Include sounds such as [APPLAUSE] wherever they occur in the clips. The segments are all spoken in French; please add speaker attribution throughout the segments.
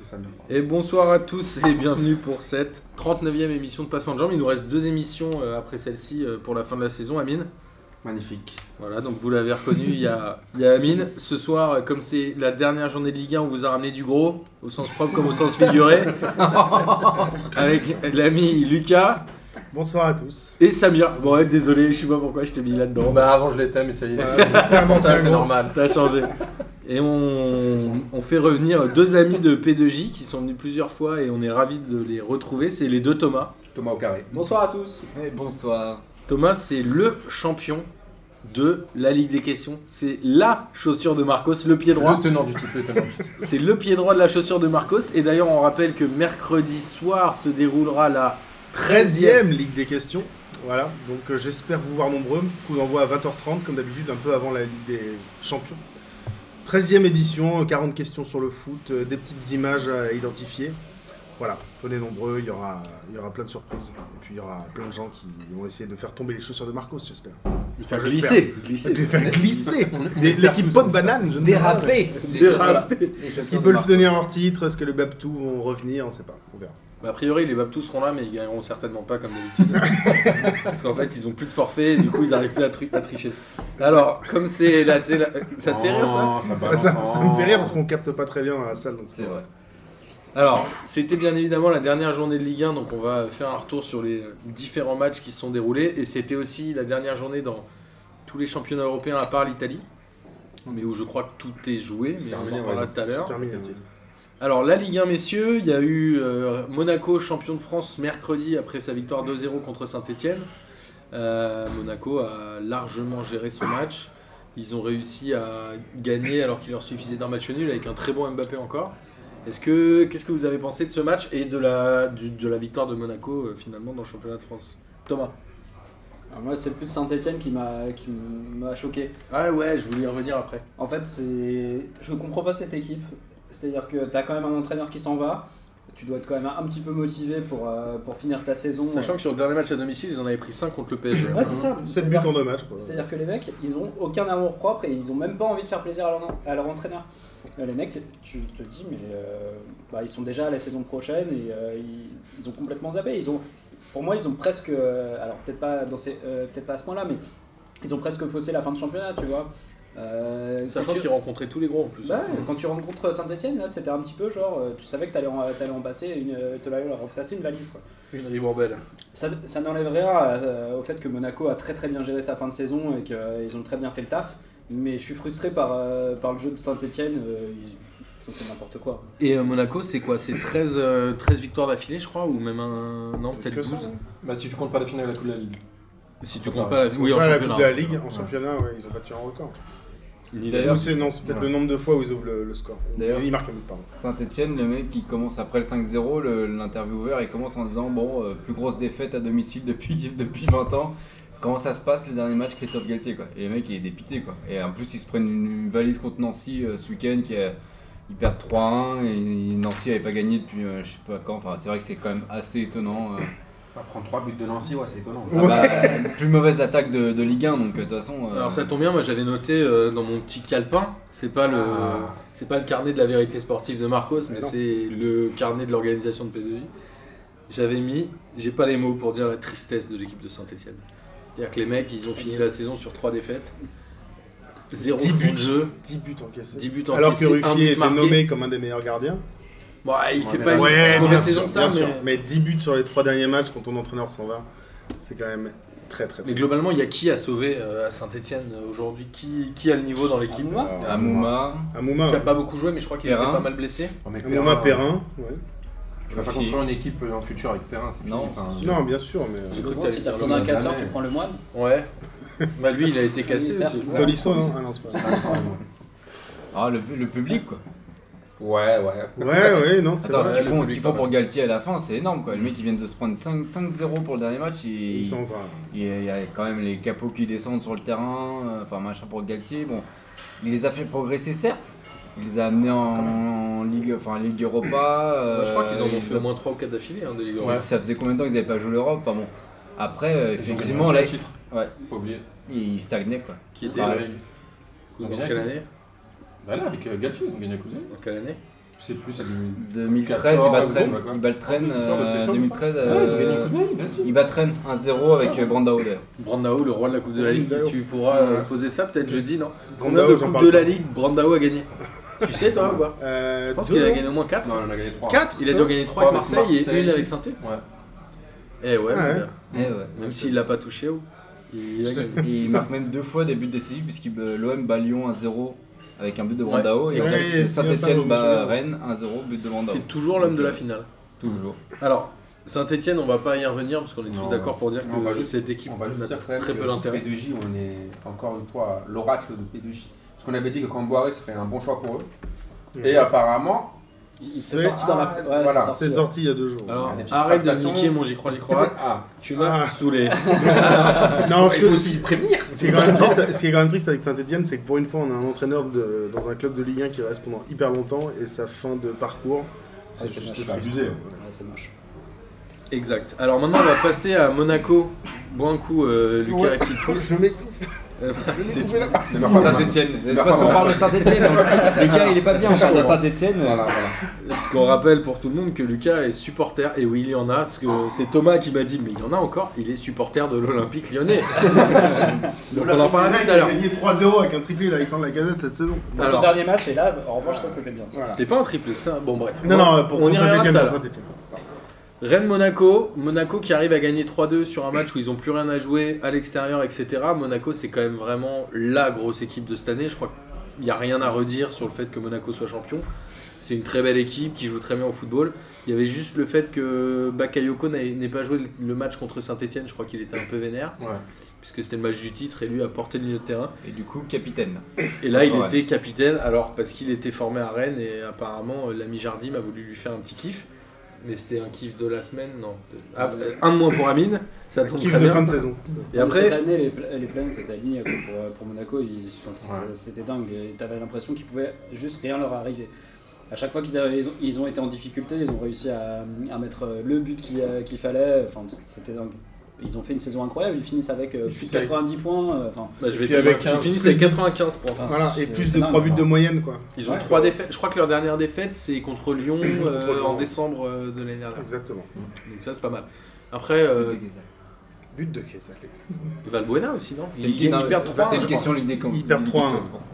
Speaker 1: ça me-
Speaker 2: Et bonsoir à tous et bienvenue pour cette 39e émission de Passement de Jambes. Il nous reste deux émissions euh, après celle-ci euh, pour la fin de la saison, Amine.
Speaker 1: Magnifique.
Speaker 2: Voilà, donc vous l'avez reconnu, il y a, il y a Amine. Ce soir, euh, comme c'est la dernière journée de Ligue 1, on vous a ramené du gros, au sens propre comme au sens figuré, avec l'ami Lucas
Speaker 3: Bonsoir à tous.
Speaker 2: et Samir. Bon, ouais, désolé, je sais pas pourquoi je t'ai mis là-dedans.
Speaker 4: Bah avant je l'étais mais ça y est,
Speaker 3: [LAUGHS] C'est un
Speaker 4: ça,
Speaker 3: mental
Speaker 4: c'est normal.
Speaker 2: T'as changé. Et on, on fait revenir deux amis de P2J qui sont venus plusieurs fois et on est ravis de les retrouver. C'est les deux Thomas.
Speaker 1: Thomas au carré.
Speaker 5: Bonsoir à tous.
Speaker 4: bonsoir.
Speaker 2: Thomas, c'est le champion de la Ligue des questions. C'est la chaussure de Marcos, le pied droit.
Speaker 4: Le tenant du titre, le
Speaker 1: [LAUGHS]
Speaker 4: tenant du titre.
Speaker 2: C'est le pied droit de la chaussure de Marcos. Et d'ailleurs, on rappelle que mercredi soir se déroulera la
Speaker 3: 13ème Ligue des questions. Voilà, donc euh, j'espère vous voir nombreux. Coup d'envoi à 20h30, comme d'habitude, un peu avant la Ligue des Champions. 13ème édition, euh, 40 questions sur le foot, euh, des petites images à identifier. Voilà, venez nombreux, il y aura, il y aura plein de surprises. Et puis il y aura plein de gens qui vont essayer de faire tomber les chaussures de Marcos, j'espère.
Speaker 2: Il fait
Speaker 3: Enfin,
Speaker 2: glisser,
Speaker 3: [LAUGHS] De les
Speaker 2: glisser. [LAUGHS]
Speaker 3: faire glisser [LAUGHS] Des- L'équipe pot de banane, je ne sais pas.
Speaker 5: Dérapé.
Speaker 2: Déraper.
Speaker 3: Est-ce qu'ils peuvent tenir leur titre Est-ce que les Babtou vont revenir On ne sait pas, on verra.
Speaker 2: Bah, a priori, les Babtous seront là, mais ils gagneront certainement pas comme d'habitude. [LAUGHS] Parce qu'en fait, ils ont plus de forfait et du coup, ils arrivent plus à, tri- à tricher. Alors, comme c'est la télé. Ça te fait rire ça
Speaker 1: ça,
Speaker 3: Ah, ça, ça me fait rire parce qu'on capte pas très bien dans la salle. donc
Speaker 4: C'est vrai.
Speaker 2: Alors, c'était bien évidemment la dernière journée de Ligue 1, donc on va faire un retour sur les différents matchs qui se sont déroulés. Et c'était aussi la dernière journée dans tous les championnats européens à part l'Italie, mais où je crois que tout est joué, mais on
Speaker 1: terminé,
Speaker 2: en parlera
Speaker 1: ouais,
Speaker 2: tout à l'heure.
Speaker 3: terminé, ouais.
Speaker 2: Alors, la Ligue 1, messieurs, il y a eu euh, Monaco champion de France mercredi après sa victoire 2-0 contre Saint-Etienne. Monaco a largement géré son match. Ils ont réussi à gagner alors qu'il leur suffisait d'un match nul avec un très bon Mbappé encore. Est-ce que qu'est-ce que vous avez pensé de ce match et de la du- de la victoire de Monaco euh, finalement dans le championnat de France Thomas.
Speaker 5: Alors moi, c'est plus Saint-Etienne qui m'a qui m'a choqué.
Speaker 2: Ah ouais, je voulais y revenir après.
Speaker 5: En fait, c'est je ne comprends pas cette équipe. C'est-à-dire que tu as quand même un entraîneur qui s'en va. Tu dois être quand même un petit peu motivé pour, euh, pour finir ta saison.
Speaker 2: Sachant que sur le dernier match à domicile, ils en avaient pris 5 contre le PSG.
Speaker 5: Ouais, c'est ça.
Speaker 3: 7 buts en deux matchs. Quoi.
Speaker 5: C'est-à-dire que les mecs, ils ont aucun amour propre et ils ont même pas envie de faire plaisir à leur, à leur entraîneur. Euh, Les mecs, tu te dis, mais euh, bah, ils sont déjà à la saison prochaine et euh, ils, ils ont complètement zappé. Ils ont, pour moi, ils ont presque, euh, alors peut-être pas, dans ces- euh, peut-être pas à ce point-là, mais ils ont presque faussé la fin de championnat, tu vois. Euh,
Speaker 2: Sachant
Speaker 5: quand tu-
Speaker 2: qu'ils rencontraient tous les gros en plus. hein.
Speaker 5: bah, quand tu rencontres Saint-Etienne, là, c'était un petit peu genre, euh, tu savais que t'allais en, t'allais en passer une, euh, t'allais leur passer une valise, quoi.
Speaker 2: Une ribourbelle.
Speaker 5: Ça, ça n'enlève rien euh, au fait que Monaco a très très bien géré sa fin de saison et qu'ils ont très bien fait le taf. Mais je suis frustré par, euh, par le jeu de Saint-Etienne. ils, ils ont fait n'importe quoi.
Speaker 2: Et euh, Monaco, c'est quoi C'est 13, euh, 13 victoires d'affilée, je crois, ou même un. Non,
Speaker 1: Plus
Speaker 2: peut-être
Speaker 1: que ça,
Speaker 2: 12.
Speaker 4: Bah si tu comptes pas la finale de la Coupe de la Ligue.
Speaker 2: Si tu comptes pas la, oui, en
Speaker 3: Ouais, la
Speaker 2: championnat.
Speaker 3: Coupe de la Ligue, en championnat, ouais, ils ont battu un record.
Speaker 2: Ni
Speaker 3: Ou
Speaker 2: d'ailleurs.
Speaker 3: c'est non, c'est peut-être
Speaker 1: Ouais.
Speaker 3: le nombre de fois où ils ouvrent le, le score. Ils marquent un but, pardon.
Speaker 6: Saint-Etienne, le mec qui commence après le 5-0, le- l'intervieweur, il commence en disant Bon, euh, plus grosse défaite à domicile depuis, [LAUGHS] depuis 20 ans. Comment ça se passe les derniers matchs Christophe Galtier quoi Et le mec il est dépité quoi. Et en plus ils se prennent une, une valise contre Nancy euh, ce week-end qui est- ils perdent 3-1 et Nancy n'avait pas gagné depuis euh, je sais pas quand. Enfin c'est vrai que c'est quand même assez étonnant. euh.
Speaker 1: Ah, Prendre 3 buts de Nancy, ouais, c'est étonnant.
Speaker 6: Ah bah, euh, plus mauvaise attaque de, de Ligue 1 donc euh, de toute façon. euh,
Speaker 2: Alors ça tombe bien, moi j'avais noté euh, dans mon petit calepin, c'est pas le
Speaker 1: Ah.
Speaker 2: c'est pas le carnet de la vérité sportive de Marcos, mais
Speaker 3: Non.
Speaker 2: c'est le carnet de l'organisation de P2J. J'avais mis, j'ai pas les mots pour dire la tristesse de l'équipe de Saint-Etienne. C'est-à-dire que les mecs, ils ont fini la saison sur 3 défaites, 0
Speaker 3: 10
Speaker 2: buts de
Speaker 3: buts.
Speaker 2: jeu,
Speaker 3: 10 buts encaissés.
Speaker 2: 10 buts
Speaker 3: Alors que
Speaker 2: encaissés, 1
Speaker 3: Ruffier
Speaker 2: but
Speaker 3: était
Speaker 2: marqué.
Speaker 3: nommé comme un des meilleurs gardiens.
Speaker 2: Bon, il fait
Speaker 1: Ouais,
Speaker 2: pas une
Speaker 1: bien
Speaker 2: si
Speaker 3: sûr,
Speaker 2: mauvaise saison que ça,
Speaker 3: bien
Speaker 2: mais...
Speaker 3: sûr. mais 10 buts sur les 3 derniers matchs quand ton entraîneur s'en va, c'est quand même très très
Speaker 2: Mais
Speaker 3: triste.
Speaker 2: globalement, il y a qui à sauver euh, à Saint-Etienne aujourd'hui qui, qui a le niveau dans l'équipe
Speaker 5: Amouma
Speaker 3: Alors,
Speaker 2: euh,
Speaker 6: Amouma,
Speaker 3: Amouma,
Speaker 2: Qui a
Speaker 3: ouais.
Speaker 2: pas beaucoup joué, mais je crois qu'il était
Speaker 6: Perrin.
Speaker 2: pas mal blessé.
Speaker 4: Non, mais
Speaker 3: Amouma Perrin. ouais.
Speaker 4: Tu vas pas
Speaker 6: Ruffier.
Speaker 4: construire une équipe euh, en futur avec Perrin, c'est fini.
Speaker 6: Non.
Speaker 4: Enfin,
Speaker 3: Non, bien sûr, mais. euh,
Speaker 2: J'ai cru que
Speaker 5: Devant,
Speaker 2: t'allais
Speaker 5: si t'as
Speaker 2: dire
Speaker 5: besoin
Speaker 2: le
Speaker 5: d'un
Speaker 2: même.
Speaker 5: casseur,
Speaker 1: jamais.
Speaker 5: tu prends le moine.
Speaker 2: Ouais. Bah lui, il a été
Speaker 5: Oui,
Speaker 2: cassé
Speaker 5: certes.
Speaker 2: aussi.
Speaker 3: Tolisso, non Ah non, c'est pas vrai.
Speaker 6: ah, le, le public quoi.
Speaker 1: Ouais, ouais.
Speaker 3: Ouais, ouais, non, c'est
Speaker 6: Attends, ce
Speaker 3: vrai.
Speaker 6: qu'ils
Speaker 2: le
Speaker 6: font, ce
Speaker 2: public,
Speaker 6: qu'ils font
Speaker 2: quand
Speaker 6: pour Galtier à la fin, c'est énorme quoi. Le mec, ils viennent de se prendre 5 5-0 pour le dernier match.
Speaker 3: Ils
Speaker 6: Il,
Speaker 3: sont pas.
Speaker 6: il y a- il y a quand même les capots qui descendent sur le terrain. euh, Enfin, machin pour Galtier. Bon, il les a fait progresser, certes. Il les a amenés en, en Ligue, enfin, Ligue Europa.
Speaker 2: Moi, je crois qu'ils en
Speaker 6: euh,
Speaker 2: ont fait au moins 3 ou 4 d'affilée, hein, des Ligues
Speaker 6: ça-
Speaker 2: européennes.
Speaker 6: Ça faisait combien de temps qu'ils n'avaient pas joué l'Europe Enfin bon, après, euh,
Speaker 4: Ils ont
Speaker 6: effectivement,
Speaker 4: gagné
Speaker 6: là,
Speaker 4: aussi le titre.
Speaker 6: ouais,
Speaker 4: Faut pas oublier.
Speaker 6: ils stagnaient quoi.
Speaker 2: Qui était
Speaker 4: Bah,
Speaker 2: euh,
Speaker 4: avec-
Speaker 2: dans
Speaker 4: Ils ont gagné
Speaker 2: quelle
Speaker 4: avec-
Speaker 2: année
Speaker 4: Bah là, avec euh, Galtier, ils ont gagné la Coupe de la Ligue.
Speaker 2: Dans quelle année
Speaker 4: Je Je sais plus, c'est 2000.
Speaker 6: 2013, ils battent
Speaker 4: 14,
Speaker 6: Rennes.
Speaker 4: ouais, quoi.
Speaker 6: Ils battent Rennes.
Speaker 3: Ils sortent de
Speaker 6: euh,
Speaker 3: Pétion,
Speaker 6: 2013,
Speaker 4: Ah ouais, ils ont gagné une
Speaker 6: euh,
Speaker 4: Coupe de Ligue, bien sûr.
Speaker 6: ils battent Rennes 1-0 avec euh, Brandao d'ailleurs.
Speaker 2: Brandao, le roi de la Coupe de la Ligue, tu pourras euh, poser ça peut-être jeudi, non Combien
Speaker 3: Brandao,
Speaker 2: de
Speaker 3: j'en
Speaker 2: Coupe
Speaker 3: parle
Speaker 2: de
Speaker 3: pas.
Speaker 2: la Ligue Brandao a gagné Tu sais, toi, ou pas
Speaker 3: Euh,
Speaker 2: Je pense qu'il a gagné au moins 4.
Speaker 1: Non, on en a gagné 3.
Speaker 3: 4
Speaker 2: Il a dû en gagner 3
Speaker 4: Trois
Speaker 2: avec
Speaker 4: avec
Speaker 2: Marseille et
Speaker 4: Marseille.
Speaker 2: une avec saint
Speaker 4: Ouais.
Speaker 2: Eh ouais, mon
Speaker 3: Ouais.
Speaker 2: gars. même s'il l'a pas touché, ou- il a gagné. [LAUGHS]
Speaker 6: Et il marque même deux fois des buts décisifs puisqu'il euh, l'OM bat Lyon 1-0 avec un but de Brandao et
Speaker 3: Ouais,
Speaker 6: ensuite,
Speaker 3: c'est bien ça, je
Speaker 6: Saint-Etienne
Speaker 3: me
Speaker 6: bat
Speaker 3: souviens.
Speaker 6: Rennes 1-0 but de Brandao.
Speaker 2: C'est toujours l'homme de la finale.
Speaker 6: Toujours.
Speaker 2: Alors, Saint-Etienne, on va pas y revenir parce qu'on est tous
Speaker 1: Non,
Speaker 2: d'accord pour dire
Speaker 1: non, on
Speaker 2: que
Speaker 1: va
Speaker 2: juste
Speaker 1: juste-
Speaker 2: cette équipe
Speaker 1: On va juste
Speaker 2: n'a
Speaker 1: dire euh, quand même
Speaker 2: très peu
Speaker 1: que
Speaker 2: d'intérêt.
Speaker 1: P2J, on est encore une fois l'oracle de P2J. Parce qu'on avait dit que Camboire serait un bon choix pour eux. Et apparemment,
Speaker 5: Il s'est
Speaker 3: C'est-
Speaker 5: sorti dans la.
Speaker 1: ah,
Speaker 5: Ouais,
Speaker 1: voilà,
Speaker 5: c'est sorti.
Speaker 3: C'est sorti il y a deux jours.
Speaker 2: Alors,
Speaker 1: Il y a des petites
Speaker 2: arrête de
Speaker 1: tractations.
Speaker 2: niquer mon j'y crois, j'y crois.
Speaker 1: ah,
Speaker 2: tu m'as
Speaker 3: Ah.
Speaker 2: saoulé.
Speaker 3: non, ce,
Speaker 1: il
Speaker 3: que-
Speaker 1: faut aussi prévenir.
Speaker 3: ce qui est quand même
Speaker 2: [LAUGHS]
Speaker 3: triste, ce qui est quand même triste avec Saint-Etienne, c'est que pour une fois, on a un entraîneur de- dans un club de Ligue 1 qui reste pendant hyper longtemps et sa fin de parcours, c'est
Speaker 2: Ah,
Speaker 5: Ouais, c'est
Speaker 3: juste
Speaker 5: moche.
Speaker 3: triste.
Speaker 1: Abusé, hein.
Speaker 5: Ouais, c'est moche.
Speaker 2: Exact. Alors maintenant, on va passer à Monaco. Bon un coup, euh, Lucas
Speaker 3: Ouais.
Speaker 2: qui tousse.
Speaker 1: [LAUGHS]
Speaker 3: Je m'étouffe.
Speaker 2: Euh, bah, c'est-
Speaker 1: Ne meurs pas de main.
Speaker 6: Saint-Etienne. C'est
Speaker 1: Bah,
Speaker 6: parce qu'on
Speaker 1: voilà.
Speaker 6: parle de
Speaker 2: [LAUGHS]
Speaker 6: Saint-Etienne. hein. Lucas, il est pas bien, on parle de Saint-Etienne.
Speaker 1: Voilà, voilà.
Speaker 2: Parce qu'on rappelle pour tout le monde que Lucas est supporter, et oui, il y en a, parce que c'est Thomas qui m'a dit, mais il y en a encore, il est supporter de l'Olympique
Speaker 1: [LAUGHS]
Speaker 2: lyonnais. Donc on en parlera tout à l'heure.
Speaker 3: Il a gagné 3-0 avec un triplé d'Alexandre Lacazette cette saison.
Speaker 5: Pour
Speaker 2: Alors.
Speaker 5: ce dernier match, et là, en revanche, ça c'était bien.
Speaker 3: Voilà.
Speaker 2: C'était pas un triple, c'était un... Bon bref.
Speaker 3: Non, non, pour,
Speaker 2: on
Speaker 3: pour
Speaker 2: y reviendra
Speaker 3: Saint-Etienne.
Speaker 2: tout à
Speaker 3: pour
Speaker 2: l'heure.
Speaker 3: Saint-Etienne.
Speaker 2: Rennes-Monaco, Monaco qui arrive à gagner 3-2 sur un match où ils ont plus rien à jouer à l'extérieur, etc. Monaco, c'est quand même vraiment la grosse équipe de cette année. Je crois qu'il n'y a rien à redire sur le fait que Monaco soit champion. C'est une très belle équipe qui joue très bien au football. Il y avait juste le fait que Bakayoko n'ait n'ait pas joué le- le match contre Saint-Etienne. Je crois qu'il était un peu vénère,
Speaker 4: Ouais.
Speaker 2: puisque c'était le match du titre et lui a porté le milieu de terrain.
Speaker 6: Et du coup, capitaine.
Speaker 2: Et là, il
Speaker 6: Ouais.
Speaker 2: était capitaine, alors parce qu'il était formé à Rennes et apparemment euh, l'ami Jardim a voulu lui faire un petit kiff. Mais c'était un kiff de la semaine, non de- Ah, euh, Un de moins pour Amine, ça tombe
Speaker 3: Kiff
Speaker 2: très
Speaker 3: de fin
Speaker 2: bien.
Speaker 3: de saison.
Speaker 2: Et
Speaker 5: Mais Cette
Speaker 2: après,
Speaker 5: année, les, pla- les planètes étaient alignées quoi, pour, euh, pour Monaco. Ils- enfin, c'est-
Speaker 1: Ouais.
Speaker 5: C'était dingue. Et T'avais l'impression qu'ils pouvaient juste rien leur arriver. À chaque fois qu'ils avaient- ils ont été en difficulté, ils ont réussi à, à mettre euh, le but qu'il euh, qu'il fallait. Enfin, c'était dingue. Ils ont fait une saison incroyable. Ils finissent avec euh,
Speaker 3: Ils
Speaker 5: plus de
Speaker 3: finissent avec-
Speaker 5: 90 points. euh, Enfin,
Speaker 2: bah, je vais
Speaker 4: puis avec
Speaker 2: te-
Speaker 4: un-
Speaker 2: ils finissent avec 95 points.
Speaker 5: enfin,
Speaker 3: Voilà, et
Speaker 5: c'est-
Speaker 3: plus
Speaker 5: c'est
Speaker 3: de
Speaker 5: dingue.
Speaker 3: 3 buts de moyenne, quoi.
Speaker 2: Ils ont
Speaker 5: Ouais.
Speaker 2: trois défaites. Je crois que leur dernière défaite, c'est contre Lyon euh,
Speaker 4: Contre Lyon.
Speaker 2: en décembre euh, de l'année dernière.
Speaker 3: Exactement.
Speaker 2: Donc ça, c'est pas mal. Après, euh,
Speaker 3: But de Chris Alex.
Speaker 2: Valbuena aussi, non
Speaker 6: C'est
Speaker 2: Il, il
Speaker 6: non,
Speaker 2: perd
Speaker 6: c'est-
Speaker 2: 3.
Speaker 6: C'est une question Ligue des Camps.
Speaker 3: Il perd
Speaker 6: Une
Speaker 3: 3-1.
Speaker 6: question, c'est pour ça.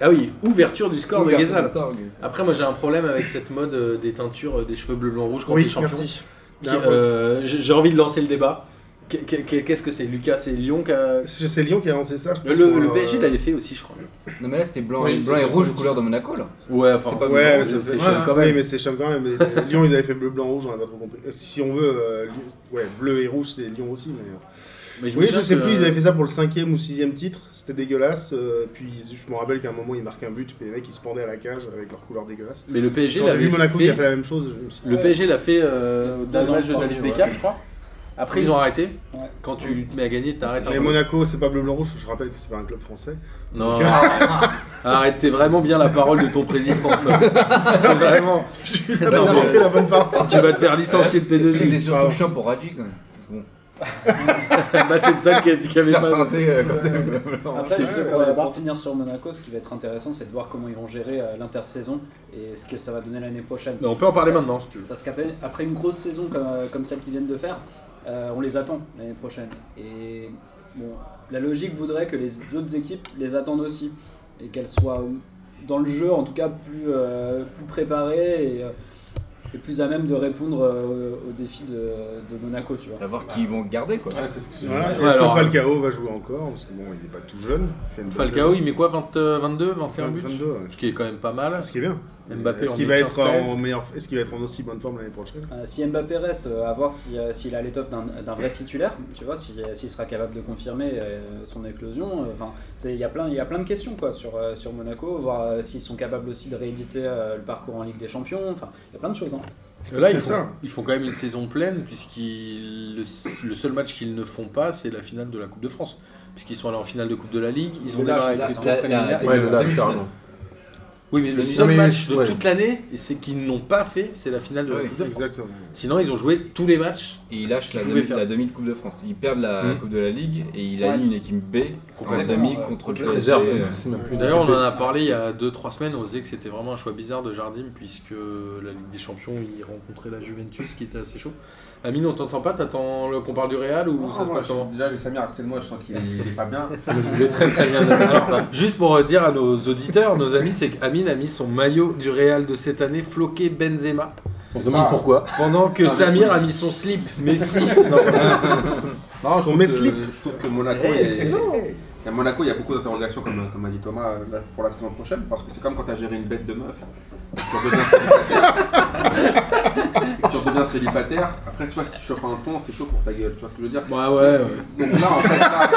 Speaker 2: Ah oui, ouverture du score de
Speaker 6: Ouverture
Speaker 2: Ghezal.
Speaker 6: du score, Ghezal.
Speaker 2: Après, moi j'ai un problème avec cette mode euh, des teintures euh, des cheveux bleu, blanc, rouge quand t'es
Speaker 3: Oui,
Speaker 2: champion.
Speaker 3: merci.
Speaker 2: Qui, euh, j'ai j'ai envie de lancer le débat. Qu'est- qu'est- Qu'est-ce que c'est Lucas C'est Lyon qui a.
Speaker 3: C'est Lyon qui a lancé ça. je pense,
Speaker 2: Le, le-
Speaker 3: pour,
Speaker 2: le
Speaker 3: euh,
Speaker 2: PSG l'avait fait aussi, je crois.
Speaker 6: Non, mais là, c'était blanc,
Speaker 4: Oui,
Speaker 6: et-
Speaker 4: c'est
Speaker 6: blanc et
Speaker 4: ça,
Speaker 6: rouge,
Speaker 4: le
Speaker 6: couleur de Monaco, là.
Speaker 2: Ouais, enfin,
Speaker 6: c'était pas
Speaker 3: Ouais,
Speaker 6: c'est-
Speaker 3: ça
Speaker 2: c'est
Speaker 3: fait-
Speaker 2: chiant
Speaker 3: ouais,
Speaker 2: quand
Speaker 3: Oui,
Speaker 2: même.
Speaker 3: mais c'est chiant quand même. mais, euh,
Speaker 2: [LAUGHS]
Speaker 3: Lyon, ils avaient fait bleu, blanc, rouge, on a pas trop compris. Euh, Si on veut, euh, Lyon- ouais, bleu et rouge, c'est Lyon aussi. Mais... euh.
Speaker 2: Mais me
Speaker 3: oui, je
Speaker 2: souviens
Speaker 3: sais
Speaker 2: que-
Speaker 3: plus, ils avaient fait ça pour le cinquième ou sixième titre. C'était dégueulasse. euh, puis je me rappelle qu'à un moment, ils marquaient un but, puis les mecs, ils se pendaient à la cage avec leur couleur dégueulasse.
Speaker 2: Mais le PSG
Speaker 3: Quand j'ai
Speaker 2: l'avait
Speaker 3: vu Monaco qui
Speaker 2: fait.
Speaker 3: a fait la même chose, je me suis dit, ah,
Speaker 2: Le PSG l'a fait euh, dans le
Speaker 5: Deux ans,
Speaker 2: match
Speaker 5: je
Speaker 2: de
Speaker 5: crois,
Speaker 2: David
Speaker 4: ouais.
Speaker 2: Beckham, je crois. Après, ils ont arrêté.
Speaker 5: Ouais.
Speaker 2: Quand tu te mets à gagner, t'arrêtes.
Speaker 3: Mais
Speaker 2: un peu.
Speaker 3: Monaco, c'est pas bleu, blanc, rouge. Je rappelle que c'est pas un club
Speaker 2: [LAUGHS]
Speaker 3: français.
Speaker 2: Non. Arrête, t'es vraiment bien la parole de ton président,
Speaker 3: [LAUGHS]
Speaker 2: toi. T'es vraiment.
Speaker 3: Il a inventé la bonne part.
Speaker 2: Tu vas te faire licencier de
Speaker 6: C'était
Speaker 2: P2J.
Speaker 6: surtout chaud pour Raji, quand même. Parce que
Speaker 2: [LAUGHS]
Speaker 6: bon,
Speaker 2: Bah, c'est le seul qui a- qui
Speaker 6: il se
Speaker 2: avait
Speaker 6: faire
Speaker 2: pas.
Speaker 6: teinter, euh, quand t'es blanc.
Speaker 5: Après,
Speaker 2: C'est
Speaker 5: juste
Speaker 3: vrai,
Speaker 5: pour, euh,
Speaker 2: ouais.
Speaker 5: pour finir sur Monaco, ce qui va être intéressant, c'est de voir comment ils vont gérer euh, l'intersaison et ce que ça va donner l'année prochaine.
Speaker 2: Mais On peut en parler maintenant, si tu veux.
Speaker 5: Parce qu'après après une grosse saison comme, euh, comme celle qu'ils viennent de faire, euh, on les attend l'année prochaine. Et bon, la logique voudrait que les autres équipes les attendent aussi. Et qu'elles soient dans le jeu, en tout cas, plus, euh, plus préparées et, euh, et plus à même de répondre euh, aux défis de, de Monaco, tu vois.
Speaker 6: Savoir qui ils vont garder, quoi.
Speaker 4: Ouais, c'est ce que j'ai
Speaker 3: Voilà.
Speaker 4: dit.
Speaker 3: Est-ce
Speaker 2: Ouais, alors, euh,
Speaker 3: que Falcao va jouer encore Parce que bon, il est pas tout jeune. Il fait une bonne
Speaker 2: Falcao,
Speaker 3: saison.
Speaker 2: il met quoi 20, euh, 22, 21 buts
Speaker 3: 22, ouais.
Speaker 2: Ce qui est quand même pas mal. hein,
Speaker 3: Ce qui est bien.
Speaker 2: Mbappé,
Speaker 3: Est-ce
Speaker 2: on
Speaker 3: qu'il
Speaker 2: est
Speaker 3: va être
Speaker 2: 15-16.
Speaker 3: en meilleur, est-ce qu'il va être en aussi bonne forme l'année prochaine
Speaker 5: Euh, si Mbappé reste, euh, à voir si, euh, s'il a l'étoffe d'un d'un vrai titulaire, tu vois, si- euh, s'il sera capable de confirmer euh, son éclosion. euh, Enfin, c'est- il y a plein, il y a plein de questions quoi sur euh, sur Monaco, voir euh, s'ils sont capables aussi de rééditer euh, le parcours en Ligue des Champions. Enfin, il y a plein de choses. hein.
Speaker 2: Là, ils
Speaker 3: C'est
Speaker 2: font,
Speaker 3: ça.
Speaker 2: ils font quand même une saison pleine, puisqu'ils le, le seul match qu'ils ne font pas, c'est la finale de la Coupe de France. Puisqu'ils sont allés en finale de Coupe de la Ligue, ils ont
Speaker 5: Lâche,
Speaker 2: démarré avec
Speaker 5: lâche,
Speaker 2: les
Speaker 5: hein.
Speaker 2: tours préliminaires.
Speaker 6: Ouais, le lâche,
Speaker 2: Demi-finale.
Speaker 4: carrément.
Speaker 2: Oui, Oui, mais le
Speaker 6: Non,
Speaker 2: seul
Speaker 6: mais-
Speaker 2: match de
Speaker 6: ouais.
Speaker 2: toute l'année, et c'est qu'ils n'ont pas fait, c'est la finale de la
Speaker 6: Oui,
Speaker 2: Coupe de France.
Speaker 3: Exactement.
Speaker 2: Sinon, ils ont joué tous les matchs
Speaker 6: Et ils lâchent
Speaker 2: Qu'ils
Speaker 6: la
Speaker 2: pouvaient
Speaker 6: demi,
Speaker 2: faire.
Speaker 6: la demi de Coupe de France. Ils perdent la
Speaker 2: Mhm.
Speaker 6: Coupe de la Ligue et ils
Speaker 5: Ouais.
Speaker 6: alignent une équipe B en
Speaker 5: Complètement,
Speaker 6: demi
Speaker 5: ouais.
Speaker 6: contre le
Speaker 4: Le
Speaker 6: PSG.
Speaker 4: réserve,
Speaker 6: euh,
Speaker 4: c'est même plus
Speaker 2: D'ailleurs, on
Speaker 4: une
Speaker 2: en a parlé il y a 2-3 semaines, on se disait que c'était vraiment un choix bizarre de Jardim, puisque la Ligue des Champions, il rencontrait la Juventus, qui était assez chaud. Amine, on t'entend pas T'attends le- qu'on parle du Real ou
Speaker 1: Non,
Speaker 2: ça se
Speaker 1: moi,
Speaker 2: passe
Speaker 1: je-
Speaker 2: comment
Speaker 1: Déjà, j'ai Samir à côté de moi, je sens qu'il est pas bien.
Speaker 2: Je l'ai très très bien [LAUGHS] Alors, Juste pour euh, dire à nos auditeurs, nos amis, c'est qu'Amine a mis son maillot du Real de cette année, floqué Benzema,
Speaker 4: On se demande
Speaker 1: Ça.
Speaker 4: pourquoi.
Speaker 2: pendant que
Speaker 1: C'est un geste
Speaker 2: Samir a
Speaker 1: politique.
Speaker 2: mis son slip [LAUGHS] Messi. Non,
Speaker 1: Non, je
Speaker 3: Son
Speaker 1: trouve
Speaker 3: mes
Speaker 1: que-
Speaker 3: slips.
Speaker 1: Je trouve que Monaco,
Speaker 2: Eh,
Speaker 1: est-
Speaker 2: excellent.
Speaker 1: à Monaco, il y a beaucoup d'interrogations, comme, comme a dit Thomas, euh, là, pour la saison prochaine, parce que c'est comme quand tu as géré une bête de meuf, tu redeviens célibataire, [LAUGHS] Et tu redeviens célibataire, après, tu vois, si tu chopes un ton, c'est chaud pour ta gueule, tu vois ce que je veux dire
Speaker 2: ouais, ouais.
Speaker 1: Donc là, en fait, là,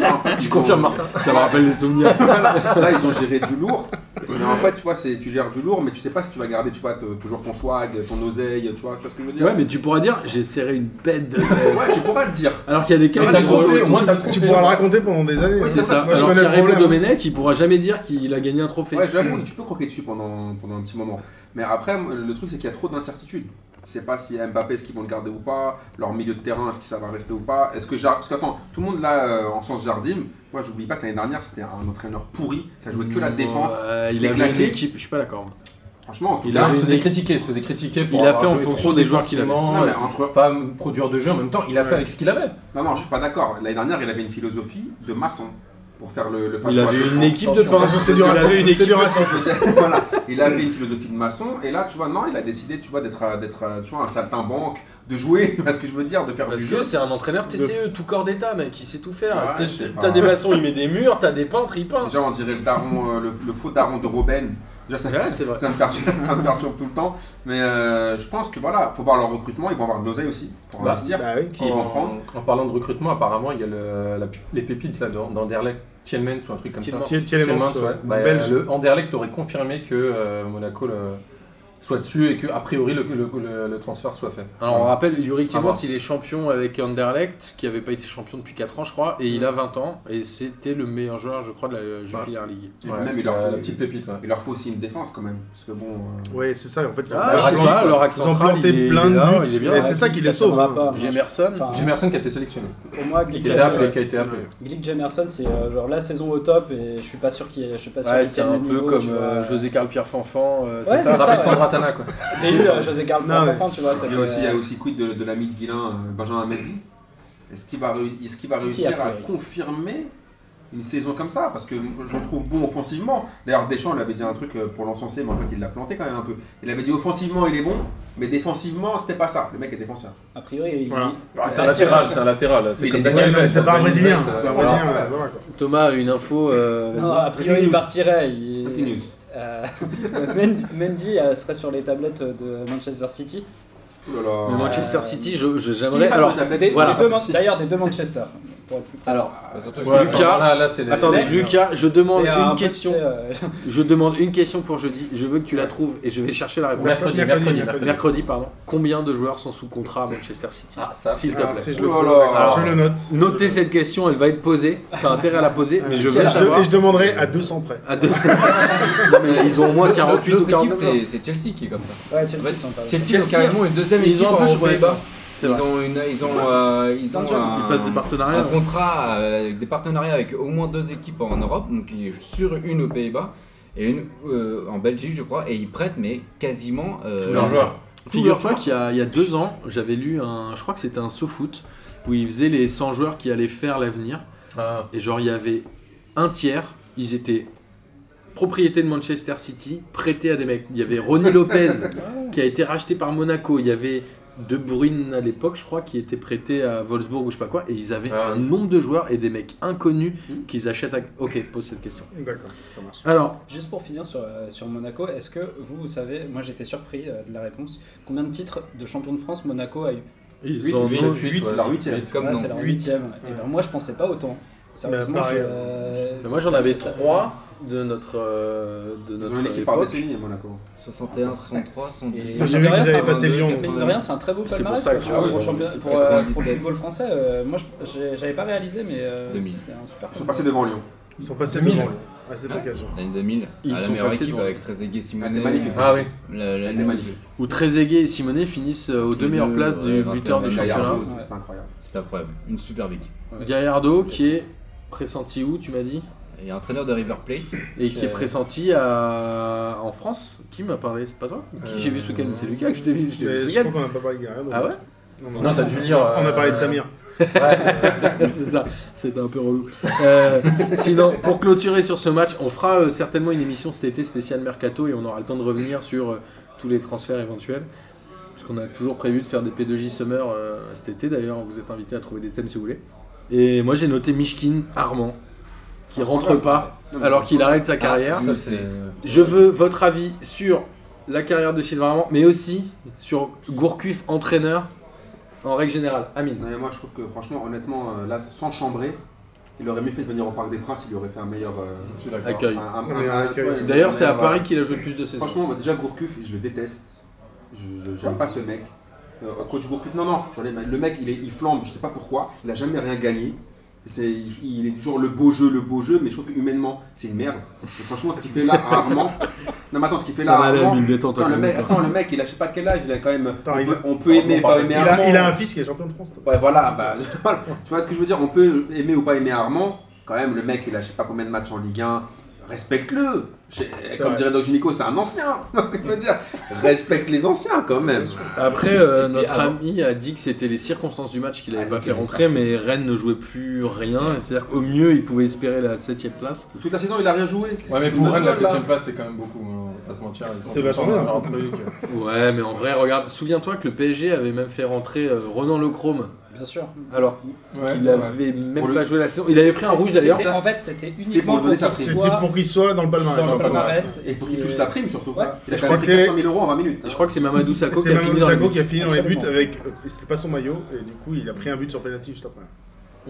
Speaker 1: là, en fait,
Speaker 2: Tu
Speaker 1: ils
Speaker 2: confirmes,
Speaker 1: ont-
Speaker 2: Martin Ça me rappelle des souvenirs.
Speaker 1: Voilà. Là, ils ont géré du lourd. Mais en fait, tu vois, c'est, tu gères du lourd, mais tu sais pas si tu vas garder, tu vois, te- toujours ton swag, ton oseille, tu vois, tu vois ce que je veux dire Euh,
Speaker 2: Ouais, mais tu pourras dire, j'ai serré une bête de.
Speaker 1: Ouais, tu pourras le dire.
Speaker 2: Alors qu'il y a des cas
Speaker 1: Mais
Speaker 2: où
Speaker 1: t'as
Speaker 2: tu-
Speaker 1: le trophée,
Speaker 2: tu-
Speaker 1: au moins, t'as le
Speaker 3: Tu
Speaker 1: trophée.
Speaker 3: pourras le raconter pendant des années.
Speaker 1: Oui,
Speaker 2: C'est ça.
Speaker 1: tu vois,
Speaker 3: je
Speaker 2: Alors
Speaker 3: connais
Speaker 2: qu'il y a
Speaker 3: le
Speaker 2: Raymond
Speaker 3: problème.
Speaker 2: Domenech, il pourra jamais dire qu'il a gagné un trophée.
Speaker 1: Ouais, j'avoue, tu peux croquer dessus pendant, pendant un petit moment. Mais après, le truc, c'est qu'il y a trop d'incertitudes. Tu sais pas si Mbappé, est-ce qu'ils vont le garder ou pas, leur milieu de terrain, est-ce que ça va rester ou pas. Est-ce que Jar- Parce qu'attends, tout le monde là, euh, en sens Jardim, moi, j'oublie pas que l'année dernière, c'était un entraîneur pourri, ça jouait que la défense.
Speaker 2: Ouais,
Speaker 1: il
Speaker 2: euh, il
Speaker 1: s'était
Speaker 2: avait une
Speaker 1: claqué.
Speaker 2: équipe, je suis pas d'accord.
Speaker 1: Franchement, en tout
Speaker 2: Il
Speaker 1: cas,
Speaker 2: a-
Speaker 4: il se faisait
Speaker 2: une-
Speaker 4: critiquer, il se faisait critiquer pour
Speaker 2: Il a
Speaker 4: avoir
Speaker 2: fait en
Speaker 4: joué
Speaker 2: fonction
Speaker 4: trop
Speaker 2: des joueurs qu'il avait.
Speaker 4: défensivement,
Speaker 1: Non, mais
Speaker 4: euh,
Speaker 1: entre-
Speaker 4: Pas m- produire de jeu, en même temps, il a fait
Speaker 3: Ouais.
Speaker 4: avec ce qu'il avait.
Speaker 1: Non, non, je suis pas d'accord. L'année dernière, il avait une philosophie de maçon pour faire le, le
Speaker 2: Il
Speaker 1: fâchois.
Speaker 2: avait une équipe de
Speaker 4: Attention,
Speaker 2: pinceaux,
Speaker 3: C'est du
Speaker 2: il avait une
Speaker 3: racisme. C'est du
Speaker 2: équipe.
Speaker 3: racisme.
Speaker 1: [LAUGHS] voilà, il avait une philosophie de maçon et là, tu vois, non, il a décidé, tu vois, d'être, euh, d'être, euh, tu vois, un saltimbanque, de jouer, [LAUGHS] tu vois ce que je veux dire, de faire
Speaker 2: Parce
Speaker 1: du
Speaker 2: que
Speaker 1: jeu.
Speaker 2: c'est un entraîneur TCE, tout corps d'état, mec, il sait tout faire.
Speaker 1: Ouais,
Speaker 2: T'as-
Speaker 1: je sais
Speaker 2: T'as
Speaker 1: pas.
Speaker 2: des maçons, il met des murs, t'as des peintres, il peint.
Speaker 1: Déjà, on dirait le daron, euh, le, le faux daron de Robben. Déjà, ça,
Speaker 2: Ouais,
Speaker 1: ça-
Speaker 2: c'est vrai.
Speaker 1: ça me perturbe, [LAUGHS] ça me perturbe tout le temps. Mais euh, je pense que voilà, faut voir leur recrutement, ils vont avoir de l'oseille aussi pour
Speaker 4: Bah,
Speaker 1: investir.
Speaker 3: Bah oui.
Speaker 1: qui ils vont prendre.
Speaker 4: En parlant de recrutement, apparemment, il y a le- la p- les pépites là dans, dans Anderlecht, Tielmans ou un truc comme ça.
Speaker 2: Tielemans.
Speaker 3: Thiel- Tielemans, ouais.
Speaker 4: Bah,
Speaker 3: Belge.
Speaker 4: Le Anderlecht aurait confirmé que euh, Monaco le- soit dessus et que a priori le, le- le- le transfert soit fait.
Speaker 2: Alors on rappelle, Yuri
Speaker 4: Ah,
Speaker 2: Timos,
Speaker 4: bah.
Speaker 2: il est champion avec Anderlecht, qui avait pas été champion depuis 4 ans, je crois, et il a 20 ans, et c'était le meilleur joueur, je crois, de la euh, Jupiler League.
Speaker 1: Et puis
Speaker 4: Ouais,
Speaker 1: même,
Speaker 4: c'est
Speaker 1: il leur,
Speaker 4: la,
Speaker 1: faut,
Speaker 4: la petite pépite. ouais.
Speaker 1: il leur faut aussi une défense quand même. Parce que bon. euh,
Speaker 3: Ouais, c'est ça. En fait, ils ont-
Speaker 2: Ah, je sais
Speaker 3: ils ont-
Speaker 2: pas, leur
Speaker 3: ils
Speaker 2: accent
Speaker 3: ont
Speaker 2: central, il
Speaker 3: planté
Speaker 2: est-
Speaker 3: plein
Speaker 2: il est là,
Speaker 3: de
Speaker 2: il est
Speaker 3: buts.
Speaker 2: bien.
Speaker 3: Et c'est ça qui les sauve.
Speaker 5: tiendra pas,
Speaker 3: hein.
Speaker 5: moi, je-
Speaker 2: Jemerson,
Speaker 5: enfin,
Speaker 4: Jemerson qui a été sélectionné.
Speaker 5: Pour moi,
Speaker 4: Et
Speaker 5: Glick
Speaker 4: qui a été
Speaker 5: Jemerson,
Speaker 4: appelé. qui a été appelé.
Speaker 5: Glick Jemerson, c'est euh, genre la saison au top et je suis pas sûr qu'il je suis pas sûr
Speaker 2: ouais,
Speaker 5: qu'il
Speaker 2: c'est
Speaker 5: tienne
Speaker 2: un
Speaker 5: le
Speaker 2: peu
Speaker 5: niveau,
Speaker 2: comme
Speaker 5: tu vois.
Speaker 2: euh, José Carl Pierre Fanfan, euh,
Speaker 5: Ouais,
Speaker 2: c'est ça
Speaker 4: Ça
Speaker 5: c'est
Speaker 4: rappelle
Speaker 5: ouais.
Speaker 4: Sandratana quoi.
Speaker 5: J'ai eu euh, José Garde
Speaker 3: Non, mais-
Speaker 5: tu vois. ça
Speaker 1: Il y a
Speaker 5: fait-
Speaker 1: aussi,
Speaker 2: euh,
Speaker 1: il y a aussi quid de, de l'ami de Guilin, euh, Benjamin Mendy. Est-ce qu'il va, réu- est-ce qu'il va
Speaker 5: City,
Speaker 1: réussir
Speaker 5: a
Speaker 1: à
Speaker 5: priori.
Speaker 1: confirmer une saison comme ça Parce que je le trouve bon offensivement. D'ailleurs, Deschamps, il avait dit un truc euh, pour l'encenser, mais en fait, il l'a planté quand même un peu. Il avait dit offensivement, il est bon, mais défensivement, c'était pas ça. Le mec est défenseur.
Speaker 5: A priori, il-
Speaker 3: Voilà.
Speaker 4: Ah, c'est un latéral, c'est un latéral.
Speaker 1: Mais
Speaker 4: C'est
Speaker 1: il
Speaker 4: comme
Speaker 1: est-
Speaker 4: Daniel
Speaker 3: Ouais, non, mais
Speaker 4: Alves,
Speaker 3: C'est pas un
Speaker 4: Daniel
Speaker 3: Brésilien.
Speaker 4: Alves,
Speaker 3: C'est
Speaker 4: euh,
Speaker 3: pas un
Speaker 1: voilà.
Speaker 3: Brésilien. ouais, ça va, quoi.
Speaker 2: Thomas a une info. euh,
Speaker 5: Non, ah, a priori, il partirait. il-
Speaker 1: Happy News.
Speaker 5: Euh, [LAUGHS] Mendy, Mendy, euh, serait sur les tablettes de Manchester City.
Speaker 1: Ouh là là.
Speaker 2: Mais Manchester
Speaker 5: Euh,
Speaker 2: City, je- je-
Speaker 1: Qui
Speaker 2: j'aimerais.
Speaker 1: passe
Speaker 2: Alors,
Speaker 1: sur la tablette
Speaker 5: Des-
Speaker 2: Voilà.
Speaker 5: des deux Man- D'ailleurs, des deux Manchester. pour être plus précis.
Speaker 2: alors
Speaker 6: bah, surtout
Speaker 4: Ouais,
Speaker 6: que
Speaker 2: Lucas,
Speaker 6: c'est-
Speaker 4: alors là, là, c'est des-
Speaker 2: attendez, Lucas, je demande
Speaker 5: C'est un
Speaker 2: une
Speaker 5: peu,
Speaker 2: question.
Speaker 5: tu sais, euh, [LAUGHS]
Speaker 2: Je demande une question pour jeudi. Je veux que tu la trouves et je vais chercher la réponse.
Speaker 4: Mercredi, mercredi, mercredi.
Speaker 2: Mercredi, pardon. Combien de joueurs sont sous contrat à Manchester City
Speaker 4: Ah, ça,
Speaker 2: S'il te
Speaker 3: Ah,
Speaker 2: plaît.
Speaker 3: si je le
Speaker 1: Oh
Speaker 3: trouve,
Speaker 1: là.
Speaker 3: d'accord,
Speaker 2: Alors,
Speaker 3: je le note.
Speaker 2: Notez cette question, elle va être posée. T'as intérêt à la poser, mais je
Speaker 3: Et
Speaker 2: veux savoir.
Speaker 3: et Ah, je demanderai à 200 près.
Speaker 2: À deux- [LAUGHS] Non, mais ils ont au moins 48 ou
Speaker 6: L'autre équipe,
Speaker 2: 49
Speaker 6: c'est- c'est Chelsea qui est comme ça.
Speaker 5: ouais, Chelsea,
Speaker 6: Ouais,
Speaker 5: ils sont pas-
Speaker 6: Chelsea,
Speaker 2: Chelsea,
Speaker 6: carrément une deuxième
Speaker 2: ils
Speaker 6: équipe
Speaker 2: ont un peu
Speaker 6: en
Speaker 2: chopé
Speaker 6: Pays-Bas.
Speaker 2: C'est
Speaker 6: Ils
Speaker 2: vrai.
Speaker 6: ont une, ils ont, euh, ils ont un,
Speaker 2: Ils passent des Ah, partenariats.
Speaker 6: un contrat euh, avec des partenariats avec au moins deux équipes en Europe, donc il est sur une aux Pays-Bas et une euh, en Belgique, je crois, et ils prêtent mais quasiment euh,
Speaker 4: Tous leurs joueurs.
Speaker 2: Figure-toi
Speaker 6: Figure-toi.
Speaker 2: qu'il y, a- il y a deux ans, j'avais lu un. Je crois que c'était un SoFoot où ils faisaient les 100 joueurs qui allaient faire l'avenir.
Speaker 4: Ah,
Speaker 2: Et genre, il y avait un tiers, ils étaient propriété de Manchester City, prêtés à des mecs. Il y avait Ronnie [LAUGHS] Lopez qui a été racheté par Monaco. Il y avait De Bruyne à l'époque, je crois, qui était prêté à Wolfsburg ou je sais pas quoi. Et ils avaient
Speaker 4: Ah.
Speaker 2: un nombre de joueurs et des mecs inconnus qu'ils achètent à. Ok, pose cette question.
Speaker 3: D'accord, ça marche.
Speaker 2: Alors,
Speaker 5: Juste pour finir sur, euh, sur Monaco, est-ce que vous, vous savez, moi j'étais surpris euh, de la réponse, combien de titres de champion de France Monaco a eu
Speaker 2: ils
Speaker 1: Huit,
Speaker 2: en
Speaker 1: huit,
Speaker 2: ont-
Speaker 1: huit,
Speaker 4: huit,
Speaker 1: c'est leur huitième.
Speaker 6: Comme
Speaker 5: Là,
Speaker 6: Nantes.
Speaker 5: c'est leur
Speaker 3: Huit.
Speaker 5: huitième. Et
Speaker 3: Ouais.
Speaker 5: ben, moi je pensais pas autant. Sérieusement,
Speaker 3: pareil.
Speaker 5: je, euh,
Speaker 2: Mais Bah, moi j'en
Speaker 5: ça-
Speaker 2: avais
Speaker 5: ça- ça-
Speaker 2: trois de notre euh, de
Speaker 1: Ils
Speaker 2: notre
Speaker 1: ont une équipe par
Speaker 2: époque.
Speaker 1: décennie, Monaco.
Speaker 6: 61, 63, 70.
Speaker 5: Et
Speaker 3: J'ai
Speaker 5: mine
Speaker 3: vu
Speaker 5: de rien,
Speaker 3: qu'ils
Speaker 5: c'est
Speaker 3: avaient
Speaker 5: un-
Speaker 6: euh,
Speaker 3: passé Lyon.
Speaker 5: mine de rien, c'est un très beau
Speaker 2: C'est pour
Speaker 5: palmarès
Speaker 2: ça que
Speaker 5: quoi,
Speaker 2: tu
Speaker 5: pour,
Speaker 2: vois,
Speaker 5: pour le
Speaker 2: oui,
Speaker 5: championnat-
Speaker 2: oui,
Speaker 5: pour, euh, pour le
Speaker 6: 97.
Speaker 5: football français. euh, moi, je- j'ai- j'avais pas réalisé, mais euh,
Speaker 6: 2000.
Speaker 5: c'est un super.
Speaker 1: Ils sont passés devant Lyon.
Speaker 3: Ils sont passés
Speaker 4: Mille.
Speaker 3: devant. Lyon. à cette occasion.
Speaker 6: L'année 2000,
Speaker 2: Ils
Speaker 6: à la
Speaker 2: sont
Speaker 6: meilleure
Speaker 2: passés
Speaker 6: équipe
Speaker 2: devant.
Speaker 6: avec Trezeguet, Simonet.
Speaker 1: était magnifique.
Speaker 4: Ah oui.
Speaker 6: la- la-
Speaker 1: Elle est magnifique.
Speaker 2: Où Trezeguet et Simonet finissent euh, aux
Speaker 6: Tous
Speaker 2: deux
Speaker 6: les
Speaker 2: meilleures
Speaker 6: deux,
Speaker 2: places du
Speaker 6: ouais,
Speaker 2: buteur
Speaker 6: 21,
Speaker 2: du championnat.
Speaker 1: Gallardo, C'était incroyable.
Speaker 6: C'est incroyable, une super big.
Speaker 2: Gallardo qui est pressenti où, tu m'as dit
Speaker 6: Et un entraîneur de River Plate,
Speaker 2: Et qui est
Speaker 4: Euh,
Speaker 2: pressenti à... en France Qui m'a parlé C'est pas toi Qui
Speaker 4: Euh,
Speaker 2: j'ai vu ce week-end C'est Lucas que je t'ai vu, je t'ai vu ce
Speaker 3: Mais Je
Speaker 2: week-end.
Speaker 3: crois qu'on n'a pas parlé de Guerrero.
Speaker 2: Ah ouais
Speaker 3: Non,
Speaker 4: Non, t'as dû lire.
Speaker 3: On a
Speaker 4: euh,
Speaker 3: parlé de Samir.
Speaker 2: [LAUGHS] C'est ça, c'était un peu relou. Euh, sinon, pour clôturer sur ce match, on fera euh, certainement une émission cet été spéciale Mercato et on aura le temps de revenir sur euh, tous les transferts éventuels. Puisqu'on a toujours prévu de faire des P2J Summer euh, cet été. D'ailleurs, vous êtes invités à trouver des thèmes si vous voulez. Et moi, j'ai noté Mishkin Armand, qui rentre pas
Speaker 1: Non, mais
Speaker 2: alors qu'il arrête sa carrière.
Speaker 6: Ah.
Speaker 4: Ça, c'est.
Speaker 2: Je veux votre avis sur la carrière de Sylvain Armand, mais aussi sur Gourcuff, entraîneur, en règle générale. Amine.
Speaker 1: Non, mais moi je trouve que franchement, honnêtement, euh, là, sans chambrer, il aurait mieux fait de venir au Parc des Princes, il aurait fait un meilleur euh,
Speaker 4: Je suis d'accord.
Speaker 2: Accueil.
Speaker 1: un- un-
Speaker 3: Ouais,
Speaker 1: un- un-
Speaker 3: accueil.
Speaker 1: tu vois, une
Speaker 2: D'ailleurs, c'est à
Speaker 1: meilleure- euh,
Speaker 2: Paris qu'il a joué le plus de saisons.
Speaker 1: Franchement, moi, déjà Gourcuff, je le déteste. Je- je- J'aime pas ce mec. Euh, coach Gourcuff, non, non. j'en ai- Le mec, il, est, il flambe, je sais pas pourquoi. Il a jamais rien gagné. C'est, il il est toujours le beau jeu, le beau jeu, mais je trouve que humainement, c'est une merde. Et franchement, ce qu'il fait là à Armand. Non, mais attends, ce qu'il fait là à Armand.
Speaker 2: détente.
Speaker 1: Attends le, mec, attends, le mec, il a je sais pas quel âge, il a quand même.
Speaker 3: Attends,
Speaker 1: on,
Speaker 3: il
Speaker 1: peut,
Speaker 3: a-
Speaker 1: on peut aimer,
Speaker 4: franchement,
Speaker 1: pas
Speaker 4: par
Speaker 1: aimer
Speaker 3: Il a,
Speaker 1: Armand.
Speaker 3: il a un fils qui est champion de France. toi.
Speaker 1: Ouais, voilà, bah, tu vois ce que [LAUGHS] je veux dire On peut aimer ou pas aimer Armand, quand même, le mec, il a je sais pas combien de matchs en Ligue 1, respecte-le J'ai- Comme
Speaker 3: vrai.
Speaker 1: dirait Doc Nico, c'est un ancien [LAUGHS] Tu vois ce que je veux dire Respecte les anciens, quand même
Speaker 2: Après, euh,
Speaker 6: Et
Speaker 2: notre
Speaker 6: avant-
Speaker 2: ami a dit que c'était les circonstances du match qu'il avait
Speaker 1: Ah,
Speaker 2: pas
Speaker 1: c'était
Speaker 2: fait rentrer, mais Rennes ne jouait plus rien. et C'est-à-dire qu'au mieux, il pouvait espérer la 7 place.
Speaker 1: Toute la saison, il a rien joué Qu'est-ce
Speaker 4: Ouais,
Speaker 1: que
Speaker 4: mais
Speaker 1: tu
Speaker 4: pour
Speaker 1: me
Speaker 4: Rennes, la
Speaker 1: donnes, là
Speaker 4: 7ème place, c'est quand même beaucoup. hein, On va pas se mentir. ils sont
Speaker 3: C'est vachement
Speaker 4: en train de
Speaker 3: bien.
Speaker 4: faire un truc.
Speaker 2: Ouais, mais en vrai, regarde, souviens-toi que le PSG avait même fait rentrer euh, Ronan Lechrome,
Speaker 5: Bien sûr.
Speaker 2: alors
Speaker 4: [LAUGHS] Ouais,
Speaker 2: qu'il
Speaker 4: c'est vrai.
Speaker 2: avait même
Speaker 1: Pour le-
Speaker 2: pas joué la saison. Il avait pris un rouge d'ailleurs.
Speaker 5: C'était- En fait, c'était
Speaker 1: pour
Speaker 5: uniquement
Speaker 1: donner sa
Speaker 5: pour qu'il
Speaker 1: prime.
Speaker 5: soit
Speaker 3: C'était pour qu'il soit dans le palmarès.
Speaker 5: dans le
Speaker 4: Ouais.
Speaker 5: palmarès
Speaker 1: Et pour
Speaker 5: qu'il euh,
Speaker 1: qu'il touche
Speaker 5: est-
Speaker 1: la prime, surtout
Speaker 5: Ouais.
Speaker 1: Il a
Speaker 3: Je
Speaker 1: quand
Speaker 3: crois
Speaker 1: même pris
Speaker 3: que-
Speaker 1: 400 000 euros en 20 minutes hein.
Speaker 2: Et je crois que c'est Mamadou Sakho qui
Speaker 3: C'est
Speaker 2: a
Speaker 3: Mamadou
Speaker 2: fini dans le
Speaker 3: Sakho
Speaker 2: but.
Speaker 3: qui a fini dans les buts
Speaker 5: Absolument.
Speaker 3: avec. et C'était pas son maillot et du coup il a pris un but sur penalty juste après.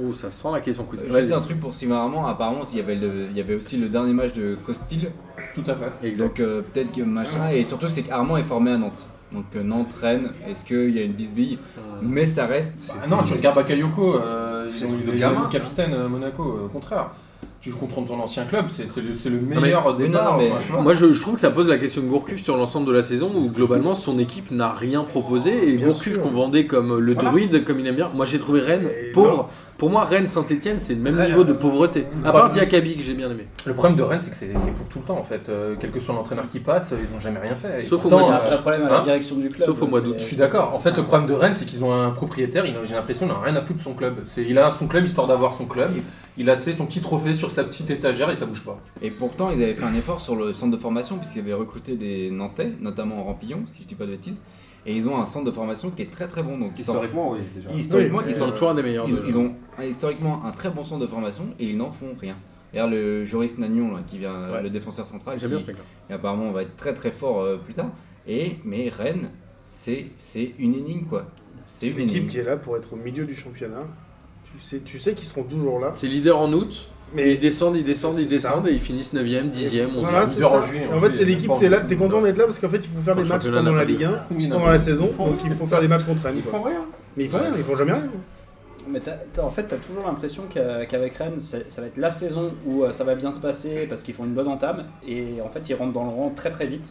Speaker 2: Oh, ça sent la question quiz.
Speaker 6: Euh,
Speaker 2: Vas-y.
Speaker 6: Juste un truc pour Sylvain Armand, apparemment il y, avait le- il y avait aussi le dernier match de Costil,
Speaker 4: Tout à fait.
Speaker 2: Exact.
Speaker 6: donc euh, peut-être que machin, et surtout c'est qu'Armand est formé à Nantes. Donc euh, Nantes, Rennes, est-ce qu'il y a une bisbille Mais ça reste.
Speaker 4: Ah non, tu regardes Bakayoko, euh,
Speaker 1: C'est un
Speaker 4: ils ont
Speaker 1: truc
Speaker 4: eu
Speaker 1: de
Speaker 4: des-
Speaker 1: gamin,
Speaker 4: des
Speaker 1: ça.
Speaker 4: capitaine euh, Monaco, euh, au contraire. Tu confrontes ton ancien club, c'est c'est le, c'est le meilleur
Speaker 6: mais-
Speaker 4: des
Speaker 6: non, non,
Speaker 4: départ,
Speaker 6: mais-
Speaker 4: franchement.
Speaker 2: Moi, je, je trouve que ça pose la question de Gourcuff sur l'ensemble de la saison où globalement son équipe n'a rien proposé et
Speaker 3: Bien
Speaker 2: Gourcuff
Speaker 3: sûr.
Speaker 2: qu'on vendait comme le
Speaker 1: Voilà.
Speaker 2: druide, comme il aime bien. Moi, j'ai trouvé Rennes
Speaker 3: Et
Speaker 2: pauvre. Pour moi, Rennes Saint-Etienne, c'est le même
Speaker 4: Rennes,
Speaker 2: niveau de
Speaker 4: euh,
Speaker 2: pauvreté.
Speaker 4: une
Speaker 2: À part
Speaker 4: probabilité.
Speaker 2: Diakabi que j'ai bien aimé.
Speaker 4: Le problème de Rennes, c'est que c'est c'est pour tout le temps, en fait. Euh, quel que soit l'entraîneur qui passe, euh, ils n'ont jamais rien fait. Et
Speaker 2: Sauf au
Speaker 4: pourtant,
Speaker 2: mois
Speaker 4: euh,
Speaker 5: Après, le problème à la
Speaker 4: hein
Speaker 5: direction du club.
Speaker 2: Sauf au mois
Speaker 5: c'est-
Speaker 2: d'août.
Speaker 4: Je suis d'accord. En fait, le problème de Rennes, c'est qu'ils ont un propriétaire. il a- J'ai l'impression qu'il n'a rien à foutre de son club. C'est- Il a son club histoire d'avoir son club. Il a tu sais, son petit trophée sur sa petite étagère et ça bouge pas.
Speaker 6: Et pourtant ils avaient fait un effort sur le centre de formation puisqu'ils avaient recruté des Nantais, notamment en Rampillon, si je dis pas de bêtises, et ils ont un centre de formation qui est très très bon. Donc ils sont-
Speaker 1: Historiquement, oui, déjà.
Speaker 6: historiquement,
Speaker 3: Oui,
Speaker 6: ils
Speaker 2: Ils
Speaker 6: sont
Speaker 2: sont toujours un des meilleurs.
Speaker 6: Ils,
Speaker 2: de-
Speaker 6: ils ont un- historiquement un très bon centre de formation et ils n'en font rien. D'ailleurs, le Joris Nagnon, là, qui vient,
Speaker 2: Ouais.
Speaker 6: le défenseur central,
Speaker 2: J'aime bien
Speaker 6: qui-
Speaker 2: ce mec-là.
Speaker 6: et apparemment on va être très très fort euh, plus tard. Et, mais Rennes, c'est c'est une énigme quoi. C'est une
Speaker 3: L'équipe qui
Speaker 6: énigme.
Speaker 3: est là pour être au milieu du championnat. Tu sais, tu sais qu'ils seront toujours là.
Speaker 2: C'est leader en août.
Speaker 3: Mais
Speaker 2: ils descendent, ils descendent,
Speaker 3: c'est
Speaker 2: ils descendent et ils finissent 9ème, 10ème, 11ème.
Speaker 3: Voilà, c'est
Speaker 4: leader
Speaker 3: ça.
Speaker 4: en juillet, en
Speaker 3: En fait,
Speaker 4: juillet,
Speaker 3: c'est
Speaker 4: il y a
Speaker 3: l'équipe,
Speaker 4: pas
Speaker 3: t'es là,
Speaker 4: beaucoup
Speaker 3: t'es
Speaker 4: de-
Speaker 3: content d'être là parce qu'en fait, il faut faire
Speaker 2: Quand
Speaker 3: des
Speaker 2: le
Speaker 3: matchs
Speaker 2: championnat
Speaker 3: pendant
Speaker 2: n'a
Speaker 3: la
Speaker 2: pas lieu.
Speaker 3: Ligue 1,
Speaker 4: Oui, non,
Speaker 3: pendant la saison,
Speaker 1: Ils font-
Speaker 3: donc il faut
Speaker 1: c'est
Speaker 3: faire
Speaker 1: ça.
Speaker 3: des matchs contre Rennes.
Speaker 1: Ils
Speaker 3: quoi.
Speaker 1: font rien
Speaker 3: Mais ils font
Speaker 4: Ouais,
Speaker 3: rien,
Speaker 4: c'est
Speaker 3: ils font jamais rien.
Speaker 5: Mais t'as- t'as- en fait, tu as toujours l'impression qu'a- qu'avec Rennes, c'est- ça va être la saison où euh, ça va bien se passer parce qu'ils font une bonne entame et en fait, ils rentrent dans le rang très très vite.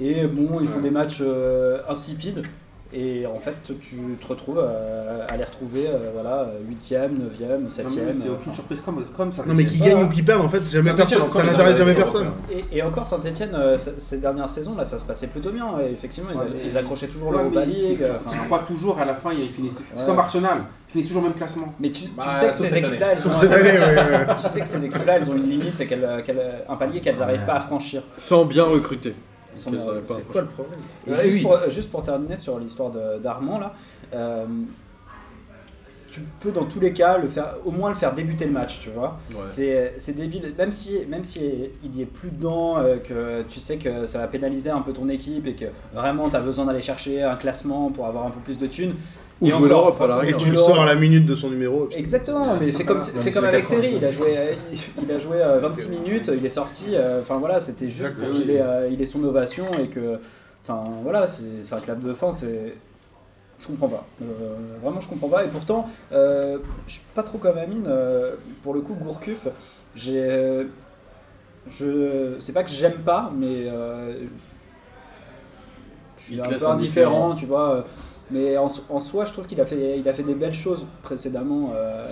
Speaker 5: Et bon, ils font des matchs euh, insipides et en fait, tu te retrouves euh, à les retrouver euh, voilà, 8e, 9e,
Speaker 1: Non, Ah, mais
Speaker 5: 7e.
Speaker 1: C'est
Speaker 5: euh,
Speaker 1: aucune surprise comme, comme ça.
Speaker 3: Non, mais qui gagne ou qui perd, en fait, jamais
Speaker 4: Saint-Étienne,
Speaker 3: personne-
Speaker 4: encore,
Speaker 3: ça
Speaker 4: ils
Speaker 3: n'intéresse
Speaker 4: ont-
Speaker 3: jamais
Speaker 4: ils ont-
Speaker 3: personne.
Speaker 5: Et, et encore Saint-Etienne, euh, ces dernières saisons, là, ça se passait plutôt bien. ouais, effectivement, ils,
Speaker 1: Ouais,
Speaker 5: a-
Speaker 1: mais-
Speaker 5: ils accrochaient toujours
Speaker 1: Ouais,
Speaker 5: l'Europa
Speaker 1: mais tu-
Speaker 5: League.
Speaker 1: tu-
Speaker 5: enfin,
Speaker 1: Tu crois toujours à la fin, ils finissent. C'est
Speaker 5: euh, Ouais.
Speaker 1: comme Arsenal, ils finissent toujours au même classement.
Speaker 5: mais tu, tu
Speaker 4: Bah,
Speaker 5: sais que
Speaker 4: sauf
Speaker 5: ces
Speaker 4: cette
Speaker 5: équipes-là, elles
Speaker 3: Sauf
Speaker 5: ont
Speaker 3: cette
Speaker 5: un-
Speaker 3: année,
Speaker 1: hein.
Speaker 3: ouais, ouais.
Speaker 5: tu sais que ces équipes-là, elles ont une limite et qu'elles, qu'elles- un palier qu'elles n'arrivent pas à franchir.
Speaker 2: Sans bien recruter.
Speaker 5: Elles sont-
Speaker 2: Qu'elles arrivent pas à
Speaker 5: c'est-
Speaker 2: franchir.
Speaker 3: quoi le problème
Speaker 5: et
Speaker 6: Ouais,
Speaker 5: juste,
Speaker 6: oui.
Speaker 5: pour, juste pour terminer sur l'histoire de- d'Armand, là, euh, tu peux dans tous les cas le faire, au moins le faire débuter le match, tu vois.
Speaker 2: Ouais.
Speaker 5: C'est c'est débile, même si, même si il y est plus dedans, euh, que tu sais que ça va pénaliser un peu ton équipe et que vraiment tu as besoin d'aller chercher un classement pour avoir un peu plus de thunes.
Speaker 2: Ou
Speaker 5: Et
Speaker 2: jouer
Speaker 5: encore,
Speaker 2: l'Europe à la
Speaker 3: Et
Speaker 2: rigueur.
Speaker 3: tu le sors à la minute de son numéro. et puis-
Speaker 5: Exactement, mais fais comme,
Speaker 4: Même
Speaker 5: fais
Speaker 4: si
Speaker 5: comme
Speaker 4: les
Speaker 5: avec
Speaker 4: 80,
Speaker 5: Terry, il a
Speaker 4: c'est-
Speaker 5: joué, euh, il a joué euh, 26 minutes, il est sorti, euh, enfin voilà, c'était juste pour
Speaker 1: Exactement.
Speaker 5: qu'il ait, euh, il ait son ovation et que, enfin voilà, c'est c'est un clap de fin, c'est... Je comprends pas, Euh, vraiment je comprends pas, et pourtant, euh, je suis pas trop comme Amine, euh, pour le coup Gourcuff, j'ai... euh, je c'est pas que j'aime pas mais euh, je suis
Speaker 2: Il
Speaker 5: un
Speaker 2: te laisse
Speaker 5: peu indifférent
Speaker 2: indifférent.
Speaker 5: tu vois euh, mais en, so- en soi je trouve qu'il a fait il a fait des belles choses précédemment euh,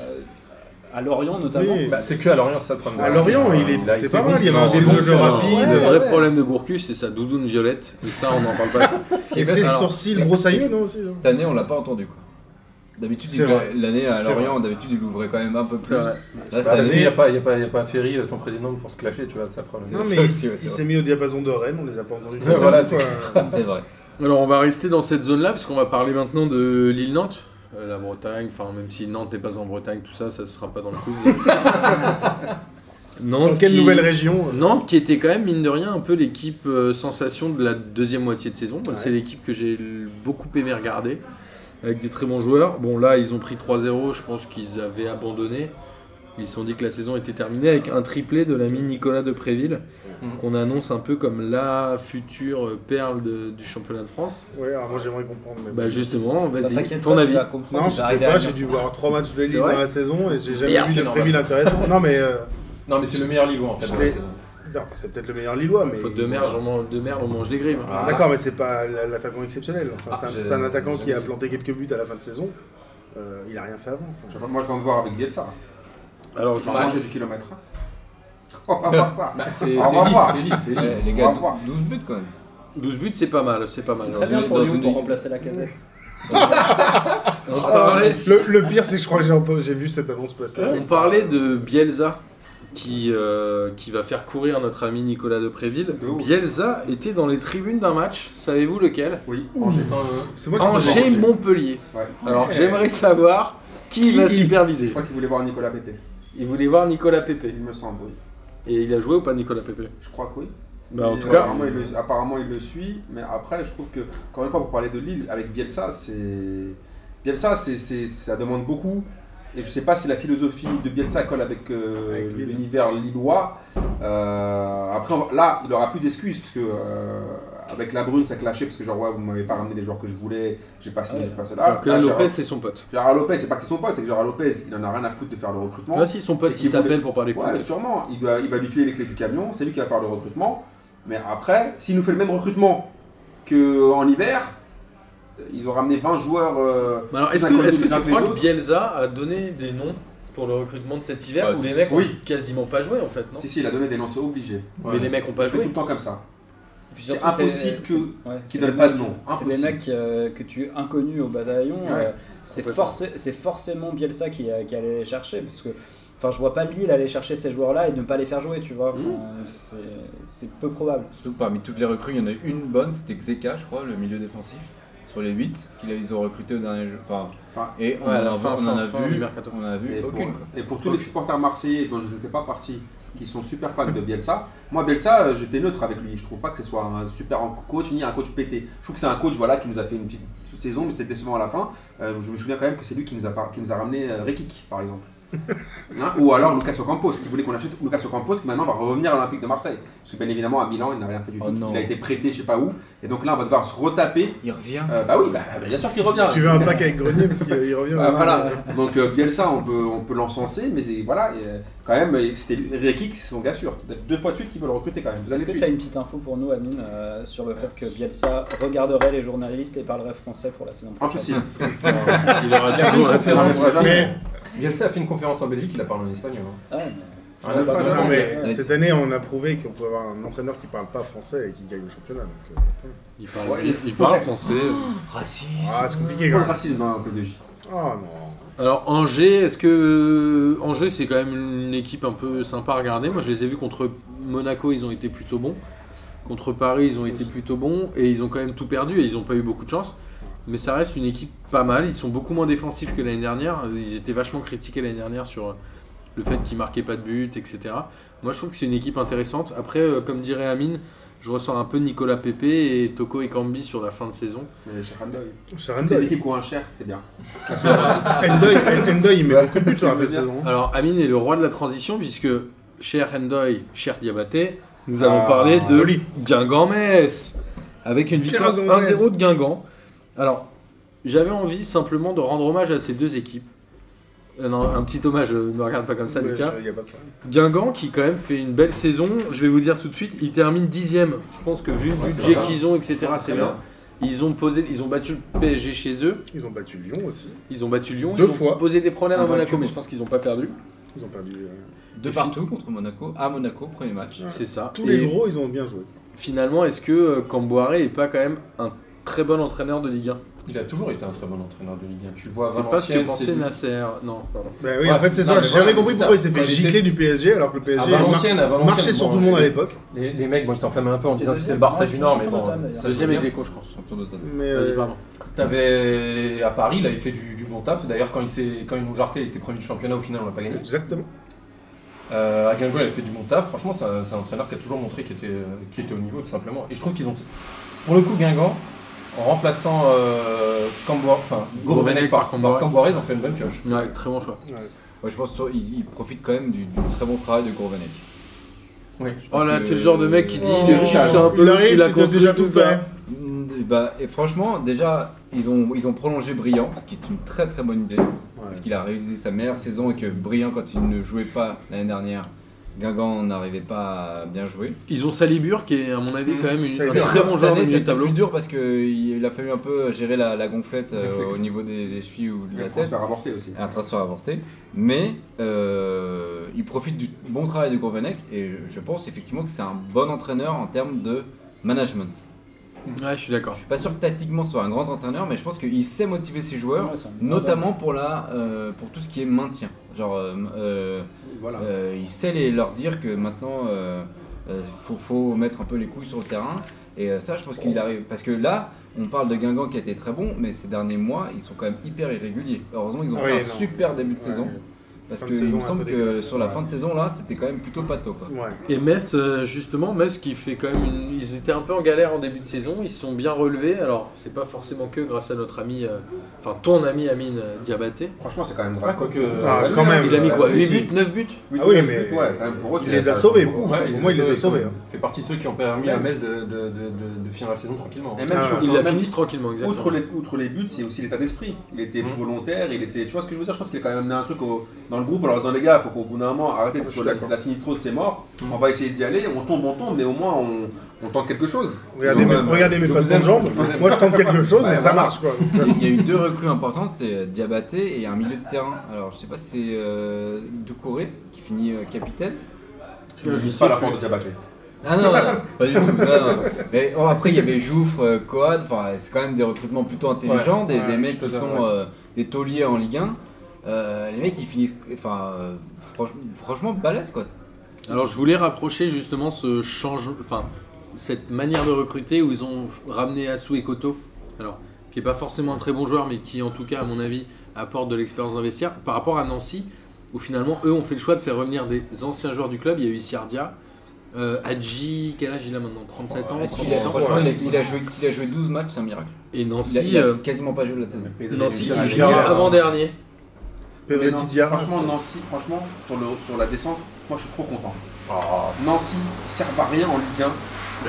Speaker 5: à Lorient notamment
Speaker 3: Oui.
Speaker 4: Bah, c'est que à Lorient, ça prend.
Speaker 3: À Lorient, il
Speaker 4: a
Speaker 3: était,
Speaker 4: été
Speaker 3: c'était pas
Speaker 4: bon, Bah,
Speaker 3: mal. Il y avait un
Speaker 4: genre,
Speaker 3: début
Speaker 4: bon
Speaker 3: de jeu
Speaker 4: talent.
Speaker 3: rapide.
Speaker 5: Ouais,
Speaker 2: le vrai
Speaker 5: ouais.
Speaker 2: problème de Gourcuff, c'est sa doudoune violette. Et ça, on n'en parle pas.
Speaker 3: Et ses
Speaker 6: Alors,
Speaker 3: sourcils
Speaker 6: c'est-
Speaker 3: broussailleux,
Speaker 6: c'est-
Speaker 3: non aussi non
Speaker 6: Cette année, on l'a pas entendu quoi. D'habitude,
Speaker 3: C'est
Speaker 6: il-
Speaker 3: vrai.
Speaker 6: l'année à
Speaker 3: C'est
Speaker 6: Lorient, d'habitude, il ouvrait quand même un peu plus.
Speaker 2: C'est vrai.
Speaker 6: Là, cette
Speaker 4: Parce qu'il
Speaker 6: année,
Speaker 4: n'y a pas, il y a pas, il y a pas Ferry, euh, son président, pour se clasher, tu vois, ça prend.
Speaker 3: Non,
Speaker 6: c'est
Speaker 3: mais il,
Speaker 6: aussi, ouais, c'est
Speaker 3: il
Speaker 6: vrai.
Speaker 3: s'est mis au diapason de Rennes, on les a pas entendus.
Speaker 4: Ouais, voilà,
Speaker 3: c'est
Speaker 4: c'est
Speaker 3: quoi.
Speaker 6: c'est vrai.
Speaker 2: Alors, on va rester dans cette zone-là, parce qu'on va parler maintenant de l'île-Nantes. Euh, la Bretagne, enfin, même si Nantes n'est pas en Bretagne, tout ça, ça ne sera pas dans le
Speaker 3: [LAUGHS]
Speaker 2: quiz. Nantes
Speaker 3: Dans quelle
Speaker 2: qui-
Speaker 3: nouvelle région euh,
Speaker 2: Nantes qui était quand même, mine de rien, un peu l'équipe euh, sensation de la deuxième moitié de saison. Moi, C'est
Speaker 3: Ouais.
Speaker 2: l'équipe que j'ai l- beaucoup aimé regarder, avec des très bons joueurs. Bon, là, ils ont pris 3-0, je pense qu'ils avaient abandonné. Ils se sont dit que la saison était terminée avec un triplé de l'ami Nicolas de Préville,
Speaker 4: Mhm.
Speaker 2: qu'on annonce un peu comme la future perle de- du championnat de France.
Speaker 3: Ouais, alors moi j'aimerais comprendre. mais bon.
Speaker 2: Bah justement,
Speaker 5: Bah,
Speaker 2: vas-y,
Speaker 5: t'inquiète
Speaker 2: ton
Speaker 5: pas, tu
Speaker 2: avis.
Speaker 5: vas comprendre,
Speaker 3: Non,
Speaker 5: il
Speaker 3: je
Speaker 5: va
Speaker 3: sais
Speaker 5: arriver à
Speaker 3: pas,
Speaker 5: Lyon.
Speaker 3: j'ai dû voir trois matchs de Ligue
Speaker 2: vrai
Speaker 3: dans la saison et j'ai jamais
Speaker 2: Merde,
Speaker 3: vu de
Speaker 4: normal,
Speaker 3: préville
Speaker 4: ça.
Speaker 3: intéressant. Non, mais euh,
Speaker 4: Non, mais c'est le meilleur Lillois en fait
Speaker 3: Je
Speaker 4: dans
Speaker 3: l'ai-
Speaker 4: la saison.
Speaker 3: non, c'est peut-être le meilleur Lillois. Mais...
Speaker 2: Bah, Faute de merde, on mange, de merde, on mange des grives.
Speaker 4: Ah.
Speaker 3: D'accord, mais c'est pas la- l'attaquant exceptionnel. Enfin,
Speaker 4: Ah,
Speaker 3: c'est un-
Speaker 4: j'ai-
Speaker 3: c'est un, attaquant
Speaker 4: j'ai
Speaker 3: qui a
Speaker 4: dit.
Speaker 3: planté quelques buts à la fin de saison. Euh, il a rien fait avant. Enfin,
Speaker 1: Moi, je viens de voir avec Bielsa.
Speaker 2: Alors, je-
Speaker 1: Je vais changer du kilomètre. [LAUGHS] On va voir ça.
Speaker 4: Bah,
Speaker 1: On
Speaker 4: c'est
Speaker 1: va
Speaker 4: c'est Lille,
Speaker 1: voir.
Speaker 4: c'est Lille, c'est Lille.
Speaker 6: Ouais, les
Speaker 1: on
Speaker 6: gars,
Speaker 1: va voir.
Speaker 6: 12 buts quand même.
Speaker 2: 12 buts, c'est pas mal, c'est pas mal.
Speaker 5: c'est
Speaker 2: Dans
Speaker 5: très bien
Speaker 2: une-
Speaker 5: pour
Speaker 2: dans
Speaker 5: Lyon
Speaker 2: une
Speaker 5: pour
Speaker 2: ligue-
Speaker 5: remplacer
Speaker 3: [LAUGHS]
Speaker 5: la casette Ah,
Speaker 1: Ah,
Speaker 2: On parlait-
Speaker 3: Euh, le, le pire, c'est que je crois que j'ai entendu- j'ai vu cette annonce passer.
Speaker 2: On parlait de Bielsa qui, euh, qui va faire courir notre ami Nicolas de Préville.
Speaker 1: De ouf.
Speaker 2: Bielsa était dans les tribunes d'un match, savez-vous lequel
Speaker 1: Oui, euh, Angers.
Speaker 3: C'est moi qui te demande.
Speaker 2: Angers-Montpellier.
Speaker 1: Ouais.
Speaker 2: Alors
Speaker 3: Ouais.
Speaker 2: j'aimerais savoir qui,
Speaker 3: Qui
Speaker 2: va
Speaker 3: il-
Speaker 1: Je
Speaker 2: superviser.
Speaker 1: crois qu'il voulait voir Nicolas Pépé.
Speaker 2: Il voulait voir Nicolas Pépé.
Speaker 1: Il me semble, oui.
Speaker 2: Et il a joué ou pas Nicolas Pépé
Speaker 1: Je crois que oui.
Speaker 2: bah, En
Speaker 1: Et euh,
Speaker 2: tout cas,
Speaker 1: Apparemment il, le, apparemment, il le suit, mais après, je trouve que, encore une fois, pour parler de Lille, avec Bielsa, c'est. Bielsa, c'est, c'est- ça demande beaucoup. Et je sais pas si la philosophie de Bielsa colle avec, euh,
Speaker 3: Avec Lille.
Speaker 1: l'univers lillois. Euh, après, on va- là, il aura plus d'excuses, parce que. euh, avec la brune, ça clashait, parce que genre, ouais, vous m'avez pas ramené les joueurs que je voulais, j'ai pas signé,
Speaker 5: Ouais.
Speaker 1: j'ai pas cela.
Speaker 2: alors que
Speaker 1: Là,
Speaker 2: là,
Speaker 1: Gérard-
Speaker 2: euh, Lopez, c'est son pote.
Speaker 1: Gérard Lopez, c'est pas que c'est son pote, c'est que Gérard Lopez, il en a rien à foutre de faire le recrutement.
Speaker 2: Là, si son
Speaker 1: Et
Speaker 2: pote
Speaker 1: qui
Speaker 2: il s'appelle
Speaker 1: voulait-
Speaker 2: pour parler foot.
Speaker 1: Ouais, sûrement. Il va, il va lui filer les clés du camion, c'est lui qui va faire le recrutement. Mais après, s'il nous fait le même recrutement qu'en hiver, euh, ils ont ramené 20 joueurs. euh,
Speaker 2: Mais Alors, est-ce
Speaker 1: Ils
Speaker 2: que, est-ce que
Speaker 1: inconnus
Speaker 2: tu
Speaker 1: les uns que les
Speaker 2: crois que
Speaker 1: autres.
Speaker 2: Bielsa a donné des noms pour le recrutement de cet hiver
Speaker 6: Ouais,
Speaker 2: où les
Speaker 6: c'est-
Speaker 2: mecs
Speaker 1: oui.
Speaker 2: ont quasiment pas joué en fait, non
Speaker 1: Si, si, il a donné des lancers obligés.
Speaker 2: Mais les mecs ont pas
Speaker 1: Il fait tout
Speaker 2: joué.
Speaker 1: le temps comme ça.
Speaker 5: Et puis
Speaker 1: C'est
Speaker 5: surtout,
Speaker 1: impossible que-
Speaker 5: c'est- ouais,
Speaker 1: qu'ils
Speaker 5: c'est
Speaker 1: donnent
Speaker 5: des
Speaker 1: pas de
Speaker 5: mecs-
Speaker 1: nom.
Speaker 5: C'est des
Speaker 1: Impossible.
Speaker 5: mecs euh, que tu inconnus au bataillon.
Speaker 1: Ouais,
Speaker 5: euh, c'est
Speaker 1: complètement.
Speaker 5: forcé- c'est forcément Bielsa qui, euh, qui allait les chercher. Parce que enfin, je vois pas Lille aller chercher ces joueurs-là et ne pas les faire jouer, tu vois. Enfin,
Speaker 1: Mmh.
Speaker 5: c'est- C'est peu probable.
Speaker 6: Surtout que parmi toutes les recrues, il y en a une bonne, c'était Xeka, je crois, le milieu défensif, sur les 8 qu'ils ont recruté au dernier jeu. Enfin,
Speaker 1: Enfin,
Speaker 6: et on
Speaker 2: Ouais, à
Speaker 6: en
Speaker 2: la
Speaker 6: a,
Speaker 2: fin,
Speaker 6: on en
Speaker 2: fin,
Speaker 6: a
Speaker 2: fin du
Speaker 6: vu,
Speaker 2: mercato.
Speaker 6: on en a vu
Speaker 1: et, pour,
Speaker 6: aucune. quoi.
Speaker 1: et pour tous les supporters marseillais dont je ne fais pas partie, qui sont super fans de Bielsa, moi, Bielsa, euh, j'étais neutre avec lui. Je trouve pas que ce soit un super coach ni un coach pété. Je trouve que c'est un coach voilà, qui nous a fait une petite saison, mais c'était décevant à la fin. Euh, je me souviens quand même que c'est lui qui nous a, par- qui nous a ramené euh, Rekik, par
Speaker 6: [LAUGHS]
Speaker 1: exemple. Hein, ou alors Lucas Ocampos, qui voulait qu'on achète Lucas Ocampos, qui maintenant va revenir à l'Olympique de Marseille. Parce que bien évidemment, à Milan, il n'a rien fait du tout.
Speaker 6: Oh non.
Speaker 1: il a été prêté, je sais pas où. Et donc là, on va devoir se retaper.
Speaker 6: Il revient.
Speaker 1: Euh, bah oui, bah, bah, bien sûr qu'il revient.
Speaker 3: Tu veux un pack avec Grenier parce qu'il il revient.
Speaker 1: Ah,
Speaker 3: aussi.
Speaker 1: voilà. Donc euh, Bielsa, on peut, on peut l'encenser, mais c'est- voilà, et, euh, quand même, euh, c'était lui- Rekik, c'est son gars sûr. Deux fois de suite qu'ils veulent recruter quand même. Vous allez
Speaker 5: Est-ce que
Speaker 1: le
Speaker 5: tu as
Speaker 1: suivre.
Speaker 5: une petite info pour nous, Amine, euh, sur le fait que Bielsa regarderait les journalistes et parlerait français pour la saison
Speaker 3: Ah,
Speaker 5: prochaine
Speaker 1: Impossible.
Speaker 3: [LAUGHS]
Speaker 2: Il aura
Speaker 4: Il a fait
Speaker 2: toujours
Speaker 4: une
Speaker 2: la
Speaker 4: conférence,
Speaker 2: référence.
Speaker 1: référence.
Speaker 3: Mais-
Speaker 4: Bielsa a fait une conférence en Belgique, il a parlé en espagnol. hein.
Speaker 5: Ah, mais-
Speaker 4: Rien à
Speaker 1: pas
Speaker 4: foutre.
Speaker 3: Non,
Speaker 1: grave.
Speaker 3: mais cette année, on a prouvé qu'on peut avoir un entraîneur qui parle pas français et qui gagne le championnat. donc, euh,
Speaker 2: Il parle,
Speaker 1: Ouais.
Speaker 2: il- il parle français.
Speaker 3: Ah, c'est compliqué
Speaker 1: Pour
Speaker 3: quand
Speaker 1: le
Speaker 3: même.
Speaker 1: racisme, hein, un peu de J.
Speaker 3: Ah non.
Speaker 2: Alors Angers, est-ce que Angers c'est quand même une équipe un peu sympa à regarder Moi je les ai vus contre Monaco, ils ont été plutôt bons. Contre Paris, ils ont été plutôt bons et ils ont quand même tout perdu et ils n'ont pas eu beaucoup de chance. Mais ça reste une équipe pas mal. Ils sont beaucoup moins défensifs que l'année dernière. Ils étaient vachement critiqués l'année dernière sur euh, le fait qu'ils marquaient pas de but, etc. Moi je trouve que c'est une équipe intéressante. Après, euh, comme dirait Amine, je ressens un peu Nicolas Pepe et Toko et Cambi sur la fin de saison.
Speaker 1: Mais Sharon Doyle. Les
Speaker 3: Sharandoy.
Speaker 1: équipes qui ont un cher, c'est bien.
Speaker 3: Endoy, Endoy, il met beaucoup de buts sur la
Speaker 1: Je
Speaker 3: fin
Speaker 1: veux
Speaker 3: de
Speaker 1: dire.
Speaker 3: saison.
Speaker 2: Alors Amine est le roi de la transition puisque cher Hendoy, cher Diabaté, nous avons
Speaker 1: Ah,
Speaker 2: parlé de
Speaker 3: joli.
Speaker 2: Guingamp-Metz avec une victoire
Speaker 3: Guingamp-Metz.
Speaker 2: 1-0 de Guingamp. Alors j'avais envie simplement de rendre hommage à ces deux équipes Euh, non, un petit hommage, euh, me regarde pas comme ça,
Speaker 3: Ouais,
Speaker 2: Lucas.
Speaker 3: je- y a pas de problème.
Speaker 2: Guingamp qui quand même fait une belle saison. Je vais vous dire tout de suite, ils terminent dixième. Je pense que vu le
Speaker 1: Ouais, c'est
Speaker 2: budget
Speaker 1: pas mal.
Speaker 2: qu'ils ont, etc., c'est bien. Ils ont posé, ils ont battu le PSG chez eux.
Speaker 3: Ils ont battu Lyon aussi.
Speaker 2: Ils ont battu Lyon.
Speaker 3: Deux
Speaker 2: ils ont
Speaker 3: fois.
Speaker 2: posé des problèmes à
Speaker 6: Invaincu.
Speaker 2: Monaco, mais je pense qu'ils n'ont pas perdu.
Speaker 3: Ils ont perdu. euh,
Speaker 6: De partout contre Monaco, à Monaco, premier match.
Speaker 3: Ouais.
Speaker 2: C'est ça.
Speaker 3: Tous
Speaker 2: Et
Speaker 3: les gros, ils ont bien joué.
Speaker 2: finalement, est-ce que euh, Camboire est pas quand même un très bon entraîneur de Ligue 1
Speaker 4: Il a toujours été un très bon entraîneur de Ligue 1. Tu le vois, à
Speaker 2: C'est pas ce qu'a
Speaker 4: Valenciennes,
Speaker 2: pensé
Speaker 4: c'est-
Speaker 2: Nasser. Non, pardon.
Speaker 3: Bah oui,
Speaker 4: Ouais,
Speaker 3: en fait, c'est
Speaker 4: non,
Speaker 3: ça.
Speaker 4: mais
Speaker 3: J'ai
Speaker 4: voilà,
Speaker 3: jamais compris
Speaker 4: c'est ça.
Speaker 3: pourquoi il s'est fait
Speaker 4: Quand il
Speaker 3: gicler
Speaker 4: était-
Speaker 3: du PSG alors que le
Speaker 4: à
Speaker 3: PSG
Speaker 4: Valenciennes, à Valenciennes.
Speaker 3: marchait sur
Speaker 4: bon,
Speaker 3: tout le monde à
Speaker 4: les-
Speaker 3: l'époque.
Speaker 4: Les, les mecs, bon, ils s'en ferment un peu en disant que c'était
Speaker 5: deuxième,
Speaker 4: le Barça
Speaker 5: ouais,
Speaker 4: du
Speaker 5: ils
Speaker 4: Nord,
Speaker 5: sont
Speaker 4: mais
Speaker 5: champions
Speaker 4: bon.
Speaker 5: d'automne, d'ailleurs.
Speaker 4: ça se
Speaker 2: Deuxième
Speaker 4: voit bien.
Speaker 2: exéco, je crois.
Speaker 6: Champion d'automne.
Speaker 3: Mais
Speaker 2: Vas-y,
Speaker 3: euh,
Speaker 2: pardon.
Speaker 4: T'avais à Paris, là, il fait du, du bon taf. D'ailleurs, quand, il s'est- quand ils nous jartaient, il était premier du championnat. Au final, on l'a pas gagné.
Speaker 3: Exactement.
Speaker 4: Euh, à Guingamp, il a fait du bon taf. Franchement, c'est un, c'est un entraîneur qui a toujours montré qu'il était, euh, qu'il était au niveau, tout simplement. Et je trouve qu'ils ont. Pour le coup, Guingamp, en remplaçant euh, Camboire- enfin, Gourvenec par, par Camboire, ils ont fait une bonne pioche.
Speaker 2: Ouais, très bon choix.
Speaker 6: Ouais, je pense qu'il il profite quand même du, du très bon travail de Gourvenec.
Speaker 4: Oui.
Speaker 6: Je pense
Speaker 2: Oh là,
Speaker 6: que-
Speaker 2: t'es le genre de mec qui dit
Speaker 3: Oh,
Speaker 2: le type, c'est un peu
Speaker 3: il
Speaker 2: lui qui
Speaker 3: arrive,
Speaker 2: l'a
Speaker 3: c'était
Speaker 2: construit
Speaker 3: déjà tout fait.
Speaker 6: Mm, Bah, et franchement, déjà, ils ont, ils ont prolongé Brillant, ce qui est une très très bonne idée. Parce qu'il a réalisé sa meilleure saison et que Brillant, quand il ne jouait pas l'année dernière, Guingamp n'arrivait pas à bien jouer.
Speaker 2: Ils ont Salibur qui est, à mon avis, quand même une-
Speaker 3: Ça a
Speaker 2: un
Speaker 3: été
Speaker 2: très bon
Speaker 6: Cette
Speaker 2: joueur
Speaker 6: année,
Speaker 2: de milieu
Speaker 6: c'était
Speaker 2: de tableau.
Speaker 6: plus dur parce qu'il a fallu un peu gérer la, la gonflette euh,
Speaker 4: Mais c'est
Speaker 6: au niveau des, des chevilles ou de
Speaker 1: Le
Speaker 6: la tête.
Speaker 1: transfert avorté aussi.
Speaker 6: un transfert avorté, mais euh, il profite du bon travail de Gourvenec et je pense effectivement que c'est un bon entraîneur en termes de management.
Speaker 2: Ouais, je suis d'accord.
Speaker 6: Je suis pas sûr que tactiquement ce soit un grand entraîneur, mais je pense qu'il sait motiver ses joueurs,
Speaker 5: Ouais, c'est un bon
Speaker 6: notamment pour, la, euh, pour tout ce qui est maintien. Genre, euh, euh,
Speaker 1: Voilà.
Speaker 6: euh, il sait les- leur dire que maintenant euh, euh, faut, faut mettre un peu les couilles sur le terrain. Et euh, ça, je pense qu'il arrive. Parce que là, on parle de Guingamp qui a été très bon, mais ces derniers mois, ils sont quand même hyper irréguliers. Heureusement, ils ont
Speaker 3: Ah
Speaker 6: fait
Speaker 3: oui,
Speaker 6: un
Speaker 3: non.
Speaker 6: super début de saison. Parce
Speaker 3: Fin
Speaker 6: que
Speaker 3: de
Speaker 6: il
Speaker 3: saison
Speaker 6: me
Speaker 3: un
Speaker 6: semble
Speaker 3: peu
Speaker 6: que
Speaker 3: dégueulasse,
Speaker 6: sur la
Speaker 3: ouais.
Speaker 6: fin de saison là, c'était quand même plutôt pato quoi.
Speaker 3: Ouais.
Speaker 2: Et Metz, euh, justement, Metz qui fait quand même une- Ils étaient un peu en galère en début de saison, ils se sont bien relevés. Alors, c'est pas forcément que grâce à notre ami, euh, enfin ton ami Amine euh, Diabaté.
Speaker 1: Franchement, c'est quand même
Speaker 4: Ah,
Speaker 1: grave.
Speaker 4: quoique. euh,
Speaker 3: Ah,
Speaker 4: ça-
Speaker 3: quand même.
Speaker 2: Il a mis quoi
Speaker 1: Si.
Speaker 2: 8 buts 9 buts
Speaker 1: Oui,
Speaker 3: Ah oui,
Speaker 1: oui,
Speaker 3: mais-
Speaker 1: mais ouais, quand même pour eux,
Speaker 3: Il
Speaker 1: c'est
Speaker 3: les a
Speaker 1: ça.
Speaker 3: sauvés, beaucoup.
Speaker 4: Ouais,
Speaker 3: Pour moi, il les a sauvés. hein.
Speaker 4: Il fait partie de ceux qui ont permis à Metz de, de, de, de- de finir la saison tranquillement. hein.
Speaker 1: Et même,
Speaker 3: Ah,
Speaker 1: tu vois,
Speaker 2: Ils la
Speaker 1: même-
Speaker 2: finissent tranquillement, exactement. Mm.
Speaker 1: Outre les, outre les buts, c'est aussi l'état d'esprit. Il était
Speaker 4: Mhm.
Speaker 1: volontaire, il était. Tu vois ce que je veux dire Je pense qu'il a quand même amené un truc au- dans le groupe en leur disant les gars, faut qu'au bout d'un moment, arrêtez de
Speaker 3: Je suis
Speaker 1: la,
Speaker 3: d'accord.
Speaker 1: la sinistrose, c'est mort.
Speaker 2: Mm.
Speaker 1: On va essayer d'y aller, on tombe, on tombe, mais au moins on, on tente quelque chose.
Speaker 3: Regardez
Speaker 1: Donc,
Speaker 3: mes,
Speaker 1: euh,
Speaker 3: regardez mes
Speaker 4: je vous
Speaker 3: passements
Speaker 4: aime,
Speaker 3: de jambes.
Speaker 2: [LAUGHS]
Speaker 4: je vous aime.
Speaker 3: Moi, je tente quelque chose
Speaker 1: Bah,
Speaker 3: et ça
Speaker 1: voilà.
Speaker 3: marche, quoi.
Speaker 6: Il y a- il y a eu deux recrues importantes, c'est euh, Diabaté et un milieu de terrain. Alors je sais pas, c'est euh, Doucouré qui finit euh, capitaine.
Speaker 1: Tu ne
Speaker 2: je
Speaker 1: juste
Speaker 2: sais
Speaker 1: pas la
Speaker 2: plus.
Speaker 1: porte de Diabaté. [LAUGHS]
Speaker 6: Ah non, non, non, pas du tout. non, non. Mais oh, après il y avait Jouffre, euh, Coad. Enfin c'est quand même des recrutements plutôt intelligents, des,
Speaker 4: ouais,
Speaker 6: des
Speaker 4: je
Speaker 6: mecs
Speaker 4: peux
Speaker 6: qui
Speaker 4: dire,
Speaker 6: sont
Speaker 4: ouais.
Speaker 6: euh, des tauliers en Ligue 1. Euh, les mecs ils finissent, enfin euh, franch- franchement balèze quoi.
Speaker 2: Alors je voulais rapprocher justement ce change, enfin cette manière de recruter où ils ont ramené Asu et Koto, alors qui est pas forcément un très bon joueur, mais qui en tout cas à mon avis apporte de l'expérience d'investir par rapport à Nancy où finalement eux ont fait le choix de faire revenir des anciens joueurs du club. Il y a eu Siardia, euh, Adji, quel âge il a maintenant 37 ans,
Speaker 6: Et puis, il a-
Speaker 2: 38 ans.
Speaker 6: franchement, il a, il a joué, il a joué 12 matchs, c'est un miracle.
Speaker 2: et
Speaker 6: Il a,
Speaker 2: Nancy,
Speaker 6: il a
Speaker 2: euh,
Speaker 6: quasiment pas joué de la saison.
Speaker 2: Nancy
Speaker 1: Pedro-
Speaker 2: qui finit
Speaker 1: Pedro-
Speaker 2: avant dernier.
Speaker 1: Mais
Speaker 3: Pedro
Speaker 1: Nancy-
Speaker 3: Tidiard.
Speaker 1: Franchement, Nancy, franchement, sur, le, sur la descente, moi je suis trop content.
Speaker 4: Ah,
Speaker 1: Nancy, ils servent à rien en Ligue 1.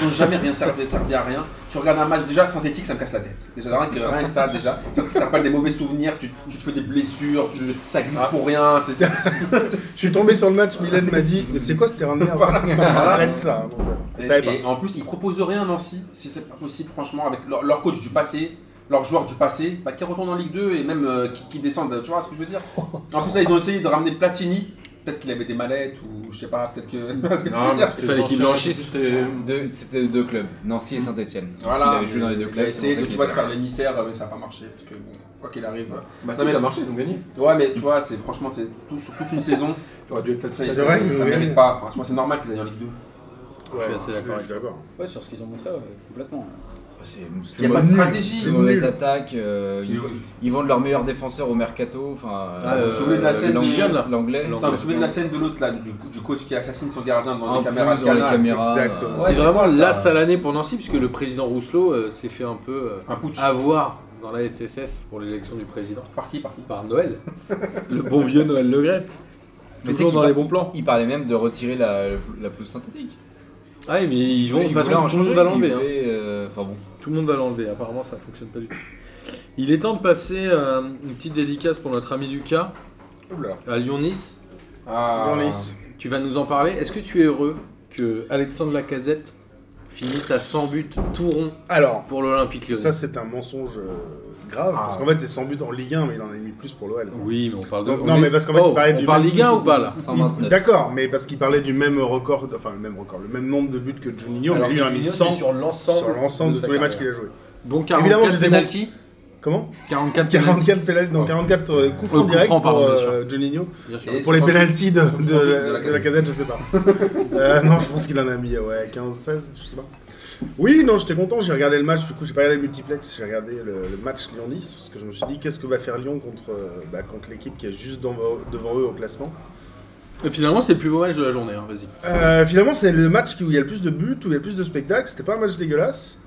Speaker 1: Ils n'ont jamais rien servi, [LAUGHS] servi à rien. Tu regardes un match déjà synthétique, ça me casse la tête. Déjà, rien que, rien que ça, déjà. Synthétique, ça rappelle des mauvais souvenirs, tu, tu te fais des blessures, tu, ça glisse pour rien. c'est- c'est-
Speaker 3: Je suis tombé sur le match, Mylène m'a dit Mais c'est quoi ce terrain de merde Arrête ça. Donc, euh,
Speaker 1: Et,
Speaker 3: je savais pas.
Speaker 1: et en plus, ils proposent rien Nancy, si c'est pas possible, franchement, avec leur, leur coach du passé, leurs joueurs du passé, bah, qui retournent en Ligue 2 et même euh, qui, qui descendent, tu vois ce que je veux dire En plus, là, ils ont essayé de ramener Platini, peut-être qu'il avait des mallettes ou je sais pas, peut-être que. [LAUGHS] parce que tu veux
Speaker 4: non, mais
Speaker 1: dire.
Speaker 4: c'était-
Speaker 2: Il fallait qu'il blanchisse.
Speaker 4: Ah, c'était- euh,
Speaker 6: Deux- C'était deux clubs, Nancy et Saint-Etienne. Il
Speaker 1: Voilà,
Speaker 6: avait joué dans les deux
Speaker 1: il a
Speaker 6: clubs.
Speaker 1: essayé
Speaker 6: c'est
Speaker 1: de,
Speaker 6: pour ça
Speaker 1: tu
Speaker 6: qu'il
Speaker 1: vois, de
Speaker 6: était
Speaker 1: faire
Speaker 6: là.
Speaker 1: l'émissaire, mais ça n'a pas marché, parce que bon, quoi qu'il arrive.
Speaker 4: Bah,
Speaker 1: Non,
Speaker 4: si,
Speaker 1: mais-
Speaker 4: ça a marché, ils ont gagné.
Speaker 1: Ouais, mais tu vois, c'est franchement, c'est tout, sur toute une saison,
Speaker 4: J'aurais dû être
Speaker 1: ça,
Speaker 3: [LAUGHS]
Speaker 1: ça,
Speaker 4: satisfait.
Speaker 3: C'est vrai que-
Speaker 1: ça mérite pas. Enfin, je pense que c'est normal qu'ils aillent en Ligue 2.
Speaker 2: je suis assez d'accord
Speaker 3: Je suis d'accord.
Speaker 5: Ouais, sur ce qu'ils ont montré, ouais, complètement.
Speaker 6: Ah, C'est-
Speaker 1: Il n'y a
Speaker 6: c'était
Speaker 1: pas de
Speaker 6: nul.
Speaker 1: stratégie.
Speaker 6: Des
Speaker 3: Nul.
Speaker 6: mauvaises attaques, euh, ils,
Speaker 1: Ils-
Speaker 6: ils vendent leur meilleur défenseur au mercato. Enfin, euh,
Speaker 2: Ah,
Speaker 1: vous vous souvenez de la scène
Speaker 6: l'anglais-
Speaker 2: du jeune, là
Speaker 6: L'anglais.
Speaker 2: L'anglais.
Speaker 1: Attends, vous vous souvenez de la scène de l'autre, là, du, du coach qui assassine son gardien devant
Speaker 6: En
Speaker 1: les
Speaker 6: plus,
Speaker 1: caméras de
Speaker 6: dans les
Speaker 1: Canal.
Speaker 6: caméras.
Speaker 3: Exact.
Speaker 6: euh,
Speaker 1: Ouais,
Speaker 2: c'est
Speaker 1: c'est
Speaker 2: vraiment
Speaker 1: quoi, ça
Speaker 2: la sale année pour Nancy puisque le président Rousselot euh, s'est fait un peu euh,
Speaker 1: Un
Speaker 6: Ah,
Speaker 1: putsch.
Speaker 2: avoir dans la FFF pour l'élection du président.
Speaker 1: Par qui, par qui
Speaker 2: par Noël. [LAUGHS] le bon vieux Noël Le Grette.
Speaker 6: mais c'est
Speaker 2: Toujours
Speaker 6: qu'il
Speaker 2: dans
Speaker 6: par-
Speaker 2: les bons plans.
Speaker 6: Il parlait même de retirer la, la pelouse synthétique.
Speaker 2: Ah oui, mais ils vont. De toute
Speaker 6: voulaient
Speaker 2: façon, tout le monde va
Speaker 6: ils
Speaker 2: l'enlever. hein.
Speaker 6: voulaient, euh, Enfin bon.
Speaker 2: Tout le monde va l'enlever. Apparemment, ça ne fonctionne pas du tout. Il est temps de passer euh, une petite dédicace pour notre ami Lucas.
Speaker 6: Oula.
Speaker 2: à Lyon-Nice.
Speaker 1: Ah,
Speaker 3: Lyon-Nice.
Speaker 2: Tu vas nous en parler. Est-ce que tu es heureux que Alexandre Lacazette finisse à 100 buts tout rond
Speaker 3: Alors,
Speaker 2: pour l'Olympique Lyonnais
Speaker 3: ça c'est un mensonge euh, grave, parce qu'en fait c'est 100 buts en Ligue 1, mais il en a mis plus pour l'OL.
Speaker 2: Ah. Oui, mais on parle de...
Speaker 3: Non,
Speaker 2: on
Speaker 3: mais
Speaker 2: est-
Speaker 3: parce qu'en fait,
Speaker 2: Oh,
Speaker 3: il parlait
Speaker 2: on
Speaker 3: du
Speaker 2: parle
Speaker 3: même
Speaker 2: Ligue 1
Speaker 3: truc.
Speaker 2: ou pas, là
Speaker 6: 129.
Speaker 3: D'accord, mais parce qu'il parlait du même record, enfin le même record, le même nombre de buts que Juninho, mais lui il en a mis
Speaker 2: Juninho,
Speaker 3: 100
Speaker 2: c'est
Speaker 3: sur
Speaker 2: sur l'ensemble
Speaker 3: l'ensemble de,
Speaker 2: sa
Speaker 3: tous les matchs qu'il
Speaker 2: carrière.
Speaker 3: a joué.
Speaker 2: Donc
Speaker 3: Évidemment, j'ai
Speaker 2: 44
Speaker 3: des
Speaker 2: penalty,
Speaker 3: Comment
Speaker 2: 44 penalty,
Speaker 3: 44 pénal- non, 44 euh, coups francs
Speaker 2: coups
Speaker 3: directs
Speaker 2: francs, pardon,
Speaker 3: pour
Speaker 2: bien
Speaker 3: euh, Juninho.
Speaker 2: bien sûr.
Speaker 1: Et
Speaker 3: Pour les
Speaker 1: 68,
Speaker 3: pénalties de, de,
Speaker 1: 68 de
Speaker 3: la,
Speaker 1: la
Speaker 3: casette, je sais pas. Euh, non, je pense qu'il en a mis ouais, 15, 16, je sais pas. Oui, non, j'étais content, j'ai regardé le match, du coup, j'ai pas regardé le multiplex, j'ai regardé le, le match Lyon-Nice, parce que je me suis dit, qu'est-ce que va faire Lyon contre, euh, bah, contre l'équipe qui est juste devant- devant eux au classement
Speaker 2: Et finalement, c'est le plus beau match de la journée, hein, vas-y.
Speaker 3: Euh, finalement, c'est le match qui- où il y a le plus de buts, où il y a le plus de spectacles. C'était pas un match dégueulasse.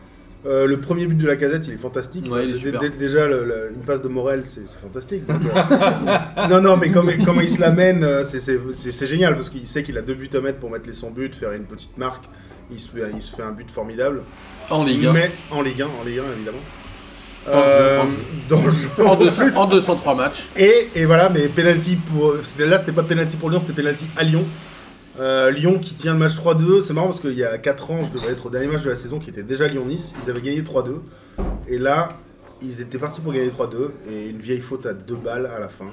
Speaker 3: Euh, le premier but de la casette, il est fantastique.
Speaker 2: Ouais, il est
Speaker 3: Dé-
Speaker 2: super.
Speaker 3: dé- Déjà, le- le- une passe de Morel, c'est c'est fantastique. Donc, euh, [LAUGHS] non, non, mais comme- comment il se l'amène, euh, c'est- c'est c'est- c'est génial parce qu'il sait qu'il a deux buts à mettre pour mettre les 100 buts, faire une petite marque. Il se, fait- il se fait un but formidable.
Speaker 2: En Ligue 1,
Speaker 3: Mais en Ligue 1, en Ligue 1 évidemment.
Speaker 2: Dans le jeu,
Speaker 3: Euh, dans le jeu,
Speaker 2: en,
Speaker 3: en [LAUGHS]
Speaker 2: deux-
Speaker 3: plus.
Speaker 2: en 203 matchs.
Speaker 3: Et, et voilà, mais penalty pour. c'était- Là, c'était pas penalty pour Lyon, c'était penalty à Lyon. Euh, Lyon qui tient le match 3-2. C'est marrant parce qu'il y a 4 ans, je devais être au dernier match de la saison qui était déjà Lyon-Nice. Ils avaient gagné 3-2. Et là, ils étaient partis pour gagner 3-2. Et une vieille faute à deux balles à la fin.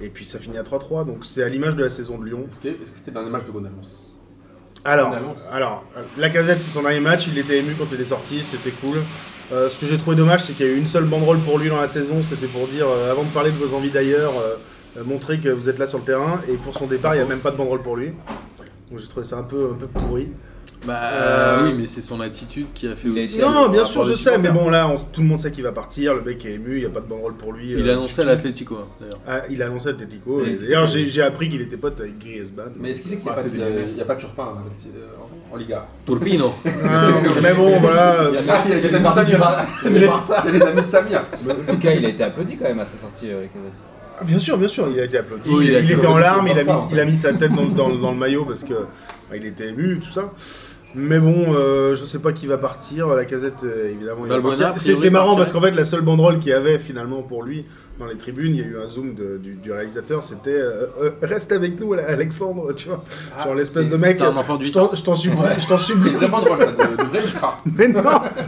Speaker 3: Et puis ça finit à 3-3. Donc c'est à l'image de la saison de Lyon.
Speaker 1: Est-ce que est-ce que c'était le dernier match de Gonalons
Speaker 3: Alors,
Speaker 4: Une annonce.
Speaker 3: alors la casette, c'est son dernier match. Il était ému quand il est sorti. C'était cool. Euh, ce que j'ai trouvé dommage, c'est qu'il y a eu une seule banderole pour lui dans la saison. C'était pour dire, euh, avant de parler de vos envies d'ailleurs, euh, euh, montrer que vous êtes là sur le terrain. Et pour son départ, il n'y a même pas de banderole pour lui. Donc j'ai trouvé ça un peu, un peu pourri.
Speaker 2: Bah
Speaker 3: Euh,
Speaker 2: oui, mais c'est son attitude qui a fait
Speaker 6: il a
Speaker 2: aussi.
Speaker 6: été-
Speaker 3: Non,
Speaker 6: on
Speaker 3: bien
Speaker 6: va
Speaker 3: sûr,
Speaker 6: parler
Speaker 3: je
Speaker 6: du
Speaker 3: sais. Mais
Speaker 6: supporter.
Speaker 3: bon, là, on- tout le monde sait qu'il va partir. Le mec est ému. Il n'y a pas de banderole pour lui.
Speaker 2: Il
Speaker 3: euh,
Speaker 2: annonçait à l'Atlético, hein, d'ailleurs.
Speaker 3: ah, il a annoncé à Atletico.
Speaker 6: Mais
Speaker 3: Et
Speaker 6: est-ce que
Speaker 3: D'ailleurs,
Speaker 6: c'est-
Speaker 3: j'ai j'ai appris qu'il était pote avec Griezmann.
Speaker 1: Mais est-ce qu'il sait qu'il n'y a,
Speaker 4: Bah,
Speaker 1: pas
Speaker 4: c'est
Speaker 1: de-
Speaker 4: bien.
Speaker 1: il y a pas de Turpin euh, en, en Liga
Speaker 2: [LAUGHS] Turpino.
Speaker 3: Ah, mais bon,
Speaker 2: [LAUGHS]
Speaker 3: voilà.
Speaker 1: Il y a il y a des amis de
Speaker 4: Barça qui
Speaker 1: Samir.
Speaker 4: va-
Speaker 1: Il y a des Barça, il y a des amis de Samir.
Speaker 6: En tout cas, il a été applaudi quand même à sa sortie, euh, Lacazette.
Speaker 3: Ah, bien sûr, bien sûr, il a été applaudi.
Speaker 2: Oui,
Speaker 3: il,
Speaker 2: il a
Speaker 3: il
Speaker 2: été
Speaker 3: était en
Speaker 2: applaudi
Speaker 3: larmes, il a, mis,
Speaker 4: comme ça, en fait.
Speaker 3: il a mis sa tête dans, le- dans le- dans le maillot parce que bah, il était ému, tout ça. Mais bon, euh, je sais pas qui va partir. La casette, euh, évidemment, il va
Speaker 2: Valbuena,
Speaker 3: partir.
Speaker 2: a
Speaker 3: C'est
Speaker 2: priori,
Speaker 3: c'est marrant parce
Speaker 2: partirait.
Speaker 3: qu'en fait, la seule banderole qu'il y avait finalement pour lui dans les tribunes, il y a eu un zoom de- du, du réalisateur, c'était euh, Euh, Reste avec nous, Alexandre, tu vois.
Speaker 1: Ah,
Speaker 3: Ah, Genre l'espèce de mec.
Speaker 2: C'était un enfant du
Speaker 3: Je t'en- je t'en supplie, je t'en
Speaker 1: C'est
Speaker 3: supplie.
Speaker 1: vraiment drôle ça, de, de vrai ultra.
Speaker 3: [LAUGHS] Mais non,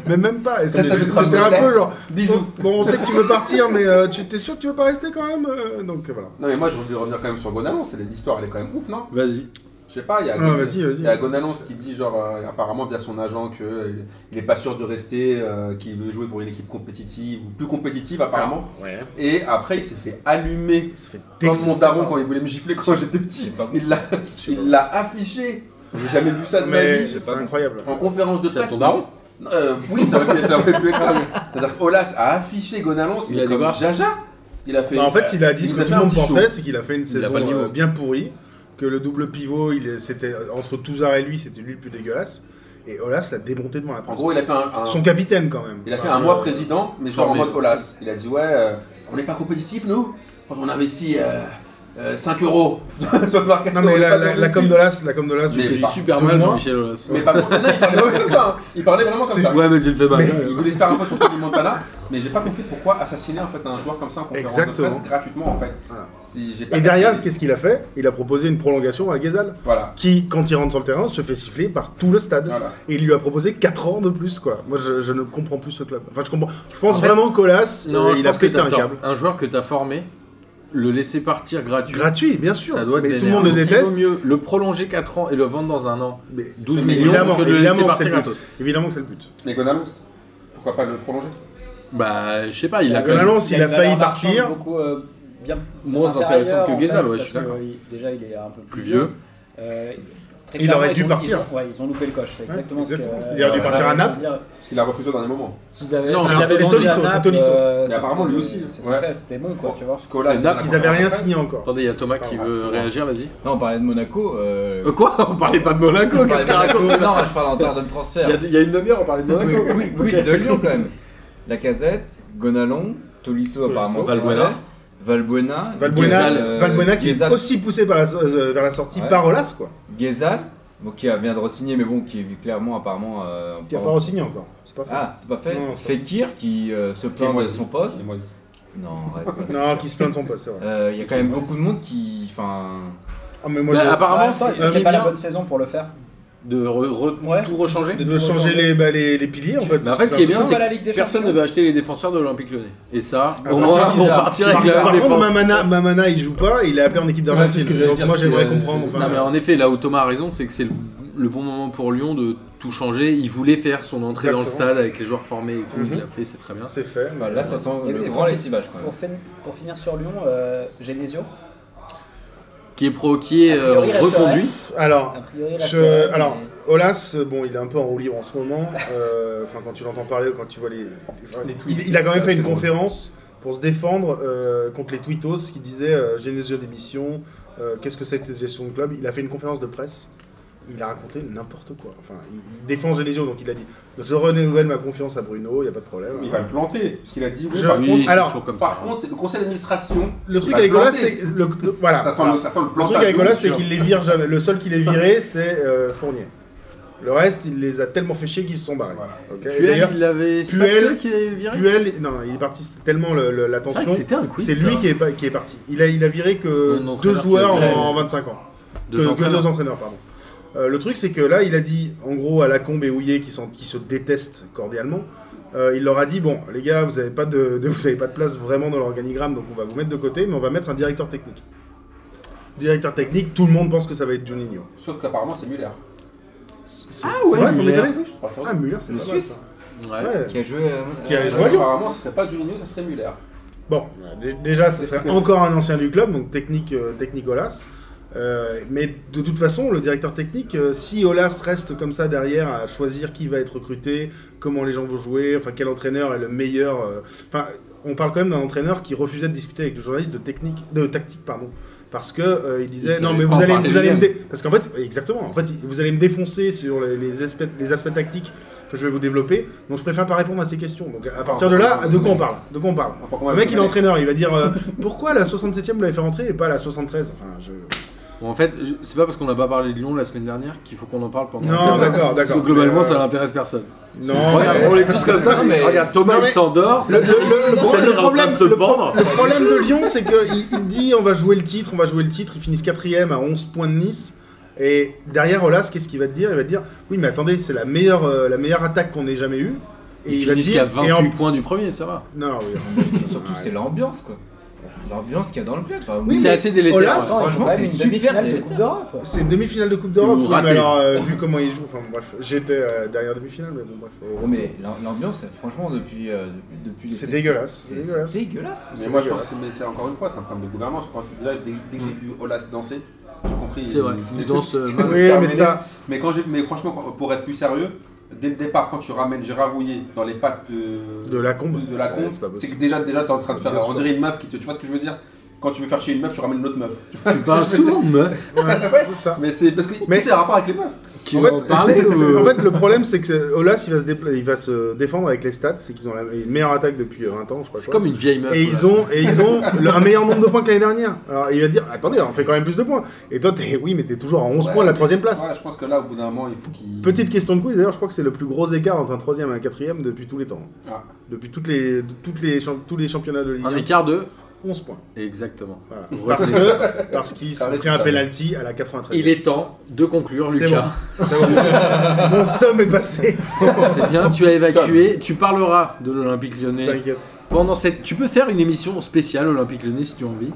Speaker 3: mais même pas. Et C'était
Speaker 1: Reste avec nous,
Speaker 3: c'était un
Speaker 1: Alexandre.
Speaker 3: peu genre. Bisous. Bon, on sait que tu veux partir, mais euh, tu t'es sûr que tu veux pas rester quand même Euh, Donc voilà.
Speaker 1: Non mais moi je voulais revenir quand même sur Gonalons, c'est- l'histoire elle est quand même ouf non
Speaker 2: Vas-y.
Speaker 1: Je sais pas, il y a,
Speaker 3: Ah, vas-y, vas-y.
Speaker 1: il y a Gonalons qui dit genre euh, apparemment via son agent que euh, il est pas sûr de rester, euh, qu'il veut jouer pour une équipe compétitive ou plus compétitive apparemment.
Speaker 3: Ouais.
Speaker 1: Et après il s'est fait allumer
Speaker 3: Il se fait
Speaker 1: comme mon
Speaker 3: défoncer
Speaker 1: daron
Speaker 3: par-
Speaker 1: quand il voulait me gifler quand j'étais petit.
Speaker 6: C'est pas bon.
Speaker 1: Il l'a, il l'a affiché. J'ai jamais vu ça de ma
Speaker 3: Mais
Speaker 1: vie.
Speaker 6: j'ai
Speaker 3: c'est
Speaker 6: pas
Speaker 3: incroyable.
Speaker 1: En conférence de presse.
Speaker 2: ton daron
Speaker 1: Euh, oui, ça aurait pu, ça aurait pu être ça. mais- C'est-à-dire qu'Olas a affiché Gonalons,
Speaker 2: Il
Speaker 1: mais
Speaker 2: a des
Speaker 1: comme
Speaker 2: barres.
Speaker 1: Jaja. Il a fait.
Speaker 3: Bah, en fait, il a dit
Speaker 1: il
Speaker 3: ce
Speaker 1: nous
Speaker 3: que
Speaker 1: a
Speaker 3: tout
Speaker 1: fait
Speaker 3: le
Speaker 1: un
Speaker 3: monde
Speaker 1: petit show.
Speaker 3: pensait, c'est qu'il a fait une
Speaker 2: a
Speaker 3: saison
Speaker 2: pas le niveau.
Speaker 3: euh, bien pourrie, que le double pivot, il est- c'était entre Touzard et lui, c'était lui le plus dégueulasse, et Olas l'a démonté devant la
Speaker 1: En
Speaker 3: presse.
Speaker 1: gros, il a fait un. un-
Speaker 3: Son capitaine quand même.
Speaker 1: il a fait
Speaker 3: Enfin,
Speaker 1: un
Speaker 3: je-
Speaker 1: mois président, mais genre en
Speaker 2: Formé.
Speaker 1: mode Olas. Il a dit ouais, euh, on n'est pas compétitif nous. Quand on investit euh, euh, 5 euros [LAUGHS] sur le market,
Speaker 3: Non
Speaker 1: on
Speaker 3: mais
Speaker 1: est
Speaker 3: la,
Speaker 1: pas
Speaker 3: la, la
Speaker 1: compétitif.
Speaker 3: com de Olas, la com de Olas,
Speaker 1: Mais
Speaker 3: tu
Speaker 2: Il
Speaker 3: fais
Speaker 2: fait
Speaker 1: par-
Speaker 2: super
Speaker 3: tout
Speaker 2: mal,
Speaker 3: le monde.
Speaker 2: Jean-Michel Aulas.
Speaker 1: Mais par contre, non, il parlait vraiment comme ça. hein. Il parlait vraiment comme ça.
Speaker 2: Ouais, mais tu le fais mal.
Speaker 3: Mais-
Speaker 1: Il voulait se faire un peu sur le de Montana, mais j'ai pas compris pourquoi assassiner en fait un joueur comme ça en conférence de
Speaker 3: Exactement.
Speaker 1: presse gratuitement en fait.
Speaker 3: Voilà.
Speaker 1: Si j'ai pas
Speaker 3: Et
Speaker 1: capté-
Speaker 3: derrière, qu'est-ce qu'il a fait Il a proposé une prolongation à Ghezal,
Speaker 1: voilà.
Speaker 3: qui, quand il rentre sur le terrain, se fait siffler par tout le stade.
Speaker 1: Voilà.
Speaker 3: Et il lui a proposé 4 ans de plus, quoi. Moi, je, je ne comprends plus ce club. Enfin, je comprends. Je pense vraiment qu'Olas,
Speaker 2: Non,
Speaker 3: euh,
Speaker 2: je
Speaker 3: il a
Speaker 2: pense que
Speaker 3: pété
Speaker 2: t'as
Speaker 3: un
Speaker 2: tort.
Speaker 3: câble.
Speaker 2: Un joueur que t'as formé, le laisser partir gratuit.
Speaker 3: Gratuit, bien sûr.
Speaker 2: Ça doit
Speaker 3: mais
Speaker 2: te
Speaker 3: tout le monde le
Speaker 2: vénère. Donc,
Speaker 3: déteste.
Speaker 2: Il vaut mieux le prolonger 4 ans et le vendre dans un an.
Speaker 3: Mais
Speaker 2: 12
Speaker 3: c'est-
Speaker 2: millions
Speaker 3: évidemment,
Speaker 2: que de le laisser
Speaker 3: évidemment, que c'est
Speaker 2: partir
Speaker 3: le but.
Speaker 2: gratos.
Speaker 3: Évidemment que c'est le but.
Speaker 1: Mais Gonalons, pourquoi pas le prolonger
Speaker 2: Bah, je sais pas, il a quand même
Speaker 3: Gonalons, il a
Speaker 5: une
Speaker 3: failli
Speaker 5: valeur marchande
Speaker 3: partir.
Speaker 5: Beaucoup, euh, bien
Speaker 2: moins
Speaker 5: intérieure,
Speaker 2: intéressant
Speaker 5: en
Speaker 2: que
Speaker 5: fait,
Speaker 2: Ghezal, ouais, je
Speaker 5: parce
Speaker 2: suis
Speaker 5: que,
Speaker 2: d'accord.
Speaker 5: euh, il- Déjà, il est un peu
Speaker 2: Plus vieux.
Speaker 5: Euh, très
Speaker 3: Il
Speaker 5: clairement,
Speaker 3: aurait dû
Speaker 5: ils ont-
Speaker 3: partir.
Speaker 5: ils ont- ouais, ils ont loupé le coche, c'est exactement ce que.
Speaker 3: exactement. Il aurait dû
Speaker 5: euh,
Speaker 3: partir à Naples.
Speaker 5: dire,
Speaker 1: Parce qu'il a refusé au dernier moment.
Speaker 5: S'ils avaient,
Speaker 2: Non,
Speaker 5: s'ils
Speaker 2: c'est
Speaker 5: avaient
Speaker 2: Tolisso,
Speaker 5: laissé
Speaker 3: c'est
Speaker 5: Naples,
Speaker 3: Tolisso.
Speaker 5: euh,
Speaker 1: Mais apparemment, lui aussi.
Speaker 5: C'était
Speaker 1: Ouais.
Speaker 5: fait, c'était bon, quoi, tu vois.
Speaker 1: Parce qu'Olas,
Speaker 2: Ils
Speaker 1: il a la
Speaker 3: Ils avaient
Speaker 2: bah,
Speaker 3: rien
Speaker 1: conférence de
Speaker 3: signé encore.
Speaker 2: Attendez, il y a Thomas qui
Speaker 1: Pardon,
Speaker 2: veut réagir, vas-y.
Speaker 6: Non, on parlait de Monaco. euh,
Speaker 2: Euh, Quoi On parlait pas de Monaco,
Speaker 6: on parlait
Speaker 2: qu'est-ce
Speaker 6: de
Speaker 2: qu'il
Speaker 6: Monaco.
Speaker 2: raconte
Speaker 6: Non, je parle en termes de
Speaker 2: il y, a,
Speaker 6: transfert.
Speaker 2: il y a une demi-heure, on parlait de Monaco.
Speaker 6: Quid quid de Lyon quand même. La Casette, Gonalon, Tolisso apparemment. c'est
Speaker 2: Valbuena.
Speaker 6: fait. Valbuena.
Speaker 2: bah,
Speaker 3: Valbuena,
Speaker 6: Guézal, euh,
Speaker 3: Valbuena qui est
Speaker 6: Guézal-
Speaker 3: aussi poussé par la- euh, vers la sortie
Speaker 6: Ouais.
Speaker 3: par Olas, quoi.
Speaker 6: Guézal, bon, qui vient de re-signer, mais bon, qui est clairement apparemment. euh,
Speaker 2: Ah
Speaker 3: Qui a
Speaker 6: en-
Speaker 3: pas re-signé encore. C'est pas faux.
Speaker 6: Ah, c'est pas fait.
Speaker 3: Non, c'est pas-
Speaker 6: Fekir qui euh, se
Speaker 1: Et
Speaker 6: plaint de
Speaker 1: Moisy.
Speaker 6: son poste.
Speaker 1: presse.
Speaker 6: Non, arrête. [LAUGHS]
Speaker 2: Ah.
Speaker 6: pas.
Speaker 3: Non, qui se plaint de son poste, c'est vrai.
Speaker 6: Euh, Il y a quand même beaucoup de monde qui. Enfin.
Speaker 3: Ah, mais moi,
Speaker 2: Bah,
Speaker 3: je-
Speaker 2: apparemment,
Speaker 5: c'est
Speaker 2: c'est
Speaker 5: ce
Speaker 2: ce qui
Speaker 5: serait
Speaker 2: est
Speaker 5: pas la
Speaker 2: bien
Speaker 5: bonne saison pour le faire.
Speaker 2: de re- re-
Speaker 5: Ouais.
Speaker 2: tout rechanger.
Speaker 5: De-
Speaker 3: de changer les, bah, les, les piliers, en fait.
Speaker 2: Mais en fait, ce qui est bien,
Speaker 5: Sauf
Speaker 2: c'est
Speaker 5: à la Ligue des
Speaker 2: que personne ne
Speaker 5: Champions.
Speaker 2: veut acheter les défenseurs de l'Olympique Lyonnais. Et ça,
Speaker 3: Ah,
Speaker 2: au
Speaker 3: bah,
Speaker 2: moins,
Speaker 4: c'est
Speaker 2: on
Speaker 4: bizarre.
Speaker 2: partirait
Speaker 3: Par,
Speaker 2: avec la
Speaker 3: par
Speaker 2: même
Speaker 3: contre,
Speaker 2: défense.
Speaker 3: Mamana, Mamana, il joue pas, il est appelé en équipe
Speaker 4: Ouais, c'est
Speaker 3: d'Argentine.
Speaker 4: ce que j'allais
Speaker 3: Donc
Speaker 4: dire,
Speaker 3: moi,
Speaker 4: c'est que,
Speaker 3: j'aimerais
Speaker 4: euh,
Speaker 3: comprendre. enfin,
Speaker 2: Non, mais en effet, là où Thomas a raison, c'est que c'est le, le bon moment pour Lyon de tout changer. Il voulait faire son entrée dans le
Speaker 3: Exactement.
Speaker 2: stade avec les joueurs formés et tout.
Speaker 3: Mhm.
Speaker 2: Il l'a fait, c'est très bien.
Speaker 3: C'est fait.
Speaker 6: Enfin,
Speaker 3: mais-
Speaker 6: là, ça sent
Speaker 5: Et-
Speaker 6: le
Speaker 5: et
Speaker 6: grand
Speaker 5: pour-
Speaker 6: lessivage quand même.
Speaker 5: Pour, fin- pour finir sur Lyon, euh, Genesio,
Speaker 2: Qui est, pro, qui est
Speaker 5: A priori,
Speaker 2: euh,
Speaker 5: il restera.
Speaker 2: reconduit.
Speaker 3: Alors,
Speaker 5: a priori, il
Speaker 3: Je-
Speaker 5: restera,
Speaker 3: alors,
Speaker 2: ah,
Speaker 5: mais- Ah,
Speaker 3: Olas, euh, bon, il est un peu en roue libre en ce moment. [LAUGHS] Euh, Enfin, quand tu l'entends parler ou quand tu vois les, les- enfin,
Speaker 4: Les tweets,
Speaker 3: il, il a quand
Speaker 4: c'est
Speaker 3: même fait
Speaker 4: assez
Speaker 3: une
Speaker 4: drôle.
Speaker 3: conférence pour se défendre euh, contre les tweetos qui disaient euh, Genesio démission, euh, qu'est-ce que c'est que cette gestion de club Il a fait une conférence de presse. Il a raconté n'importe quoi. Enfin, il, il défend Genesio, donc il a dit Je renouvelle ma confiance à Bruno, il n'y a pas de problème.
Speaker 1: Il va le planter, parce qu'il a dit oui.
Speaker 3: Je-
Speaker 1: par-
Speaker 3: par
Speaker 2: Oui,
Speaker 3: contre-
Speaker 2: c'est
Speaker 3: alors,
Speaker 2: toujours comme
Speaker 1: Par
Speaker 2: ça.
Speaker 1: contre, c'est le conseil d'administration,
Speaker 3: Le truc
Speaker 1: va
Speaker 3: avec
Speaker 1: le
Speaker 3: Olas,
Speaker 1: planter.
Speaker 3: c'est. le- le- Ah, Voilà.
Speaker 1: ça, sent le, ça sent le
Speaker 3: Le truc
Speaker 1: plantage.
Speaker 3: avec
Speaker 1: de
Speaker 3: Olas,
Speaker 1: ouf,
Speaker 3: c'est
Speaker 1: sûr.
Speaker 3: qu'il les vire jamais. Le seul qui les viré, c'est euh, Fournier. Le reste, il les a tellement fait chier qu'ils se sont barrés.
Speaker 1: Voilà.
Speaker 3: Ok, et
Speaker 2: Puel,
Speaker 3: D'ailleurs,
Speaker 2: il avait. c'est
Speaker 3: Puel-
Speaker 2: pas Puel qui l'avait viré
Speaker 3: Puel, non, il est parti c'était tellement le- le- la
Speaker 2: C'est vrai que
Speaker 3: tension.
Speaker 2: C'était un quiz.
Speaker 3: C'est
Speaker 2: ça.
Speaker 3: lui qui est, pas- qui est parti. Il a, il a viré que
Speaker 2: Mon entraîneur
Speaker 3: deux
Speaker 2: qui
Speaker 3: joueurs
Speaker 2: est-
Speaker 3: en, 25 ans.
Speaker 2: Deux
Speaker 3: que, que
Speaker 2: entraîneurs.
Speaker 3: deux entraîneurs, pardon. Euh, le truc, c'est que là, il a dit, en gros, à Lacombe et Houillet, qui, sont- qui se détestent cordialement, euh, il leur a dit Bon, les gars, vous n'avez pas de, [LAUGHS] de- vous avez pas de place vraiment dans l'organigramme, donc on va vous mettre de côté, mais on va mettre un directeur technique. Directeur technique, tout le monde pense que ça va être Juninho.
Speaker 1: Sauf qu'apparemment, c'est Muller.
Speaker 3: Ah ouais, vrai, sans
Speaker 6: Müller.
Speaker 3: déconner
Speaker 1: Oui, je te parle sérieux.
Speaker 3: Ah, Muller, c'est
Speaker 6: Le
Speaker 3: pas
Speaker 6: Suisse.
Speaker 2: Ouais.
Speaker 3: mal, ça. Ouais.
Speaker 6: Qui a joué. euh,
Speaker 3: Qui a
Speaker 6: euh,
Speaker 3: joué à Lyon.
Speaker 1: Apparemment, ce serait pas Juninho, ça serait Muller.
Speaker 3: Ah, Bon, dé- déjà, ce serait encore un ancien du club, donc technique, euh, technique Olas. Euh, mais de toute façon, le directeur technique, euh, si Olas reste comme ça derrière à choisir qui va être recruté, comment les gens vont jouer, enfin quel entraîneur est le meilleur. euh, Enfin, on parle quand même d'un entraîneur qui refusait de discuter avec le journaliste de technique, de tactique, pardon. Parce que euh, il disait
Speaker 2: Il
Speaker 3: non
Speaker 2: savait
Speaker 3: mais
Speaker 2: pas
Speaker 3: vous
Speaker 2: en
Speaker 3: allez
Speaker 2: parler
Speaker 3: vous allez me
Speaker 2: lui-même.
Speaker 3: dé- parce qu'en fait exactement en fait vous allez me défoncer sur les, les aspects les aspects tactiques que je vais vous développer donc je préfère pas répondre à ces questions donc à partir de là de quoi on parle de quoi on parle le mec, il est entraîneur, il va dire euh, [LAUGHS] pourquoi la 67e vous l'avez fait rentrer et pas la 73 Enfin, je...
Speaker 2: Bon, en fait, je- c'est pas parce qu'on n'a pas parlé de Lyon la semaine dernière qu'il faut qu'on en parle pendant.
Speaker 3: Non, d'accord,
Speaker 2: Parce que
Speaker 3: d'accord.
Speaker 2: globalement,
Speaker 3: Mais,
Speaker 2: ça
Speaker 3: euh,
Speaker 2: n'intéresse personne.
Speaker 3: Non,
Speaker 2: Regarde,
Speaker 3: mais- euh,
Speaker 2: on est tous comme ça.
Speaker 6: Non, mais-
Speaker 2: Regarde, Thomas,
Speaker 3: Non,
Speaker 2: il
Speaker 3: mais-
Speaker 2: s'endort.
Speaker 3: Le, le-
Speaker 2: Samir,
Speaker 3: le- le-
Speaker 2: Samir est
Speaker 3: le
Speaker 2: en train
Speaker 3: problème,
Speaker 2: de se
Speaker 3: le pro-
Speaker 2: pendre.
Speaker 3: le problème de Lyon, c'est qu'il il dit on va jouer le titre, on va jouer le titre. Ils finissent quatrième à 11 points de Nice. Et derrière Olas, qu'est-ce qu'il va te dire Il va te dire oui, mais attendez, c'est la meilleure, euh, la meilleure attaque qu'on ait jamais eue. Et
Speaker 2: Il
Speaker 3: va te
Speaker 2: finit qu'à
Speaker 3: et
Speaker 2: 28
Speaker 3: en-
Speaker 2: points du premier, ça va.
Speaker 3: Non, oui.
Speaker 6: Et euh, surtout, c'est l'ambiance quoi. L'ambiance qu'il y a dans le club. Enfin,
Speaker 3: Oui,
Speaker 2: c'est
Speaker 3: mais
Speaker 2: assez délétère. hein.
Speaker 3: Olas-
Speaker 5: Non, il faut
Speaker 6: franchement,
Speaker 5: quand même
Speaker 6: c'est
Speaker 5: une
Speaker 6: super
Speaker 5: demi-finale de
Speaker 6: délétère.
Speaker 5: Coupe d'Europe.
Speaker 3: C'est une demi-finale de Coupe d'Europe.
Speaker 2: Ou
Speaker 3: oui,
Speaker 2: raté.
Speaker 3: Mais alors, euh, vu comment il joue, enfin bref, j'étais euh, derrière demi-finale, mais bon, bref. euh,
Speaker 6: Ouais, Oh, mais l'am- l'ambiance, franchement, depuis, euh, depuis, depuis les.
Speaker 3: C'est
Speaker 6: sept-
Speaker 3: dégueulasse. C'est
Speaker 6: C'est c'est
Speaker 3: dégueulasse.
Speaker 6: dégueulasse. quoi.
Speaker 1: Mais moi, je pense que c'est- mais c'est encore une fois, c'est un problème de gouvernance. Quand, déjà, dès, dès que
Speaker 3: Mm.
Speaker 1: j'ai vu Olas danser, j'ai compris.
Speaker 2: C'est vrai.
Speaker 1: c'était-
Speaker 2: Ils dansent. euh, mal.
Speaker 3: Oui, mais ça,
Speaker 1: Mais, quand j'ai- mais franchement, quand- pour être plus sérieux, dès le départ, quand tu ramènes Gérard Rouillet dans les pattes de,
Speaker 3: de la combe.
Speaker 1: de la
Speaker 3: Ouais,
Speaker 1: con,
Speaker 3: c'est pas
Speaker 1: c'est que
Speaker 3: possible.
Speaker 1: déjà, déjà t'es en train de faire.
Speaker 3: Bien
Speaker 1: On
Speaker 3: sûr.
Speaker 1: dirait une meuf qui te. Tu vois ce que je veux dire Quand tu veux faire chier une meuf, tu ramènes une autre meuf. Tu vois ce
Speaker 2: Tu
Speaker 1: que
Speaker 2: parles
Speaker 1: je veux dire
Speaker 2: souvent de meufs
Speaker 3: Ouais, c'est ça.
Speaker 1: Mais c'est parce que
Speaker 3: Mais-
Speaker 1: tout est rapport avec les meufs.
Speaker 2: qui
Speaker 3: en,
Speaker 2: vont
Speaker 3: fait,
Speaker 2: parler.
Speaker 3: c'est-
Speaker 2: ou-
Speaker 3: en fait, le problème, c'est que Olas, il va, se dépla- il va se défendre avec les stats. C'est qu'ils ont la une meilleure attaque depuis euh, 20 ans, je sais pas
Speaker 2: C'est
Speaker 3: quoi.
Speaker 2: comme une vieille meuf.
Speaker 3: Et
Speaker 2: Olas.
Speaker 3: ils ont, et ils ont [LAUGHS] le- un meilleur nombre de points que l'année dernière. Alors il va dire, attendez, on fait quand même plus de points. Et toi, t'es, oui, mais t'es toujours à 11
Speaker 1: Ouais,
Speaker 3: points de la
Speaker 1: mais-
Speaker 3: troisième place.
Speaker 1: Voilà, je pense que là, au bout d'un moment, il faut qu'il.
Speaker 3: Petite question de quiz, d'ailleurs, je crois que c'est le plus gros écart entre un troisième et un quatrième depuis tous les temps.
Speaker 1: Ah.
Speaker 3: Depuis toutes les, toutes les, champ- tous les championnats de Ligue
Speaker 2: Un
Speaker 3: 1,
Speaker 2: écart de.
Speaker 3: 11 points.
Speaker 2: Exactement.
Speaker 3: Voilà.
Speaker 2: Retenez
Speaker 3: Parce
Speaker 2: ça.
Speaker 3: que, parce qu'ils
Speaker 1: Ça
Speaker 3: ont
Speaker 1: reste
Speaker 3: pris un
Speaker 1: ça.
Speaker 3: penalty à la 93.
Speaker 2: Il est temps de conclure,
Speaker 3: C'est
Speaker 2: Lucas. [LAUGHS]
Speaker 3: Mon somme est passé.
Speaker 2: C'est bien, tu as évacué. Tu parleras de l'Olympique lyonnais
Speaker 3: T'inquiète.
Speaker 2: pendant cette. Tu peux faire une émission spéciale Olympique lyonnais si tu as envie.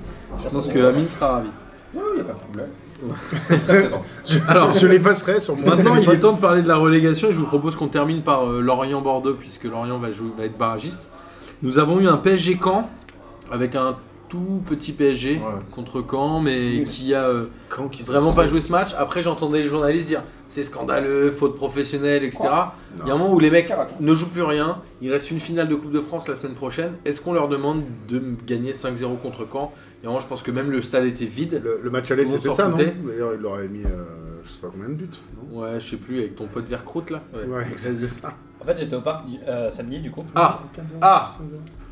Speaker 2: Je pense que Amine sera ravi.
Speaker 1: Non, il n'y a pas de problème.
Speaker 2: Ouais.
Speaker 1: Il serait présent.
Speaker 2: Alors,
Speaker 3: je l'effacerai sur mon
Speaker 2: Maintenant, il
Speaker 3: téléphone.
Speaker 2: est temps de parler de la relégation et je vous propose qu'on termine par euh, Lorient-Bordeaux puisque Lorient va, jouer, va être barragiste. Nous avons eu un PSG Caen avec un tout petit PSG
Speaker 4: Ouais.
Speaker 2: contre Caen mais qui a euh,
Speaker 3: Quand
Speaker 2: qui a vraiment pas joué ce match. Après, j'entendais les journalistes dire c'est scandaleux, faute professionnelle, etc. Il y a un moment où les mecs ne jouent plus rien, il reste une finale de Coupe de France la semaine prochaine. Est-ce qu'on leur demande de gagner 5-0 contre Caen Et vraiment, je pense que même le stade était vide.
Speaker 3: Le, le match aller,
Speaker 2: Tout le monde
Speaker 3: c'était
Speaker 2: s'en
Speaker 3: ça, non
Speaker 2: foutait.
Speaker 3: D'ailleurs, il leur avait mis euh, je sais pas combien de buts. non
Speaker 2: Ouais, je sais plus, avec ton pote Vercroute là. Ouais.
Speaker 3: Ouais, c'est
Speaker 2: Vas-y.
Speaker 3: ça.
Speaker 5: En fait, j'étais au parc di- euh, samedi, du coup.
Speaker 2: Ah, ah,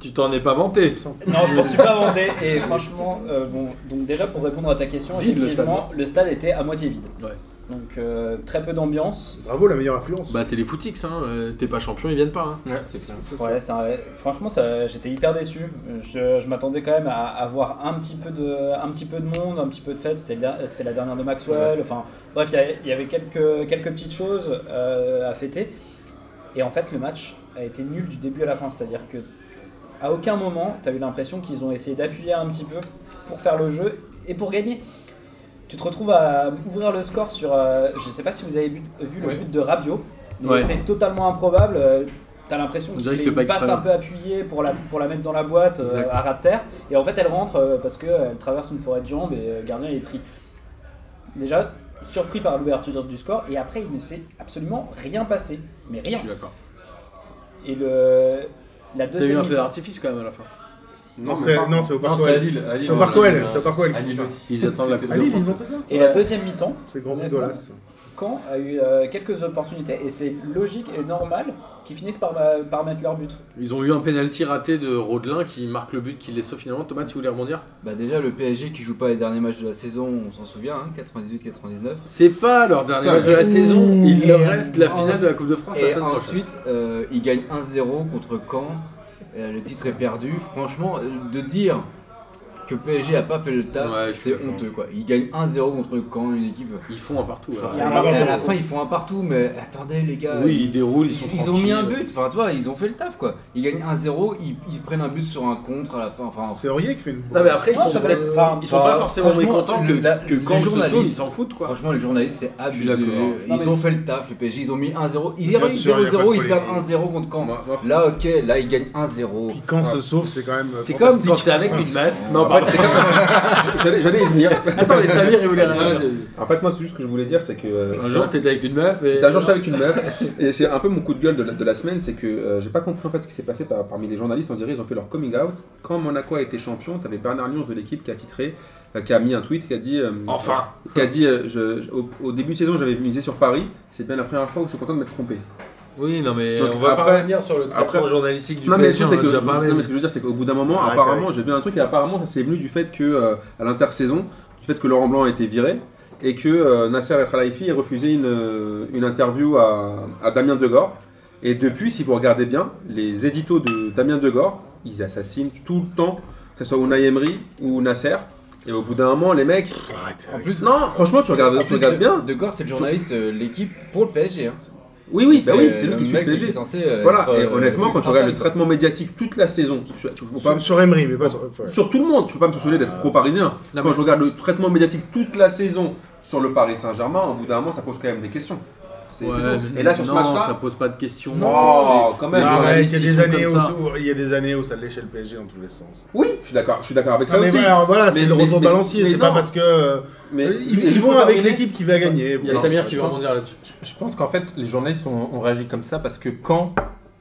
Speaker 2: tu t'en es pas vanté.
Speaker 5: Non, je m'en suis pas vanté. Et franchement, euh, bon, donc déjà pour répondre à ta question,
Speaker 2: Vide le stade,
Speaker 5: effectivement,
Speaker 2: non
Speaker 5: le stade était à moitié vide.
Speaker 2: Ouais.
Speaker 5: Donc euh, très peu d'ambiance.
Speaker 3: Bravo, la meilleure influence.
Speaker 2: Bah, c'est les footix, hein. euh, T'es pas champion, ils viennent pas. hein.
Speaker 4: Ouais, c'est clair.
Speaker 5: Ouais, c'est un- Franchement, ça- j'étais hyper déçu. Je, je m'attendais quand même à, avoir un petit, peu de, un petit peu de monde, un petit peu de fête. C'était le der- c'était la dernière de Maxwell. Enfin, bref, il y a- il y, avait quelques, quelques petites choses euh, à fêter. Et en fait, le match a été nul du début à la fin. C'est-à-dire que à aucun moment, tu as eu l'impression qu'ils ont essayé d'appuyer un petit peu pour faire le jeu et pour gagner. Tu te retrouves à ouvrir le score sur. euh, je sais pas si vous avez bu- vu le
Speaker 4: Ouais.
Speaker 5: but de Rabiot. mais
Speaker 2: Ouais.
Speaker 5: C'est totalement improbable. euh, T'as l'impression
Speaker 2: On
Speaker 5: qu'il
Speaker 2: dirait
Speaker 5: fait
Speaker 2: qu'il
Speaker 5: une
Speaker 2: fait pas
Speaker 5: passe
Speaker 2: exprès.
Speaker 5: un peu appuyée pour la, pour la mettre dans la boîte euh,
Speaker 2: Exact.
Speaker 5: à ras de terre. Et en fait, elle rentre euh, parce qu'elle traverse une forêt de jambes et euh, le gardien est pris. Déjà, surpris par l'ouverture du score. Et après, il ne s'est absolument rien passé. Mais
Speaker 2: Je
Speaker 5: rien.
Speaker 2: suis d'accord.
Speaker 5: Et le, la
Speaker 2: T'as eu
Speaker 5: deuxième
Speaker 2: un feu
Speaker 5: mi-temps.
Speaker 2: d'artifice quand même à la fin.
Speaker 3: Non,
Speaker 1: mais
Speaker 3: c'est
Speaker 1: pas-
Speaker 3: non, c'est au
Speaker 4: Non,
Speaker 3: parc
Speaker 4: c'est à
Speaker 3: OL.
Speaker 4: Lille. à Lille,
Speaker 3: C'est au
Speaker 4: ouais,
Speaker 3: parc
Speaker 4: ouais,
Speaker 3: OL.
Speaker 4: ouais.
Speaker 3: C'est au parc OL.
Speaker 4: À Lille aussi.
Speaker 2: [LAUGHS] Ils attendent la
Speaker 4: C'était
Speaker 2: Coupe
Speaker 3: À
Speaker 4: le
Speaker 3: Lille,
Speaker 4: France.
Speaker 3: ils ont fait ça
Speaker 5: Et la deuxième mi-temps,
Speaker 3: C'est grand groupe Dolas.
Speaker 5: Caen a eu euh, quelques opportunités et c'est logique et normal qu'ils finissent par, ma- par mettre leur but.
Speaker 2: Ils ont eu un penalty raté de Rodelin qui marque le but qui les sauve finalement. Thomas, tu voulais rebondir
Speaker 6: Bah déjà le PSG qui joue pas les derniers matchs de la saison, on s'en souvient, hein, 98-99.
Speaker 2: C'est pas leur dernier
Speaker 1: Ça,
Speaker 2: match de la
Speaker 6: ouh,
Speaker 2: saison. Il
Speaker 6: et
Speaker 2: leur reste la
Speaker 6: en-
Speaker 2: finale de la Coupe de France la
Speaker 6: Et
Speaker 2: semaine prochaine.
Speaker 6: ensuite euh, il gagne 1-0 contre Caen, Euh, le titre est perdu. Franchement, euh, de dire que PSG a pas fait le taf,
Speaker 2: Ouais, je suis
Speaker 6: c'est
Speaker 2: d'accord.
Speaker 6: honteux quoi. Il gagne 1-0 contre Caen, une équipe.
Speaker 2: Ils font un partout. hein.
Speaker 6: Enfin,
Speaker 5: Il y
Speaker 6: et
Speaker 5: a un
Speaker 6: à
Speaker 5: partout.
Speaker 6: la fin ils font un partout, mais attendez les gars.
Speaker 2: euh, Oui, ils déroulent, ils sont
Speaker 6: Ils, ils ont mis un
Speaker 2: tranquilles.
Speaker 6: but, enfin tu vois, ils ont fait le taf quoi. Ils gagnent 1-0, ils, ils prennent un but sur un contre à la fin. Enfin,
Speaker 3: C'est Aurier qui fait une.
Speaker 2: Non Ah, mais après ils
Speaker 5: Non,
Speaker 2: sont
Speaker 5: ça va-
Speaker 2: peut-être
Speaker 5: enfin,
Speaker 2: ils sont pas
Speaker 6: bah,
Speaker 2: forcément
Speaker 6: franchement,
Speaker 2: mécontents que,
Speaker 6: le- la-
Speaker 2: que
Speaker 6: les
Speaker 2: quand ils se
Speaker 6: journalistes-
Speaker 2: sauvent, ils s'en foutent quoi.
Speaker 6: Franchement, les journalistes, c'est abusé.
Speaker 2: d'accord.
Speaker 6: Ils
Speaker 5: Non, mais
Speaker 6: ont
Speaker 5: c'est-
Speaker 6: fait le taf, le PSG. Ils ont mis 1-0. Ils
Speaker 3: Bien
Speaker 6: gagnent
Speaker 3: sûr, il y a pas de
Speaker 6: 0-0, ils
Speaker 3: polémique.
Speaker 6: perdent 1-0 contre Caen.
Speaker 1: Moi- moi,
Speaker 6: Là, ok, là, ils gagnent 1-0.
Speaker 3: Puis Quand se sauve, c'est quand même. euh,
Speaker 2: C'est comme quand
Speaker 3: fantastique.
Speaker 2: t'es avec une meuf. Non Ah, pardon. Ah,
Speaker 1: J'allais j'allais y venir.
Speaker 2: Attends les Samir ils voulaient
Speaker 1: Vas-y,
Speaker 2: rien.
Speaker 1: vas-y, vas-y. En fait, moi, c'est juste ce que je voulais dire, c'est que. euh,
Speaker 2: Un jour t'étais avec une meuf et.
Speaker 1: C'était un jour j'étais avec une meuf [LAUGHS] et c'est un peu mon coup de gueule de la, de la semaine, c'est que euh, j'ai pas compris en fait ce qui s'est passé par- parmi les journalistes. On dirait ils ont fait leur coming out. Quand Monaco a été champion, t'avais Bernard Lyons de l'équipe qui a titré, euh, qui a mis un tweet, qui a dit euh,
Speaker 2: Enfin.
Speaker 1: euh, qui a dit euh, je- je- au, au début de saison j'avais misé sur Paris. C'est bien la première fois où je suis content de m'être trompé.
Speaker 2: Oui non mais
Speaker 1: Donc,
Speaker 2: on va
Speaker 1: après-
Speaker 2: pas revenir sur le traitement
Speaker 1: après-
Speaker 2: journalistique du
Speaker 1: Non mais, le
Speaker 2: PSG.
Speaker 1: truc,
Speaker 2: on
Speaker 1: c'est
Speaker 2: en a
Speaker 1: que,
Speaker 2: déjà
Speaker 1: je-
Speaker 2: parlé.
Speaker 1: non, mais ce que je veux dire c'est qu'au bout d'un moment,
Speaker 3: Arrête,
Speaker 1: apparemment,
Speaker 3: arrête.
Speaker 1: j'ai vu un truc et apparemment ça s'est venu du fait que euh, à l'intersaison, du fait que Laurent Blanc a été viré et que euh, Nasser El Khelaifi ait refusé une, euh, une interview à, à Damien Degore. Et depuis, si vous regardez bien, les éditos de Damien Degore, ils assassinent tout le temps, que ce soit Unai Emery ou Nasser. Et au bout d'un moment, les mecs.
Speaker 3: Arrête.
Speaker 6: En plus,
Speaker 1: Non, franchement, tu
Speaker 6: en
Speaker 1: regardes, tu
Speaker 6: plus,
Speaker 1: regardes
Speaker 6: de,
Speaker 1: bien.
Speaker 6: De Gore, c'est le journaliste, euh, l'équipe pour le PSG. hein.
Speaker 1: Oui, oui, bah
Speaker 6: C'est,
Speaker 1: oui,
Speaker 6: euh,
Speaker 1: c'est lui qui suit
Speaker 6: mec
Speaker 1: le PSG.
Speaker 6: est censé, euh,
Speaker 1: Voilà,
Speaker 6: être,
Speaker 1: et
Speaker 6: euh,
Speaker 1: honnêtement, quand tu
Speaker 6: ultra
Speaker 1: regardes le
Speaker 6: fan, quoi.
Speaker 1: traitement médiatique toute la saison, parce que tu- tu peux pas-
Speaker 3: Sur- Sur Emery, mais pas sur. ouais.
Speaker 1: Sur tout le monde, tu peux pas me soupçonner d'être pro-parisien.
Speaker 2: Non,
Speaker 1: Quand
Speaker 2: mais-
Speaker 1: je regarde le traitement médiatique toute la saison sur le Paris Saint-Germain, au bout d'un moment, ça pose quand même des questions. C'est c'est
Speaker 2: Ouais,
Speaker 1: tout.
Speaker 2: mais
Speaker 1: Et là, sur ce
Speaker 2: non, ça
Speaker 1: match-là,
Speaker 2: pose pas de questions.
Speaker 1: oh, quand même.
Speaker 2: les
Speaker 3: Ah,
Speaker 1: je-
Speaker 3: ouais,
Speaker 2: Non,
Speaker 3: Il
Speaker 2: journalistes,
Speaker 3: y a
Speaker 2: ils
Speaker 3: des
Speaker 2: sont
Speaker 3: années
Speaker 2: comme
Speaker 3: où
Speaker 2: ça.
Speaker 3: où- il y a des années où ça l'est chez le PSG dans tous les sens.
Speaker 1: Oui, je suis d'accord. Je suis d'accord avec ça
Speaker 3: Ah, mais
Speaker 1: aussi.
Speaker 3: voilà, voilà, c'est
Speaker 1: Mais-
Speaker 3: le
Speaker 1: mais-
Speaker 3: retour
Speaker 1: mais-
Speaker 3: balancier,
Speaker 1: mais
Speaker 3: c'est pas
Speaker 1: non.
Speaker 3: parce que euh,
Speaker 1: Mais
Speaker 3: ils,
Speaker 1: mais
Speaker 3: ils
Speaker 1: juste
Speaker 3: vont
Speaker 1: pour
Speaker 3: avec
Speaker 1: terminer,
Speaker 3: l'équipe qui va gagner.
Speaker 2: Il y a
Speaker 3: Bon.
Speaker 2: Samir qui
Speaker 4: je
Speaker 2: va
Speaker 4: pense-
Speaker 2: rebondir là-dessus.
Speaker 4: Je- Je pense qu'en fait, les journalistes ont, ont réagi comme ça parce que quand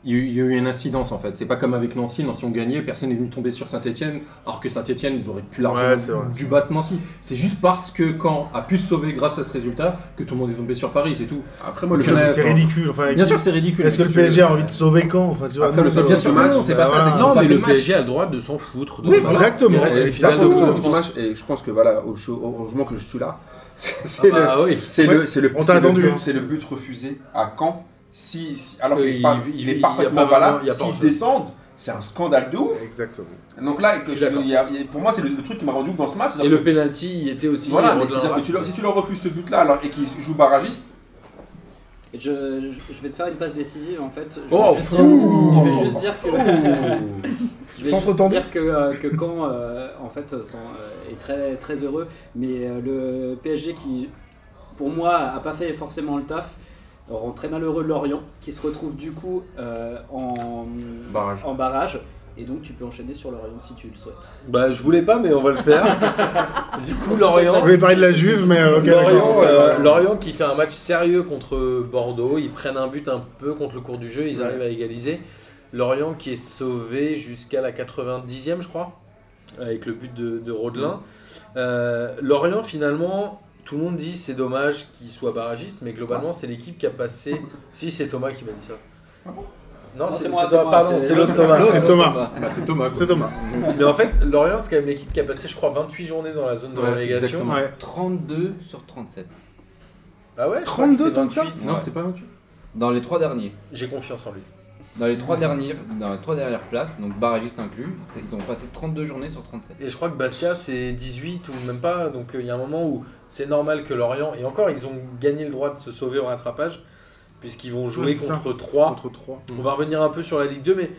Speaker 4: il y a eu- il y a eu une incidence en fait, c'est pas comme avec Nancy, Nancy ont gagné, personne n'est venu tomber sur Saint-Etienne, alors que Saint-Etienne, ils auraient pu largement
Speaker 3: Ouais, c'est vrai.
Speaker 4: du battre Nancy. C'est juste parce que Caen a pu se sauver grâce à ce résultat que tout le monde est tombé sur Paris, c'est tout.
Speaker 1: Après, moi, le
Speaker 3: Le
Speaker 1: seul-
Speaker 3: fait que
Speaker 4: Genève,
Speaker 3: c'est
Speaker 4: hein.
Speaker 3: ridicule. Enfin,
Speaker 4: Bien sûr, c'est ridicule.
Speaker 3: Est-ce que le
Speaker 4: Parce
Speaker 3: PSG a envie de sauver quand enfin, tu vois,
Speaker 1: Après, le
Speaker 3: non,
Speaker 1: seul-
Speaker 4: Bien sûr que
Speaker 1: match,
Speaker 4: non, c'est pas
Speaker 3: bah
Speaker 4: ça. c'est que
Speaker 3: voilà.
Speaker 4: ils ont
Speaker 2: Ah. Non,
Speaker 4: pas
Speaker 2: mais
Speaker 4: fait
Speaker 2: le
Speaker 4: match.
Speaker 2: PSG a le droit de s'en foutre. de
Speaker 4: Oui,
Speaker 2: toute façon.
Speaker 3: exactement.
Speaker 2: Il reste
Speaker 3: Et
Speaker 2: les
Speaker 1: Ça,
Speaker 2: finales
Speaker 1: pour
Speaker 2: de
Speaker 1: le
Speaker 2: Coupe de
Speaker 1: jour du
Speaker 2: France.
Speaker 1: match, et je pense que voilà, au show- heureusement que je suis là. [LAUGHS] C'est
Speaker 2: Ah
Speaker 1: c'est le,
Speaker 2: bah oui.
Speaker 1: c'est
Speaker 3: Ouais,
Speaker 1: le, c'est le,
Speaker 3: on t'a
Speaker 1: c'est le
Speaker 3: attendu,
Speaker 1: but-
Speaker 3: hein.
Speaker 1: c'est le but refusé à Caen. Si, si- alors
Speaker 2: Oui,
Speaker 1: qu'il est, pas-
Speaker 2: il-
Speaker 1: il est
Speaker 2: il- il y a
Speaker 1: parfaitement
Speaker 2: pas vraiment- il
Speaker 1: valable,
Speaker 2: y a pas
Speaker 1: s'ils
Speaker 2: enjeu.
Speaker 1: descendent, c'est un scandale de ouf.
Speaker 3: Exactement.
Speaker 1: Donc là, que
Speaker 2: Je suis
Speaker 1: je-
Speaker 2: d'accord.
Speaker 1: il y a- il y a- pour moi, c'est le, le truc qui m'a rendu ouf dans ce match.
Speaker 2: Et
Speaker 1: c'est-à-dire
Speaker 2: le
Speaker 1: que-
Speaker 2: penalty, il était aussi. il
Speaker 1: voilà, mais
Speaker 2: revient
Speaker 1: c'est-à-dire que
Speaker 2: rapide.
Speaker 1: tu leur- si tu leur refuses ce but-là alors, et qu'ils jouent barragiste,
Speaker 5: Je, je- je vais te faire une passe décisive en fait. Je
Speaker 2: Oh,
Speaker 5: vais juste
Speaker 2: ouh.
Speaker 5: dire, je vais juste dire que. [LAUGHS] je vais
Speaker 3: Sans
Speaker 5: juste
Speaker 3: prétendre.
Speaker 5: dire que, euh, que Caen euh, en fait euh, s'en- euh, est très très heureux, mais euh, le PSG qui pour moi a pas fait forcément le taf rend très malheureux Lorient qui se retrouve du coup euh, en
Speaker 4: Barrage.
Speaker 5: en barrage. Et donc tu peux enchaîner sur Lorient si tu le souhaites.
Speaker 2: Bah, je voulais pas, mais on va le [LAUGHS] faire. du coup,
Speaker 3: Je
Speaker 2: Lorient.
Speaker 3: voulais parler de la Juve, mais euh, ok,
Speaker 2: Lorient,
Speaker 3: d'accord.
Speaker 2: euh, Lorient qui fait un match sérieux contre Bordeaux, ils prennent un but un peu contre le cours du jeu, ils arrivent à égaliser. Lorient qui est sauvé jusqu'à la 90e, je crois, avec le but de, de Rodelin. Euh, Lorient, finalement, tout le monde dit c'est dommage qu'il soit barragiste, mais globalement, c'est l'équipe qui a passé. si, c'est Thomas qui m'a dit ça. Non,
Speaker 5: Non,
Speaker 2: c'est
Speaker 5: c'est moi,
Speaker 2: c'est Thomas,
Speaker 5: c'est moi,
Speaker 2: pardon,
Speaker 5: c'est-
Speaker 2: c'est l'autre Thomas.
Speaker 3: C'est Thomas.
Speaker 4: Ah, c'est Thomas. quoi.
Speaker 3: C'est Thomas.
Speaker 2: Mais en fait, Lorient, c'est quand même l'équipe qui a passé, je crois, 28 journées dans la zone de
Speaker 4: Ouais,
Speaker 2: relégation.
Speaker 4: exactement.
Speaker 3: Ouais.
Speaker 6: 32 sur 37.
Speaker 2: Bah ouais, je crois que
Speaker 3: 32
Speaker 2: c'était
Speaker 3: tant que ça
Speaker 2: 28.
Speaker 4: Non, c'était pas 28.
Speaker 6: Dans les trois derniers.
Speaker 2: J'ai confiance en lui.
Speaker 6: Dans les trois dernières, dans les trois dernières places, donc barragiste inclus, c'est- ils ont passé 32 journées sur 37.
Speaker 2: Et je crois que Bastia c'est 18 ou même pas, donc euh, il y a un moment où c'est normal que Lorient, et encore ils ont gagné le droit de se sauver au rattrapage, puisqu'ils vont jouer
Speaker 3: Ouais, c'est ça.
Speaker 2: contre 3.
Speaker 3: Contre 3.
Speaker 2: On va revenir un peu sur la Ligue 2, mais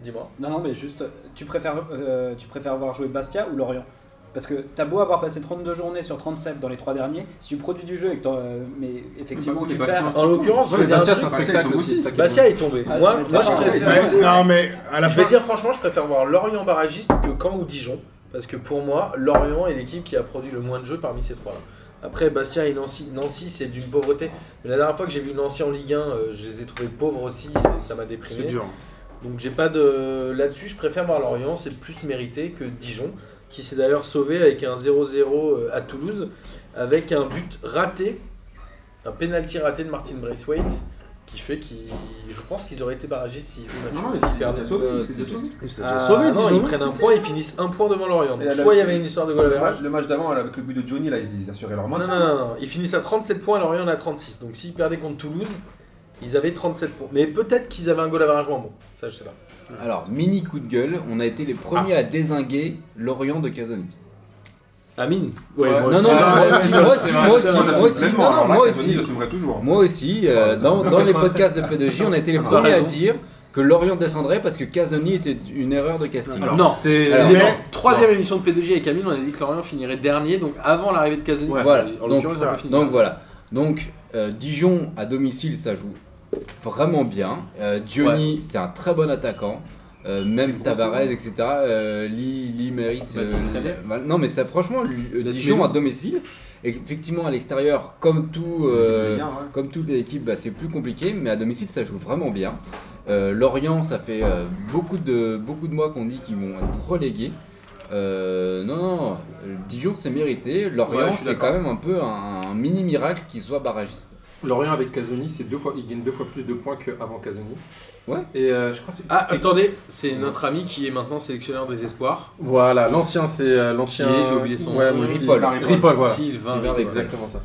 Speaker 2: dis-moi.
Speaker 5: Non, non, mais juste, tu préfères, euh, tu préfères voir jouer Bastia ou Lorient Parce que t'as beau avoir passé 32 journées sur 37 dans les trois derniers, si tu produis du jeu et que t'en- euh, mais effectivement
Speaker 2: Bah,
Speaker 1: Mais
Speaker 5: tu
Speaker 1: Bastia,
Speaker 5: perds.
Speaker 1: c'est
Speaker 2: En l'occurrence,
Speaker 4: Ouais,
Speaker 2: le
Speaker 4: mais Bastia, c'est
Speaker 2: dernier-
Speaker 4: un
Speaker 1: Bastia,
Speaker 4: spectacle
Speaker 1: il tombe
Speaker 4: aussi.
Speaker 1: aussi.
Speaker 4: c'est ça qui est
Speaker 2: Bastia est tombé.
Speaker 5: Ah,
Speaker 2: moi,
Speaker 5: mais
Speaker 2: moi, je
Speaker 5: d'accord,
Speaker 2: préfère-
Speaker 5: c'est-
Speaker 3: Ouais, non, mais à la
Speaker 2: Je vais
Speaker 3: fin.
Speaker 2: dire franchement, je préfère voir Lorient barragiste que Caen ou Dijon. Parce que pour moi, Lorient est l'équipe qui a produit le moins de jeux parmi ces trois-là. Après, Bastia et Nancy, Nancy c'est d'une pauvreté. Mais la dernière fois que j'ai vu Nancy en Ligue 1, euh, je les ai trouvés pauvres aussi et ça m'a
Speaker 3: C'est
Speaker 2: déprimé.
Speaker 3: dur.
Speaker 2: Donc j'ai pas de. Là-dessus, je préfère voir Lorient, c'est plus mérité que Dijon, qui s'est d'ailleurs sauvé avec un 0-0 à Toulouse, avec un but raté, un penalty raté de Martin Braithwaite, qui fait qu'ils. Je pense qu'ils auraient été barragés si le
Speaker 1: Non,
Speaker 2: match
Speaker 1: non,
Speaker 2: s'ils
Speaker 1: ils étaient
Speaker 2: perdaient.
Speaker 1: déjà sauvés.
Speaker 6: Euh,
Speaker 1: ils étaient déjà sauvés.
Speaker 3: Ils étaient
Speaker 2: Ah,
Speaker 3: déjà sauvés,
Speaker 2: non, ils
Speaker 3: Dijon.
Speaker 2: prennent un point, ils finissent un point devant Lorient.
Speaker 1: Et
Speaker 2: Donc,
Speaker 1: là,
Speaker 2: soit il y
Speaker 1: là,
Speaker 2: avait une histoire de goal à
Speaker 1: Le
Speaker 2: l'arrache.
Speaker 1: match, le match d'avant, avec le but de Johnny, là, ils ils assuraient leur
Speaker 2: Non, non,
Speaker 1: maintien.
Speaker 2: non, non, ils finissent à 37 points, Lorient en a 36. Donc s'ils perdaient contre Toulouse, ils avaient 37 points. Mais peut-être qu'ils avaient un goal à barrage moins bon. Ça, je sais pas.
Speaker 6: Alors, mini coup de gueule, on a été les
Speaker 4: Ah.
Speaker 6: premiers à désinguer Lorient de Casoni.
Speaker 2: Amine
Speaker 4: Ouais,
Speaker 6: Non, non, non,
Speaker 4: Ah,
Speaker 6: moi
Speaker 4: ouais,
Speaker 6: aussi,
Speaker 4: ça,
Speaker 6: moi
Speaker 4: c'est
Speaker 6: aussi,
Speaker 4: vrai.
Speaker 6: moi aussi,
Speaker 1: Moi, j'assume
Speaker 6: moi aussi,
Speaker 1: pleinement.
Speaker 6: non,
Speaker 1: Alors
Speaker 6: non,
Speaker 1: là,
Speaker 6: moi
Speaker 1: Casoni,
Speaker 6: aussi.
Speaker 1: j'assumerai toujours.
Speaker 6: Moi aussi, euh, dans, dans les podcasts de P2J, on a été les premiers à dire que Lorient descendrait parce que Casoni était une erreur de casting.
Speaker 2: Non,
Speaker 4: c'est.
Speaker 6: Alors,
Speaker 2: Mais
Speaker 3: Mais-
Speaker 2: troisième émission de P2J avec Amine, on a dit que Lorient finirait dernier, donc avant l'arrivée de Casoni.
Speaker 6: Ouais. Voilà.
Speaker 2: En
Speaker 6: Donc,
Speaker 2: l'occurrence, ils ont
Speaker 3: ça.
Speaker 2: pas fini.
Speaker 6: Donc voilà. Donc euh, Dijon à domicile, ça joue vraiment bien. Euh, Diony, c'est un très bon attaquant. Euh, même Tavares, etc. Euh, Lee, Lee Meris, euh, voilà. non mais ça, franchement, lui- euh, Dijon à domicile. Et Effectivement, à l'extérieur, comme tout, euh,
Speaker 1: Bien, ouais.
Speaker 6: comme toute l'équipe, bah, c'est plus compliqué. Mais à domicile, ça joue vraiment bien. Euh, Lorient, ça fait euh, beaucoup de beaucoup de mois qu'on dit qu'ils vont être relégués. Euh, non, non, euh, Dijon c'est mérité.
Speaker 4: Ouais,
Speaker 6: Lorient
Speaker 4: je suis
Speaker 6: c'est
Speaker 4: d'accord.
Speaker 6: quand même un peu un, un mini miracle qu'ils soient barragistes.
Speaker 4: Lorient avec Casoni, c'est deux fois, il gagne deux fois plus de points qu'avant Casoni.
Speaker 6: Ouais.
Speaker 4: Et euh, je crois que c'est.
Speaker 2: Ah, attendez, c'est notre ami qui est maintenant sélectionneur des espoirs.
Speaker 4: Voilà, l'ancien, c'est euh, l'ancien.
Speaker 2: Qui est, j'ai oublié son
Speaker 4: ouais,
Speaker 2: nom.
Speaker 4: mais si-
Speaker 6: Ripoll.
Speaker 4: Ripoll. Ripoll, voilà.
Speaker 2: Sylvain
Speaker 4: Sylvain,
Speaker 2: Ripoll.
Speaker 4: c'est exactement ça.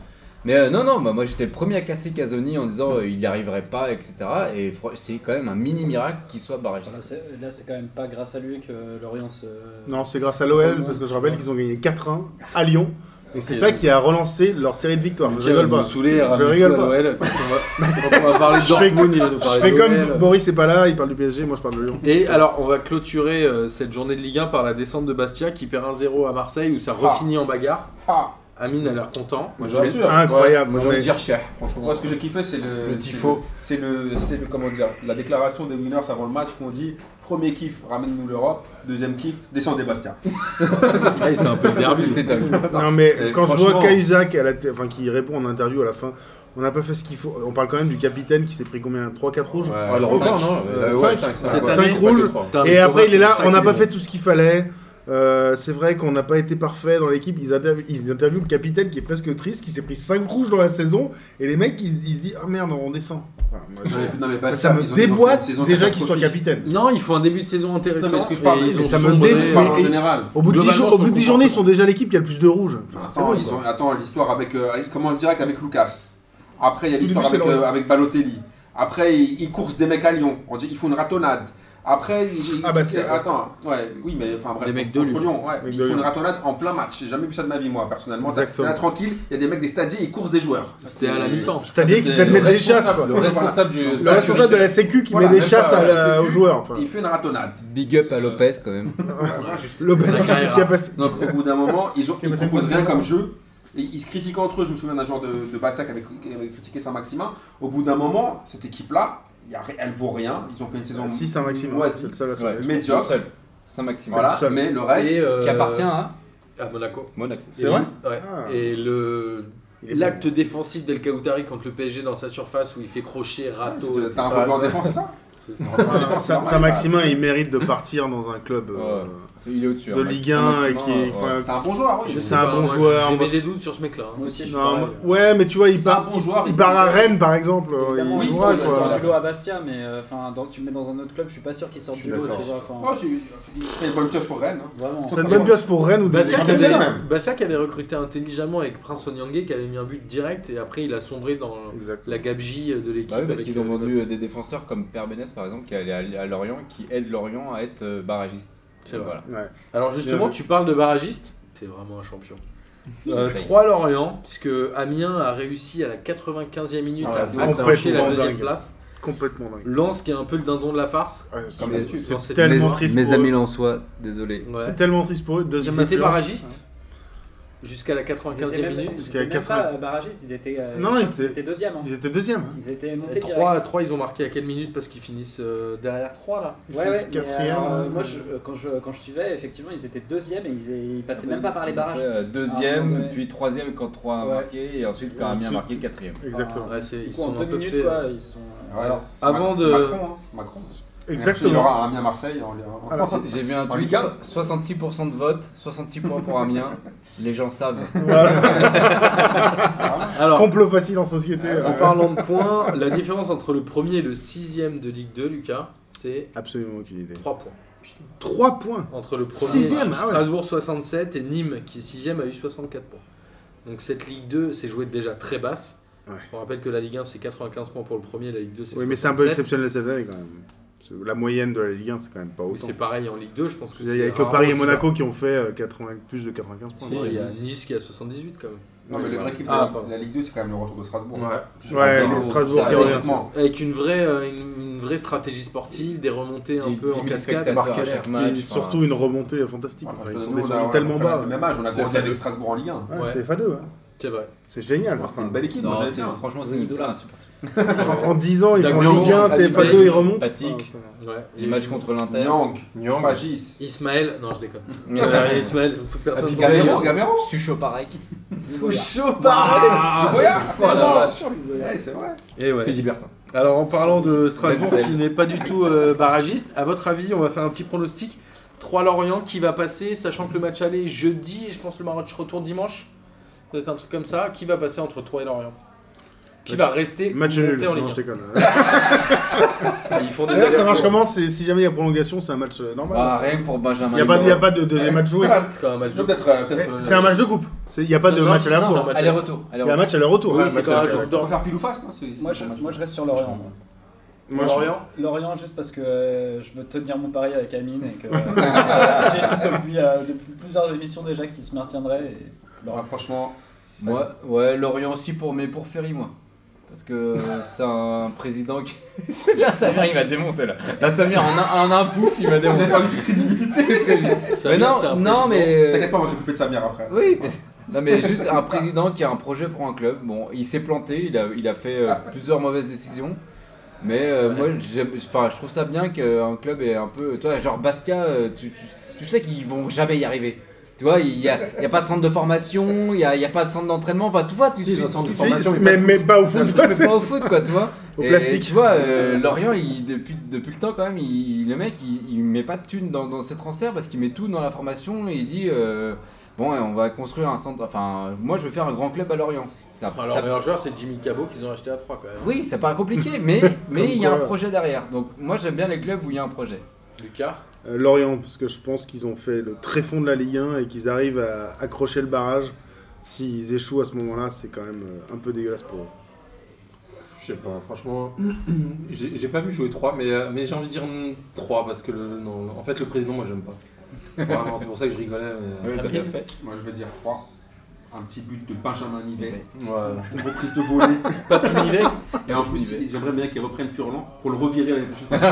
Speaker 6: Mais euh, non, non, bah, moi j'étais le premier à casser Casoni en disant euh, il n'y arriverait pas, etc. Et fr- c'est quand même un mini miracle qu'ils soient
Speaker 5: Là,
Speaker 6: barragistes.
Speaker 5: c'est- Là, c'est quand même pas grâce à lui que Lorient se.
Speaker 3: Non, c'est grâce à l'OL, parce que je rappelle qu'ils ont gagné 4-1 à Lyon. Et c'est ça qui a relancé leur série de victoires. Je rigole pas.
Speaker 2: Saoulé,
Speaker 3: Je rigole pas.
Speaker 2: Quand on va, quand on va parler de
Speaker 3: Je fais
Speaker 2: Dortmund, il va nous parler
Speaker 3: Je fais
Speaker 2: de l'OL.
Speaker 3: comme Boris est pas là, il parle du PSG, moi je parle de Lyon.
Speaker 2: Et alors, on va clôturer euh, cette journée de Ligue 1 par la descente de Bastia qui perd 1-0 à Marseille où ça refinit en bagarre.
Speaker 1: Ah.
Speaker 2: Amine a l'air content.
Speaker 1: Moi, je
Speaker 3: C'est
Speaker 1: suis sûr.
Speaker 3: Incroyable.
Speaker 4: Moi,
Speaker 3: Moi,
Speaker 4: j'ai envie
Speaker 3: j'en ai-
Speaker 4: de dire cher, franchement.
Speaker 1: Moi, ce que j'ai kiffé, c'est le,
Speaker 4: Le
Speaker 1: c'est
Speaker 4: tifo.
Speaker 1: le- C'est le, c'est le, comment dire, la déclaration des winners avant le match qu'on dit premier kiff, ramène-nous l'Europe. Deuxième kiff, descendez Bastia.
Speaker 2: Ah, et c'est [LAUGHS] un peu le derby.
Speaker 6: C'était dingue.
Speaker 3: Non mais
Speaker 1: Euh,
Speaker 3: quand je
Speaker 1: franchement-
Speaker 3: vois Cahuzac à la t- enfin, qui répond en interview à la fin, on n'a pas fait ce qu'il faut. On parle quand même du capitaine qui s'est pris combien 3-4 rouges
Speaker 4: Ouais, le record, non
Speaker 3: Euh, cinq.
Speaker 2: Cette
Speaker 4: ouais,
Speaker 2: année,
Speaker 4: cinq
Speaker 3: rouges.
Speaker 4: pas que trois.
Speaker 2: Putain, mais
Speaker 3: Et après
Speaker 2: Thomas,
Speaker 3: il est là,
Speaker 2: c'est
Speaker 3: on n'a
Speaker 2: sacré
Speaker 3: pas
Speaker 2: bon.
Speaker 3: fait tout ce qu'il fallait. Euh, c'est vrai qu'on n'a pas été parfait dans l'équipe. Ils, interv- ils interviewent le capitaine qui est presque triste, qui s'est pris 5 rouges dans la saison. Et les mecs, ils, ils se disent Ah merde, on descend. Enfin, moi, je-
Speaker 1: Non, mais
Speaker 3: ça
Speaker 1: Bah, ils ont- ils
Speaker 3: me
Speaker 1: ont fait une
Speaker 3: déboîte
Speaker 1: saison
Speaker 3: déjà qu'ils soient
Speaker 1: catastrophique.
Speaker 3: capitaine.
Speaker 2: Non, ils font un début de saison intéressant.
Speaker 1: Non, mais ce que je parle,
Speaker 2: et ils
Speaker 1: mais
Speaker 2: ont
Speaker 3: ça me
Speaker 2: sombré,
Speaker 3: dégoûte,
Speaker 1: Je
Speaker 2: euh,
Speaker 1: parle en
Speaker 3: Et-
Speaker 1: général.
Speaker 3: Au bout de 10
Speaker 2: Globalement,
Speaker 3: jours- au bout de
Speaker 2: son
Speaker 3: 10 journées, ils
Speaker 2: comportement.
Speaker 3: sont déjà l'équipe qui a le plus de rouges. Enfin, c'est
Speaker 1: Attends,
Speaker 3: bon,
Speaker 1: Ah, ils
Speaker 3: quoi.
Speaker 1: ont, attends, l'histoire avec. euh, ils commencent direct avec Lucas. Après, il y a
Speaker 3: Tout
Speaker 1: l'histoire
Speaker 3: début,
Speaker 1: avec,
Speaker 3: c'est Lorient.
Speaker 1: euh, avec Balotelli. Après, ils, ils coursent des mecs à Lyon. On dit, ils font une ratonnade. Après, ils,
Speaker 3: Ah, Bastia,
Speaker 1: euh, attends, ouais, oui, mais enfin bref,
Speaker 2: Les mecs de
Speaker 1: contre
Speaker 2: Lyon.
Speaker 1: ouais,
Speaker 3: Les mecs
Speaker 1: ils
Speaker 3: de
Speaker 1: font une
Speaker 3: Lyon.
Speaker 1: ratonnade en plein match. J'ai jamais vu ça de ma vie, moi, personnellement. Ça-
Speaker 3: Exactement.
Speaker 1: Là, tranquille, il y a des mecs des stadiers, ils coursent des joueurs. Ça,
Speaker 2: C'était à la mi-temps.
Speaker 3: C'est-à-dire qu'ils admettent des chasses. Quoi.
Speaker 4: Le responsable du.
Speaker 3: Le responsable de la Sécu qui
Speaker 1: Voilà,
Speaker 3: met des
Speaker 1: même
Speaker 3: chasses
Speaker 1: pas,
Speaker 3: à
Speaker 1: la
Speaker 3: la-
Speaker 1: sécu.
Speaker 3: aux joueurs. Enfin,
Speaker 1: Il fait une ratonnade.
Speaker 6: Big
Speaker 3: Euh,
Speaker 6: up à Lopez
Speaker 3: [LAUGHS]
Speaker 6: quand même.
Speaker 1: Voilà, juste-
Speaker 3: Lopez
Speaker 2: La
Speaker 3: qui
Speaker 2: carrière.
Speaker 3: a passé.
Speaker 6: Non,
Speaker 1: Au bout
Speaker 3: [LAUGHS]
Speaker 1: d'un moment, ils, ont, ils
Speaker 3: Mais c'est
Speaker 1: proposent
Speaker 3: bon,
Speaker 1: rien
Speaker 3: c'est
Speaker 1: comme
Speaker 3: bon.
Speaker 1: jeu. Et ils se critiquent entre eux. Je me souviens d'un joueur de, de Bastia qui avait, qui avait critiqué Saint-Maximin. Au bout d'un moment, cette équipe-là, il y a ri- elle vaut rien. Ils ont fait une saison
Speaker 3: Ah, Si, c'est un maximum.
Speaker 1: moisie,
Speaker 3: C'est le seul à se
Speaker 6: Ouais.
Speaker 3: lever.
Speaker 1: médiocre.
Speaker 6: seul. Saint-Maximin.
Speaker 1: Voilà,
Speaker 3: seul.
Speaker 1: mais le reste.
Speaker 2: et, euh,
Speaker 6: Qui appartient à
Speaker 2: à Monaco.
Speaker 6: Monaco.
Speaker 3: C'est
Speaker 2: Et-
Speaker 3: vrai
Speaker 2: Ouais.
Speaker 3: Ah.
Speaker 2: Et le
Speaker 3: Il est bon.
Speaker 2: l'acte défensif d'El Kaoutari contre le PSG dans sa surface où il fait crochet, râteau. euh,
Speaker 1: C'était- T'as un
Speaker 2: etc.
Speaker 1: rebond en défense, c'est ça Enfin, c'est
Speaker 3: Sa
Speaker 1: normal,
Speaker 3: Sa Maximin, il mérite de partir dans un club euh,
Speaker 6: Ouais. C'est- Il est au-dessus.
Speaker 3: de
Speaker 6: hein,
Speaker 3: Ligue
Speaker 6: Maxime
Speaker 3: 1 et
Speaker 6: Maxima,
Speaker 3: qui est.
Speaker 6: ouais.
Speaker 1: bah,
Speaker 3: enfin,
Speaker 1: C'est un bon joueur, oui.
Speaker 3: Je
Speaker 1: mais-
Speaker 3: sais un bon joueur,
Speaker 2: J'ai
Speaker 3: moi,
Speaker 2: mis des doutes sur ce mec-là. hein.
Speaker 5: Moi aussi, je euh, suis
Speaker 3: non,
Speaker 5: pareil.
Speaker 3: ouais, mais tu vois, il
Speaker 1: C'est un
Speaker 3: part,
Speaker 1: bon joueur.
Speaker 3: il part à Rennes par exemple.
Speaker 5: Évidemment,
Speaker 1: oui,
Speaker 5: il
Speaker 3: il
Speaker 5: sort,
Speaker 3: jouera,
Speaker 1: sont-
Speaker 5: il
Speaker 1: ils sont
Speaker 5: sort
Speaker 3: quoi.
Speaker 5: du lot à Bastia, mais euh, enfin, dans- tu le mets dans un autre club, je suis pas sûr qu'il sorte
Speaker 2: Je
Speaker 5: du
Speaker 2: suis
Speaker 5: lot,
Speaker 2: d'accord.
Speaker 5: tu vois. enfin,
Speaker 1: Oh, c'est- il serait une bonne pioche pour Rennes. hein.
Speaker 5: Vraiment.
Speaker 3: C'est une bonne pioche pour Rennes ou des
Speaker 2: Bastia qui,
Speaker 3: équipes
Speaker 2: avait,
Speaker 3: Bah, même.
Speaker 2: Bastia qui avait recruté intelligemment avec Prince Onyangé qui avait mis un but direct et après il a sombré dans la
Speaker 3: Exactement.
Speaker 2: gabegie de l'équipe.
Speaker 6: Bah oui, parce
Speaker 2: avec,
Speaker 6: qu'ils ont
Speaker 2: euh,
Speaker 6: vendu euh, des défenseurs comme Père Bénès par exemple qui est allé à à Lorient qui aide Lorient à être euh, barragiste.
Speaker 2: C'est vrai.
Speaker 6: Voilà.
Speaker 3: Ouais.
Speaker 2: Alors justement,
Speaker 3: Bien
Speaker 1: Euh,
Speaker 2: tu parles de barragiste, t'es vraiment un champion. Euh,
Speaker 6: J'essaye.
Speaker 2: 3 Lorient, puisque Amiens a réussi à la 95e minute
Speaker 1: Ah,
Speaker 2: à
Speaker 1: c'est
Speaker 2: accrocher la
Speaker 3: complètement
Speaker 2: deuxième
Speaker 3: dingue.
Speaker 2: place.
Speaker 3: Complètement dingue.
Speaker 2: Lens qui est un peu le dindon de la farce.
Speaker 3: Ouais,
Speaker 1: Comme
Speaker 3: c'est-
Speaker 1: d'habitude.
Speaker 2: Dans
Speaker 3: C'est
Speaker 2: cette
Speaker 3: tellement
Speaker 2: maison.
Speaker 3: triste
Speaker 6: Mes
Speaker 3: pour
Speaker 6: amis
Speaker 3: eux.
Speaker 6: lensois, désolé.
Speaker 2: Ouais.
Speaker 3: C'est tellement triste pour eux. Deuxième
Speaker 2: Ils étaient
Speaker 3: affluence.
Speaker 2: barragistes jusqu'à la
Speaker 5: Ils étaient
Speaker 2: 95e
Speaker 5: même,
Speaker 2: minute.
Speaker 5: ils
Speaker 3: jusqu'à
Speaker 5: étaient même
Speaker 3: 80.
Speaker 5: pas euh, barragistes, ils étaient, euh,
Speaker 3: Non, ils
Speaker 5: je pense
Speaker 3: étaient-
Speaker 5: qu'ils étaient deuxième. hein.
Speaker 3: Ils étaient deuxième. hein.
Speaker 5: Ils étaient montés
Speaker 2: 3,
Speaker 5: direct.
Speaker 2: 3, ils ont marqué à quelle minute Parce qu'ils finissent euh, derrière 3 là.
Speaker 3: Ils
Speaker 5: Ouais,
Speaker 3: font
Speaker 5: ouais, mais,
Speaker 3: quatrième,
Speaker 5: alors, euh,
Speaker 3: hein.
Speaker 5: moi je- euh, quand, je, quand je suivais, effectivement, ils étaient deuxième et ils, ils passaient Ah, même pas par les
Speaker 6: Ils ont
Speaker 5: barrages.
Speaker 6: fait, euh,
Speaker 5: Ah, ouais.
Speaker 6: deuxième, puis troisième quand trois a
Speaker 5: Ouais.
Speaker 6: marqué, et ensuite quand
Speaker 3: Et
Speaker 6: Amiens a
Speaker 3: ensuite-
Speaker 6: marqué quatrième.
Speaker 3: Exactement.
Speaker 2: Ouais, c'est-
Speaker 5: Du
Speaker 2: ils
Speaker 5: coup, en
Speaker 2: sont un
Speaker 5: deux
Speaker 2: peu
Speaker 5: minutes,
Speaker 2: faits,
Speaker 5: quoi,
Speaker 2: euh,
Speaker 5: ils sont.
Speaker 1: Ouais,
Speaker 2: Alors,
Speaker 1: c'est- c'est
Speaker 2: avant
Speaker 1: Mac- c'est
Speaker 2: de-
Speaker 1: Macron, hein. Macron. Il
Speaker 3: Exactement.
Speaker 1: aura un Amiens Marseille. on l'ira-
Speaker 3: Alors,
Speaker 6: J'ai vu un
Speaker 1: En Ligue
Speaker 6: tweet,
Speaker 1: un.
Speaker 6: so- 66% de vote, 66 points pour Amiens, les gens savent.
Speaker 3: Voilà.
Speaker 2: Alors,
Speaker 3: Complot facile en société.
Speaker 2: en
Speaker 3: ouais.
Speaker 2: parlant de points, la différence entre le premier et le sixième de Ligue 2, Lucas, c'est
Speaker 3: Absolument aucune idée.
Speaker 2: 3 points.
Speaker 3: 3 points.
Speaker 2: Entre le premier
Speaker 3: Sixième, ah ouais.
Speaker 2: Strasbourg 67 et Nîmes qui est sixième a eu 64 points. Donc cette Ligue 2 s'est jouée déjà très basse.
Speaker 3: Ouais.
Speaker 2: On rappelle que la Ligue 1 c'est 95 points pour le premier, la Ligue 2 c'est
Speaker 3: Oui, mais c'est un peu
Speaker 2: 67.
Speaker 3: exceptionnel cette année quand même. C'est- La moyenne de la Ligue 1, c'est quand même pas
Speaker 2: Mais
Speaker 3: autant.
Speaker 2: c'est pareil en Ligue 2, je pense que
Speaker 3: Il
Speaker 2: c'est.
Speaker 3: n'y a que
Speaker 2: rare
Speaker 3: Paris et
Speaker 2: aussi.
Speaker 3: Monaco qui ont fait euh, 80, plus de 95 points.
Speaker 2: Si, Il y a Nice qui a 78 quand même.
Speaker 1: Non, mais le vrai kiff de
Speaker 2: Ah,
Speaker 1: la-
Speaker 2: pardon.
Speaker 1: de la Ligue 2, c'est quand même le retour de Strasbourg.
Speaker 3: Ouais,
Speaker 1: Strasbourg,
Speaker 3: Strasbourg qui
Speaker 1: ça,
Speaker 3: revient.
Speaker 1: honnêtement.
Speaker 2: Avec une vraie, euh, une, une vraie stratégie sportive, des remontées un
Speaker 6: 10
Speaker 2: peu en
Speaker 6: 000
Speaker 2: cascade.
Speaker 6: spectateurs à
Speaker 2: marquées.
Speaker 6: chaque
Speaker 3: Et
Speaker 6: match.
Speaker 3: surtout une remontée euh, fantastique.
Speaker 1: Enfin,
Speaker 3: Enfin, ils
Speaker 1: parce que
Speaker 3: sont
Speaker 1: nous, on a-
Speaker 3: descendus
Speaker 1: on a
Speaker 3: tellement
Speaker 1: fait
Speaker 3: bas.
Speaker 1: Le même âge, on a
Speaker 2: C'est
Speaker 1: grandi
Speaker 2: vrai.
Speaker 1: avec Strasbourg en Ligue 1.
Speaker 3: Ouais,
Speaker 2: Ouais.
Speaker 3: C'est fadeux. hein.
Speaker 2: C'est vrai.
Speaker 3: C'est génial.
Speaker 1: C'était une
Speaker 3: Enfin,
Speaker 1: belle équipe,
Speaker 6: Non,
Speaker 1: moi j'aimais
Speaker 6: c'est-
Speaker 1: bien.
Speaker 6: franchement, c'est une
Speaker 5: Idola.
Speaker 3: En 10 ans, ils
Speaker 2: D'accord.
Speaker 3: font en Ligue 1, c'est
Speaker 6: Pas
Speaker 3: fadeux, ils
Speaker 6: Ligue,
Speaker 3: remontent. Ah,
Speaker 6: Patrick.
Speaker 3: Enfin,
Speaker 2: Ouais.
Speaker 6: Les matchs contre l'Inter. Bah,
Speaker 1: Nyang,
Speaker 4: Nyang,
Speaker 1: Pagis,
Speaker 2: Ismaël, non je déconne.
Speaker 6: Mais-
Speaker 2: Euh, Ismaël, faut que personne s'en
Speaker 6: Gamero,
Speaker 2: souvienne.
Speaker 1: Gamero, Gamero.
Speaker 6: Sucho Parek.
Speaker 2: Sous chaud pareil.
Speaker 3: [LAUGHS]
Speaker 1: Voilà.
Speaker 2: Oh la vache.
Speaker 1: Ouais, c'est vrai.
Speaker 2: Et Eh ouais.
Speaker 4: Teddy
Speaker 6: hein.
Speaker 4: Bertin.
Speaker 2: Alors en parlant de Strasbourg
Speaker 6: Denzel.
Speaker 2: qui n'est pas du tout euh, barragiste, à votre avis, on va faire un petit pronostic. 3 Lorient qui va passer, sachant que le match aller est jeudi et je pense le match retour dimanche. Peut-être un truc comme ça. Qui va passer entre 3 et Lorient Qui va rester
Speaker 3: Match
Speaker 2: ou
Speaker 3: nul.
Speaker 2: monter en Ligue Ah,
Speaker 3: Non, je
Speaker 2: 1
Speaker 3: déconne.
Speaker 6: Ils font des
Speaker 3: D'ailleurs, [LAUGHS] ça
Speaker 6: allers-retours.
Speaker 3: marche comment c'est- Si jamais il y a prolongation, c'est un match euh,
Speaker 2: Ah,
Speaker 6: Bah,
Speaker 3: normal.
Speaker 6: rien que pour Benjamin.
Speaker 3: Il n'y a, pas- il y a pas de deuxième match joué.
Speaker 2: C'est quand même un match
Speaker 1: Je
Speaker 2: de
Speaker 1: veux peut-être. euh, peut-être, euh,
Speaker 3: C'est un match de coupe. C'est- Il n'y a pas de
Speaker 2: Non,
Speaker 3: match
Speaker 2: c'est
Speaker 3: à la
Speaker 2: Ah, ça,
Speaker 3: retour.
Speaker 2: match aller-
Speaker 6: Aller-retour.
Speaker 3: Il y a un match à retour.
Speaker 2: Oui,
Speaker 3: ouais,
Speaker 2: c'est
Speaker 3: match
Speaker 2: quand
Speaker 3: à
Speaker 2: même un
Speaker 3: la-
Speaker 2: jour
Speaker 1: On peut
Speaker 2: d'or.
Speaker 1: faire euh, pile ou face, non c'est- c'est
Speaker 5: Moi
Speaker 1: un
Speaker 5: je,
Speaker 1: match.
Speaker 5: moi, je reste sur Lorient. moi.
Speaker 3: Moi, je-
Speaker 2: Lorient
Speaker 5: Lorient, juste parce que euh, je veux tenir mon pari avec Amine et que euh, [LAUGHS] j'ai dit depuis, euh, depuis plusieurs émissions déjà qu'il se maintiendrait. et
Speaker 1: Ouais,
Speaker 5: Lorient.
Speaker 1: Bah, [LAUGHS] Franchement,
Speaker 6: Moi, ouais, Lorient aussi pour, mais pour Ferry, moi. Parce que [LAUGHS] euh, c'est un président qui. [LAUGHS] là, Samir, il va démonter là. Là, Samir, en un, en un pouf, il
Speaker 1: on
Speaker 6: va [LAUGHS]
Speaker 1: n'a
Speaker 6: démonter.
Speaker 1: pas eu de crédibilité.
Speaker 2: Ça
Speaker 6: mais
Speaker 2: vient,
Speaker 6: non,
Speaker 2: c'est un
Speaker 6: non,
Speaker 2: président.
Speaker 1: T'inquiète
Speaker 6: mais. euh,
Speaker 1: pas, on va s'occuper de Samir après.
Speaker 6: Oui, mais- non, mais juste un président qui a un projet pour un club. Bon, il s'est planté, il a, il a fait euh, plusieurs mauvaises décisions. Mais euh, moi, j'aime- enfin, je trouve ça bien qu'un club est un peu. Toi, genre Bastia, euh, tu, tu, tu sais qu'ils vont jamais y arriver. Tu vois, il n'y a, il y a pas de centre de formation, il n'y a, il y a pas de centre d'entraînement. Enfin, tu vois, tu,
Speaker 2: Si, ils ont un
Speaker 6: tu-
Speaker 2: centre de
Speaker 6: tu-
Speaker 3: Si,
Speaker 2: Formation, mais
Speaker 3: mais
Speaker 2: pas au
Speaker 3: mais
Speaker 2: foot.
Speaker 3: pas au foot. ouais,
Speaker 6: [LAUGHS] c'est un truc, mais
Speaker 3: c'est-
Speaker 6: pas au foot, quoi, tu vois.
Speaker 3: Au
Speaker 6: Et
Speaker 3: plastique.
Speaker 6: Tu vois, euh, Lorient, il, depuis, depuis le temps, quand même, il, le mec, il, il met pas de thunes dans, dans ses transferts parce qu'il met tout dans la formation et il dit euh, Bon, ouais, on va construire un centre. Enfin, moi, je veux faire un grand club à Lorient. Ça,
Speaker 2: Enfin,
Speaker 6: ça-
Speaker 2: leur meilleur joueur, c'est Jimmy Cabot qu'ils ont acheté à 3 quand même.
Speaker 6: oui, ça paraît compliqué, mais mais il y
Speaker 3: [LAUGHS]
Speaker 6: a
Speaker 3: Comme
Speaker 6: un
Speaker 3: quoi.
Speaker 6: projet derrière. Donc, moi, j'aime bien les clubs où il y a un projet.
Speaker 2: Lucas
Speaker 3: Euh, Lorient, parce que je pense qu'ils ont fait le tréfonds de la Ligue 1 et qu'ils arrivent à accrocher le barrage. S'ils échouent à ce moment-là, c'est quand même euh, un peu dégueulasse pour eux.
Speaker 4: Je sais pas, franchement, [CLEARS THROAT] j'ai j'ai pas vu jouer 3, mais, euh, mais j'ai envie de dire 3 parce que le, non, en fait, le président, moi j'aime pas. Vraiment, c'est pour ça que je rigolais. Mais...
Speaker 6: Ah Oui, t'as bien fait.
Speaker 1: Moi je veux dire 3. Un petit but de Benjamin Nivet.
Speaker 4: Ouais.
Speaker 1: Une reprise de volée.
Speaker 2: Papy Nivek
Speaker 1: Et en plus,
Speaker 6: Nivet.
Speaker 1: j'aimerais bien qu'ils reprennent Furlan pour le revirer l'année [LAUGHS] prochaine.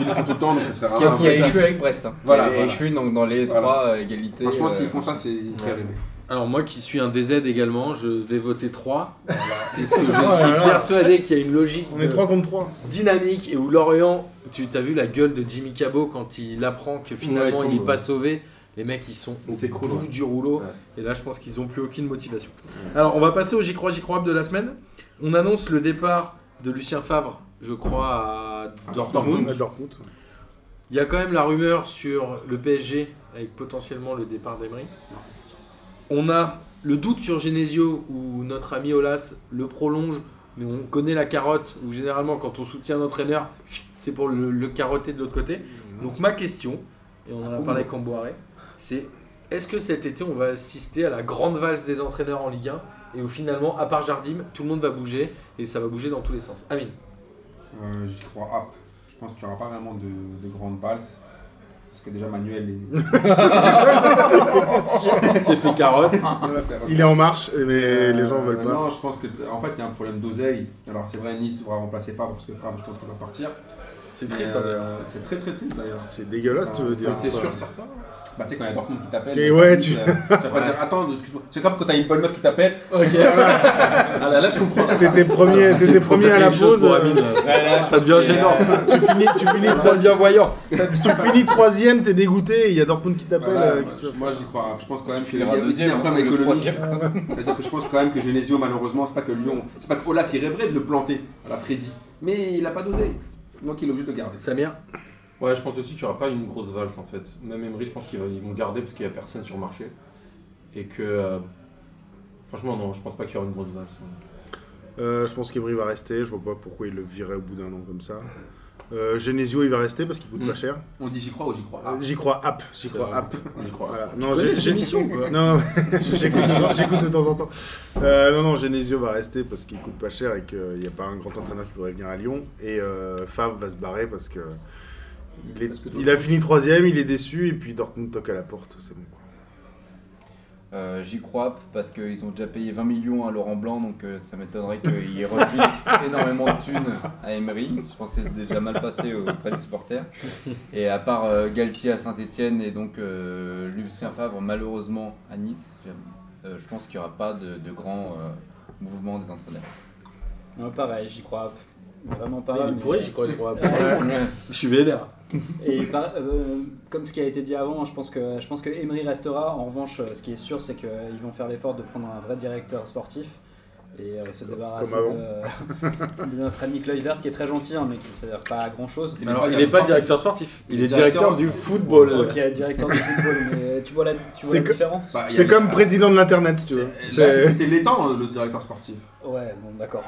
Speaker 1: Ils le font tout le temps, donc ça serait
Speaker 6: Qui a,
Speaker 1: rare.
Speaker 6: qui a échoué avec Brest. Hein.
Speaker 1: Voilà,
Speaker 6: Qui a
Speaker 1: voilà.
Speaker 6: échoué donc, dans les
Speaker 1: Voilà.
Speaker 6: trois euh, égalités.
Speaker 1: Franchement,
Speaker 6: euh,
Speaker 1: s'ils font ça, c'est très rêvé.
Speaker 2: Alors moi qui suis un DZ également, je vais voter 3. Parce que je suis
Speaker 3: Oh là là.
Speaker 2: persuadé qu'il y a une logique
Speaker 3: On
Speaker 2: de
Speaker 3: est 3 contre 3.
Speaker 2: dynamique et où Lorient, tu as vu la gueule de Jimmy Cabot quand il apprend que
Speaker 4: Ouais, il
Speaker 2: finalement
Speaker 4: tombe,
Speaker 2: il n'est pas
Speaker 4: ouais.
Speaker 2: sauvé. Les mecs ils sont au
Speaker 4: Il s'écroule,
Speaker 2: bout
Speaker 4: ouais.
Speaker 2: du rouleau.
Speaker 4: Ouais.
Speaker 2: Et là je pense qu'ils n'ont plus aucune motivation. Alors on va passer au J'y crois, J'y crois Up de la semaine. On annonce le départ de Lucien Favre je crois, à Dortmund.
Speaker 1: Dortmund.
Speaker 3: Ouais, Dortmund. ouais.
Speaker 2: Il y a quand même la rumeur sur le PSG avec potentiellement le départ d'Emery. On a le doute sur Genesio où notre ami Olas le prolonge, mais on connaît la carotte où généralement quand on soutient l'entraîneur, c'est pour le, le carotter de l'autre côté. Donc ma question, et on en a parlé avec Camboiré, c'est est-ce que cet été on va assister à la grande valse des entraîneurs en Ligue 1 et où finalement, à part Jardim, tout le monde va bouger et ça va bouger dans tous les sens. Amine,
Speaker 1: Euh, J'y crois up. Je pense qu'il n'y aura pas vraiment de, de grande valse. Parce que déjà
Speaker 2: [LAUGHS]
Speaker 1: Manuel est.
Speaker 2: il s'est fait carotte.
Speaker 1: Ah,
Speaker 3: Il est en marche, mais
Speaker 1: Euh,
Speaker 3: les gens veulent pas.
Speaker 1: Non, je pense que en fait il y a un problème d'oseille. Alors c'est vrai, Nice devra remplacer Favre parce que Favre, je pense qu'il va partir.
Speaker 2: C'est
Speaker 1: Mais,
Speaker 2: triste. hein, d'ailleurs.
Speaker 1: euh, C'est très très triste d'ailleurs.
Speaker 3: C'est dégueulasse,
Speaker 1: Ça-
Speaker 3: tu veux
Speaker 1: ça,
Speaker 3: dire.
Speaker 1: C'est
Speaker 3: quoi.
Speaker 1: sûr, certain. Bah, tu sais, quand il y a Dortmund qui t'appelle,
Speaker 3: Et ouais,
Speaker 1: euh,
Speaker 3: tu-
Speaker 1: euh, tu vas pas dire attends, excuse-moi. C'est comme quand t'as une bonne meuf qui t'appelle.
Speaker 2: hein. Ok. [LAUGHS] ah là, là, je comprends. là.
Speaker 3: T'étais premier,
Speaker 2: Ah, C'est
Speaker 3: t'étais
Speaker 2: pour
Speaker 3: premier
Speaker 2: faire
Speaker 3: à la
Speaker 2: quelque chose
Speaker 3: pause.
Speaker 2: pour
Speaker 3: euh,
Speaker 2: Amine, là. Ça devient
Speaker 1: c'est-
Speaker 2: gênant.
Speaker 3: Tu finis, tu finis,
Speaker 2: [LAUGHS] Ça
Speaker 3: troisi-
Speaker 2: devient voyant.
Speaker 3: tu finis troisième, t'es dégoûté, et il y a Dortmund qui t'appelle.
Speaker 1: Voilà,
Speaker 3: euh,
Speaker 1: moi,
Speaker 3: qu'est-ce que tu veux
Speaker 1: moi, j'y crois. Je pense quand même qu'il y a
Speaker 6: finiras
Speaker 1: aussi
Speaker 6: deuxième,
Speaker 1: un
Speaker 6: hein,
Speaker 1: problème
Speaker 6: le
Speaker 1: économique.
Speaker 6: troisième, quand
Speaker 1: C'est-à-dire que je pense quand même que Genesio, malheureusement, c'est pas que Lyon. C'est pas que Olas, il rêverait de le planter à la Freddy. Mais il a pas d'oseille. Donc il est obligé de le garder.
Speaker 2: Samir
Speaker 4: Ouais, je pense aussi qu'il n'y aura pas une grosse valse en fait. Même Emery, je pense qu'ils va- ils vont garder parce qu'il n'y a personne sur le marché. Et que. euh, franchement, non, je pense pas qu'il y aura une grosse valse.
Speaker 3: Euh, je pense qu'Ebry va rester. Je vois pas pourquoi il le virait au bout d'un an comme ça. Euh, Genesio, il va rester parce qu'il coûte
Speaker 4: Mm.
Speaker 3: pas cher.
Speaker 1: On dit j'y crois ou j'y crois. Ah,
Speaker 3: J'y crois, app. J'y
Speaker 4: C'est
Speaker 3: crois,
Speaker 4: vrai.
Speaker 3: app.
Speaker 4: Je crois.
Speaker 3: Voilà. Non,
Speaker 2: connais
Speaker 3: j'ai-
Speaker 2: cette
Speaker 3: j'ai-
Speaker 2: émission ou quoi
Speaker 3: Non, j'écoute de temps- j'écoute de temps en temps. Euh, non, non, Genesio va rester parce qu'il coûte pas cher et qu'il n'y a pas un grand entraîneur qui pourrait venir à Lyon. Et euh, Favre va se barrer parce que il, est-
Speaker 4: Parce que
Speaker 3: il a fini troisième, il est déçu et puis Dortmund toque à la porte. C'est bon. quoi.
Speaker 6: Euh, J'y crois parce qu'ils ont déjà payé 20 millions à Laurent Blanc, donc euh, ça m'étonnerait qu'il
Speaker 1: [LAUGHS]
Speaker 6: ait refilé énormément de thunes à Emery. Je pense que c'est déjà mal passé auprès des supporters. Et à part euh, Galtier à Saint-Etienne et donc euh, Lucien Favre, malheureusement à Nice, euh, je pense qu'il n'y aura pas de, de grand euh, mouvement des entraîneurs.
Speaker 5: Ouais, pareil, j'y crois vraiment pas.
Speaker 2: Il est
Speaker 5: mais-
Speaker 2: pourri, j'y crois, il est pourri.
Speaker 6: Ouais.
Speaker 2: Je suis vénère.
Speaker 5: Et par- euh, comme ce qui a été dit avant, je pense que je pense que Emery restera. En revanche, euh, ce qui est sûr, c'est qu'ils vont faire l'effort de prendre un vrai directeur sportif et euh, se débarrasser
Speaker 3: avant.
Speaker 5: de, de [LAUGHS] notre ami Kluivert, qui est très gentil, hein, mais qui sert pas à grand chose.
Speaker 2: Alors, il n'est pas directeur sportif, il est directeur du football.
Speaker 5: Ok, euh, directeur du football, mais euh, tu vois la, tu vois
Speaker 3: C'est
Speaker 5: la
Speaker 3: que-
Speaker 5: différence
Speaker 1: bah, il y a
Speaker 3: C'est
Speaker 1: les-
Speaker 3: comme
Speaker 1: ah,
Speaker 3: président de l'internet, si tu veux.
Speaker 1: c'est- là,
Speaker 3: C'est-
Speaker 1: C'était l'étang, le directeur sportif.
Speaker 5: Ouais, bon, d'accord.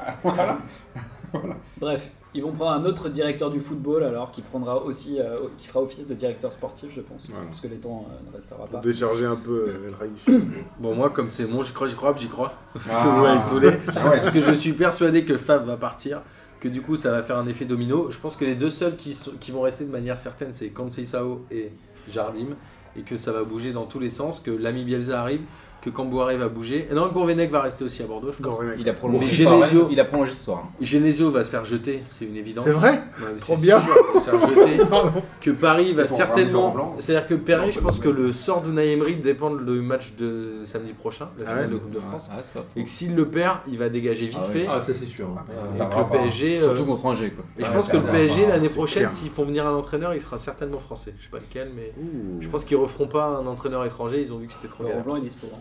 Speaker 5: Bref, ils vont prendre un autre directeur du football, alors qui prendra aussi, euh, qui fera office de directeur sportif, je pense,
Speaker 1: Voilà.
Speaker 5: parce que les temps euh, ne restera
Speaker 3: [LAUGHS] Pour
Speaker 5: pas.
Speaker 3: décharger un peu euh, El Raïf.
Speaker 2: Bon, moi, comme c'est bon, j'y crois, j'y crois, j'y crois. [LAUGHS] Parce que
Speaker 1: Ah.
Speaker 2: vous m'avez saoulé.
Speaker 1: Ah ouais.
Speaker 2: Parce que je suis persuadé que Fab va partir, que du coup, ça va faire un effet domino. Je pense que les deux seuls qui, sont- qui vont rester de manière certaine, c'est Kansei Sao et Jardim. Et que ça va bouger dans tous les sens, que l'ami Bielsa arrive, que Cambouaré va bouger. Et non, Gourvenec va rester aussi à Bordeaux, je pense.
Speaker 3: Gourvenec.
Speaker 6: Il a prolongé
Speaker 2: Mais
Speaker 6: ce soir. hein.
Speaker 2: Genesio-
Speaker 6: Il a prolongé ce soir.
Speaker 2: Genesio va se faire jeter, c'est une évidence.
Speaker 3: C'est vrai
Speaker 2: Ouais, mais
Speaker 3: Trop
Speaker 2: c'est
Speaker 3: bien.
Speaker 2: sûr, on va se faire jeter. que Paris
Speaker 1: C'est
Speaker 2: va
Speaker 1: pour
Speaker 2: certainement.
Speaker 1: ramener Laurent Blanc.
Speaker 2: C'est-à-dire que Paris,
Speaker 1: Non,
Speaker 2: je
Speaker 1: pas
Speaker 2: pense que
Speaker 1: Laurent
Speaker 2: le sort d'Unai Emery dépend du match de samedi prochain, la
Speaker 3: Ah
Speaker 2: finale
Speaker 3: ouais
Speaker 2: de Coupe de France.
Speaker 6: Ah, c'est pas faux.
Speaker 2: Et que s'il le perd, il va dégager vite
Speaker 6: Ah ouais.
Speaker 2: fait.
Speaker 4: Ah, ça c'est sûr. hein.
Speaker 1: Ah,
Speaker 4: Euh,
Speaker 2: Et
Speaker 1: bah,
Speaker 2: que
Speaker 1: bah,
Speaker 2: le
Speaker 1: bah.
Speaker 2: PSG. euh,
Speaker 6: Surtout contre Angers, quoi.
Speaker 2: Et je
Speaker 1: Ouais,
Speaker 2: pense
Speaker 1: ça
Speaker 2: que le
Speaker 1: va,
Speaker 2: PSG,
Speaker 1: bah,
Speaker 2: l'année
Speaker 3: c'est
Speaker 2: prochaine,
Speaker 3: clair.
Speaker 2: s'ils font venir un entraîneur, il sera certainement français. Je sais pas lequel, mais. Je pense qu'ils referont pas un entraîneur étranger, ils ont vu que c'était trop
Speaker 5: Laurent
Speaker 2: galère. [LAUGHS]
Speaker 5: Blanc est dispo. hein.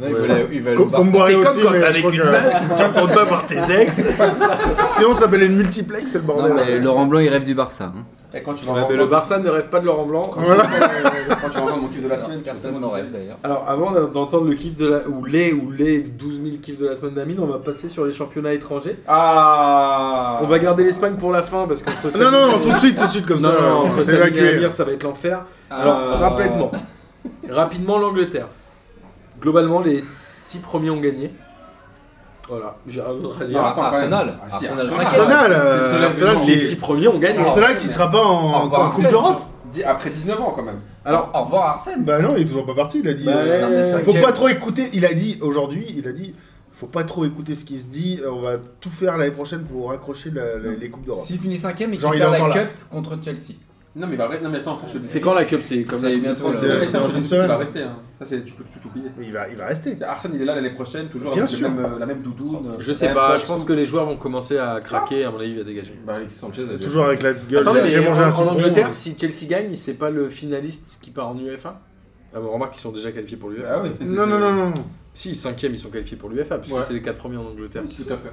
Speaker 6: Non, il va aller- il va aller au
Speaker 3: Comme
Speaker 6: Barça.
Speaker 3: Boiré
Speaker 2: C'est
Speaker 3: aussi,
Speaker 2: comme quand
Speaker 3: mais
Speaker 2: t'es
Speaker 3: je
Speaker 2: avec
Speaker 3: crois
Speaker 2: une
Speaker 3: que-
Speaker 2: meuf, tu retournes pas voir tes ex.
Speaker 3: [LAUGHS] Si on s'appelle une multiplex, c'est le
Speaker 6: Non, mais
Speaker 3: bordel.
Speaker 6: Laurent Blanc, il rêve du Barça. hein.
Speaker 1: Et quand tu vas
Speaker 2: Ouais, mais
Speaker 1: entendre-
Speaker 2: le Barça ne rêve pas de Laurent Blanc.
Speaker 3: Voilà.
Speaker 1: quand tu vas entendre mon kiff de la semaine,
Speaker 6: Personne n'en rêve d'ailleurs.
Speaker 2: Alors avant d'a- d'entendre le kiff de la ou les ou les 12 000 kiffs de la semaine d'Amine, on va passer sur les championnats étrangers.
Speaker 1: Ah
Speaker 2: On va garder l'Espagne pour la fin parce qu'entre
Speaker 3: Non, non, non,
Speaker 2: Sabine et-
Speaker 3: tout de suite, tout de suite, comme
Speaker 2: non,
Speaker 3: ça.
Speaker 2: non, non,
Speaker 3: on
Speaker 2: entre
Speaker 3: s'est
Speaker 2: Sabine et
Speaker 3: évacué. Euh.
Speaker 2: Amir, ça va être l'enfer. Alors
Speaker 1: Ah.
Speaker 2: rapidement, rapidement l'Angleterre. Globalement, les 6 premiers ont gagné. Voilà, j'ai rien d'autre à
Speaker 1: Non,
Speaker 2: dire.
Speaker 1: attends, quand même.
Speaker 6: Arsenal.
Speaker 1: Ah, si,
Speaker 6: Arsenal,
Speaker 3: Arsenal, euh,
Speaker 1: c'est- c'est le seul
Speaker 3: Arsenal
Speaker 1: événement.
Speaker 2: les
Speaker 3: qui,
Speaker 2: 6 premiers ont gagné.
Speaker 3: Arsenal qui sera pas en,
Speaker 6: Au revoir,
Speaker 3: en Coupe
Speaker 6: Arsenal.
Speaker 3: d'Europe.
Speaker 1: Dis- Après 19 ans quand même.
Speaker 2: Alors
Speaker 6: Au revoir Arsène.
Speaker 3: Bah non, il est toujours pas parti, il a dit.
Speaker 2: Bah,
Speaker 3: euh,
Speaker 2: non, mais c'est
Speaker 3: faut
Speaker 6: inquiet.
Speaker 3: pas trop écouter, il a dit aujourd'hui, il a dit, faut pas trop écouter ce qui se dit, on va tout faire l'année prochaine pour raccrocher la- la- les Coupes d'Europe.
Speaker 6: S'il finit cinquième et qu'il
Speaker 3: Genre, il
Speaker 6: perd
Speaker 3: est
Speaker 6: la
Speaker 3: encore là.
Speaker 6: cup contre Chelsea.
Speaker 1: Non mais il va rester. Non mais attends, attends, je te dis. euh,
Speaker 2: c'est quand la Cup C'est comme
Speaker 6: C'est
Speaker 2: la-
Speaker 6: bientôt,
Speaker 1: Non, mais
Speaker 3: C'est-
Speaker 1: ça, je te
Speaker 3: c'est
Speaker 1: dis,
Speaker 3: seul.
Speaker 1: il va rester. hein. Ça, c'est- tu peux tout oublier.
Speaker 3: Mais il va, il va rester.
Speaker 1: Arsène, il est là l'année prochaine, toujours
Speaker 3: Bien
Speaker 1: avec le
Speaker 3: sûr.
Speaker 1: même, euh, la même doudoune.
Speaker 2: Je
Speaker 1: euh,
Speaker 2: sais
Speaker 1: la
Speaker 2: pas,
Speaker 1: même
Speaker 2: je pense
Speaker 1: boxe.
Speaker 2: que les joueurs vont commencer à craquer, à mon avis, il va dégager.
Speaker 4: Bah, Alexis Sanchez a déjà
Speaker 3: Toujours avec la gueule.
Speaker 2: Attendez,
Speaker 3: j'ai- j'ai
Speaker 2: mais
Speaker 3: mangé
Speaker 2: en,
Speaker 3: un
Speaker 2: en
Speaker 3: citron.
Speaker 2: Angleterre, si Chelsea gagne, c'est pas le finaliste qui part en UEFA ah, bon, remarque qu'ils sont déjà qualifiés pour l'UEFA.
Speaker 1: Ah oui.
Speaker 3: Non, non, non, non.
Speaker 2: Si, cinquième, ils sont qualifiés pour l'UEFA, parce que
Speaker 4: Ouais.
Speaker 2: c'est les quatre premiers en Angleterre.
Speaker 4: Tout à fait.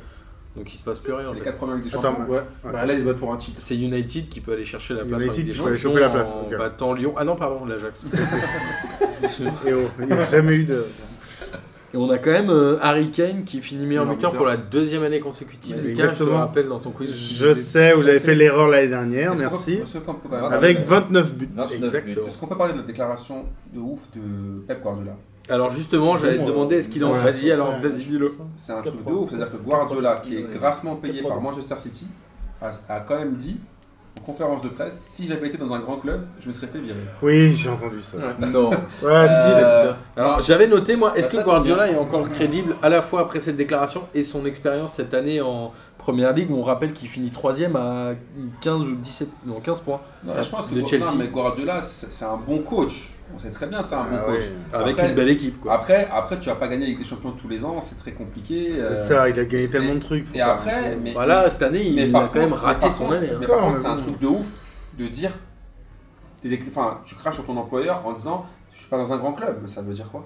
Speaker 2: Donc il se passe plus rien. en
Speaker 1: les
Speaker 2: fait.
Speaker 1: 4 premiers avec des
Speaker 3: Attends,
Speaker 1: champions.
Speaker 3: mais-
Speaker 2: Ouais. Bah, là, ils se battent pour un titre. C'est United qui peut aller chercher la
Speaker 3: C'est
Speaker 2: place en
Speaker 3: United
Speaker 2: Ligue des
Speaker 3: qui peut aller
Speaker 2: Champions
Speaker 3: choper la place,
Speaker 2: en
Speaker 3: ok.
Speaker 2: battant Lyon. Ah non, pardon, l'Ajax.
Speaker 3: Et oh, il n'y a jamais eu de.
Speaker 2: [LAUGHS] Et on a quand même euh, Harry Kane qui finit meilleur
Speaker 4: Meilleur
Speaker 2: buteur
Speaker 4: buteur.
Speaker 2: pour la deuxième année consécutive.
Speaker 3: Mais
Speaker 2: Est-ce que je te le
Speaker 3: exactement.
Speaker 2: rappelle dans ton quiz.
Speaker 3: Je sais où j'avais fait l'erreur l'année dernière,
Speaker 1: Est-ce qu'on peut-
Speaker 3: merci.
Speaker 1: est-ce qu'on peut quand même-
Speaker 6: Ah,
Speaker 3: Avec
Speaker 6: ouais.
Speaker 3: 29 buts.
Speaker 6: 29 buts.
Speaker 2: Exactement.
Speaker 1: Est-ce qu'on peut parler de la déclaration de ouf de Pep Guardiola
Speaker 2: Alors justement, j'allais te
Speaker 3: Bon,
Speaker 2: demander est-ce qu'il en
Speaker 3: ouais.
Speaker 2: vas-y alors
Speaker 3: Ouais.
Speaker 2: vas-y dis-le.
Speaker 1: C'est un truc de
Speaker 3: 4-3.
Speaker 1: ouf, c'est-à-dire que Guardiola, qui est
Speaker 6: Ouais.
Speaker 1: grassement payé
Speaker 3: 4-3.
Speaker 1: par Manchester City, a, a quand même dit en conférence de presse si j'avais été dans un grand club, je me serais fait virer.
Speaker 3: Oui, j'ai entendu ça.
Speaker 2: Ouais.
Speaker 6: Non.
Speaker 3: Bah, Ouais,
Speaker 1: si, il a dit ça.
Speaker 2: Euh, Alors j'avais noté moi est-ce
Speaker 1: Bah, ça
Speaker 2: que
Speaker 1: tombe
Speaker 2: Guardiola est encore crédible à la fois après cette déclaration et son expérience cette année en première ligue où on rappelle qu'il finit troisième à 15 ou 17 non 15 points
Speaker 1: Non,
Speaker 2: Ça,
Speaker 1: je pense que
Speaker 2: de
Speaker 1: Gu-
Speaker 2: Chelsea.
Speaker 1: non, mais Guardiola, c'est c'est un bon coach. On sait très bien, c'est un bon
Speaker 3: Ah ouais.
Speaker 1: coach.
Speaker 2: avec
Speaker 1: Après-
Speaker 2: une belle équipe quoi.
Speaker 1: Après, après, tu vas pas gagner avec des champions tous les ans, c'est très compliqué. euh,
Speaker 3: C'est ça, il a gagné tellement de trucs.
Speaker 1: Et après, mais,
Speaker 2: Voilà cette année
Speaker 1: mais
Speaker 2: il a
Speaker 1: par
Speaker 2: quand même
Speaker 1: contre-
Speaker 2: raté
Speaker 1: mais par
Speaker 2: son
Speaker 1: contre-
Speaker 2: année. hein.
Speaker 1: Mais par
Speaker 3: D'accord,
Speaker 1: contre, c'est
Speaker 3: mais
Speaker 1: un
Speaker 3: bon.
Speaker 1: truc de ouf de dire. t'es déc- Enfin, tu craches sur ton employeur en disant je suis pas dans un grand club, mais ça veut dire quoi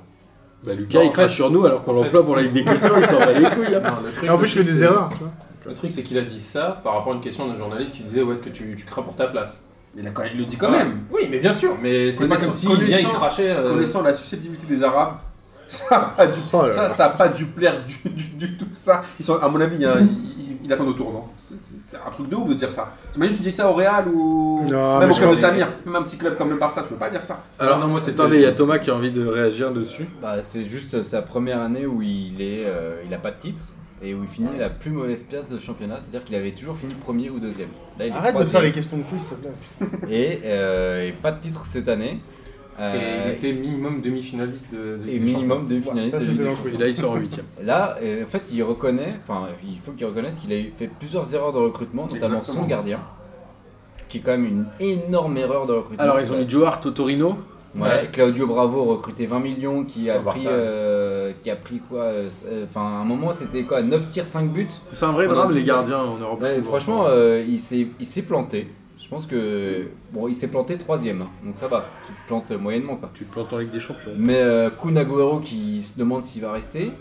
Speaker 2: Bah Lucas
Speaker 4: Non, en
Speaker 2: il crache
Speaker 4: fait-
Speaker 2: sur nous alors qu'on
Speaker 4: en fait-
Speaker 2: l'emploie pour la Ligue des questions il s'en va les couilles. hein.
Speaker 4: Non, le truc,
Speaker 3: Et en
Speaker 4: le
Speaker 3: plus, je fais
Speaker 4: truc,
Speaker 3: des
Speaker 4: c'est-
Speaker 3: erreurs. tu vois.
Speaker 4: Le truc, c'est qu'il a dit ça par rapport à une question d'un journaliste qui disait Où est-ce que tu, tu crains pour ta place
Speaker 1: Il, a quand- il le dit quand
Speaker 4: Ouais.
Speaker 1: même
Speaker 4: Oui, mais bien sûr, mais c'est pas
Speaker 1: Connaissant-
Speaker 4: comme s'il vient et
Speaker 1: connaissant-
Speaker 4: crachait. euh,
Speaker 1: Connaissant la susceptibilité des Arabes, [LAUGHS] ça a pas dû,
Speaker 3: Oh là
Speaker 1: ça,
Speaker 3: là.
Speaker 1: ça a pas dû plaire du, du- du tout. Ça, ils sont, à mon avis, il y a- ils, ils- ils attendent au tournant. C'est- C'est c'est un truc de ouf de dire ça. T'imagines, tu dis ça au Real ou
Speaker 3: Non, mais
Speaker 1: même au
Speaker 3: je
Speaker 1: club de
Speaker 3: pense-
Speaker 1: Samir, même un petit club comme le Barça, tu peux pas dire ça.
Speaker 2: Alors
Speaker 4: non, moi, c'est
Speaker 2: attendez il y a Thomas qui a envie de réagir dessus.
Speaker 6: Bah, c'est juste sa première année où il est, euh, il a pas de titre et où il finit à la plus mauvaise place de championnat, c'est-à-dire qu'il avait toujours fini premier ou deuxième. Là, il est
Speaker 3: Arrête de faire les
Speaker 6: troisième.
Speaker 3: questions de quiz, s'il te plaît.
Speaker 6: Et, euh, et pas de titre cette année.
Speaker 4: Et
Speaker 6: Euh,
Speaker 4: il était minimum demi-finaliste de, de
Speaker 6: et
Speaker 4: des Champions.
Speaker 6: minimum de
Speaker 3: Ouais,
Speaker 6: finaliste
Speaker 3: Ça,
Speaker 6: de
Speaker 3: c'était
Speaker 6: Ligue des
Speaker 3: dans le
Speaker 6: Champions.
Speaker 2: Et
Speaker 3: quiz.
Speaker 2: là il sort en
Speaker 6: [LAUGHS]
Speaker 2: huitième.
Speaker 6: Là, euh, en fait, il reconnaît, enfin, il faut qu'il reconnaisse qu'il a eu fait plusieurs erreurs de recrutement, notamment
Speaker 1: Exactement.
Speaker 6: son gardien, qui est quand même une énorme erreur de recrutement.
Speaker 2: Alors ils ont mis Joe Hart au Torino.
Speaker 6: Ouais, Claudio Bravo recruté 20 millions, qui a
Speaker 4: Au
Speaker 6: pris,
Speaker 4: Barça.
Speaker 6: euh, qui a pris quoi euh, euh, Enfin, à un moment, c'était quoi 9 tirs, 5 buts.
Speaker 2: C'est un vrai
Speaker 6: On a
Speaker 2: drame
Speaker 6: tout-
Speaker 2: les gardiens en Europe.
Speaker 6: Ouais, franchement, euh, il s'est, il s'est planté. Je pense que bon, il s'est planté troisième, hein, donc ça va. Tu te plantes moyennement quoi.
Speaker 2: tu te plantes en Ligue des Champions.
Speaker 6: Mais euh, Kun Agüero qui se demande s'il va rester.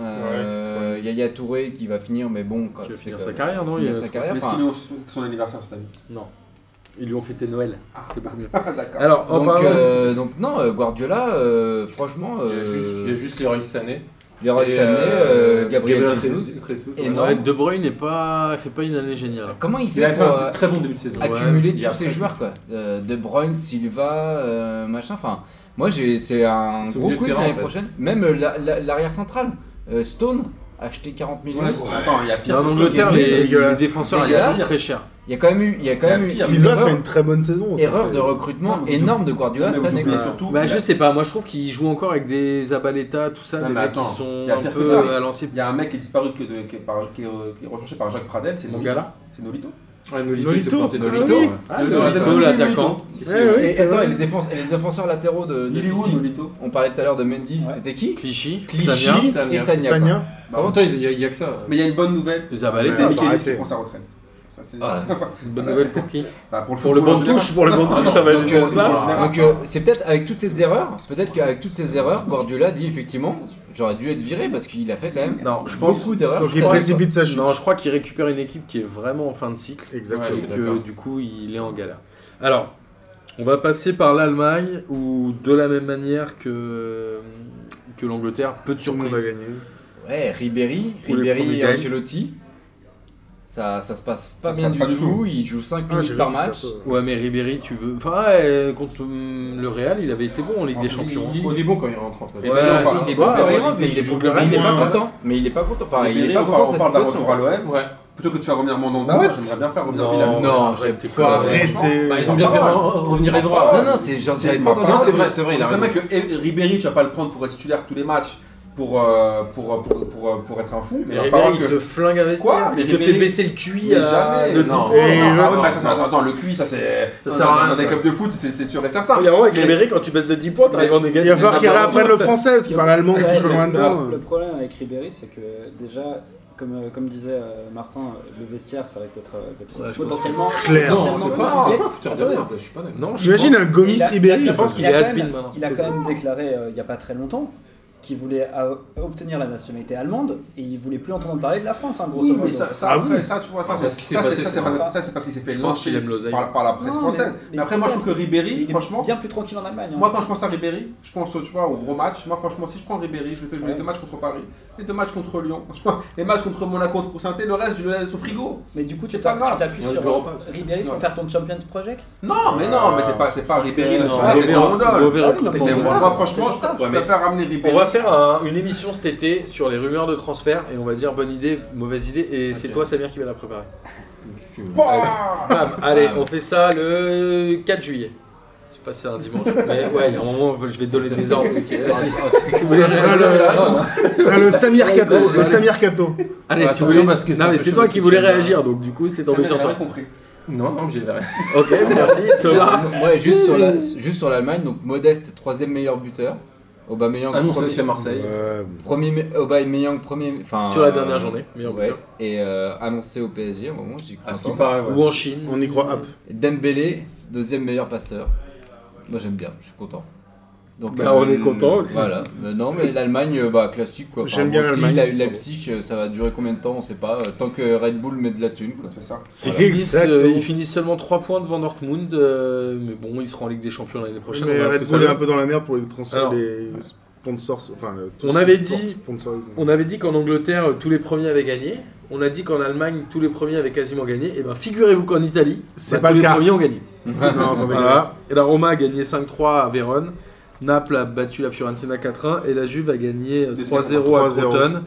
Speaker 6: Euh, Yaya Touré qui va finir, mais bon, quoi,
Speaker 2: Qui va
Speaker 6: c'est
Speaker 2: finir
Speaker 6: que-
Speaker 2: sa carrière, non
Speaker 6: il
Speaker 2: Il
Speaker 6: a
Speaker 2: y a-
Speaker 6: sa carrière.
Speaker 1: Mais est-ce
Speaker 6: enfin,
Speaker 1: qu'ils ont son anniversaire cette année [LAUGHS]
Speaker 2: Non. Ils lui ont fêté Noël. C'est beaucoup mieux.
Speaker 1: Ah,
Speaker 2: [LAUGHS]
Speaker 1: D'accord.
Speaker 2: Alors, en
Speaker 6: donc,
Speaker 2: parlant-
Speaker 6: euh, donc non, euh, Guardiola, euh, franchement,
Speaker 4: Il y a juste, il y a juste Leroy Sané.
Speaker 6: Leroy
Speaker 4: Et,
Speaker 6: Sané,
Speaker 4: euh,
Speaker 6: euh, Gabriel
Speaker 4: Jesus,
Speaker 6: Jesus.
Speaker 4: Jesus,
Speaker 6: Et
Speaker 4: ouais.
Speaker 6: non.
Speaker 2: Ouais, De Bruyne n'est pas fait pas une année géniale.
Speaker 6: Comment il
Speaker 4: Il
Speaker 6: fait
Speaker 4: a fait
Speaker 6: pour
Speaker 4: un Ah,
Speaker 6: euh,
Speaker 4: très bon début de saison.
Speaker 6: accumuler
Speaker 4: Ouais,
Speaker 6: tous
Speaker 4: et
Speaker 6: ces
Speaker 4: après-
Speaker 6: joueurs quoi Euh, De Bruyne, Silva, euh, machin. Enfin, moi j'ai, c'est un
Speaker 4: C'est au
Speaker 6: gros
Speaker 4: milieu de
Speaker 6: quiz
Speaker 4: terrain,
Speaker 6: l'année
Speaker 4: en fait.
Speaker 6: prochaine. Même euh, la- la- l'arrière central, euh, Stone, acheté 40 millions.
Speaker 1: Ouais, Attends, il y a
Speaker 2: Et
Speaker 1: pire.
Speaker 2: en
Speaker 1: que
Speaker 2: Angleterre,
Speaker 1: Stoke et-
Speaker 2: les, les
Speaker 3: dégueulasse.
Speaker 2: défenseurs ils
Speaker 6: Dégueulasse.
Speaker 2: sont très chers.
Speaker 6: Il y a quand même eu, il y a quand
Speaker 1: Il y a
Speaker 6: même eu
Speaker 1: pire,
Speaker 6: une
Speaker 3: Silva fait
Speaker 6: erreur,
Speaker 3: une très bonne saison. Ah, ça,
Speaker 6: erreur
Speaker 3: c'est-
Speaker 6: de recrutement
Speaker 1: Non, mais vous-
Speaker 6: énorme de Guardiola
Speaker 1: Non,
Speaker 6: cette
Speaker 1: mais vous
Speaker 6: année.
Speaker 1: oubliez
Speaker 6: quoi.
Speaker 1: surtout.
Speaker 2: Bah,
Speaker 1: il y a-
Speaker 2: je sais pas, moi je trouve qu'ils jouent encore avec des Abaleta, tout ça,
Speaker 1: Non,
Speaker 2: des
Speaker 1: mais
Speaker 2: mecs qui
Speaker 1: attends,
Speaker 2: sont
Speaker 1: y a
Speaker 2: un
Speaker 1: pire que
Speaker 2: peu
Speaker 1: ça.
Speaker 2: euh, à l'ancienne.
Speaker 1: Il y a un mec qui est disparu que de- que par- qui est euh, qui est recherché par Jacques Pradel, c'est
Speaker 2: Mon
Speaker 1: Nolito.
Speaker 2: gars là
Speaker 1: C'est Nolito.
Speaker 4: Ouais, Nolito, il s'est
Speaker 3: Nolito,
Speaker 4: planté de
Speaker 3: Nolito.
Speaker 4: Nolito, ouais.
Speaker 1: Ah,
Speaker 2: Le
Speaker 1: c'est vrai, c'est
Speaker 2: Nolito,
Speaker 1: vrai.
Speaker 2: l'attaquant.
Speaker 4: Si, si,
Speaker 3: Ouais,
Speaker 4: ouais.
Speaker 3: oui,
Speaker 6: Et
Speaker 3: c'est
Speaker 6: attends,
Speaker 3: vrai.
Speaker 6: et les, défense- et les défenseurs latéraux de, de
Speaker 1: Il est où
Speaker 6: City
Speaker 1: euh, Nolito
Speaker 6: On parlait tout à l'heure de Mendy,
Speaker 1: Ouais.
Speaker 6: c'était qui
Speaker 2: Clichy, Samia,
Speaker 6: Clichy
Speaker 4: Sagna.
Speaker 6: et Sagna. quoi.
Speaker 3: Sagna.
Speaker 4: Bah, en même temps, il y a- il y a que ça.
Speaker 1: Mais il y a une bonne nouvelle. C'est
Speaker 2: Zabaleta.
Speaker 3: Ouais.
Speaker 1: Michaelis qui
Speaker 3: arrêtez.
Speaker 1: prend sa retraite. Ça, c'est-
Speaker 6: Ah.
Speaker 2: Une Bonne nouvelle pour qui
Speaker 1: Bah, pour le
Speaker 2: Pour le
Speaker 1: football en
Speaker 2: banc de
Speaker 1: général.
Speaker 2: touche, pour le banc de touche, ça va
Speaker 1: Donc,
Speaker 2: être
Speaker 1: euh,
Speaker 2: une classe.
Speaker 1: voilà.
Speaker 6: Donc euh, c'est peut-être avec toutes ces erreurs, peut-être qu'avec toutes ces erreurs, Guardiola dit effectivement, j'aurais dû être viré parce qu'il a fait quand même
Speaker 2: Non, je pense.
Speaker 6: beaucoup d'erreurs.
Speaker 3: Donc, il
Speaker 6: Ouais,
Speaker 3: précipite sa chute.
Speaker 2: Non, je crois qu'il récupère une équipe qui est vraiment en fin de cycle.
Speaker 4: Ouais, je
Speaker 3: Exactement.
Speaker 4: suis
Speaker 2: Donc,
Speaker 4: d'accord.
Speaker 2: euh, du coup, il est en galère. Alors, on va passer par l'Allemagne, où de la même manière que, que l'Angleterre, peu de
Speaker 3: Tout le monde a
Speaker 2: surprises.
Speaker 3: gagné.
Speaker 6: quoi. Ouais, Ribéry,
Speaker 2: Ou les premiers
Speaker 6: Ribéry et
Speaker 2: gagnent.
Speaker 6: Ancelotti. Ça, ça se passe pas
Speaker 1: Ça se
Speaker 6: bien
Speaker 1: passe
Speaker 6: du,
Speaker 1: pas du
Speaker 6: tout.
Speaker 1: tout.
Speaker 6: il joue 5
Speaker 3: Ah, j'ai
Speaker 6: minutes
Speaker 3: vu
Speaker 6: par
Speaker 3: que
Speaker 6: match.
Speaker 3: c'était un peu-
Speaker 2: Ouais, mais Ribéry, tu veux. Enfin, ouais, contre hum, le Real, il avait été bon en Ligue des
Speaker 1: Il-
Speaker 2: Champions.
Speaker 4: Il, il est bon quand il rentre en fait.
Speaker 1: Et ben, on parle-
Speaker 6: Il
Speaker 2: Ah,
Speaker 6: est
Speaker 2: Ouais,
Speaker 6: pas
Speaker 2: ouais,
Speaker 6: cohérent,
Speaker 2: ouais,
Speaker 6: mais il
Speaker 2: il
Speaker 6: est
Speaker 2: joue
Speaker 6: pas- mais il est
Speaker 2: globalement,
Speaker 6: pas
Speaker 2: ouais.
Speaker 6: content. Mais il est pas content. Enfin, il
Speaker 1: Ribéry,
Speaker 6: est pas
Speaker 1: on parle-
Speaker 6: content de
Speaker 1: on
Speaker 6: sa
Speaker 1: parle d'un
Speaker 6: situation.
Speaker 1: retour à l'OM.
Speaker 4: Ouais.
Speaker 1: Plutôt que de faire revenir Mandanda,
Speaker 3: What
Speaker 1: j'aimerais bien faire revenir
Speaker 2: Bah, Non,
Speaker 1: Bilal.
Speaker 6: Non,
Speaker 2: arrête, t'es
Speaker 6: faut
Speaker 2: pas-
Speaker 6: arrêter.
Speaker 3: Arrêtez.
Speaker 4: Bah, ils ont bien fait
Speaker 1: Parole.
Speaker 4: re- revenir les droits.
Speaker 1: Parole.
Speaker 6: Non, non, c'est genre,
Speaker 1: C'est
Speaker 6: j'avais
Speaker 1: ma
Speaker 6: pas entendu.
Speaker 1: parole.
Speaker 6: Non, c'est vrai, c'est vrai, il a
Speaker 1: C'est vrai
Speaker 6: raison.
Speaker 1: que eh, Ribéry, tu vas pas le prendre pour être titulaire tous les matchs pour, euh, pour, pour, pour, euh, pour être un fou. Mais
Speaker 2: Mais
Speaker 1: la parole
Speaker 2: Ribéry, il
Speaker 1: que-
Speaker 2: te flingue avec
Speaker 1: Quoi
Speaker 2: ça.
Speaker 1: Mais
Speaker 2: Il te
Speaker 1: Ribéry-
Speaker 2: fait baisser le QI
Speaker 1: Mais
Speaker 2: à
Speaker 1: jamais.
Speaker 2: de
Speaker 1: non.
Speaker 2: 10
Speaker 1: non,
Speaker 2: points.
Speaker 3: Et
Speaker 1: ah
Speaker 3: le-
Speaker 1: ouais, bah, ça, c'est-
Speaker 4: non.
Speaker 1: attends, le QI, ça c'est.
Speaker 2: Ça
Speaker 1: dans-
Speaker 2: sert à
Speaker 1: dans-
Speaker 2: rien,
Speaker 1: Dans des
Speaker 2: ça.
Speaker 1: clubs de foot, c'est c'est sûr et certain.
Speaker 2: Il y a un moment avec
Speaker 1: Mais-
Speaker 2: Ribéry, quand tu baisses de 10 points, t'arrives
Speaker 1: Mais-
Speaker 2: en négatif.
Speaker 3: Il va falloir qu'il réapprenne le français parce qu'il parle allemand
Speaker 5: Ouais,
Speaker 3: depuis
Speaker 5: le-
Speaker 3: combien de
Speaker 5: le-
Speaker 3: temps
Speaker 5: Le
Speaker 3: euh.
Speaker 5: problème avec Ribéry, c'est que déjà, comme, euh, comme disait euh, Martin, le vestiaire, ça risque d'être euh, d'être
Speaker 2: Ouais, je
Speaker 5: potentiellement.
Speaker 3: Clair.
Speaker 4: Non,
Speaker 5: potentiellement
Speaker 4: Ah,
Speaker 5: non,
Speaker 4: c'est pas,
Speaker 5: mais-
Speaker 4: c'est pas un fouteur de
Speaker 5: Attends,
Speaker 4: rien, quoi, je suis pas d'accord.
Speaker 2: Non, je
Speaker 3: J'imagine
Speaker 2: pense-
Speaker 3: un Gomis
Speaker 5: il a-
Speaker 3: Ribéry.
Speaker 5: il a-
Speaker 2: je pense
Speaker 5: il
Speaker 2: qu'il
Speaker 5: a
Speaker 2: est
Speaker 5: quand
Speaker 2: has-been
Speaker 5: même-
Speaker 2: maintenant.
Speaker 5: Il a quand même déclaré euh, il y a pas très longtemps qui voulait euh, obtenir la nationalité allemande et il voulait plus entendre parler de la France, hein, grosso
Speaker 1: Oui,
Speaker 5: modo.
Speaker 1: mais ça, ça,
Speaker 3: Ah
Speaker 1: après,
Speaker 3: oui.
Speaker 1: ça, tu vois, ça,
Speaker 4: Ah,
Speaker 1: c'est-
Speaker 4: parce qu'il
Speaker 1: ça,
Speaker 4: s'est
Speaker 1: c'est
Speaker 4: passé,
Speaker 1: ça, c'est
Speaker 5: c'est
Speaker 1: pas-
Speaker 5: pas-
Speaker 1: ça, c'est parce qu'il s'est fait
Speaker 2: Je pense qu'il
Speaker 1: lancer
Speaker 2: aime l'oseille.
Speaker 1: par, par la presse
Speaker 5: Non, mais-
Speaker 1: française. Mais,
Speaker 5: mais
Speaker 1: après, moi, je trouve que
Speaker 5: Mais
Speaker 1: Ribéry,
Speaker 5: il est
Speaker 1: franchement,
Speaker 5: bien plus tranquille en Allemagne. hein.
Speaker 1: moi, quand je pense à Ribéry, je pense, tu vois, au gros match. Moi, franchement, si je prends Ribéry, je le fais jouer
Speaker 5: Ouais.
Speaker 1: les deux matchs contre Paris, les deux matchs contre Lyon, [LAUGHS] tu vois, les matchs contre Monaco, contre saint le reste, je le laisse au frigo.
Speaker 5: mais du coup,
Speaker 1: c'est
Speaker 5: tu
Speaker 1: pas
Speaker 5: t'app-
Speaker 1: grave.
Speaker 5: tu t'appuies
Speaker 4: Ouais,
Speaker 5: sur euh,
Speaker 4: l'Europa,
Speaker 5: Ribéry pour
Speaker 1: Ouais.
Speaker 5: faire ton Champions Project
Speaker 1: Non, mais non, mais c'est pas, c'est pas Ribéry,
Speaker 5: que-
Speaker 1: là, tu
Speaker 5: non,
Speaker 1: vois,
Speaker 5: Beauvais
Speaker 1: c'est Rondol.
Speaker 5: Ah oui, non, mais
Speaker 1: Mais c'est-
Speaker 5: c'est
Speaker 1: moi,
Speaker 5: ça,
Speaker 1: moi,
Speaker 5: c'est
Speaker 1: franchement,
Speaker 5: pour ça.
Speaker 1: je
Speaker 2: Ouais, mais-
Speaker 1: préfère ramener
Speaker 2: On va
Speaker 1: Ribéry.
Speaker 2: faire un- une émission cet été sur les rumeurs de transfert et on va dire bonne idée, mauvaise idée et c'est
Speaker 4: Ok.
Speaker 2: toi Samir qui va la préparer.
Speaker 1: Bah
Speaker 2: Bam, allez,
Speaker 6: Bam.
Speaker 2: on fait ça le 4 juillet. Je sais pas si c'est un dimanche, mais ouais, il y a un moment, je vais te donner des ordres.
Speaker 3: Ça sera le, ça sera le Samir Kato. Le
Speaker 2: Allez.
Speaker 3: Samir Kato.
Speaker 4: Allez, tu
Speaker 2: Attention,
Speaker 4: voulais parce que
Speaker 2: Non, mais c'est toi qui voulais réagir, donc du coup, c'est
Speaker 1: Ça,
Speaker 2: tombé
Speaker 1: mais j'ai
Speaker 2: sur
Speaker 1: rien
Speaker 2: toi.
Speaker 1: compris.
Speaker 4: Non, non, j'ai rien.
Speaker 2: Ok, merci Thomas.
Speaker 6: Ouais, juste sur la- juste sur l'Allemagne, donc Modeste, troisième meilleur buteur. Aubameyang,
Speaker 1: Ah
Speaker 4: Annoncé
Speaker 6: premier-
Speaker 4: chez Marseille.
Speaker 6: Premier, me- oh, Aubameyang, premier, enfin
Speaker 2: Sur la dernière
Speaker 6: euh,
Speaker 2: journée, meilleur
Speaker 6: ouais,
Speaker 2: buteur.
Speaker 6: Et euh, annoncé au PSG, à un moment j'y
Speaker 2: Ah,
Speaker 6: crois.
Speaker 4: À ce qui
Speaker 6: pas.
Speaker 4: paraît, ouais.
Speaker 2: Ou en Chine.
Speaker 3: On y croit hop.
Speaker 6: Dembélé, deuxième meilleur passeur. Moi j'aime bien, je suis content. Donc,
Speaker 2: Bah, on est content aussi.
Speaker 6: Voilà. Euh, non mais l'Allemagne, euh, bah classique quoi.
Speaker 3: J'aime bien
Speaker 6: moi aussi,
Speaker 3: l'Allemagne.
Speaker 6: La, la psyche, euh, ça va durer combien de temps On sait pas. Euh, Tant que Red Bull met de la thune quoi.
Speaker 1: C'est ça.
Speaker 3: C'est
Speaker 2: Ils finissent, euh,
Speaker 3: exactement.
Speaker 2: ils finissent seulement 3 points devant Dortmund, euh, mais bon, ils seront en Ligue des Champions l'année prochaine. on
Speaker 3: Mais
Speaker 2: verra ce que
Speaker 3: Red
Speaker 2: ça
Speaker 3: Bull est
Speaker 2: donne.
Speaker 3: un peu dans la merde pour les transferts
Speaker 2: Alors.
Speaker 3: des sponsors. Enfin, le- tout ce
Speaker 2: On
Speaker 3: qui
Speaker 2: avait
Speaker 3: se
Speaker 2: dit-
Speaker 3: sponsorise.
Speaker 2: On avait dit qu'en Angleterre, euh, tous les premiers avaient gagné. On a dit qu'en Allemagne, tous les premiers avaient quasiment gagné. Et ben, figurez-vous qu'en Italie,
Speaker 3: C'est
Speaker 2: bah,
Speaker 3: pas
Speaker 2: tous
Speaker 3: le
Speaker 2: les
Speaker 3: cas.
Speaker 2: premiers ont gagné. [LAUGHS]
Speaker 3: Non, attendez.
Speaker 2: Voilà. Et la Roma a gagné 5-3 à Vérone. Naples a battu la Fiorentina 4-1. Et la Juve a gagné euh, 3-0 à
Speaker 3: 3-0.
Speaker 2: Crotone.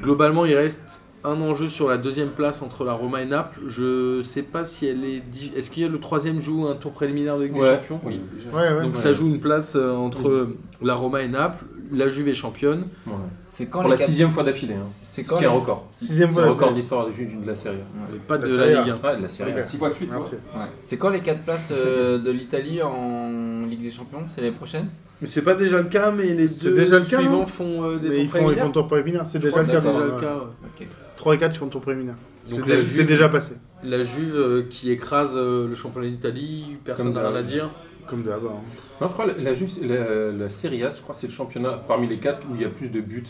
Speaker 2: Globalement, il reste un enjeu sur la deuxième place entre la Roma et Naples. Je sais pas si elle est. di- Est-ce qu'il y a le troisième joue un tour préliminaire de Ligue des
Speaker 6: Ouais.
Speaker 2: Champions
Speaker 4: Oui.
Speaker 3: Ouais, ouais.
Speaker 2: Donc ça joue une place euh, entre
Speaker 4: Mhm.
Speaker 2: la Roma et Naples. La Juve est championne.
Speaker 4: Ouais.
Speaker 6: C'est quand
Speaker 4: Pour
Speaker 6: les
Speaker 4: la
Speaker 6: quatre-
Speaker 4: sixième fois d'affilée. hein.
Speaker 6: C'est
Speaker 4: Ce
Speaker 6: quand
Speaker 4: qui est un
Speaker 6: les-
Speaker 4: record.
Speaker 3: Sixième
Speaker 4: C'est le
Speaker 3: fois.
Speaker 4: record de l'histoire de de la série.
Speaker 2: Elle est pas
Speaker 3: La
Speaker 2: de la
Speaker 3: Serie A.
Speaker 2: Ligue 1.
Speaker 4: Ouais, de la série.
Speaker 3: Ouais.
Speaker 1: Six fois de suite,
Speaker 3: Merci.
Speaker 6: Ouais. C'est quand les quatre places euh, de l'Italie en Ligue des Champions C'est l'année prochaine
Speaker 2: Mais c'est pas déjà le cas, mais les
Speaker 3: C'est
Speaker 2: deux
Speaker 3: déjà le cas,
Speaker 2: suivants
Speaker 3: non
Speaker 2: font euh, des
Speaker 3: Mais ils font,
Speaker 2: tours
Speaker 3: ils font
Speaker 2: préliminaires.
Speaker 3: le tour préliminaire. C'est
Speaker 2: Je
Speaker 3: déjà
Speaker 2: crois
Speaker 3: le
Speaker 2: que
Speaker 3: cas.
Speaker 2: c'est déjà
Speaker 3: dans-
Speaker 2: le
Speaker 3: ouais.
Speaker 2: cas, ouais.
Speaker 3: 3 et 4, ils font le tour préliminaire. C'est
Speaker 2: Donc
Speaker 3: dé-
Speaker 2: la
Speaker 3: c'est
Speaker 2: Juve,
Speaker 3: déjà passé.
Speaker 2: la Juve euh, qui écrase euh, le championnat d'Italie, personne
Speaker 4: Comme
Speaker 2: n'a
Speaker 4: d'hab.
Speaker 2: rien à dire.
Speaker 3: Comme d'hab. hein.
Speaker 4: Non, je crois que la, Juve, c'est- la, la Serie A, je crois que c'est le championnat parmi les quatre où il y a plus de buts.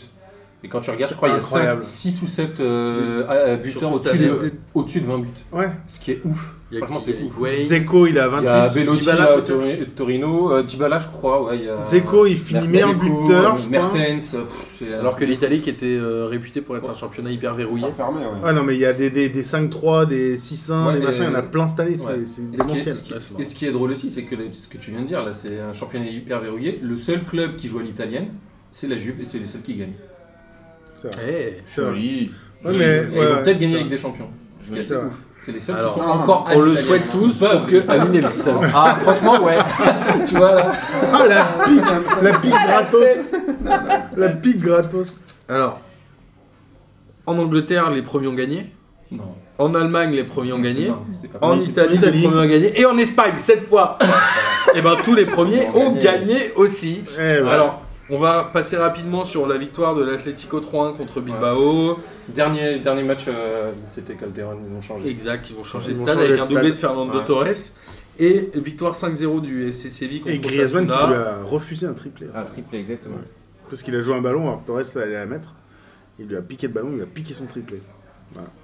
Speaker 4: Et quand tu regardes, je crois qu'il y a
Speaker 3: Incroyable.
Speaker 4: 6 ou 7 euh, buteurs
Speaker 2: Surtout
Speaker 4: au-dessus
Speaker 2: cette
Speaker 4: de,
Speaker 3: année.
Speaker 4: au-dessus de 20 buts.
Speaker 3: Ouais.
Speaker 4: Ce qui est ouf.
Speaker 2: Il y a
Speaker 4: Franchement,
Speaker 2: qui-
Speaker 4: c'est
Speaker 2: il y a
Speaker 4: ouf.
Speaker 2: Higuaín,
Speaker 3: Zeko, il a
Speaker 4: Il y a
Speaker 3: 28.
Speaker 2: Dybala,
Speaker 4: Velotti au Tori- Torino, euh, Dybala, je crois. Ouais, il y a
Speaker 3: Zeko, il finit meilleur
Speaker 4: Zeko,
Speaker 3: buteur.
Speaker 4: euh,
Speaker 3: je crois.
Speaker 4: Mertens. euh, pff, c'est-
Speaker 2: alors que l'Italie qui était euh, réputée pour être un championnat hyper verrouillé.
Speaker 1: Fermé, ouais.
Speaker 3: Ah non, mais il y a des, des, des 5-3, des 6-1,
Speaker 4: Ouais,
Speaker 3: des machins,
Speaker 4: et-
Speaker 3: il y en a plein cette année,
Speaker 4: ouais.
Speaker 3: c'est c'est
Speaker 4: Et ce, qui est,
Speaker 3: démentiel.
Speaker 4: ce qui- et ce qui est drôle aussi, c'est que les- ce que tu viens de dire, là, c'est un championnat hyper verrouillé. Le seul club qui joue à l'italienne, c'est la Juve et c'est les seuls qui gagnent.
Speaker 3: C'est vrai.
Speaker 2: Eh,
Speaker 3: C'est vrai.
Speaker 6: Oui.
Speaker 3: Ouais, mais,
Speaker 4: et ils
Speaker 3: ouais,
Speaker 4: vont peut-être gagner
Speaker 3: c'est
Speaker 4: la Ligue
Speaker 3: vrai.
Speaker 4: des Champions. Ce qui est
Speaker 3: C'est
Speaker 4: assez
Speaker 3: vrai.
Speaker 4: ouf. C'est les seuls
Speaker 2: Alors,
Speaker 4: qui sont
Speaker 1: non, non,
Speaker 4: encore à
Speaker 2: on le
Speaker 4: l'italienne.
Speaker 2: souhaite tous
Speaker 4: Ouais,
Speaker 2: pour que Amine est le seul.
Speaker 4: Ah, franchement, [LAUGHS] ouais. tu vois, là.
Speaker 3: Ah [LAUGHS] la pique La pique [LAUGHS] gratos La pique gratos
Speaker 2: Alors, en Angleterre, les premiers ont gagné.
Speaker 4: Non.
Speaker 2: En Allemagne, les premiers ont gagné.
Speaker 4: Non, c'est pas
Speaker 2: En
Speaker 4: possible.
Speaker 2: Italie,
Speaker 3: Italie.
Speaker 2: les premiers ont gagné. Et en Espagne, cette fois, [LAUGHS] et ben tous les premiers ont gagné aussi.
Speaker 3: Eh ben,
Speaker 2: Alors, on va passer rapidement sur la victoire de l'Atlético 3-1 contre Bilbao.
Speaker 4: Dernier, dernier match, euh, c'était Calderon, ils ont changé.
Speaker 2: Exact, ils vont changer
Speaker 3: Ils
Speaker 2: de
Speaker 3: vont
Speaker 2: stade
Speaker 3: changer
Speaker 2: avec
Speaker 3: de
Speaker 2: un doublé
Speaker 3: stade.
Speaker 2: de Fernando
Speaker 4: Ouais.
Speaker 2: Torres. Et victoire 5-0 du SC Séville contre
Speaker 3: Et Griezmann qui lui
Speaker 2: Osasuna.
Speaker 3: a refusé un triplé. hein.
Speaker 6: Un triplé, exactement.
Speaker 3: Parce qu'il a joué un ballon, alors Torres allait la mettre. Il lui a piqué le ballon, il lui a piqué son triplé.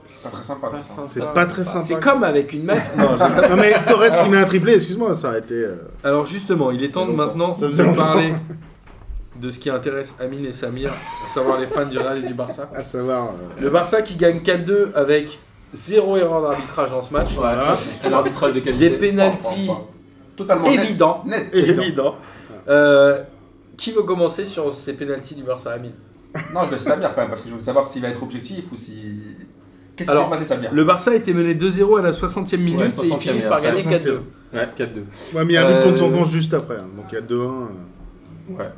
Speaker 1: C'est pas très sympa. tout ça.
Speaker 3: C'est pas très
Speaker 2: C'est
Speaker 3: sympa.
Speaker 2: comme avec une meuf. [LAUGHS] Non, je-
Speaker 3: Non mais Torres qui met un triplé, excuse-moi, ça a été... euh,
Speaker 2: Alors justement, il est temps de
Speaker 6: longtemps.
Speaker 2: maintenant
Speaker 3: Ça
Speaker 2: de
Speaker 3: faisait longtemps.
Speaker 2: parler de ce qui intéresse Amine et Samir, à savoir les fans du Real et du Barça.
Speaker 3: à savoir... euh,
Speaker 2: Le Barça qui gagne 4-2 avec zéro erreur d'arbitrage dans ce match.
Speaker 4: Voilà, c'est l'arbitrage de qualité.
Speaker 2: Des pénalties
Speaker 1: Pas- pas- Totalement
Speaker 2: Évident.
Speaker 1: Net. net.
Speaker 3: Évident.
Speaker 2: évidents. Euh, qui veut commencer sur ces pénalties du Barça Amine
Speaker 1: Non, je laisse Samir quand même parce que je veux savoir s'il va être objectif ou si. Qu'est-ce qui
Speaker 2: Alors,
Speaker 1: s'est passé, Samir
Speaker 2: Le Barça a été mené 2-0 à la 60e minute
Speaker 4: Ouais,
Speaker 2: et ils
Speaker 4: 60e,
Speaker 2: finissent par
Speaker 4: ouais,
Speaker 2: gagner
Speaker 3: 60e.
Speaker 2: 4-2.
Speaker 4: Ouais, 4-2.
Speaker 3: Ouais, mais il y a un but contre son
Speaker 4: Euh,
Speaker 3: compte juste après, hein. donc il y a 2-1. euh.
Speaker 4: Ouais.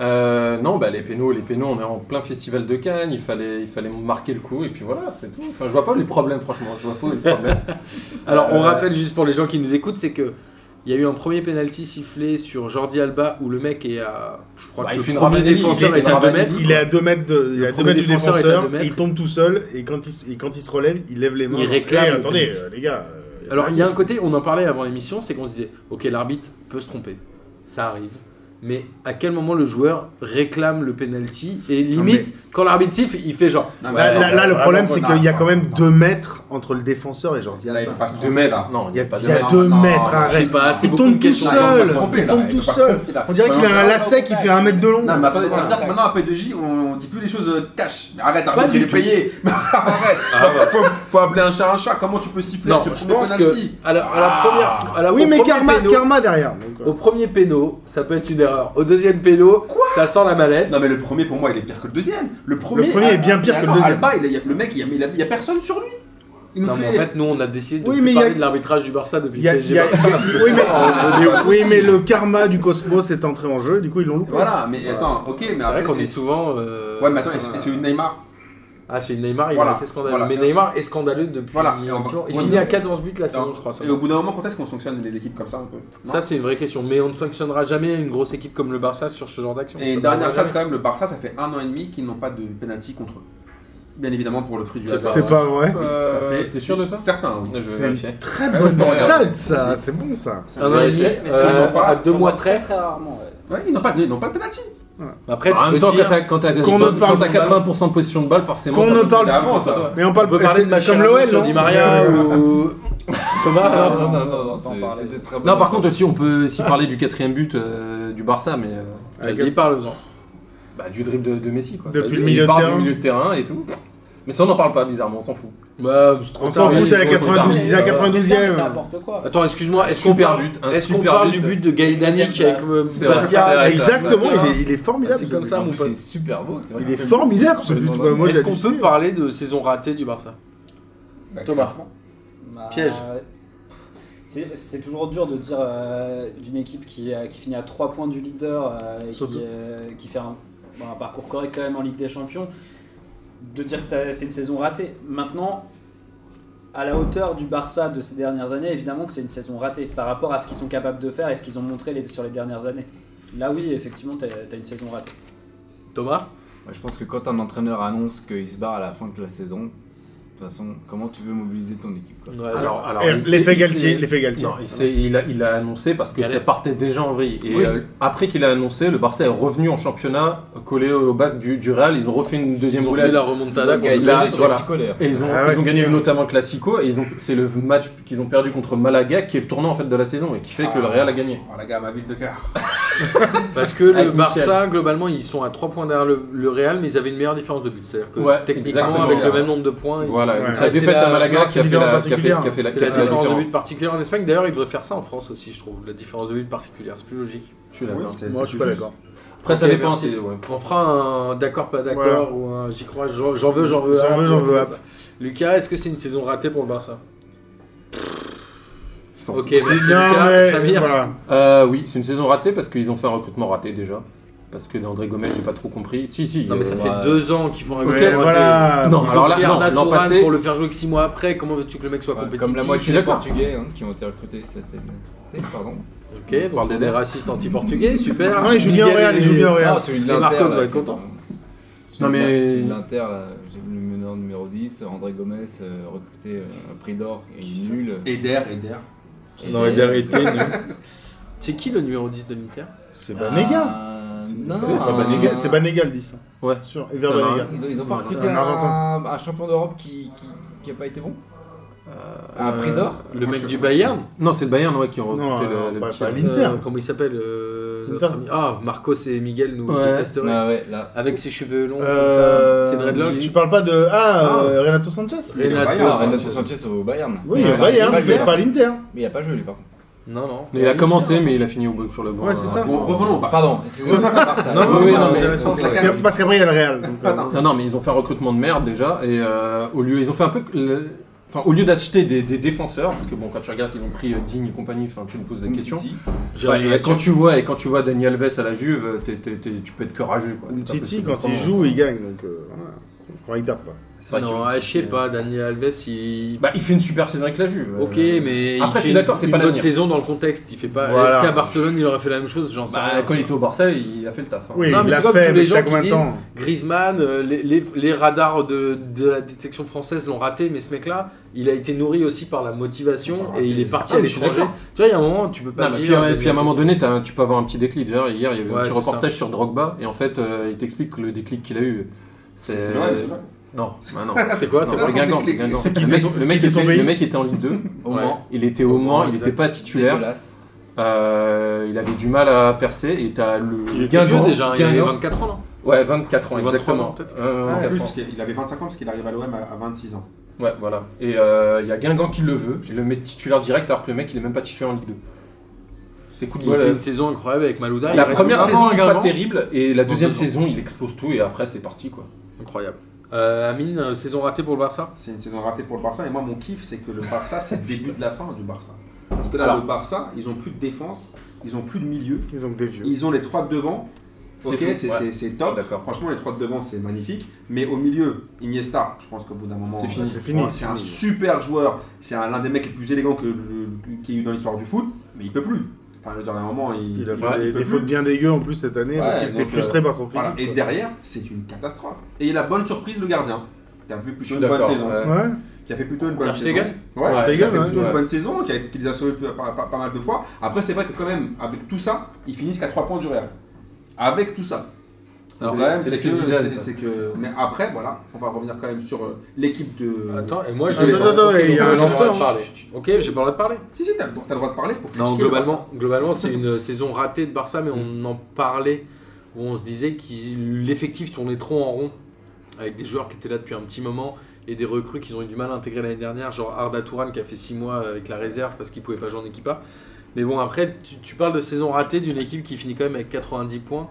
Speaker 4: Euh, non, bah, les pénaux, les pénaux, on est en plein festival de Cannes, il fallait, il fallait marquer le coup, et puis voilà, c'est tout. Enfin, je vois pas les problèmes, franchement, je vois pas les problèmes.
Speaker 2: Alors on
Speaker 4: Euh,
Speaker 2: rappelle juste pour les gens qui nous écoutent, c'est que il y a eu un premier penalty sifflé sur Jordi Alba où le mec est à, je crois
Speaker 4: Bah,
Speaker 2: que
Speaker 4: il
Speaker 2: le
Speaker 4: fait une
Speaker 2: premier
Speaker 4: Ravanelli,
Speaker 2: défenseur
Speaker 4: il fait
Speaker 2: est
Speaker 4: une
Speaker 2: à 2
Speaker 4: Ravanelli.
Speaker 2: mètres.
Speaker 3: Il est à 2 mètres, de- il est à
Speaker 2: premier
Speaker 3: deux mètres du
Speaker 2: défenseur est à
Speaker 3: défenseur,
Speaker 2: deux mètres.
Speaker 3: et il tombe tout seul, et quand il, s- et quand il se relève, il lève les mains.
Speaker 2: Il réclame
Speaker 3: Eh,
Speaker 2: le
Speaker 3: attendez,
Speaker 2: penalty.
Speaker 3: euh, les gars. euh,
Speaker 2: Alors il y a un côté, on en parlait avant l'émission, c'est qu'on se disait, ok l'arbitre peut se tromper, ça arrive. Mais à quel moment le joueur réclame le penalty et limite quand l'arbitre siffle, il fait genre
Speaker 1: Non, mais
Speaker 3: Là,
Speaker 1: attends,
Speaker 3: là- là, le
Speaker 1: vraiment,
Speaker 3: problème, c'est
Speaker 1: non,
Speaker 3: qu'il y a
Speaker 1: non,
Speaker 3: quand même
Speaker 1: non.
Speaker 3: 2 mètres entre le défenseur et Jordi
Speaker 1: Là, il
Speaker 3: Alba.
Speaker 1: peut pas se
Speaker 4: Deux
Speaker 1: tromper,
Speaker 4: mètres.
Speaker 1: là.
Speaker 4: Non,
Speaker 3: Il y a-
Speaker 4: pas de
Speaker 3: il y a
Speaker 4: mètre.
Speaker 3: deux
Speaker 1: non,
Speaker 3: mètres,
Speaker 1: non,
Speaker 2: je sais
Speaker 3: arrête.
Speaker 2: pas, c'est
Speaker 3: Il
Speaker 2: beaucoup
Speaker 3: tombe
Speaker 2: de
Speaker 3: tout
Speaker 2: questions.
Speaker 1: Non, il peut pas se
Speaker 3: seul.
Speaker 1: tromper,
Speaker 3: Il
Speaker 1: là,
Speaker 3: tombe
Speaker 1: peut
Speaker 3: tout
Speaker 1: pas se
Speaker 3: seul.
Speaker 1: tromper, là.
Speaker 3: On dirait qu'il a un lacet qui fait un mètre de long.
Speaker 1: Non, mais attendez, ça veut
Speaker 5: Voilà.
Speaker 1: dire que maintenant, après 2J, on on dit plus les choses euh, cash. Mais arrête, l'arbitre,
Speaker 5: du
Speaker 1: il est
Speaker 5: tout.
Speaker 1: payé. Mais arrête, faut, [LAUGHS] faut appeler un chat un chat. Comment tu peux siffler
Speaker 2: Non,
Speaker 1: ce
Speaker 2: je
Speaker 1: premier
Speaker 2: pense que
Speaker 1: penalty
Speaker 2: à la, à la
Speaker 1: Ah.
Speaker 2: première, à la-
Speaker 3: Oui,
Speaker 2: au
Speaker 3: mais
Speaker 2: premier
Speaker 3: karma,
Speaker 2: péno-
Speaker 3: karma derrière. donc, euh,
Speaker 2: au premier péno, ça peut être une erreur. Au deuxième péno, ça sent la mallette.
Speaker 1: Non, mais le premier, pour moi, il est pire que le deuxième. Le premier, ah,
Speaker 3: Le premier est bien
Speaker 1: mais
Speaker 3: pire que le
Speaker 1: attends,
Speaker 3: deuxième.
Speaker 1: Alba, il a- il y a- le mec, il y a- il y a- il y a personne sur lui. Il nous
Speaker 2: Non, mais en
Speaker 1: fait.
Speaker 2: fait, nous, on a décidé de
Speaker 3: Oui,
Speaker 2: plus
Speaker 3: mais il y a-
Speaker 2: parler de l'arbitrage du Barça depuis
Speaker 3: il y a-
Speaker 2: le
Speaker 3: il
Speaker 2: PSG
Speaker 3: y a-
Speaker 2: Barça.
Speaker 3: oui, mais, oui, mais le karma du cosmos est entré en jeu, et du coup ils l'ont loupé.
Speaker 1: Voilà, mais attends, ok, mais
Speaker 2: C'est vrai
Speaker 1: après.
Speaker 2: qu'on dit souvent. euh,
Speaker 1: Ouais, mais attends, est-ce est-ce que Neymar
Speaker 2: Ah, chez Neymar, il
Speaker 1: Voilà,
Speaker 2: est assez scandaleux.
Speaker 1: voilà.
Speaker 2: Mais Neymar est scandaleux depuis.
Speaker 1: Voilà, et
Speaker 2: Il,
Speaker 1: on va-
Speaker 2: il
Speaker 1: ouais,
Speaker 2: finit
Speaker 1: mais-
Speaker 2: à 14 buts la saison, je crois. ça.
Speaker 1: Et au bout d'un moment, quand est-ce qu'on sanctionne les équipes comme ça un peu Non
Speaker 2: Ça, c'est une vraie question. Mais on ne sanctionnera jamais une grosse équipe comme le Barça sur ce genre d'action.
Speaker 1: Et
Speaker 2: Ça
Speaker 1: dernière
Speaker 2: n'arrivera
Speaker 1: salle quand même, le Barça, ça fait un an et demi qu'ils n'ont pas de penalty contre eux. Bien évidemment pour le fruit du
Speaker 2: C'est
Speaker 1: hasard.
Speaker 3: C'est pas vrai.
Speaker 1: Ça
Speaker 4: Euh,
Speaker 1: fait-
Speaker 4: T'es sûr de toi
Speaker 1: Certains, oui.
Speaker 4: Je vais
Speaker 3: C'est
Speaker 4: vérifier.
Speaker 3: une très
Speaker 4: Ah,
Speaker 3: bonne
Speaker 4: je peux regarder.
Speaker 3: stat ça, c'est bon ça.
Speaker 1: Ça
Speaker 2: jamais. Un an
Speaker 1: fait-
Speaker 2: et demi,
Speaker 5: Mais c'est
Speaker 2: euh,
Speaker 5: vrai qu'on
Speaker 1: parle-
Speaker 2: à deux
Speaker 5: On
Speaker 2: mois
Speaker 5: voit
Speaker 2: très.
Speaker 5: Très très rarement. ouais.
Speaker 1: Ouais, ils n'ont pas, de- ils n'ont pas de penalty.
Speaker 2: Après, tu
Speaker 4: en même
Speaker 2: peux
Speaker 4: temps,
Speaker 2: dire-
Speaker 4: quand t'as- quand t'as
Speaker 3: Qu'on ne parle
Speaker 4: quand t'as
Speaker 3: pas.
Speaker 4: 80% de possession de balle, forcément.
Speaker 3: Qu'on
Speaker 4: t'as
Speaker 3: ne
Speaker 4: pas-
Speaker 3: parle
Speaker 1: C'était avant ça.
Speaker 3: Mais on
Speaker 2: On
Speaker 3: parle
Speaker 2: peut parler
Speaker 3: c'est
Speaker 2: de match
Speaker 3: comme hein. l'OL,
Speaker 2: sur Di
Speaker 3: non
Speaker 2: Maria ou Thomas. Ah, hein. non
Speaker 6: non,
Speaker 5: on va
Speaker 6: non, non,
Speaker 5: pas en
Speaker 6: c'est-
Speaker 5: parler.
Speaker 6: c'était très
Speaker 4: Non,
Speaker 6: bon.
Speaker 4: par contre, aussi, on peut aussi parler du quatrième but euh, du Barça, mais. euh,
Speaker 3: Avec-
Speaker 2: Vas-y, parle-en.
Speaker 4: bah, du dribble de, de Messi, quoi.
Speaker 3: Depuis
Speaker 4: Vas-y,
Speaker 3: le milieu de
Speaker 4: il part
Speaker 3: terrain.
Speaker 4: du milieu de terrain et tout. Mais ça, on n'en parle pas, bizarrement, on s'en fout.
Speaker 2: Bah, c'est trop
Speaker 3: On s'en
Speaker 2: tard,
Speaker 3: fout,
Speaker 2: oui,
Speaker 3: c'est à
Speaker 2: trop tard.
Speaker 3: 92, c'est à
Speaker 5: C'est-
Speaker 3: 92
Speaker 5: euh, c'est dingue, C'est
Speaker 3: e
Speaker 5: n'importe quoi.
Speaker 2: Attends, excuse-moi, est-ce qu'on
Speaker 4: Super
Speaker 2: parle,
Speaker 4: but, un
Speaker 2: est-ce qu'on
Speaker 4: super
Speaker 2: parle
Speaker 4: but.
Speaker 2: du but de Gaïdanic
Speaker 5: Deuxième
Speaker 2: avec
Speaker 5: place.
Speaker 2: euh,
Speaker 4: C'est vrai, c'est
Speaker 2: Bastia
Speaker 4: vrai.
Speaker 3: Exactement,
Speaker 2: ça, ça,
Speaker 3: il est, il est formidable.
Speaker 2: C'est
Speaker 3: ce
Speaker 2: comme
Speaker 3: but.
Speaker 2: ça,
Speaker 6: En
Speaker 2: mon
Speaker 6: plus,
Speaker 2: pote.
Speaker 6: c'est super beau. c'est vrai
Speaker 3: Il
Speaker 6: que
Speaker 3: est
Speaker 6: le but,
Speaker 3: formidable,
Speaker 6: c'est
Speaker 3: ce but.
Speaker 6: complètement
Speaker 3: Moi, j'ai
Speaker 2: Est-ce qu'on
Speaker 3: halluciné.
Speaker 2: peut parler de saison ratée du Barça
Speaker 1: Bah,
Speaker 2: Thomas.
Speaker 1: clairement.
Speaker 5: Bah,
Speaker 2: Piège.
Speaker 5: C'est c'est toujours dur de dire euh, d'une équipe qui, euh, qui finit à 3 points du leader euh, et qui,
Speaker 2: Surtout.
Speaker 5: euh, qui fait un, bon, un parcours correct quand même en Ligue des Champions, de dire que ça- c'est une saison ratée. Maintenant, à la hauteur du Barça de ces dernières années, évidemment que c'est une saison ratée par rapport à ce qu'ils sont capables de faire et ce qu'ils ont montré les- sur les dernières années. Là, oui, effectivement, t'as as une saison ratée.
Speaker 2: Thomas
Speaker 6: Ouais, Bah, je pense que quand un entraîneur annonce qu'il se barre à la fin de la saison, de toute façon, comment tu veux mobiliser ton équipe quoi
Speaker 4: Alors, alors,
Speaker 3: Eh,
Speaker 4: il s'est-
Speaker 3: L'effet
Speaker 4: il s'est-
Speaker 3: Galtier, l'effet Galtier.
Speaker 4: Non, il, s'est- il a, il a annoncé parce que
Speaker 2: Galère.
Speaker 4: ça partait déjà en vrille. Et
Speaker 2: Oui.
Speaker 4: euh, après qu'il a annoncé, le Barça est revenu en championnat, collé aux bases du, du Real. Ils ont refait une deuxième
Speaker 2: Ils ont
Speaker 4: roulade.
Speaker 2: fait la remontada contre
Speaker 4: Gaël
Speaker 2: le
Speaker 4: Là,
Speaker 2: PSG
Speaker 6: sur
Speaker 2: sur
Speaker 4: voilà.
Speaker 6: le psycho, d'ailleurs.
Speaker 4: Et ils ont,
Speaker 3: Ah ouais,
Speaker 4: ils ont
Speaker 3: c'est
Speaker 4: gagné
Speaker 3: ça.
Speaker 4: notamment le Classico. Et ils ont, c'est le match qu'ils ont perdu contre Malaga qui est le tournant en fait de la saison et qui fait que le Real a gagné.
Speaker 1: Oh la gars, ma ville de cœur.
Speaker 2: Parce que le
Speaker 4: Avec Michel.
Speaker 2: Barça, globalement, ils sont à 3 points derrière le, le Real, mais ils avaient une meilleure différence de but. C'est-à-dire que
Speaker 4: Ouais,
Speaker 2: techniquement,
Speaker 4: exactement.
Speaker 2: avec le même nombre de points, ils-
Speaker 4: Voilà.
Speaker 3: Ouais.
Speaker 4: Donc sa
Speaker 2: Ouais, c'est
Speaker 4: défaite
Speaker 2: la-
Speaker 4: à Malaga
Speaker 3: c'est
Speaker 4: qui a
Speaker 3: une
Speaker 4: fait la
Speaker 3: différence
Speaker 4: qui a fait- qui a fait la-
Speaker 2: c'est
Speaker 4: qui a
Speaker 2: la,
Speaker 4: fait la
Speaker 2: différence de but
Speaker 4: différence.
Speaker 2: particulière en Espagne. D'ailleurs, ils devraient faire ça en France aussi, je trouve. La différence de but particulière, c'est plus logique.
Speaker 4: Je suis d'accord.
Speaker 1: c'est-
Speaker 3: Moi,
Speaker 1: c'est
Speaker 3: je suis
Speaker 1: plus
Speaker 3: pas
Speaker 1: juste.
Speaker 3: d'accord.
Speaker 4: Après, ça
Speaker 2: Ok,
Speaker 4: dépend.
Speaker 2: merci.
Speaker 4: c'est- ouais.
Speaker 2: On fera un d'accord, pas d'accord,
Speaker 3: Voilà.
Speaker 2: ou un j'y crois, j'en j'en veux, j'en veux.
Speaker 3: J'en
Speaker 2: hop,
Speaker 3: veux, j'en veux, hop.
Speaker 2: Lucas, est-ce que c'est une saison ratée pour le Barça
Speaker 4: Ils s'en
Speaker 2: Ok, bah,
Speaker 4: foutent.
Speaker 2: merci
Speaker 3: Non,
Speaker 2: Lucas,
Speaker 3: mais
Speaker 2: Samir.
Speaker 3: voilà.
Speaker 4: Euh, oui, c'est une saison ratée parce qu'ils ont fait un recrutement raté déjà. Parce que André Gomez, j'ai pas trop compris. Si, si.
Speaker 2: Non, mais ça
Speaker 4: euh,
Speaker 2: fait
Speaker 6: ouais.
Speaker 2: deux ans qu'ils font un
Speaker 3: Ouais,
Speaker 2: recrutement raté.
Speaker 3: voilà.
Speaker 4: Non,
Speaker 2: Ils
Speaker 4: alors
Speaker 2: ont
Speaker 4: là,
Speaker 2: pris
Speaker 4: non,
Speaker 2: Arda
Speaker 4: l'an
Speaker 2: Turan
Speaker 4: passé.
Speaker 2: pour le faire jouer que 6 mois après. Comment veux-tu que le mec soit
Speaker 6: Ouais,
Speaker 2: compétitif
Speaker 6: Comme la
Speaker 4: je suis
Speaker 6: moitié des
Speaker 4: d'accord.
Speaker 6: Portugais hein, qui ont été recrutés cette année. Tu sais, Pardon.
Speaker 2: Ok,
Speaker 4: parle
Speaker 2: donc on
Speaker 4: des
Speaker 2: est racistes anti-portugais, super.
Speaker 3: Non, il joue bien au Real, il joue bien au Real.
Speaker 6: Ah, celui
Speaker 2: Et
Speaker 6: de l'Inter,
Speaker 2: Marcos
Speaker 6: là,
Speaker 2: va être
Speaker 6: qui est
Speaker 2: content.
Speaker 6: en-
Speaker 4: Non, mais-
Speaker 6: Celui de l'Inter, là, j'ai vu le meneur numéro 10, André Gomez, euh, recruté euh, un prix d'or, et il est nul.
Speaker 1: Eder, Eder.
Speaker 2: Non, il a arrêté. non. C'est qui le numéro 10 de l'Inter
Speaker 3: C'est Banega.
Speaker 6: Ah, Non, non,
Speaker 4: c'est- c'est
Speaker 6: un-
Speaker 4: Banega,
Speaker 3: C'est Banega le 10.
Speaker 4: Ouais.
Speaker 3: Sûr, Ever
Speaker 4: Ça va.
Speaker 3: Banega.
Speaker 6: Ils ont, ils ont pas recruté
Speaker 3: Un
Speaker 6: un,
Speaker 3: Argentin.
Speaker 6: un champion d'Europe qui, qui, qui a pas été bon Ah, Un
Speaker 2: Euh,
Speaker 6: prix d'or
Speaker 2: Le mec du Bayern
Speaker 4: Non, c'est le Bayern ouais, qui a recruté
Speaker 3: Non,
Speaker 4: le,
Speaker 3: non,
Speaker 4: le
Speaker 3: pas-
Speaker 4: petit-
Speaker 3: pas L'Inter.
Speaker 2: Euh, Comment il s'appelle euh,
Speaker 3: L'Inter.
Speaker 2: notre ami- Ah, Marcos et Miguel nous
Speaker 4: Ouais.
Speaker 2: détesteraient.
Speaker 6: Ah ouais, là.
Speaker 2: Avec ses cheveux longs,
Speaker 3: Euh,
Speaker 2: comme ça. Ses dreadlocks.
Speaker 3: Tu parles pas de. Ah, euh, Renato Sanchez Ah,
Speaker 2: Renato
Speaker 1: Bayern,
Speaker 6: Ah, Renato
Speaker 2: Sanchez.
Speaker 6: Sanchez au Bayern.
Speaker 3: Oui,
Speaker 6: Mais
Speaker 3: il
Speaker 6: il
Speaker 3: y
Speaker 6: a
Speaker 3: a
Speaker 6: pas- il a
Speaker 3: Bayern,
Speaker 6: pas joué,
Speaker 3: mais pas l'Inter.
Speaker 6: Mais il a pas joué, lui, par contre.
Speaker 2: Non, non.
Speaker 4: Il a commencé, mais il a fini au bout- sur le banc. euh,
Speaker 3: Ouais, c'est ça.
Speaker 1: Bon, revenons au Barça.
Speaker 6: Pardon, excusez-moi, c'est pas Barça.
Speaker 4: Non,
Speaker 6: C'est
Speaker 4: oui, oui,
Speaker 6: pas
Speaker 4: non,
Speaker 6: Barça.
Speaker 4: mais-
Speaker 6: Contre la
Speaker 1: Ouais.
Speaker 3: C'est- Parce qu'après, il y a le Real. donc, euh,
Speaker 1: Attends.
Speaker 4: Non, non, mais ils ont fait un recrutement de merde déjà. Et euh, au lieu, ils ont fait un peu. le- Enfin, au lieu d'acheter des, des défenseurs, parce que bon, quand tu regardes, ils ont pris euh, Digne et compagnie, enfin, tu me poses des questions.
Speaker 6: Titi.
Speaker 4: Ouais, et
Speaker 2: J'arrive
Speaker 4: quand tu vois et quand tu vois euh, Daniel Alves à la Juve, t'es- t'es- t'es- tu peux être que rageux quoi. C'est pas
Speaker 3: Umtiti,
Speaker 4: possible.
Speaker 3: quand il
Speaker 4: Comment-
Speaker 3: joue, il gagne. Donc, euh, voilà. Enfin, ils perdent pas.
Speaker 4: C'est vrai
Speaker 2: non,
Speaker 4: que-
Speaker 2: ah, je sais pas, Daniel Alves, il.
Speaker 4: euh, Bah, il fait une super saison avec la Juve.
Speaker 2: ok,
Speaker 4: Euh,
Speaker 2: mais.
Speaker 4: Après,
Speaker 2: il
Speaker 4: je suis
Speaker 2: fait
Speaker 4: d'accord,
Speaker 2: une-
Speaker 4: c'est
Speaker 2: une
Speaker 4: pas
Speaker 2: bonne
Speaker 4: l'avenir.
Speaker 2: saison dans le contexte. Il fait pas.
Speaker 3: Voilà.
Speaker 2: Est-ce qu'à Barcelone, il aurait fait la même chose J'en sais
Speaker 4: bah,
Speaker 2: rien.
Speaker 4: quand il était au Barça, il a fait le taf. hein.
Speaker 3: Oui,
Speaker 2: Non, mais
Speaker 3: il
Speaker 2: c'est
Speaker 3: l'a
Speaker 2: comme
Speaker 3: fait,
Speaker 2: tous
Speaker 3: mais
Speaker 2: les
Speaker 3: c'est
Speaker 2: gens
Speaker 3: à
Speaker 2: qui
Speaker 3: combien de
Speaker 2: disent-
Speaker 3: temps
Speaker 2: Griezmann, euh, les, les- les radars de, de la détection française l'ont raté, mais ce mec-là, il a été nourri aussi par la motivation et il est parti
Speaker 4: Ah,
Speaker 2: à
Speaker 4: mais je suis
Speaker 2: l'étranger.
Speaker 4: d'accord.
Speaker 2: Tu vois, il y a un moment, tu peux
Speaker 4: Non,
Speaker 2: pas
Speaker 4: mais
Speaker 2: dire.
Speaker 4: puis, euh, et puis à un
Speaker 2: Daniel
Speaker 4: moment
Speaker 2: Alves.
Speaker 4: donné, t'as- tu peux avoir un petit déclic. Genre, hier, il y avait
Speaker 2: Ouais,
Speaker 4: un petit
Speaker 2: c'est
Speaker 4: reportage sur Drogba et en fait, euh, il t'explique que le déclic qu'il a eu.
Speaker 1: C'est c'est vrai, c'est vrai.
Speaker 4: Non, bah
Speaker 1: [LAUGHS]
Speaker 4: non.
Speaker 2: C'est quoi ça
Speaker 4: Non,
Speaker 1: ça,
Speaker 4: c'est
Speaker 1: son
Speaker 4: Guingamp, c'est
Speaker 1: déclic.
Speaker 4: Guingamp.
Speaker 1: C'est
Speaker 4: Le mec- le mec
Speaker 3: qui est son
Speaker 4: était-
Speaker 3: pays.
Speaker 4: le mec était en Ligue 2.
Speaker 6: Au
Speaker 2: Ouais.
Speaker 6: Mans,
Speaker 4: Il était au Mans, il n'était
Speaker 2: exact.
Speaker 4: pas titulaire.
Speaker 6: dégueulasse.
Speaker 4: Euh, il avait du mal à percer et t'as le
Speaker 2: Il est
Speaker 4: Guingamp.
Speaker 2: vieux déjà, hein, il avait
Speaker 4: Guingamp-
Speaker 2: 24 ans. non
Speaker 4: Ouais, 24 ans,
Speaker 2: 23
Speaker 4: exactement.
Speaker 2: ans, peut-être. Ah,
Speaker 4: Euh,
Speaker 1: En
Speaker 4: 24
Speaker 1: plus,
Speaker 4: ans.
Speaker 1: parce qu'il- il avait 25 ans parce qu'il arrive à l'OM à à 26 ans.
Speaker 4: Ouais, voilà. Et euh, il y a Guingamp qui le veut, il le met titulaire direct alors que le mec il est même pas titulaire en Ligue 2. C'est coup de
Speaker 2: Il
Speaker 4: bol.
Speaker 2: fait
Speaker 4: euh,
Speaker 2: une saison incroyable avec Malouda.
Speaker 4: La
Speaker 2: il reste
Speaker 4: première
Speaker 2: un an
Speaker 4: saison
Speaker 2: à
Speaker 4: est pas
Speaker 2: Guingamp.
Speaker 4: terrible et la
Speaker 2: Dans
Speaker 4: deuxième
Speaker 2: deux ans.
Speaker 4: saison il explose tout et après c'est parti quoi.
Speaker 2: Incroyable. Euh, Amine, euh, saison ratée pour le Barça
Speaker 1: C'est une saison ratée pour le Barça. Et moi, mon kiff, c'est que le Barça, c'est le début de la fin du Barça. Parce que là,
Speaker 4: Alors.
Speaker 1: le Barça, ils ont plus de défense, ils ont plus de milieu,
Speaker 3: Ils ont que des vieux.
Speaker 1: ils ont les trois de devant.
Speaker 4: C'est
Speaker 1: Ok,
Speaker 4: tout,
Speaker 1: c'est
Speaker 4: ouais.
Speaker 1: c'est- c'est top.
Speaker 4: Je suis d'accord.
Speaker 1: Franchement, les trois de devant, c'est magnifique. Mais au milieu, Iniesta, je pense qu'au bout d'un moment,
Speaker 4: C'est
Speaker 1: euh,
Speaker 4: fini.
Speaker 3: C'est fini.
Speaker 1: Ouais, c'est un super joueur, c'est un- l'un des mecs les plus élégants que le- qu'il y a eu dans l'histoire du foot, mais il peut plus. Enfin, je veux dire, à un moment, il,
Speaker 3: Il a fait
Speaker 1: il
Speaker 3: des,
Speaker 1: peut
Speaker 3: des
Speaker 1: plus.
Speaker 3: fautes bien dégueu en plus cette année
Speaker 1: Ouais,
Speaker 3: parce qu'il était
Speaker 1: donc,
Speaker 3: frustré
Speaker 1: euh,
Speaker 3: par son
Speaker 1: Voilà.
Speaker 3: physique.
Speaker 1: Et derrière, c'est une catastrophe. Et la bonne surprise, le gardien, qui a fait plutôt une bonne
Speaker 4: d'accord.
Speaker 1: saison.
Speaker 4: Ouais.
Speaker 3: quoi. Ouais.
Speaker 1: Qui a fait plutôt une bonne
Speaker 2: Ter
Speaker 1: saison.
Speaker 2: Stegen
Speaker 1: Ouais,
Speaker 4: Ouais,
Speaker 1: Ter
Speaker 3: Ter Stegen,
Speaker 1: Stegen, qui a fait plutôt
Speaker 4: ouais.
Speaker 1: une bonne saison, qui, a été- qui les a sauvés pas, pas- pas- pas mal de fois. Après, c'est vrai que quand même, avec tout ça, ils finissent qu'à 3 points du Real. Avec tout ça.
Speaker 4: Alors,
Speaker 1: C'est quand même-
Speaker 4: c'est
Speaker 1: c'est
Speaker 4: les
Speaker 1: que-
Speaker 4: Zidane,
Speaker 1: c'est-
Speaker 4: ça.
Speaker 1: c'est que. Mais après, voilà, on va revenir quand même sur euh, l'équipe de.
Speaker 2: Attends, et moi je
Speaker 3: Attends,
Speaker 2: l'ai pas.
Speaker 3: attends,
Speaker 2: Ok,
Speaker 3: il y a un
Speaker 2: donc, j'ai pas le droit de
Speaker 3: lanceur.
Speaker 2: parler. Ok, j'ai pas le droit de parler.
Speaker 1: Si, si, t'as t'as le droit de parler pour critiquer.
Speaker 2: Non,
Speaker 1: le
Speaker 2: globalement, globalement c'est une saison ratée de Barça, mais on en parlait où on se disait que l'effectif tournait trop en rond avec des joueurs qui étaient là depuis un petit moment et des recrues qu'ils ont eu du mal à intégrer l'année dernière, genre Arda Touran qui a fait 6 mois avec la réserve parce qu'il pouvait pas jouer en équipa. Mais bon, après, tu, tu parles de saison ratée d'une équipe qui finit quand même avec 90 points.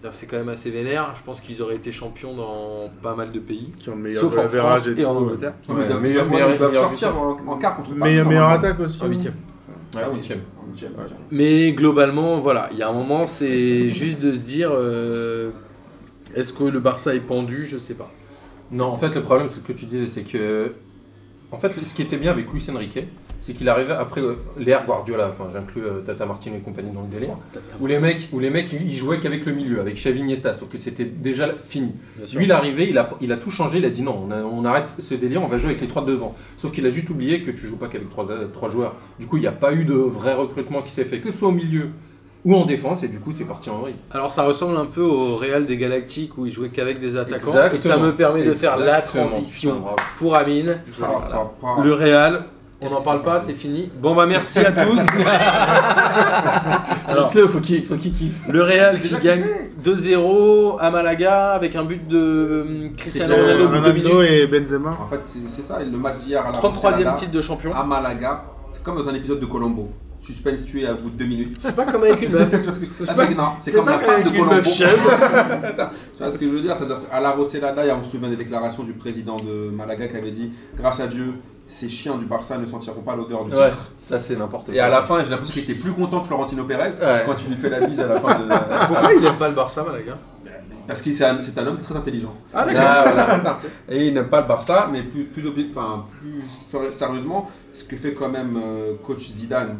Speaker 2: C'est-à-dire, C'est quand même assez vénère. Je pense qu'ils auraient été champions dans pas mal de pays,
Speaker 3: Qui ont le meilleur
Speaker 2: sauf en
Speaker 3: golavérage
Speaker 2: France
Speaker 3: et
Speaker 2: et,
Speaker 3: tout,
Speaker 2: en
Speaker 3: ouais.
Speaker 2: Angleterre.
Speaker 1: Non, mais
Speaker 4: Ouais,
Speaker 1: ils doivent-
Speaker 4: meilleur-
Speaker 1: ils
Speaker 4: meilleur-
Speaker 1: doivent
Speaker 4: meilleur
Speaker 1: sortir en, en quart contre Paris,
Speaker 3: Meilleure, meilleure
Speaker 1: normalement.
Speaker 3: attaque aussi.
Speaker 2: En huitième.
Speaker 1: Ah oui,
Speaker 4: huitième.
Speaker 1: en huitième,
Speaker 3: Ouais.
Speaker 1: tiens.
Speaker 2: Mais globalement, voilà, il y a un moment, c'est juste de se dire euh, est-ce que le Barça est pendu Je sais pas.
Speaker 4: Non, en fait, le problème, c'est ce que tu disais, c'est que. En fait, ce qui était bien avec Luis Enrique, c'est qu'il arrivait après euh, l'ère Guardiola, enfin j'inclus euh, Tata Martino et compagnie dans le délire, où les mecs, où les mecs ils jouaient qu'avec le milieu, avec Xavi Iniesta, sauf que c'était déjà fini.
Speaker 2: Bien sûr.
Speaker 4: Lui, il est arrivé, il a, il a tout changé, il a dit non, on, a- on arrête ce délire, on va jouer avec les trois de devant. Sauf qu'il a juste oublié que tu joues pas qu'avec trois, euh, trois joueurs. Du coup, il n'y a pas eu de vrai recrutement qui s'est fait, que ce soit au milieu ou en défense, et du coup, c'est parti en vrille.
Speaker 2: Alors ça ressemble un peu au Real des Galactiques où ils jouaient qu'avec des attaquants.
Speaker 4: Exactement.
Speaker 2: Et ça me permet de faire la
Speaker 4: Exactement. Putain,
Speaker 2: transition
Speaker 4: bravo.
Speaker 2: pour Amine.
Speaker 1: Ah, ah, ah.
Speaker 2: Le Real, on
Speaker 4: Qu'est-ce
Speaker 2: n'en
Speaker 4: qui
Speaker 2: parle
Speaker 4: s'est
Speaker 2: pas,
Speaker 4: passé
Speaker 2: c'est fini. Bon bah merci à tous. Alors,
Speaker 4: Dis-le, faut qu'il faut qu'il kiffe.
Speaker 2: le Real qui
Speaker 1: Déjà
Speaker 2: gagne 2-0 à Malaga avec un but de euh, Cristiano
Speaker 1: Cristiano
Speaker 2: Ronaldo au bout de deux
Speaker 3: Ronaldo
Speaker 2: minutes.
Speaker 3: et Benzema.
Speaker 1: En fait, c'est c'est ça, le match d'hier à la
Speaker 2: 33e
Speaker 1: Barcelona,
Speaker 2: titre de champion.
Speaker 1: à Malaga, c'est comme dans un épisode de Colombo. Suspense tué à bout de deux minutes.
Speaker 2: C'est pas comme avec une meuf.
Speaker 1: [LAUGHS] Ah, c'est- non, c'est comme la
Speaker 2: femme
Speaker 1: femme de Colombo.
Speaker 2: chèvre.
Speaker 1: [LAUGHS] Tu vois ce que je veux dire C'est-à-dire qu'à la Roselada, il y a- on se souvient des déclarations du président de Malaga qui avait dit Grâce à Dieu, ces chiens du Barça ne sentiront pas l'odeur du titre.
Speaker 4: Ouais, ça c'est n'importe quoi.
Speaker 1: Et à la fin, j'ai l'impression qu'il était plus content que Florentino Pérez
Speaker 4: Ouais.
Speaker 1: quand tu lui fais la bise à la fin de.
Speaker 4: [LAUGHS]
Speaker 2: Pourquoi Ah, il aime pas le Barça, Malaga
Speaker 1: Parce que c'est un, c'est un homme très intelligent. Euh,
Speaker 2: Ah
Speaker 4: Ah, voilà.
Speaker 1: Et il n'aime pas le Barça, mais plus, plus, obli- enfin, plus ser- sérieusement, ce que fait quand même euh, coach Zidane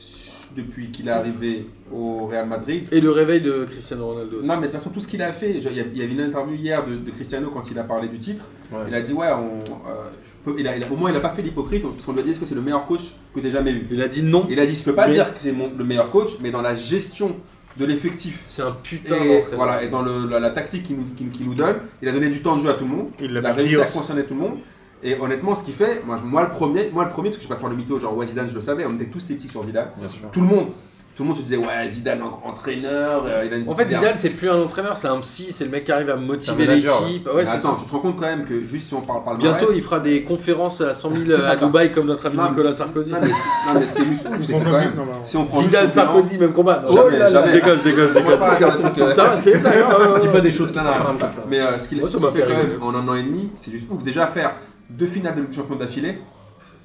Speaker 1: s- depuis qu'il est arrivé au Real Madrid.
Speaker 2: Et le réveil de Cristiano Ronaldo. aussi.
Speaker 1: Non, mais de toute façon, tout ce qu'il a fait, je- il y a- il y avait une interview hier de, de Cristiano quand il a parlé du titre.
Speaker 4: Ouais.
Speaker 1: Il a dit, ouais, on, euh, je peux- il a- il a- au moins il n'a pas fait l'hypocrite, parce qu'on lui a dit, est-ce que c'est le meilleur coach que tu jamais eu
Speaker 2: Il a dit non.
Speaker 1: Il a dit, je peux pas
Speaker 2: Mais-
Speaker 1: dire que c'est mon- le meilleur coach, mais dans la gestion de l'effectif.
Speaker 2: C'est un putain
Speaker 1: Et,
Speaker 2: d'entraîneur.
Speaker 1: voilà, et dans le- la, la tactique qu'il nous, qu'il- qu'il nous donne, il a donné du temps de jeu à tout le monde.
Speaker 3: Il
Speaker 1: Il a
Speaker 3: l'a mis
Speaker 1: réussi à
Speaker 3: Dios.
Speaker 1: concerner tout le monde. Et honnêtement, ce qu'il fait, moi, je- moi le premier, moi le premier, parce que je vais pas faire le mytho, genre ouais, Zidane, je le savais, on était tous sceptiques sur Zidane.
Speaker 4: Bien sûr.
Speaker 1: Tout le monde, tout le monde se disait ouais, Zidane en- entraîneur, euh, il a une
Speaker 2: En fait,
Speaker 1: merde.
Speaker 2: Zidane, c'est plus un entraîneur, c'est un psy, c'est le mec qui arrive à motiver
Speaker 4: C'est un manager,
Speaker 2: l'équipe.
Speaker 1: Mais
Speaker 2: Ouais, c'est
Speaker 1: attends,
Speaker 2: ça.
Speaker 1: tu te rends compte quand même que juste si on parle pas
Speaker 2: Bientôt, il fera des conférences à 100
Speaker 1: [LAUGHS]
Speaker 2: 000 à Dubaï comme notre ami
Speaker 1: Non, mais-
Speaker 2: Nicolas Sarkozy.
Speaker 1: non, mais, ce- non, mais ce qui est juste ouf, c'est que
Speaker 3: François
Speaker 1: quand
Speaker 3: Fillon,
Speaker 1: même,
Speaker 3: non, non.
Speaker 1: si on prend
Speaker 2: Zidane,
Speaker 1: juste le bilan-
Speaker 2: Sarkozy, même combat. Non.
Speaker 1: Jamais, jamais.
Speaker 2: Je déconne, je déconne, je
Speaker 1: on commence
Speaker 2: déconne.
Speaker 1: pas à dire des trucs, euh,
Speaker 2: Ça va, c'est hein.
Speaker 1: [LAUGHS]
Speaker 4: Je dis
Speaker 2: d'accord.
Speaker 4: pas des choses
Speaker 1: Non,
Speaker 4: comme
Speaker 1: non,
Speaker 4: ça.
Speaker 1: non, Mais euh, ce qu'il
Speaker 2: Moi,
Speaker 1: ce
Speaker 2: ça
Speaker 1: qu'il
Speaker 2: m'a
Speaker 1: fait
Speaker 2: fait
Speaker 1: quand
Speaker 2: rigoler.
Speaker 1: même en un an et demi, c'est juste ouf. Déjà faire deux finales de Ligue des Champions d'affilée,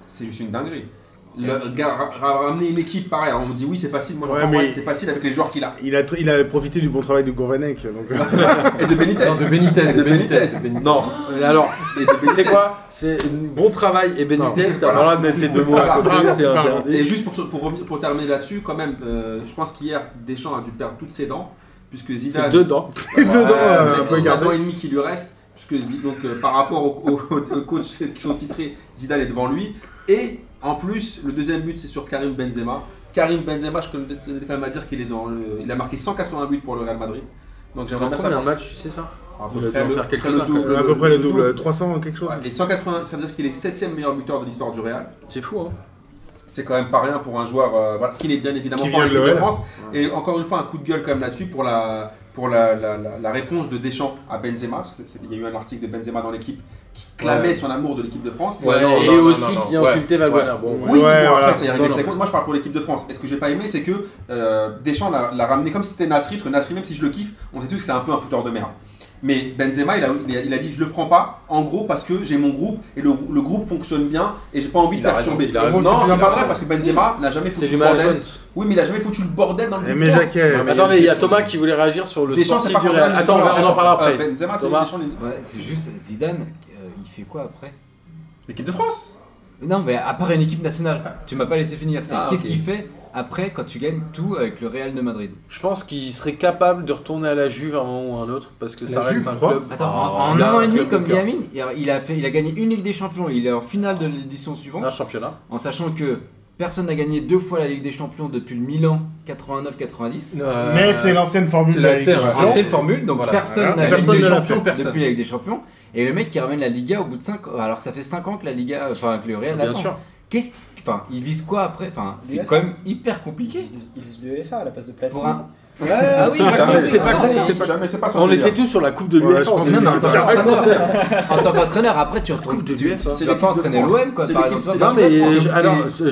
Speaker 1: c'est juste une dinguerie. le gars ra- ra- ramener une équipe pareil. Alors on me dit oui c'est facile, moi
Speaker 3: Ouais,
Speaker 1: j'entends, ouais,
Speaker 3: mais-
Speaker 1: c'est facile avec les joueurs
Speaker 3: [LAUGHS]
Speaker 1: qu'il a.
Speaker 3: Il a, tr- il a profité du bon travail de Gourvenec. Donc,
Speaker 1: Et de Benitez.
Speaker 4: Non, de Benitez,
Speaker 1: Et
Speaker 4: de Benitez.
Speaker 1: Benitez.
Speaker 4: Benitez.
Speaker 2: Non, mais alors,
Speaker 1: Et de
Speaker 2: tu sais
Speaker 1: Benitez.
Speaker 2: quoi C'est un bon travail et Benitez, t'as
Speaker 1: Voilà.
Speaker 2: pas le droit de mettre ces deux mots à
Speaker 1: Pardon,
Speaker 2: côté, c'est
Speaker 3: pardon.
Speaker 1: Et
Speaker 2: interdit.
Speaker 1: juste pour, pour, revenir- pour terminer là-dessus, quand même, euh, je pense qu'hier Deschamps a dû perdre toutes ses dents, puisque
Speaker 2: C'est
Speaker 1: Zidane.
Speaker 2: deux dents.
Speaker 3: il est dedans,
Speaker 1: Euh,
Speaker 3: euh, un peu
Speaker 1: la
Speaker 3: écarté.
Speaker 1: dent et demie qui lui reste, puisque Zi- donc, euh, par rapport aux au, aux coachs [LAUGHS] qui sont titrés, Zidane est devant lui. Et en plus, le deuxième but, c'est sur Karim Benzema. Karim Benzema, je connais quand même à dire qu'il est dans le- il a marqué 180 buts pour le Real Madrid. Donc j'aimerais bien savoir. Ah,
Speaker 2: match, tu sais ça
Speaker 1: À
Speaker 2: Il a dû en faire
Speaker 1: près
Speaker 2: quelques-uns, quand même.
Speaker 3: à peu près le double,
Speaker 1: double.
Speaker 3: 300 quelque chose.
Speaker 1: Ouais, et 180, ça veut dire qu'il est 7ème meilleur buteur de l'histoire du Real.
Speaker 2: C'est fou, hein
Speaker 1: C'est quand même pas rien pour un joueur euh, voilà, qui n'est bien évidemment
Speaker 3: Qui
Speaker 1: pas en
Speaker 3: vient de
Speaker 1: équipe de
Speaker 3: l'OL.
Speaker 1: France. Et encore une fois, un coup de gueule quand même là-dessus pour la, pour la, la- la- la réponse de Deschamps à Benzema. Parce que c'est- il y a eu un article de Benzema dans l'équipe qui clamait
Speaker 2: Ouais.
Speaker 1: son amour de l'équipe de France.
Speaker 2: Ouais,
Speaker 1: non,
Speaker 2: et
Speaker 1: non, non,
Speaker 2: aussi
Speaker 4: non,
Speaker 2: qui a
Speaker 4: ouais,
Speaker 2: insulté Valbuena. Bon,
Speaker 3: Ouais,
Speaker 1: Oui, bon,
Speaker 3: voilà.
Speaker 1: après, c'est
Speaker 2: Non,
Speaker 1: réglé de
Speaker 2: non.
Speaker 1: ses comptes. Moi, je parle pour l'équipe de France. Et ce que j'ai pas aimé, c'est que euh, Deschamps l'a l'a ramené comme si c'était Nasri. Parce que Nasri, même si je le kiffe, on sait tous que c'est un peu un fouteur de merde. Mais Benzema, il a, il a- il a dit Je le prends pas, en gros, parce que j'ai mon groupe et le, le groupe fonctionne bien et j'ai pas envie
Speaker 2: Il
Speaker 1: de
Speaker 2: a
Speaker 1: perturber.
Speaker 2: raison, il a raison.
Speaker 1: non,
Speaker 2: Il a
Speaker 1: c'est pas
Speaker 2: raison.
Speaker 1: vrai, parce que Benzema n'a jamais
Speaker 2: c'est
Speaker 1: foutu
Speaker 2: du
Speaker 1: le bordel.
Speaker 2: management.
Speaker 1: Oui, mais il a jamais foutu le bordel dans le groupe.
Speaker 3: Eh, Mais
Speaker 1: France.
Speaker 3: Jacquet,
Speaker 1: Non, mais
Speaker 2: Attendez, il y a Thomas
Speaker 1: question.
Speaker 2: qui voulait réagir sur le
Speaker 1: Deschamps, c'est
Speaker 2: sportif
Speaker 1: pas
Speaker 2: du Real.
Speaker 1: Real, Deschamps,
Speaker 2: Attends, on va- on en parlera après.
Speaker 1: Euh, Benzema, c'est
Speaker 2: Thomas.
Speaker 1: Deschamps,
Speaker 6: Ouais, c'est juste Zidane, euh, il fait quoi après
Speaker 1: l'équipe de France.
Speaker 6: Non, mais à part une équipe nationale, tu m'as pas laissé finir. C'est
Speaker 1: Ah,
Speaker 6: qu'est-ce
Speaker 1: ok.
Speaker 6: qu'il fait après quand tu gagnes tout avec le Real de Madrid
Speaker 2: Je pense qu'il serait capable de retourner à la Juve à un moment ou à un autre parce que ça
Speaker 3: La
Speaker 2: reste
Speaker 3: Juve,
Speaker 2: un
Speaker 3: quoi
Speaker 2: club.
Speaker 6: Attends,
Speaker 2: Ah,
Speaker 6: en, en
Speaker 2: c'est
Speaker 6: un an
Speaker 2: un
Speaker 6: et demi,
Speaker 2: club
Speaker 6: comme
Speaker 2: de
Speaker 6: dit
Speaker 2: cœur.
Speaker 6: Amine, il a- il a, fait, il a gagné une Ligue des Champions. Il est en finale de l'édition suivante.
Speaker 2: Un championnat.
Speaker 6: en sachant que personne n'a gagné deux fois la Ligue des Champions depuis le Milan 89-90.
Speaker 3: Mais c'est l'ancienne formule.
Speaker 4: c'est
Speaker 3: de la
Speaker 4: la
Speaker 3: Ligue des
Speaker 4: CRS.
Speaker 3: Champions.
Speaker 6: C'est une formule, donc
Speaker 4: Voilà.
Speaker 6: personne
Speaker 3: Voilà.
Speaker 6: n'a
Speaker 3: Personne
Speaker 6: la Ligue
Speaker 3: ne
Speaker 6: des
Speaker 3: l'a
Speaker 6: Champions
Speaker 4: fait, personne.
Speaker 6: depuis la Ligue des Champions. Et le mec qui ramène la Liga au bout de 5 alors que ça fait 5 ans que la Liga, enfin que le Real
Speaker 2: Bien
Speaker 6: l'attend.
Speaker 2: sûr.
Speaker 6: Qu'est-ce qui- enfin, il vise quoi après Enfin, c'est
Speaker 5: L'UEFA.
Speaker 6: quand même hyper compliqué.
Speaker 5: Ils ils visent du UEFA à la place de Platini.
Speaker 6: Pour un-
Speaker 5: Ouais, ah
Speaker 1: oui, par contre, c'est
Speaker 2: pas con, c'est pas-
Speaker 1: Jamais, c'est pas son
Speaker 2: On
Speaker 1: délire.
Speaker 2: était tous sur la Coupe de
Speaker 3: Ouais, je
Speaker 2: l'UEFA. on
Speaker 3: pense
Speaker 2: s'est
Speaker 3: que
Speaker 2: dit,
Speaker 3: c'est
Speaker 2: mais
Speaker 3: ça.
Speaker 2: qu'est-ce qu'il raconte
Speaker 6: En tant qu'entraîneur, après tu retrouves
Speaker 2: Coupe de
Speaker 6: de
Speaker 2: l'UEFA.
Speaker 6: l'UEFA.
Speaker 1: C'est
Speaker 6: Tu vas
Speaker 1: l'équipe
Speaker 6: pas
Speaker 1: de
Speaker 6: entraîner
Speaker 1: France.
Speaker 6: l'OM quoi,
Speaker 1: C'est
Speaker 6: par
Speaker 1: l'équipe-
Speaker 6: exemple.
Speaker 1: c'est
Speaker 6: Toi,
Speaker 2: Non mais
Speaker 6: toi, tu-
Speaker 2: je-
Speaker 1: c'est-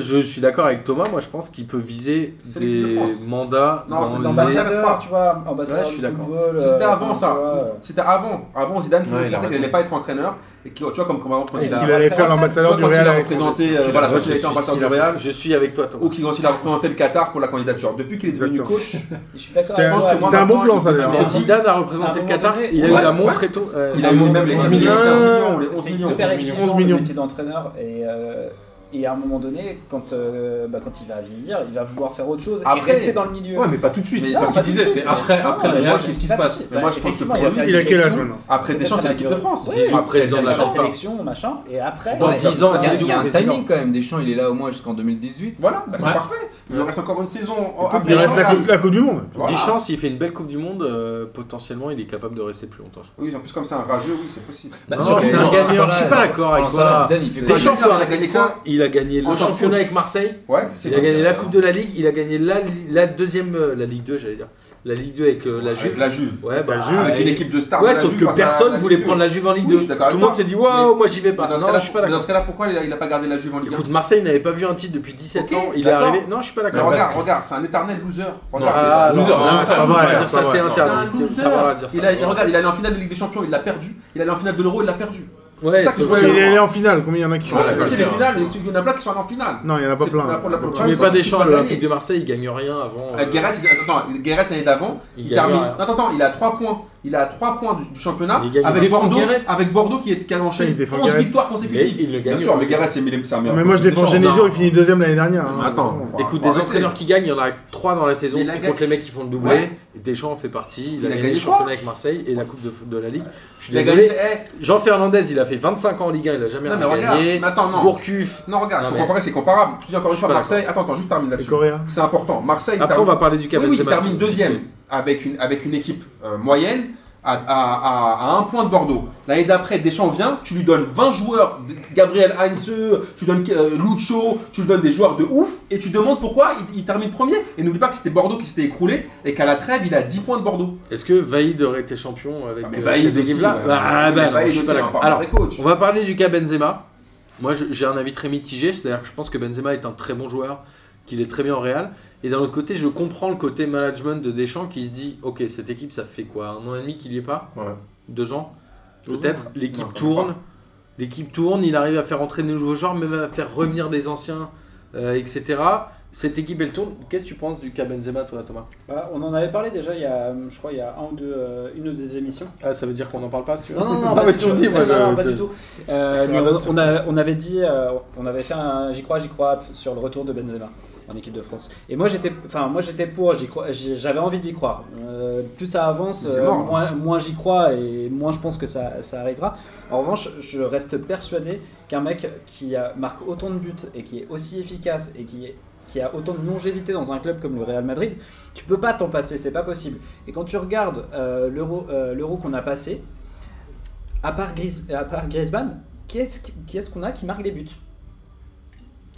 Speaker 2: alors je suis d'accord avec Thomas, moi je pense qu'il peut viser
Speaker 1: C'est l'équipe de
Speaker 2: des
Speaker 1: France.
Speaker 2: mandats
Speaker 1: Non, c'est
Speaker 2: dans
Speaker 1: dans un
Speaker 2: les-
Speaker 1: cercle.
Speaker 5: ambassadeur, tu vois, ambassadeur
Speaker 2: Ouais, je suis
Speaker 5: du
Speaker 2: d'accord.
Speaker 5: football.
Speaker 1: Si c'était
Speaker 5: euh,
Speaker 1: avant
Speaker 5: enfin,
Speaker 1: ça,
Speaker 5: tu vois, euh,
Speaker 1: c'était avant. Avant Zidane, tout le
Speaker 4: Ouais,
Speaker 1: monde
Speaker 4: il a
Speaker 1: pensait qu'il
Speaker 4: raison.
Speaker 1: n'allait pas être entraîneur. Et que, tu vois, comme quand, par exemple, quand
Speaker 5: Et
Speaker 1: il
Speaker 3: Qu'il
Speaker 1: a,
Speaker 3: allait faire
Speaker 1: tu vois,
Speaker 3: l'ambassadeur du
Speaker 1: quand il
Speaker 3: Real
Speaker 1: a
Speaker 3: à l'étranger.
Speaker 1: représenté, euh,
Speaker 4: Je
Speaker 1: voilà, quand
Speaker 4: suis
Speaker 1: il a été
Speaker 4: sûr.
Speaker 1: ambassadeur du Real,
Speaker 2: Je suis avec toi Thomas.
Speaker 1: ou qui, quand il a représenté le Qatar pour la candidature. Depuis qu'il est devenu
Speaker 3: Exactement.
Speaker 1: coach,
Speaker 5: Je suis d'accord
Speaker 3: C'était
Speaker 5: avec
Speaker 1: je pense
Speaker 5: toi,
Speaker 1: que moi,
Speaker 3: c'était un bon
Speaker 1: maintenant,
Speaker 3: plan,
Speaker 1: il-
Speaker 3: ça, d'ailleurs.
Speaker 2: Mais
Speaker 1: maintenant, il-
Speaker 2: Zidane a représenté
Speaker 5: à un
Speaker 2: le
Speaker 5: moment
Speaker 2: Qatar,
Speaker 5: donné,
Speaker 2: il a eu
Speaker 1: ouais,
Speaker 2: la montre
Speaker 1: ouais.
Speaker 2: et tout. euh,
Speaker 1: il a mis même les
Speaker 3: 11
Speaker 1: 11 millions,
Speaker 3: millions.
Speaker 1: 15 millions, les 11
Speaker 5: C'est
Speaker 1: millions.
Speaker 5: hyper
Speaker 1: 11 millions.
Speaker 5: exigeant
Speaker 3: 11 millions.
Speaker 5: le métier d'entraîneur et, euh, et à un moment donné, quand, euh, bah, quand il va vieillir, il va vouloir faire autre chose
Speaker 1: Après-
Speaker 5: et rester dans le milieu.
Speaker 4: Ouais, mais pas tout de suite.
Speaker 1: Mais
Speaker 4: C'est
Speaker 1: ça,
Speaker 4: ce
Speaker 5: pas
Speaker 4: qu'il
Speaker 5: tout de
Speaker 4: disait.
Speaker 5: suite.
Speaker 4: C'est après,
Speaker 5: Non,
Speaker 4: après
Speaker 5: non,
Speaker 4: la
Speaker 5: mais
Speaker 4: Real,
Speaker 5: je-
Speaker 4: qu'est-ce qui
Speaker 5: pas
Speaker 4: se
Speaker 5: tout de
Speaker 4: passe
Speaker 5: suite.
Speaker 1: Mais moi, je pense que
Speaker 5: effectivement,
Speaker 1: pour
Speaker 5: il va
Speaker 1: lui,
Speaker 5: faire
Speaker 3: Il a
Speaker 5: une
Speaker 3: quel âge
Speaker 5: sélection.
Speaker 3: maintenant
Speaker 1: Après Deschamps, c'est l'équipe de France.
Speaker 5: Ouais,
Speaker 1: Ils ont après
Speaker 5: Il
Speaker 2: président
Speaker 5: va
Speaker 2: de la
Speaker 5: faire sa
Speaker 2: Chambre.
Speaker 5: sélection, machin, et après. euh, bah,
Speaker 2: Dans
Speaker 5: ouais,
Speaker 2: 10 ans,
Speaker 5: il va
Speaker 6: Il y a-
Speaker 2: c'est
Speaker 5: faire
Speaker 6: il y a un
Speaker 2: président.
Speaker 6: timing quand même. Deschamps, il est là au moins jusqu'en 2018.
Speaker 1: Voilà, bah, c'est
Speaker 2: Ouais.
Speaker 1: parfait. Il nous reste encore une saison.
Speaker 3: Écoute,
Speaker 1: Après
Speaker 3: Il reste
Speaker 1: Deschamps,
Speaker 3: la
Speaker 1: ça-
Speaker 3: coupe, la Coupe du Monde.
Speaker 1: Voilà.
Speaker 2: Deschamps, s'il fait une belle Coupe du Monde, euh, potentiellement il est capable de rester plus longtemps. je pense.
Speaker 1: Oui, en plus, comme c'est un rageux, oui, c'est possible.
Speaker 6: Bah,
Speaker 2: Non,
Speaker 6: surtout,
Speaker 2: c'est un
Speaker 6: non,
Speaker 2: gagnant.
Speaker 6: attends,
Speaker 2: Je suis
Speaker 6: là,
Speaker 2: pas d'accord avec
Speaker 6: pendant ça, là,
Speaker 2: toi.
Speaker 6: Zidane, il fait quoi
Speaker 2: Deschamps,
Speaker 1: Zidane,
Speaker 2: faut
Speaker 1: il a
Speaker 2: arrêter
Speaker 1: gagné
Speaker 2: ça.
Speaker 1: quoi
Speaker 2: Il a gagné le
Speaker 1: En tant que
Speaker 2: championnat
Speaker 1: coach.
Speaker 2: avec Marseille.
Speaker 1: Ouais, c'est
Speaker 2: Il a gagné la Coupe de la Ligue, il a gagné la, la deuxième, euh, la Ligue 2 j'allais dire, la Ligue 2 avec euh, la
Speaker 1: Avec
Speaker 2: Juve.
Speaker 1: la Juve.
Speaker 2: Ouais, bah,
Speaker 3: La Juve.
Speaker 1: Avec une
Speaker 2: ouais.
Speaker 1: équipe de stars.
Speaker 2: Ouais,
Speaker 1: de la
Speaker 2: sauf
Speaker 1: Juve
Speaker 2: que
Speaker 1: face à
Speaker 2: personne
Speaker 1: la
Speaker 2: voulait
Speaker 1: Juve.
Speaker 2: prendre la Juve en Ligue
Speaker 1: Oui, je
Speaker 2: 2.
Speaker 1: suis
Speaker 2: Tout
Speaker 1: d'accord
Speaker 2: le
Speaker 1: avec
Speaker 2: monde
Speaker 1: toi.
Speaker 2: s'est dit waouh,
Speaker 1: Mais-
Speaker 2: moi j'y vais pas.
Speaker 1: Mais dans ce
Speaker 2: Non,
Speaker 1: cas-là,
Speaker 2: je suis pas
Speaker 1: mais dans
Speaker 2: d'accord.
Speaker 1: ce cas-là, pourquoi il a- il n'a pas gardé la Juve en Ligue 1
Speaker 2: Écoute, Marseille n'avait pas vu un titre depuis 17
Speaker 1: Ok,
Speaker 2: ans. Il est
Speaker 1: d'accord.
Speaker 2: arrivé. Non, je suis pas
Speaker 1: Mais
Speaker 2: d'accord.
Speaker 1: regarde, regarde, c'est un éternel loser. Regarde,
Speaker 4: Non,
Speaker 1: c'est-
Speaker 2: Ah,
Speaker 4: loser,
Speaker 2: non,
Speaker 4: non,
Speaker 2: non,
Speaker 4: c'est
Speaker 2: ça
Speaker 4: pas
Speaker 2: va,
Speaker 4: vrai,
Speaker 2: dire
Speaker 3: c'est
Speaker 2: ça,
Speaker 3: pas
Speaker 2: c'est
Speaker 3: vrai.
Speaker 1: C'est
Speaker 2: interdit.
Speaker 1: un
Speaker 2: C'est pas vrai de
Speaker 1: loser.
Speaker 2: dire ça.
Speaker 1: Il a, regarde, il est allé en finale de Ligue des Champions, il l'a perdu. Il est allé en finale de l'Euro, il l'a perdu.
Speaker 2: Ouais,
Speaker 1: c'est ça que
Speaker 2: c'est
Speaker 1: je
Speaker 2: vrai.
Speaker 1: veux dire.
Speaker 3: il est allé en finale. Combien il y en a qui sont
Speaker 1: Voilà,
Speaker 3: allés
Speaker 1: tu sais, les
Speaker 4: clair.
Speaker 1: finales, il y en a plein qui sont allés en finale.
Speaker 3: Non, il y en a pas
Speaker 1: C'est
Speaker 3: plein.
Speaker 1: pour la- pour la- pour la-
Speaker 2: Tu mets
Speaker 1: c'est
Speaker 2: pas
Speaker 1: que tu
Speaker 2: Deschamps à
Speaker 1: vas
Speaker 2: l'Olympique
Speaker 1: gagner.
Speaker 2: de Marseille, il gagne rien avant.
Speaker 1: Euh, Guéret, il- attends, Guéret, l'année d'avant,
Speaker 2: Il
Speaker 1: il,
Speaker 2: gagne
Speaker 1: termine.
Speaker 2: rien.
Speaker 1: Non, attends, attends, il a 3 points. Il a 3 points du, du championnat
Speaker 2: Il gagne- il
Speaker 1: avec
Speaker 2: défend
Speaker 1: Bordeaux,
Speaker 2: Guéret.
Speaker 1: avec Bordeaux qui est qui a enchaîné
Speaker 3: Il défend
Speaker 1: 11
Speaker 3: Guéret.
Speaker 1: victoires consécutives.
Speaker 2: Et il le gagne.
Speaker 1: Bien sûr, mais Guéret, c'est c'est un meilleur.
Speaker 3: Mais moi, je
Speaker 1: coach que
Speaker 3: défends
Speaker 1: Deschamps.
Speaker 3: Genesio,
Speaker 2: non.
Speaker 3: il finit deuxième l'année dernière.
Speaker 1: Non,
Speaker 3: hein.
Speaker 1: mais Attends,
Speaker 2: Écoute,
Speaker 1: faut- Bah, faut
Speaker 2: des
Speaker 1: arrêter.
Speaker 2: entraîneurs qui gagnent, il y en a 3 dans la saison.
Speaker 1: Mais
Speaker 2: Si
Speaker 1: la
Speaker 2: tu
Speaker 1: gagne-
Speaker 2: comptes les mecs qui font le doublé,
Speaker 1: Ouais.
Speaker 2: et Deschamps en fait partie. Il,
Speaker 1: Il
Speaker 2: a
Speaker 1: a
Speaker 2: gagné
Speaker 1: gagné
Speaker 2: le
Speaker 1: quoi
Speaker 2: championnat avec Marseille et la Coupe de, de la Ligue. Je suis
Speaker 1: Il a
Speaker 2: désolé.
Speaker 1: gagné- eh,
Speaker 2: Jean Fernandez, il a fait 25 ans en Ligue 1, il a jamais
Speaker 1: Non, mais
Speaker 2: rien
Speaker 1: regarde,
Speaker 2: gagné.
Speaker 1: mais attends, non.
Speaker 2: Gourcuff.
Speaker 1: Non, regarde,
Speaker 2: Non,
Speaker 1: faut
Speaker 2: mais-
Speaker 1: comparer, c'est comparable. Je te dis encore une
Speaker 2: suis
Speaker 1: fois,
Speaker 2: pas
Speaker 1: Marseille. Attends, attends, juste termine
Speaker 3: Et
Speaker 1: là-dessus.
Speaker 3: Correa.
Speaker 1: C'est important. Marseille,
Speaker 2: Après,
Speaker 1: termine-
Speaker 2: on va parler du cas
Speaker 1: Oui, oui, il
Speaker 2: Benzema.
Speaker 1: termine deuxième avec une, avec une équipe euh, moyenne à, à, à- à un point de Bordeaux. L'année d'après, Deschamps vient, tu lui donnes 20 joueurs, Gabriel Heinze, tu donnes euh, Lucho, tu lui donnes des joueurs de ouf, et tu demandes pourquoi il, il termine premier. Et n'oublie pas que c'était Bordeaux qui s'était écroulé, et qu'à la trêve, il a 10 points de Bordeaux.
Speaker 2: Est-ce que Vaïd aurait été champion avec
Speaker 1: Ah, mais
Speaker 2: euh,
Speaker 1: Vaïd
Speaker 2: cette
Speaker 1: aussi,
Speaker 2: équipe-là
Speaker 1: ouais.
Speaker 2: Bah,
Speaker 1: Mais
Speaker 2: bah, non,
Speaker 1: Vaïd
Speaker 2: je suis
Speaker 1: aussi,
Speaker 2: pas
Speaker 1: hein, on
Speaker 2: d'accord.
Speaker 1: parle
Speaker 2: Alors,
Speaker 1: vrai coach.
Speaker 2: on va parler du cas Benzema. Moi, je- j'ai un avis très mitigé, c'est-à-dire que je pense que Benzema est un très bon joueur, qu'il est très bien en Real. Et d'un autre côté, je comprends le côté management de Deschamps qui se dit Ok, cette équipe, ça fait quoi Un an et demi qu'il n'y est pas
Speaker 4: Ouais.
Speaker 2: Deux ans
Speaker 3: Deux ans.
Speaker 2: Peut-être. L'équipe
Speaker 1: Non,
Speaker 2: tourne. L'équipe tourne, il arrive à faire entrer des nouveaux joueurs, même à faire revenir des anciens. euh, etc. Cette équipe, elle tourne. Qu'est-ce que tu penses du cas Benzema, toi, Thomas
Speaker 5: Bah, on en avait parlé déjà, il y a, je crois, il y a un ou deux, euh, une ou deux émissions.
Speaker 2: Ah, ça veut dire qu'on n'en parle pas, si tu veux
Speaker 5: Non, non,
Speaker 2: [LAUGHS]
Speaker 5: non,
Speaker 2: Ah,
Speaker 5: pas,
Speaker 2: bah,
Speaker 5: du,
Speaker 2: tu
Speaker 5: tout.
Speaker 2: me dis, moi,
Speaker 5: Non, non,
Speaker 2: je-
Speaker 5: pas du tout. Euh,
Speaker 3: Avec
Speaker 5: mais
Speaker 3: la note.
Speaker 5: on, on a- on avait dit, euh, on avait fait un J'y crois, J'y crois app sur le retour de Benzema en équipe de France. Et moi j'étais enfin, moi, j'étais pour, j'y crois- j'y- j'avais envie d'y croire. Euh, plus ça avance,
Speaker 1: Mais c'est
Speaker 5: euh,
Speaker 1: mort. hein.
Speaker 5: moins, moins j'y crois et moins je pense que ça, ça arrivera. En revanche, je reste persuadé qu'un mec qui euh, marque autant de buts et qui est aussi efficace et qui est qui a autant de longévité dans un club comme le Real Madrid, tu peux pas t'en passer, c'est pas possible. Et quand tu regardes euh, l'euro euh, l'Euro qu'on a passé, à part, Gris, à part Griezmann, qui est-ce qui- qui est-ce qu'on a qui marque les buts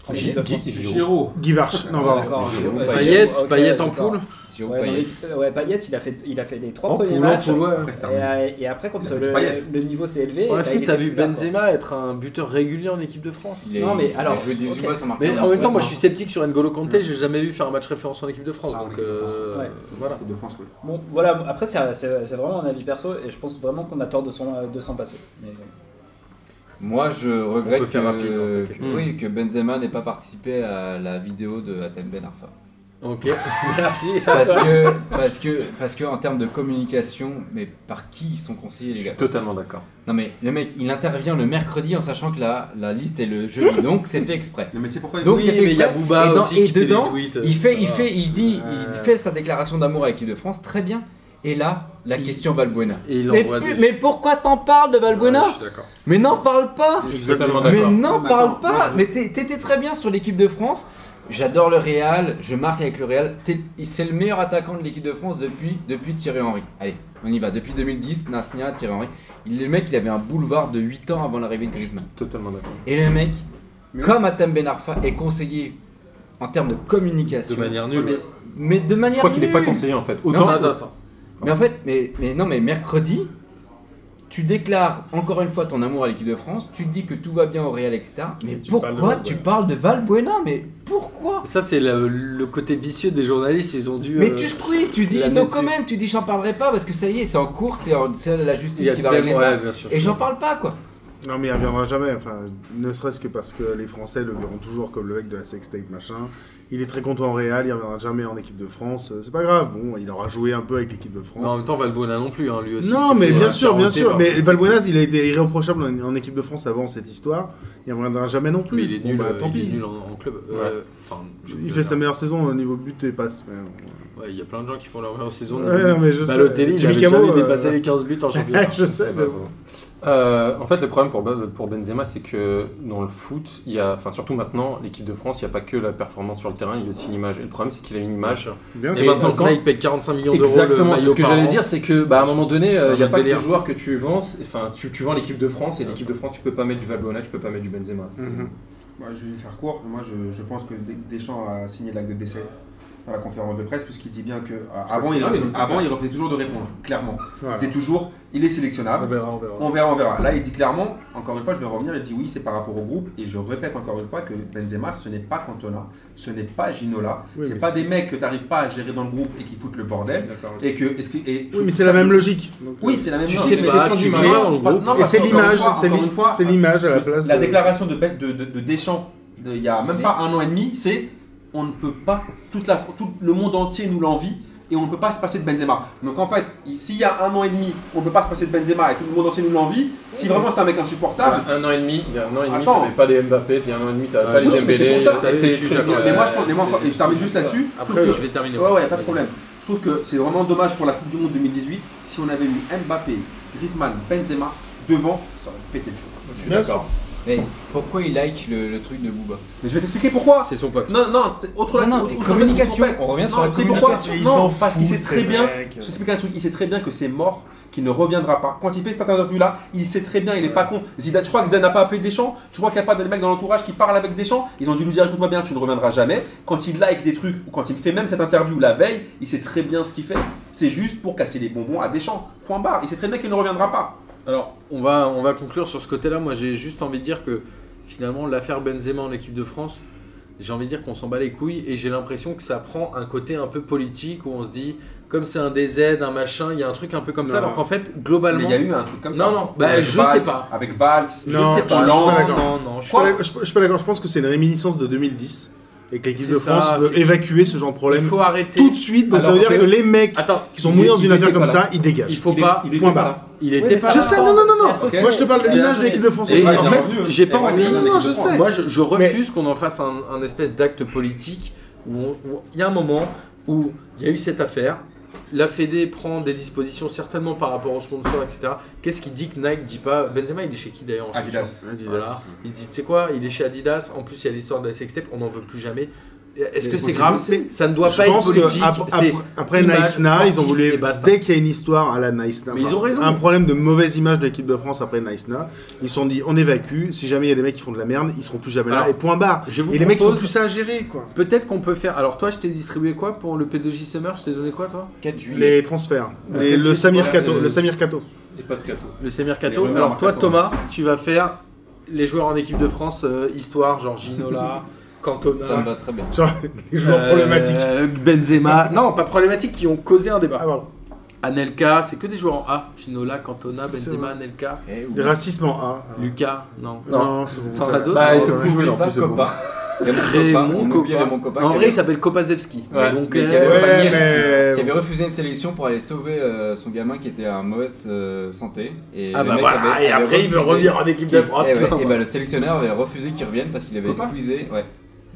Speaker 5: En équipe de France. Ah,
Speaker 1: Giroud.
Speaker 3: Guy Varch. Non, pardon.
Speaker 5: D'accord,
Speaker 6: Giroud,
Speaker 5: Giroud,
Speaker 2: Payet,
Speaker 6: Payet,
Speaker 5: ok,
Speaker 2: Payet en
Speaker 5: d'accord.
Speaker 2: poule.
Speaker 6: Jérôme
Speaker 5: Ouais,
Speaker 6: Payet.
Speaker 5: non, mais- euh, ouais, Payet, il a fait, il a fait les trois
Speaker 2: En
Speaker 5: premiers
Speaker 2: poule, en
Speaker 5: matchs.
Speaker 2: poule, ouais.
Speaker 1: Après, c'est
Speaker 5: Et,
Speaker 1: terminé.
Speaker 5: euh, et après, quand
Speaker 1: C'est
Speaker 5: le,
Speaker 1: du Payet.
Speaker 5: le niveau s'est élevé.
Speaker 2: Enfin, Est-ce
Speaker 5: bah,
Speaker 2: que
Speaker 5: il
Speaker 2: tu as
Speaker 5: était
Speaker 2: vu
Speaker 5: plus là, quoi.
Speaker 2: Benzema être un buteur régulier en équipe de France
Speaker 6: Il a-
Speaker 5: Non, mais
Speaker 6: il a
Speaker 5: alors,
Speaker 6: joué 18
Speaker 5: ok.
Speaker 6: mois sans marquer
Speaker 2: Mais
Speaker 6: un
Speaker 2: en même
Speaker 6: but.
Speaker 2: temps, moi
Speaker 6: Ouais,
Speaker 2: je suis sceptique sur N'Golo Kanté, j'ai jamais vu faire un match référence en équipe de France.
Speaker 1: Ah, en
Speaker 2: donc
Speaker 1: équipe de France,
Speaker 2: euh,
Speaker 5: ouais.
Speaker 2: voilà.
Speaker 1: Équipe de France, oui.
Speaker 5: Bon, voilà, après, c'est c'est- c'est vraiment un avis perso et je pense vraiment qu'on a tort de s'en de s'en passer. Mais,
Speaker 6: Moi, je regrette
Speaker 2: peut
Speaker 6: que,
Speaker 2: faire rapide, hein, t'inquiète.
Speaker 6: que- oui, que Benzema n'ait pas participé à la vidéo de Atem
Speaker 2: [LAUGHS]
Speaker 6: Ben Arfa.
Speaker 2: Ok, merci.
Speaker 6: Parce que, parce que, parce que en termes de communication, mais par qui ils sont conseillés,
Speaker 4: Je
Speaker 6: les gars
Speaker 4: suis totalement d'accord.
Speaker 6: Non, mais le mec, il intervient le mercredi en sachant que la, la liste est le jeudi, donc c'est fait exprès.
Speaker 1: Non, mais c'est pourquoi.
Speaker 6: Donc
Speaker 2: Oui,
Speaker 6: c'est fait
Speaker 2: mais il y a
Speaker 6: exprès.
Speaker 2: Booba
Speaker 6: Et dans-
Speaker 2: aussi
Speaker 6: et
Speaker 2: qui fait des
Speaker 6: dedans,
Speaker 2: tweets,
Speaker 6: Il fait,
Speaker 2: Euh, ça
Speaker 6: il
Speaker 2: va.
Speaker 6: fait, il dit, il
Speaker 3: Euh.
Speaker 6: fait sa déclaration d'amour à l'équipe de France, très bien. Et là, la question Valbuena.
Speaker 2: Et il
Speaker 6: Mais,
Speaker 2: envoie des-
Speaker 6: mais pourquoi t'en parles de Valbuena
Speaker 1: Ah Ouais, je suis d'accord.
Speaker 6: Mais n'en parle pas
Speaker 4: Je suis
Speaker 3: Exactement.
Speaker 4: totalement
Speaker 6: Mais
Speaker 4: d'accord.
Speaker 6: n'en
Speaker 1: Mais
Speaker 6: parle
Speaker 1: attends, moi,
Speaker 6: pas
Speaker 1: je-
Speaker 6: Mais t'es- t'étais très bien sur l'équipe de France. J'adore le Real, je marque avec le Real. T'es- C'est le meilleur attaquant de l'équipe de France depuis, depuis Thierry Henry. Allez, on y va. Depuis 2010, Nasnia, Thierry Henry. Il, le mec, il avait un boulevard de 8 ans avant l'arrivée de Griezmann.
Speaker 4: Totalement d'accord.
Speaker 6: Et le mec,
Speaker 1: Mais-
Speaker 6: comme Atam Ben Arfa, est conseillé en termes de communication.
Speaker 2: de manière nulle.
Speaker 1: Mais-
Speaker 6: Mais de manière.
Speaker 4: Je crois qu'il n'est pas
Speaker 6: nulle.
Speaker 4: conseillé en fait.
Speaker 6: Non,
Speaker 4: Autant.
Speaker 6: enfin,
Speaker 2: Attends, attends.
Speaker 6: Mais en fait, mais, mais non, mais mercredi, tu déclares encore une fois ton amour à l'équipe de France, tu dis que tout va bien au Real, etc. Mais
Speaker 3: Et tu
Speaker 6: pourquoi
Speaker 3: parles de Valbuena.
Speaker 6: tu parles de Valbuena Mais pourquoi
Speaker 2: Ça, c'est le, le côté vicieux des journalistes, ils ont dû.
Speaker 6: mais
Speaker 2: euh,
Speaker 6: tu squeezes, tu dis
Speaker 2: la
Speaker 6: no
Speaker 2: médecine.
Speaker 6: comment, tu dis j'en parlerai pas parce que ça y est, c'est en cours, c'est en- c'est la
Speaker 2: il y
Speaker 6: justice
Speaker 2: a
Speaker 6: qui va
Speaker 2: tellement-
Speaker 6: régler
Speaker 2: ouais,
Speaker 6: ça.
Speaker 2: bien sûr.
Speaker 6: Et j'en parle pas quoi.
Speaker 3: Non, mais il reviendra jamais. Enfin, ne serait-ce que parce que les Français le verront toujours comme le mec de la sextape, machin. Il est très content en Real, il reviendra jamais en équipe de France. Euh, C'est pas grave. Bon, il aura joué un peu avec l'équipe de
Speaker 2: Mais en
Speaker 3: France.
Speaker 2: même temps, Valbuena non plus, hein, lui aussi.
Speaker 3: non,
Speaker 2: s'est
Speaker 3: mais
Speaker 2: fait,
Speaker 3: bien
Speaker 2: euh,
Speaker 3: sûr, bien
Speaker 2: carotter
Speaker 3: sûr.
Speaker 2: par
Speaker 3: Mais
Speaker 2: cette-
Speaker 3: Valbuenas, il a été irréprochable en, en équipe de France avant cette histoire. Il reviendra jamais non plus.
Speaker 2: Mais il est
Speaker 3: Bon,
Speaker 2: nul,
Speaker 3: bah,
Speaker 2: euh,
Speaker 3: tant
Speaker 2: il est
Speaker 3: pis.
Speaker 2: nul en, en club. euh, enfin, je-
Speaker 3: Il
Speaker 2: je-
Speaker 3: fait sa meilleure saison au niveau but et passe. Mais bon.
Speaker 2: Ouais, il y a plein de gens qui font leur meilleure saison.
Speaker 3: Ouais, mais je sais.
Speaker 2: Balotelli, bah, il
Speaker 3: Jimmy
Speaker 2: avait
Speaker 3: Camo,
Speaker 2: jamais
Speaker 3: euh,
Speaker 2: dépassé les 15 buts en championnat.
Speaker 3: Je sais,
Speaker 2: Ça
Speaker 3: mais
Speaker 2: va,
Speaker 3: bon.
Speaker 2: voilà.
Speaker 4: Euh, en fait, le problème pour, Ben- pour Benzema, c'est que dans le foot, il y a, enfin surtout maintenant, l'équipe de France, il n'y a pas que la performance sur le terrain, il y a aussi l'image. Et le problème, c'est qu'il a une image.
Speaker 3: Bien
Speaker 4: Et
Speaker 2: Et
Speaker 3: sûr.
Speaker 2: maintenant,
Speaker 4: maintenant,
Speaker 2: quand il paye 45 millions d'euros. le
Speaker 4: Exactement, c'est ce
Speaker 2: maillot
Speaker 4: que
Speaker 2: par
Speaker 4: j'allais
Speaker 2: an.
Speaker 4: dire, c'est que bah, à un moment donné,
Speaker 2: C'est un
Speaker 4: euh, il n'y a
Speaker 2: autre
Speaker 4: pas que
Speaker 2: délire.
Speaker 4: les joueurs que tu vends, c'est- enfin tu, tu vends l'équipe de France et l'équipe de France, tu peux pas mettre du Valbuena, tu peux pas mettre du Benzema. C'est-
Speaker 3: Mhm.
Speaker 1: Bah, je vais faire court. Moi, je, je pense que Des- Deschamps a signé l'acte de décès dans la conférence de presse, puisqu'il dit bien que. euh, avant, il,
Speaker 4: clair,
Speaker 1: refusait-
Speaker 4: oui, c'est
Speaker 1: avant il refusait toujours de répondre, clairement.
Speaker 3: Voilà.
Speaker 1: C'est toujours. Il est
Speaker 2: On
Speaker 1: sélectionnable.
Speaker 2: verra, on verra.
Speaker 1: On verra, on verra. Là, il dit clairement, encore une fois, je vais revenir, il dit oui, c'est par rapport au groupe. Et je répète encore une fois que Benzema, ce n'est pas Cantona, ce n'est pas Ginola,
Speaker 3: Oui,
Speaker 1: c'est
Speaker 3: mais
Speaker 1: pas
Speaker 3: c'est-
Speaker 1: des mecs que tu n'arrives pas à gérer dans le groupe et qui foutent le bordel.
Speaker 4: D'accord.
Speaker 1: Et que, est-ce que- et je
Speaker 3: Oui, mais
Speaker 1: trouve
Speaker 3: c'est
Speaker 1: ça-
Speaker 3: la même logique. Donc, euh,
Speaker 1: Oui, c'est la même
Speaker 4: Tu
Speaker 1: chose.
Speaker 4: sais
Speaker 1: mais-
Speaker 4: pas,
Speaker 1: question
Speaker 4: tu
Speaker 1: du
Speaker 4: vas
Speaker 1: moment.
Speaker 2: en groupe.
Speaker 1: Non,
Speaker 3: Et
Speaker 1: parce
Speaker 3: c'est
Speaker 1: qu'encore une
Speaker 3: l'image,
Speaker 1: fois-
Speaker 3: c'est
Speaker 1: encore une
Speaker 3: l'i-
Speaker 1: fois,
Speaker 3: c'est l'image à la
Speaker 1: je-
Speaker 3: place.
Speaker 1: La
Speaker 3: de-
Speaker 1: déclaration de, Ben- de, de- de Deschamps, de- il y a même
Speaker 6: Mais-
Speaker 1: pas un an et demi, c'est on ne peut pas, toute la, tout le monde entier nous l'envie et on ne peut pas se passer de Benzema. Donc en fait, il- s'il y a un an et demi, on ne peut pas se passer de Benzema et tout le monde entier nous l'envie, si vraiment c'est un mec insupportable,
Speaker 4: Un an et demi, il y a un an et demi,
Speaker 1: Attends.
Speaker 4: t'avais pas les Mbappé, puis il y a un an et demi, t'avais
Speaker 2: Ouais,
Speaker 4: pas les
Speaker 1: oui, mais c'est
Speaker 4: Dembélé.
Speaker 1: pour ça.
Speaker 4: t'avais-
Speaker 2: Oui, je suis
Speaker 4: trucs,
Speaker 2: d'accord.
Speaker 4: euh,
Speaker 1: mais moi, je, pense- mais moi, encore- et je termine
Speaker 4: c'est-
Speaker 1: juste
Speaker 4: c'est
Speaker 1: là-dessus. je trouve
Speaker 2: Après,
Speaker 1: que-
Speaker 2: je vais terminer.
Speaker 1: Ouais, ouais, y a pas de problème. Je trouve que c'est vraiment dommage pour la Coupe du Monde 2018. Si on avait eu Mbappé, Griezmann, Benzema devant, ça aurait pété le feu.
Speaker 4: Je suis
Speaker 3: Bien
Speaker 4: d'accord.
Speaker 6: Mais pourquoi il like le, le truc de Booba
Speaker 1: Mais je vais t'expliquer pourquoi.
Speaker 2: C'est son pote.
Speaker 1: Non, non, c'était autre
Speaker 6: Non, non,
Speaker 1: autre-
Speaker 6: mais
Speaker 1: autre-
Speaker 6: communication.
Speaker 1: autre-
Speaker 6: On revient sur la
Speaker 1: Non, c'est pourquoi
Speaker 6: communication.
Speaker 3: Ils s'en
Speaker 1: Non, parce qu'il
Speaker 3: foutent,
Speaker 1: sait très
Speaker 3: ces
Speaker 1: bien.
Speaker 3: mecs.
Speaker 1: Je t'explique un truc. Il sait très bien que c'est mort, qu'il ne reviendra pas. Quand il fait cette interview là, il sait très bien, il est pas con. Zidane, tu crois que Zidane n'a pas appelé Deschamps Tu crois qu'il n'y a pas de mec dans l'entourage qui parle avec Deschamps Ils ont dû lui dire écoute-moi bien, tu ne reviendras jamais. Quand il like des trucs ou quand il fait même cette interview la veille, il sait très bien ce qu'il fait. C'est juste pour casser les bonbons à Deschamps. Point barre. Il sait très bien qu'il ne reviendra pas.
Speaker 2: Alors, on va, on va conclure sur ce côté-là. Moi, j'ai juste envie de dire que finalement, l'affaire Benzema en équipe de France, j'ai envie de dire qu'on s'en bat les couilles et j'ai l'impression que ça prend un côté un peu politique où on se dit, comme c'est un DZ, un machin, il y a un truc un peu comme ça,
Speaker 3: Non.
Speaker 2: alors qu'en fait,
Speaker 1: Mais
Speaker 2: globalement.
Speaker 1: il y a eu un truc comme
Speaker 2: Non,
Speaker 1: ça.
Speaker 2: non, bah,
Speaker 1: Avec
Speaker 2: je sais
Speaker 1: Valls,
Speaker 2: pas.
Speaker 1: Avec Valls.
Speaker 2: Je
Speaker 3: Non,
Speaker 2: sais
Speaker 3: je
Speaker 2: pas,
Speaker 1: suis pas
Speaker 2: non,
Speaker 3: d'accord.
Speaker 2: non, non, je suis
Speaker 3: Je suis pas d'accord, je pense que c'est une réminiscence de 2010. et que l'équipe
Speaker 2: C'est
Speaker 3: de
Speaker 2: ça,
Speaker 3: France veut
Speaker 2: c'est-
Speaker 3: évacuer ce genre de problème
Speaker 2: Il faut arrêter.
Speaker 3: tout de suite. Donc ça
Speaker 2: Alors,
Speaker 3: veut dire
Speaker 2: en fait-
Speaker 3: que les mecs
Speaker 2: Attends,
Speaker 3: qui sont
Speaker 4: il
Speaker 3: mouillés
Speaker 4: est-
Speaker 3: dans une
Speaker 4: il
Speaker 3: affaire
Speaker 4: était
Speaker 3: comme
Speaker 4: pas
Speaker 3: ça,
Speaker 4: là.
Speaker 3: ils
Speaker 2: il
Speaker 3: dégagent.
Speaker 2: faut
Speaker 4: Il est-
Speaker 2: pas.
Speaker 4: il était
Speaker 3: Point
Speaker 4: pas
Speaker 3: barre.
Speaker 4: là.
Speaker 2: Il
Speaker 5: Oui,
Speaker 2: était
Speaker 5: mais
Speaker 2: pas.
Speaker 5: ça
Speaker 3: Je
Speaker 5: va
Speaker 3: sais,
Speaker 5: pas,
Speaker 3: non, non, non,
Speaker 5: c'est
Speaker 3: non.
Speaker 5: associé.
Speaker 3: Moi, je te parle des
Speaker 2: C'est
Speaker 3: villages de
Speaker 2: associé.
Speaker 3: l'équipe de France.
Speaker 2: Et
Speaker 3: au
Speaker 2: en
Speaker 3: travail.
Speaker 2: fait, j'ai pas
Speaker 3: Mais
Speaker 2: envie.
Speaker 3: non, non, je sais.
Speaker 2: Bah, Moi, je, je refuse qu'on en fasse un, un espèce d'acte politique où on- où il y a un moment où il y a eu cette affaire. La Fédé prend des dispositions certainement par rapport aux sponsors, etc. Qu'est-ce qui dit que Nike dit pas Benzema, il est chez qui d'ailleurs en
Speaker 1: Adidas.
Speaker 2: chaussures Voilà. Il dit, tu sais quoi, il est chez Adidas. En plus, il y a l'histoire de la sextape, on n'en veut plus jamais. Est-ce que
Speaker 3: Mais
Speaker 2: c'est
Speaker 3: c'est
Speaker 2: grave
Speaker 3: possible.
Speaker 2: Ça ne doit
Speaker 3: Je
Speaker 2: pas être
Speaker 3: pense que
Speaker 2: politique.
Speaker 3: ap-
Speaker 2: c'est-
Speaker 3: après, après
Speaker 2: image,
Speaker 3: Nice Na, ils ont
Speaker 2: sportif et
Speaker 3: voulu
Speaker 2: basta.
Speaker 3: dès qu'il y a une histoire à la Nice Na,
Speaker 2: Mais ils ont raison.
Speaker 3: un problème de mauvaise image de l'équipe de France après Nice Na, ils se sont dit on évacue. Si jamais il y a des mecs qui font de la merde, ils seront plus jamais là.
Speaker 2: Alors,
Speaker 3: Et point barre.
Speaker 2: je vous
Speaker 3: Et les mecs sont
Speaker 2: propose-
Speaker 3: plus ça à gérer quoi.
Speaker 2: Peut-être qu'on peut faire. Alors, toi, je t'ai distribué quoi pour le P2J Summer Je t'ai donné quoi, toi
Speaker 6: 4 juillet.
Speaker 3: Les transferts,
Speaker 2: Ouais.
Speaker 3: Les- le
Speaker 2: Ouais,
Speaker 3: Samir Kato,
Speaker 4: euh,
Speaker 3: le Samir
Speaker 2: [LAUGHS]
Speaker 3: Kato.
Speaker 4: Et Pascato.
Speaker 2: Le
Speaker 1: Les
Speaker 2: C-Mercato.
Speaker 1: rumeurs
Speaker 2: Alors, toi,
Speaker 1: Mercato,
Speaker 2: Thomas, tu vas faire les joueurs en équipe de France, euh, histoire, genre Ginola,
Speaker 6: Ça me
Speaker 2: Cantona,
Speaker 6: va très bien.
Speaker 3: Genre les joueurs
Speaker 2: euh,
Speaker 3: problématiques.
Speaker 2: Benzema. Non, pas problématiques, qui ont causé un débat.
Speaker 3: Ah, pardon.
Speaker 2: Anelka, c'est que des joueurs en A. Ginola, Cantona,
Speaker 3: C'est
Speaker 2: Benzema,
Speaker 3: vrai.
Speaker 2: Anelka,
Speaker 6: Eh,
Speaker 3: Des
Speaker 6: oui.
Speaker 3: racismes en A.
Speaker 2: Lucas, non.
Speaker 3: ah, c'est
Speaker 2: T'en
Speaker 3: bon.
Speaker 2: as d'autres
Speaker 4: Bah, il
Speaker 2: non,
Speaker 4: peut
Speaker 2: ouais.
Speaker 4: plus jouer en
Speaker 6: Pas
Speaker 4: plus.
Speaker 6: [LAUGHS]
Speaker 4: c'est bon.
Speaker 6: Copa.
Speaker 2: Raymond
Speaker 6: Raymond Copa.
Speaker 2: Kopa.
Speaker 6: Raymond Copa.
Speaker 2: En
Speaker 6: qui
Speaker 2: vrai, il
Speaker 6: avait-
Speaker 2: s'appelle Kopazevski.
Speaker 4: Ouais.
Speaker 2: Donc,
Speaker 6: Mais qui
Speaker 2: euh,
Speaker 6: avait-
Speaker 3: Ouais,
Speaker 6: Panier,
Speaker 3: mais
Speaker 6: qui avait refusé une sélection pour aller sauver euh, son gamin qui était en mauvaise euh, santé. Et
Speaker 2: Ah
Speaker 6: le
Speaker 2: bah
Speaker 6: mec
Speaker 2: voilà,
Speaker 6: avait-
Speaker 2: et
Speaker 6: avait
Speaker 2: après il veut
Speaker 6: refusé
Speaker 2: revenir en équipe
Speaker 6: qu'il-
Speaker 2: de France.
Speaker 6: eh ouais,
Speaker 2: non.
Speaker 6: et bah le sélectionneur avait refusé qu'il revienne parce qu'il avait
Speaker 4: Copa
Speaker 6: squeezé. Ouais,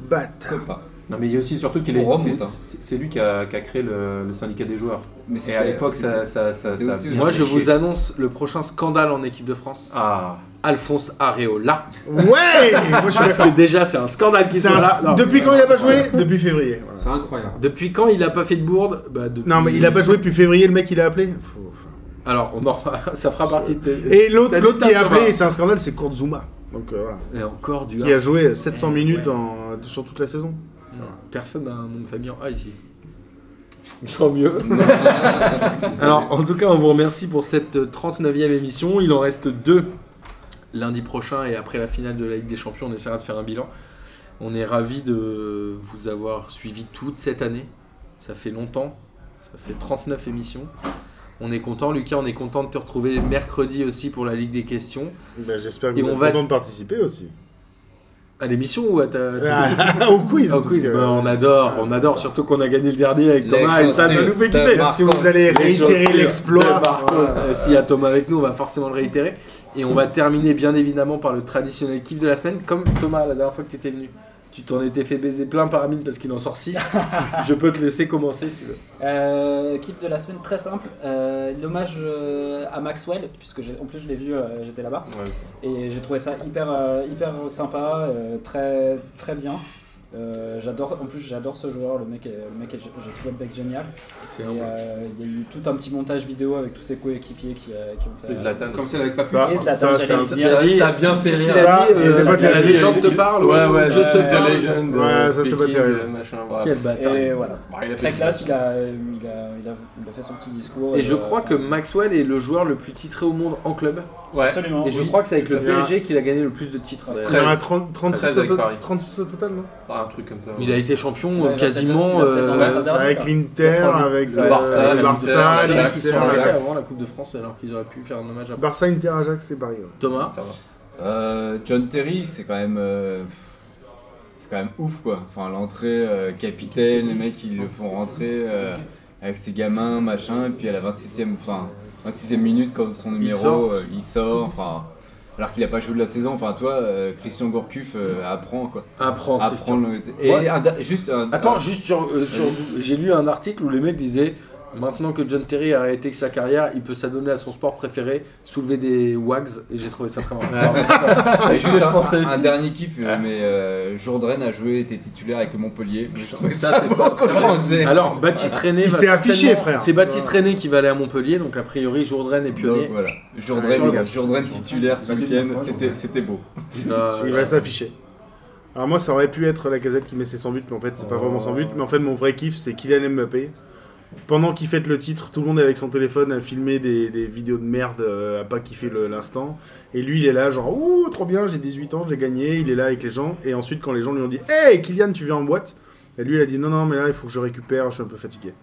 Speaker 3: bâtard.
Speaker 6: Copa.
Speaker 4: Non, mais il y a aussi surtout qu'il est.
Speaker 6: On remonte,
Speaker 4: c'est-
Speaker 6: hein.
Speaker 4: C'est c'est lui qui a, qui a créé le, le syndicat des joueurs.
Speaker 6: Mais
Speaker 4: Et
Speaker 6: c'était-
Speaker 4: à l'époque,
Speaker 6: c'était-
Speaker 4: ça, ça, ça,
Speaker 6: c'était
Speaker 4: ça a
Speaker 6: aussi-
Speaker 4: bien
Speaker 2: Moi,
Speaker 4: fait
Speaker 2: je
Speaker 4: chier.
Speaker 2: vous annonce le prochain scandale en équipe de France.
Speaker 4: Ah,
Speaker 2: Alphonse Areola.
Speaker 3: Ouais. Moi, je suis
Speaker 2: Parce
Speaker 3: d'accord.
Speaker 2: que déjà, c'est un scandale qui
Speaker 3: C'est
Speaker 2: sont
Speaker 3: un-
Speaker 2: là. Non.
Speaker 3: Depuis quand il a pas joué Depuis février. voilà.
Speaker 1: C'est incroyable.
Speaker 2: Depuis quand il a pas fait de bourde Bah, depuis-
Speaker 3: Non mais il a pas joué depuis février. Le mec il a appelé. Faut- faut-
Speaker 2: Alors, on en- [LAUGHS] ça fera partie de.
Speaker 3: Et l'autre
Speaker 2: T'as
Speaker 3: l'autre
Speaker 2: dit
Speaker 3: qui est
Speaker 2: Tartara.
Speaker 3: appelé, et c'est un scandale, c'est Kurt Zuma. Donc euh, voilà.
Speaker 2: Et encore du
Speaker 3: Qui
Speaker 2: A.
Speaker 3: a joué 700
Speaker 2: Eh,
Speaker 3: minutes
Speaker 2: ouais.
Speaker 3: en- sur toute la saison.
Speaker 2: Non, Personne n'a un nom de famille en A ici. Tant mieux.
Speaker 6: Non, non, non, non, non,
Speaker 2: Alors, en tout cas, on vous remercie pour cette 39e émission. Il en reste deux lundi prochain et après la finale de la Ligue des Champions, on essaiera de faire un bilan. On est ravis de vous avoir suivi toute cette année. Ça fait longtemps. Ça fait 39 émissions. On est content, Lucas, on est content de te retrouver mercredi aussi pour la Ligue des questions.
Speaker 3: Ben, J'espère que
Speaker 2: Et
Speaker 3: vous
Speaker 2: on
Speaker 3: êtes
Speaker 2: va-
Speaker 3: content de participer aussi.
Speaker 2: À l'émission ou à ta... ta-
Speaker 3: Ah, [LAUGHS] [LAUGHS] au quiz.
Speaker 2: Oh,
Speaker 3: parce
Speaker 2: quiz.
Speaker 3: que-
Speaker 2: Bah, on adore, on adore, surtout qu'on a gagné le dernier avec Thomas et ça, ça nous fait quitter.
Speaker 3: Est-ce que vous allez réitérer l'exploit Voilà.
Speaker 2: Euh, S'il y a Thomas avec nous, on va forcément le réitérer. Et on va terminer bien évidemment par le traditionnel kiff de la semaine. Comme Thomas, la dernière fois que tu étais venu, tu t'en étais fait baiser plein par Amine parce qu'il en sort 6. Je peux te laisser commencer si tu veux.
Speaker 5: Euh, kiff de la semaine très simple, euh, l'hommage euh, à Maxwell, puisque j'ai- en plus je l'ai vu, euh, j'étais là-bas, et j'ai trouvé ça hyper, euh, hyper sympa, euh, très, très bien. Euh, j'adore, en plus j'adore ce joueur, le mec, est- le mec, est- j'ai trouvé le mec génial.
Speaker 2: C'est
Speaker 5: Et, euh, Il y a eu tout un petit montage vidéo avec tous ses coéquipiers qui, euh, qui ont fait.
Speaker 4: les Zlatan.
Speaker 1: Comme
Speaker 4: aussi.
Speaker 1: celle avec Pascal.
Speaker 3: Ça,
Speaker 5: Et
Speaker 3: ça,
Speaker 5: Zlatan,
Speaker 3: c'est
Speaker 5: j'allais
Speaker 3: un-
Speaker 5: le dire.
Speaker 4: Ça, ça a bien fait
Speaker 2: Il
Speaker 4: rire.
Speaker 3: Ça,
Speaker 2: a dit, euh,
Speaker 3: c'était pas
Speaker 2: la- la
Speaker 3: terrible.
Speaker 2: légende te parle.
Speaker 4: Ouais, ouais,
Speaker 2: je
Speaker 4: je
Speaker 2: sais
Speaker 4: The
Speaker 2: pas.
Speaker 4: Legend.
Speaker 3: Ouais,
Speaker 4: euh,
Speaker 3: ça, c'était pas
Speaker 4: Speaking,
Speaker 3: terrible.
Speaker 4: euh, machin, voilà.
Speaker 2: Quel bâtard.
Speaker 5: Et voilà.
Speaker 4: Bah, il a
Speaker 5: Très
Speaker 4: fait
Speaker 5: classe, il a, il, a, il, a, il a fait son petit discours.
Speaker 2: Et je
Speaker 5: euh,
Speaker 2: crois que Maxwell est le joueur le plus titré au monde en club.
Speaker 4: Ouais.
Speaker 5: Absolument.
Speaker 2: Et je
Speaker 4: Oui,
Speaker 2: crois que c'est avec
Speaker 4: tout
Speaker 2: le
Speaker 4: à fait.
Speaker 2: PSG qu'il a gagné le plus de titres. d'ailleurs.
Speaker 3: Il y en a
Speaker 4: 13.
Speaker 3: 30
Speaker 4: 13
Speaker 3: 36 au
Speaker 4: avec
Speaker 3: to-
Speaker 4: Paris.
Speaker 3: 36 au total, non
Speaker 4: Ah, un truc comme ça. ouais.
Speaker 2: Il a été champion
Speaker 5: Ouais, il
Speaker 2: euh,
Speaker 5: a peut-être-
Speaker 2: quasiment.
Speaker 5: il a peut-être
Speaker 2: euh,
Speaker 5: un vrai radar,
Speaker 3: Avec
Speaker 5: là.
Speaker 3: l'Inter,
Speaker 2: Quatre-vingt-dix.
Speaker 3: avec
Speaker 4: Le
Speaker 3: euh,
Speaker 4: Barça,
Speaker 3: le
Speaker 4: l'Inter,
Speaker 3: Barça,
Speaker 2: C'est vrai qu'ils sont
Speaker 3: l'Inter,
Speaker 2: arrêtés
Speaker 3: Ajax.
Speaker 2: avant la Coupe de France alors qu'ils auraient pu faire un hommage à
Speaker 3: Barça, Inter, Ajax et Paris. ouais.
Speaker 2: Thomas.
Speaker 4: Ça va.
Speaker 6: Euh, John Terry, c'est quand même. euh, c'est quand même ouf quoi. Enfin, l'entrée euh, capitaine, les mecs ils le font rentrer euh, avec ses gamins, machin, et puis à la 26ème, enfin, 26ème minute, comme son numéro,
Speaker 2: sort.
Speaker 6: euh, il sort, enfin. Alors qu'il a pas joué de la saison, enfin toi, euh, Christian Gourcuff euh, apprend quoi.
Speaker 2: Apprends,
Speaker 6: Apprend
Speaker 2: Christian.
Speaker 6: le. Et
Speaker 2: Ouais.
Speaker 6: un da- juste un.
Speaker 2: Attends, juste sur. euh, sur- J'ai lu un article où les mecs disaient maintenant que John Terry a arrêté sa carrière, il peut s'adonner à son sport préféré, soulever des wags. Et j'ai trouvé ça très marrant.
Speaker 6: Et juste
Speaker 2: je
Speaker 6: un,
Speaker 2: pensais
Speaker 6: un-
Speaker 2: aussi.
Speaker 6: un dernier kiff, euh, mais euh, Jourdain a joué, était titulaire avec Montpellier. Je trouvais
Speaker 4: Ça,
Speaker 6: ça
Speaker 4: c'est
Speaker 6: vraiment
Speaker 4: pas- ça,
Speaker 6: contre-rangé.
Speaker 2: Alors, Baptiste René.
Speaker 3: Il
Speaker 2: va
Speaker 3: s'est affiché,
Speaker 2: certainement-
Speaker 3: frère.
Speaker 2: C'est Baptiste René qui va aller à Montpellier, donc a priori, Jourdain est
Speaker 6: Donc
Speaker 2: pionnier.
Speaker 6: voilà,
Speaker 3: Sur le
Speaker 6: Jourdain,
Speaker 3: banc.
Speaker 6: Jourdain titulaire ce week-end, c'était- c'était beau.
Speaker 2: Euh,
Speaker 3: Il va s'afficher. Alors moi, ça aurait pu être la casette qui met ses 100 buts, mais en fait, c'est pas vraiment 100 buts. Mais en fait, mon vrai kiff, c'est Kylian Mbappé. Pendant qu'il fête le titre, tout le monde est avec son téléphone à filmer des, des vidéos de merde, euh, à pas kiffer le- l'instant. Et lui, il est là, genre, ouh, trop bien, j'ai 18 ans, j'ai gagné, il est là avec les gens. Et ensuite, quand les gens lui ont dit, hey, Kylian, tu viens en boîte Et lui, il a dit, non, non, mais là, il faut que je récupère, je suis un peu fatigué.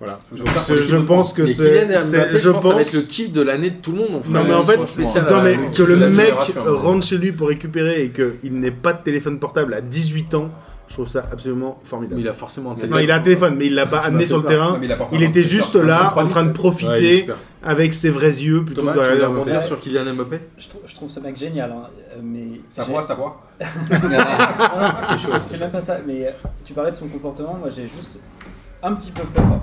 Speaker 3: Voilà.
Speaker 1: je
Speaker 3: Donc,
Speaker 1: repars
Speaker 3: c'est-
Speaker 1: pour
Speaker 3: je
Speaker 1: l'équipe de
Speaker 3: pense que
Speaker 2: mais
Speaker 3: c'est.
Speaker 2: Kylian Mbappé,
Speaker 3: c'est-
Speaker 2: je pense, ça va être le kiff de l'année de tout le monde. on fera
Speaker 3: non mais en
Speaker 2: une
Speaker 3: fait,
Speaker 2: soirée spéciale
Speaker 3: non
Speaker 2: à
Speaker 3: mais
Speaker 2: la-
Speaker 3: que le
Speaker 4: la
Speaker 3: mec
Speaker 4: génération.
Speaker 3: rentre chez lui pour récupérer et qu'il n'ait pas de téléphone portable à 18 ans, Je trouve ça absolument formidable.
Speaker 2: Mais il a forcément un
Speaker 3: Non, il a un téléphone, mais il l'a pas amené sur le terrain. Il était juste là, en train de profiter avec ses vrais yeux plutôt
Speaker 2: Thomas,
Speaker 3: que
Speaker 2: tu
Speaker 3: de
Speaker 2: veux
Speaker 3: regarder dans un
Speaker 2: rebondir
Speaker 5: intérêts.
Speaker 2: sur Kylian Mbappé
Speaker 5: Je, trou- je trouve ce mec génial, hein, euh, mais
Speaker 1: Ça
Speaker 5: j'ai-
Speaker 1: voit, ça voit.
Speaker 5: c'est même pas ça, mais euh, tu parlais de son comportement, moi j'ai juste un petit peu peur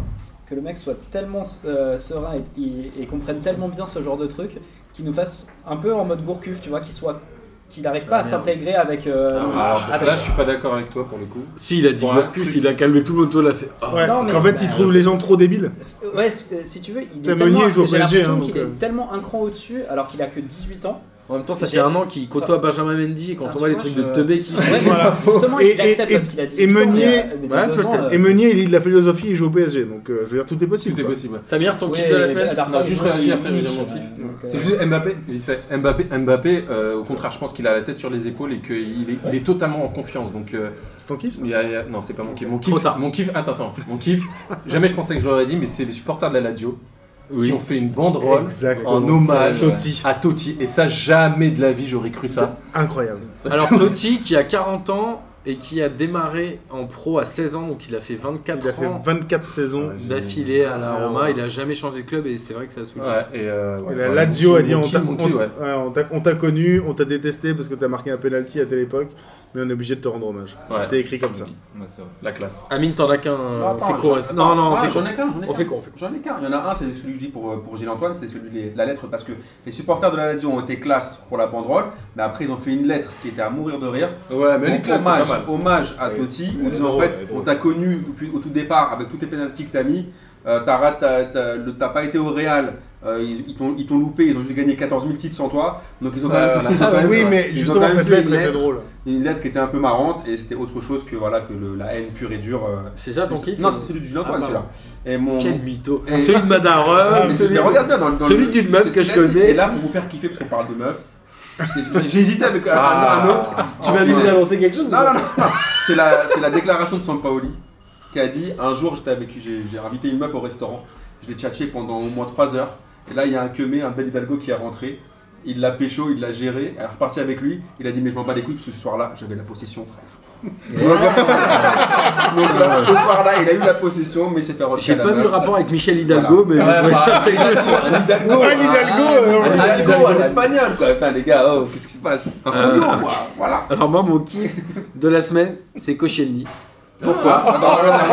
Speaker 5: que le mec soit tellement euh, serein et, et- et comprenne tellement bien ce genre de truc qu'il nous fasse un peu en mode bourcuf, tu vois, qu'il soit qu'il n'arrive
Speaker 2: Ah,
Speaker 5: pas à s'intégrer avec, euh,
Speaker 4: Alors
Speaker 5: avec-
Speaker 4: là, je suis pas d'accord avec toi pour le coup.
Speaker 2: Si, il a dit
Speaker 4: Ouais.
Speaker 2: Bourcuff, il a calmé tout le monde, toi, il a fait. Ah.
Speaker 3: Ouais,
Speaker 5: Non, mais-
Speaker 3: en fait, il trouve les gens trop débiles.
Speaker 5: S- Ouais, s- euh, si tu veux, il
Speaker 3: Putain,
Speaker 5: est tellement,
Speaker 3: Meunier joue au
Speaker 5: j'ai
Speaker 3: PSG,
Speaker 5: l'impression
Speaker 3: hein,
Speaker 5: qu'il
Speaker 3: donc,
Speaker 5: est
Speaker 3: euh.
Speaker 5: tellement un cran au-dessus alors qu'il a que 18 ans.
Speaker 2: En même temps, ça
Speaker 5: J'ai-
Speaker 2: fait un an qu'il côtoie Benjamin Mendy et quand
Speaker 5: Ah,
Speaker 2: on voit les
Speaker 5: tu vois,
Speaker 2: trucs
Speaker 5: je-
Speaker 2: de teubé qui.
Speaker 5: Ouais,
Speaker 3: Voilà.
Speaker 5: mais Justement,
Speaker 3: Et-
Speaker 5: il accepte
Speaker 3: et-
Speaker 5: parce qu'il a
Speaker 3: et
Speaker 5: 18 ans. mais,
Speaker 3: Meunier-
Speaker 5: euh, mais dans
Speaker 2: Ouais,
Speaker 5: deux ans,
Speaker 2: peut-être.
Speaker 5: euh,
Speaker 3: Et Meunier, il lit de la philosophie, il joue au PSG, donc euh, je veux dire, tout est possible.
Speaker 4: Tout est
Speaker 3: quoi.
Speaker 4: possible.
Speaker 2: Samir, ton
Speaker 5: ouais,
Speaker 2: kiff de la
Speaker 5: et-
Speaker 2: semaine
Speaker 5: alors,
Speaker 4: Non,
Speaker 5: il
Speaker 4: juste
Speaker 5: joue
Speaker 4: réagir
Speaker 5: Munich,
Speaker 4: après, je vais dire mon
Speaker 5: euh,
Speaker 4: kiff.
Speaker 5: donc, euh,
Speaker 4: C'est juste Mbappé, vite fait. Mbappé, Mbappé euh, au contraire, je pense qu'il a la tête sur les épaules et qu'il est, il est totalement en confiance. Donc, euh,
Speaker 3: C'est ton kiff, ça
Speaker 4: il y a- il y a- non, c'est pas mon kiff. euh, Mon
Speaker 2: Trop
Speaker 4: kiff,
Speaker 2: tard.
Speaker 4: mon kiff, attends, attends. Mon kiff, jamais je pensais que j'aurais dit, mais c'est les supporters de la Lazio qui ont fait une banderole
Speaker 3: Exactement.
Speaker 4: en hommage
Speaker 3: Totti.
Speaker 4: à Totti. Et ça, jamais de la vie, j'aurais cru ça.
Speaker 3: Incroyable.
Speaker 2: Alors, Totti, qui a 40 ans et qui a démarré en pro à 16 ans, donc il a fait 24
Speaker 3: Il a fait
Speaker 2: ans
Speaker 3: 24 saisons.
Speaker 2: d'affilée à la
Speaker 3: Ah,
Speaker 2: Roma.
Speaker 3: ouais.
Speaker 2: Il a jamais changé de club et c'est vrai que ça a
Speaker 4: Ouais,
Speaker 2: saoulé.
Speaker 4: et euh, ouais,
Speaker 3: Et la
Speaker 4: ouais,
Speaker 3: Lazio
Speaker 4: mon
Speaker 3: a
Speaker 4: kiff,
Speaker 3: dit on
Speaker 4: mon
Speaker 3: t'a
Speaker 4: kiff, mon kiff,
Speaker 3: on-
Speaker 4: ouais.
Speaker 3: ouais, on t'a- on t'a connu, on t'a détesté parce que t'as marqué un penalty à telle époque, mais on est obligé de te rendre hommage.
Speaker 4: Ouais.
Speaker 3: C'était écrit comme ça.
Speaker 6: Ouais, c'est vrai.
Speaker 4: La classe.
Speaker 2: Amine, t'en as qu'un.
Speaker 1: Ah,
Speaker 2: euh,
Speaker 1: attends,
Speaker 2: Fais court.
Speaker 1: j'en-
Speaker 2: Non, non, fais
Speaker 1: attends, ah,
Speaker 2: court.
Speaker 1: j'en ai qu'un, j'en ai
Speaker 2: On fait
Speaker 1: qu'un.
Speaker 2: quoi, on fait quoi
Speaker 1: J'en ai qu'un. Il y en a un, c'est celui que je dis pour, euh, pour Gilles Antoine, c'était celui de la lettre parce que les supporters de la Lazio ont été classe pour la banderole, mais après ils ont fait une lettre qui était à mourir de rire.
Speaker 4: Ouais, mais
Speaker 1: Donc,
Speaker 4: les classes, c'est pas
Speaker 1: hommage,
Speaker 4: mal.
Speaker 1: hommage à
Speaker 6: Ouais.
Speaker 1: Totti,
Speaker 6: Elle
Speaker 1: en
Speaker 6: est
Speaker 1: disant en
Speaker 6: drôle,
Speaker 1: fait,
Speaker 6: elle est drôle.
Speaker 1: on t'a connu depuis- au tout départ avec tous tes pénaltys que t'as mis, euh, t'as raté- t'as- t'as- le- t'as pas été au Real. euh, ils ils t'ont ils t'ont loupé, ils ont juste gagné 14 000 titres sans toi, donc ils ont quand
Speaker 4: Euh,
Speaker 1: même. ils ont quand même-
Speaker 3: Ah Oui, mais
Speaker 1: ils ont
Speaker 3: justement,
Speaker 1: quand même
Speaker 3: cette
Speaker 1: fait une
Speaker 3: lettre était drôle.
Speaker 1: Une lettre qui était un peu marrante et c'était autre chose que voilà que le- la haine pure et dure. euh,
Speaker 2: C'est ça ton kiff
Speaker 1: Non, c'est celui du Gilles Antoine
Speaker 2: Ah,
Speaker 1: celui-là. Et mon.
Speaker 2: Quel mytho.
Speaker 1: Et-
Speaker 2: Celui de
Speaker 1: Ah,
Speaker 2: Madareur.
Speaker 1: mais
Speaker 2: celui-
Speaker 1: mais regarde bien dans, le- dans
Speaker 2: celui
Speaker 1: le-
Speaker 2: d'une meuf
Speaker 1: c'est ce
Speaker 2: que je
Speaker 1: qu'il a dit.
Speaker 2: connais.
Speaker 1: Et là, pour vous faire kiffer, parce qu'on parle de meuf, c'est- j'ai hésité avec un,
Speaker 4: Ah.
Speaker 1: un autre.
Speaker 2: Tu m'as dit
Speaker 1: Ah, C'est-
Speaker 2: vous annoncer quelque chose
Speaker 1: Non, non, non, non. C'est la, c'est la déclaration de Sampaoli qui a dit un jour, j'étais avec, j'ai, j'ai invité une meuf au restaurant, je l'ai tchatché pendant au moins 3 heures, et là, il y a un queumé, un bel Hidalgo qui est rentré. Il l'a pécho, il l'a géré, elle est repartie avec lui. Il a dit Mais je m'en bats les couilles parce que ce soir-là, j'avais la possession, frère.
Speaker 2: [LAUGHS]
Speaker 1: Donc, là, ce soir-là, il a eu la possession, mais il s'est fait rejeter.
Speaker 2: J'ai
Speaker 1: la
Speaker 2: pas vu
Speaker 1: meuf.
Speaker 2: le rapport avec Michel Hidalgo, mais.
Speaker 4: Ouais,
Speaker 2: j'ai trouvé
Speaker 4: bah,
Speaker 2: ça rigolo.
Speaker 1: Un Hidalgo
Speaker 3: Ah, l'Hidalgo euh,
Speaker 1: un
Speaker 2: Ah,
Speaker 1: Hidalgo,
Speaker 2: Hidalgo,
Speaker 1: un
Speaker 2: ouais.
Speaker 1: espagnol quoi. Putain, les gars, oh, qu'est-ce qui se passe Un
Speaker 2: Euh.
Speaker 1: folio, quoi. Voilà.
Speaker 2: Alors, moi, mon kiff de la semaine, c'est Koscielny. Pourquoi
Speaker 1: Non, Ah.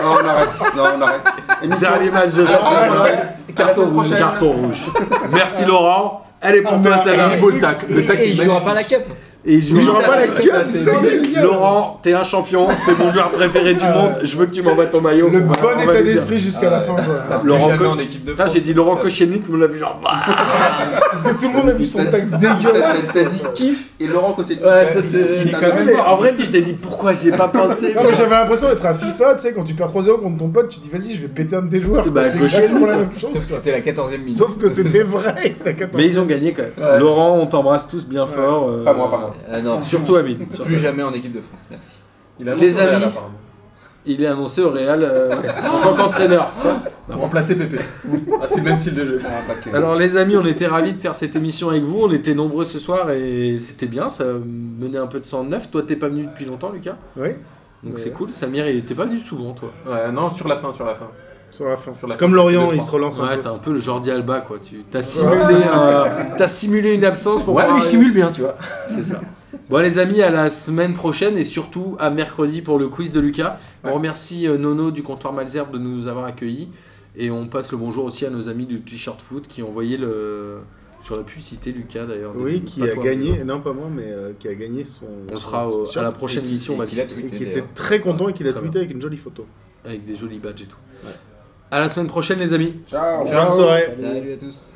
Speaker 1: non, non, non, non, non, on arrête. Non, on arrête. Émission.
Speaker 2: Dernier match de
Speaker 1: À la semaine
Speaker 2: championnat.
Speaker 1: prochaine. À la
Speaker 2: Carton
Speaker 1: semaine
Speaker 2: rouge.
Speaker 1: prochaine.
Speaker 2: Carton rouge. Merci Laurent. Elle est pour toi celle-là.
Speaker 3: et-
Speaker 2: Beau le tac. Le tac est
Speaker 5: Et il
Speaker 2: magnifique.
Speaker 5: jouera pas la cup.
Speaker 2: Et il
Speaker 3: Il
Speaker 2: jouera
Speaker 3: jouera
Speaker 2: ça,
Speaker 3: pas la
Speaker 2: c'est-
Speaker 3: cup,
Speaker 2: ça,
Speaker 3: c'est
Speaker 2: c'est
Speaker 3: génial.
Speaker 2: débile. Laurent, t'es un champion. T'es mon joueur préféré du
Speaker 3: Ah
Speaker 2: monde. Je veux que tu m'envoies ton maillot.
Speaker 3: Le
Speaker 2: On va- on
Speaker 3: bon
Speaker 2: va
Speaker 3: état
Speaker 2: lui dire.
Speaker 3: d'esprit jusqu'à la fin. quoi.
Speaker 6: Parce que
Speaker 2: Laurent
Speaker 6: jamais
Speaker 2: Coq-
Speaker 6: en équipe de
Speaker 2: Putain,
Speaker 6: France.
Speaker 2: j'ai dit Laurent Koscielny, tout le monde l'a vu genre. bah.
Speaker 3: Parce que tout le monde a vu son
Speaker 1: T'as-
Speaker 3: tag
Speaker 1: t'as-
Speaker 3: dégueulasse.
Speaker 1: T'as dit kiff et Laurent Cossé.
Speaker 2: Ouais, ça c'est.
Speaker 1: Il est
Speaker 2: ça,
Speaker 1: quand
Speaker 2: c'est-
Speaker 1: même mort.
Speaker 2: En vrai, tu t'es dit pourquoi j'y ai
Speaker 3: [LAUGHS]
Speaker 2: pas pensé.
Speaker 3: Non, mais j'avais l'impression d'être à FIFA, tu sais, quand tu perds 3-0 contre ton pote, tu dis vas-y, je vais péter un de tes joueurs.
Speaker 2: Et bah,
Speaker 3: c'est
Speaker 2: gaucher,
Speaker 3: exactement
Speaker 2: lui,
Speaker 3: la
Speaker 2: quoi.
Speaker 3: même chose.
Speaker 6: Sauf que
Speaker 3: quoi.
Speaker 6: c'était la 14ème minute.
Speaker 3: Sauf que c'était vrai, c'était à 14.
Speaker 2: Mais ils ont gagné quand même.
Speaker 4: Ouais.
Speaker 2: Laurent, on t'embrasse tous bien fort. euh,
Speaker 1: Pas moi, pas moi.
Speaker 6: Ah non,
Speaker 2: Surtout Amine.
Speaker 6: plus jamais en équipe de France, merci.
Speaker 4: Il a
Speaker 2: Les
Speaker 4: lancé Real,
Speaker 2: amis.
Speaker 4: apparemment.
Speaker 2: Il est annoncé au Real
Speaker 1: [LAUGHS]
Speaker 2: euh, en tant qu'entraîneur.
Speaker 4: Pour remplacer Pépé. Ah, c'est le même style de jeu.
Speaker 1: Ah, pas que-
Speaker 2: Alors les amis, on était ravis de faire cette émission avec vous. On était nombreux ce soir et c'était bien. Ça menait un peu de 109. Toi, t'es pas venu depuis longtemps, Lucas.
Speaker 3: Oui,
Speaker 2: Donc
Speaker 3: Ouais.
Speaker 2: c'est cool. Samir, il était pas venu souvent, toi.
Speaker 4: Ouais, non, sur la fin, sur la fin.
Speaker 3: sur la fin.
Speaker 4: Sur la
Speaker 3: C'est comme
Speaker 4: fin,
Speaker 3: Lorient,
Speaker 4: deux,
Speaker 3: il se relance un
Speaker 2: Ouais,
Speaker 3: peu.
Speaker 2: t'es un peu le Jordi Alba, quoi. Tu t'as simulé, un- t'as simulé une absence pour.
Speaker 4: Ouais,
Speaker 2: pouvoir
Speaker 4: mais il
Speaker 2: arriver.
Speaker 4: simule bien,
Speaker 3: [LAUGHS]
Speaker 4: tu vois.
Speaker 2: C'est ça. Bon les amis, à la semaine prochaine et surtout à mercredi pour le quiz de Lucas. On
Speaker 4: Ouais.
Speaker 2: remercie euh, Nono du comptoir Malzerbe de nous avoir accueillis et on passe le bonjour aussi à nos amis du t-shirt foot qui ont envoyé le. J'aurais pu citer Lucas d'ailleurs.
Speaker 3: Oui,
Speaker 2: Pas
Speaker 3: qui
Speaker 2: toi,
Speaker 3: a
Speaker 2: mais-
Speaker 3: gagné, non pas moi, mais euh, qui a gagné son. son
Speaker 2: On sera au-
Speaker 3: t-shirt
Speaker 2: à la prochaine hein.
Speaker 3: et-
Speaker 2: émission, on va
Speaker 6: Et
Speaker 2: le
Speaker 6: qu'il a
Speaker 2: citer,
Speaker 3: Et
Speaker 6: tweeté.
Speaker 3: qui était
Speaker 6: d'ailleurs.
Speaker 3: très content et qu'il a
Speaker 2: Très
Speaker 3: tweeté avec une jolie photo.
Speaker 2: avec des jolis badges et tout. À la semaine prochaine les amis.
Speaker 1: Ciao.
Speaker 3: Bonne soirée.
Speaker 6: Salut à tous.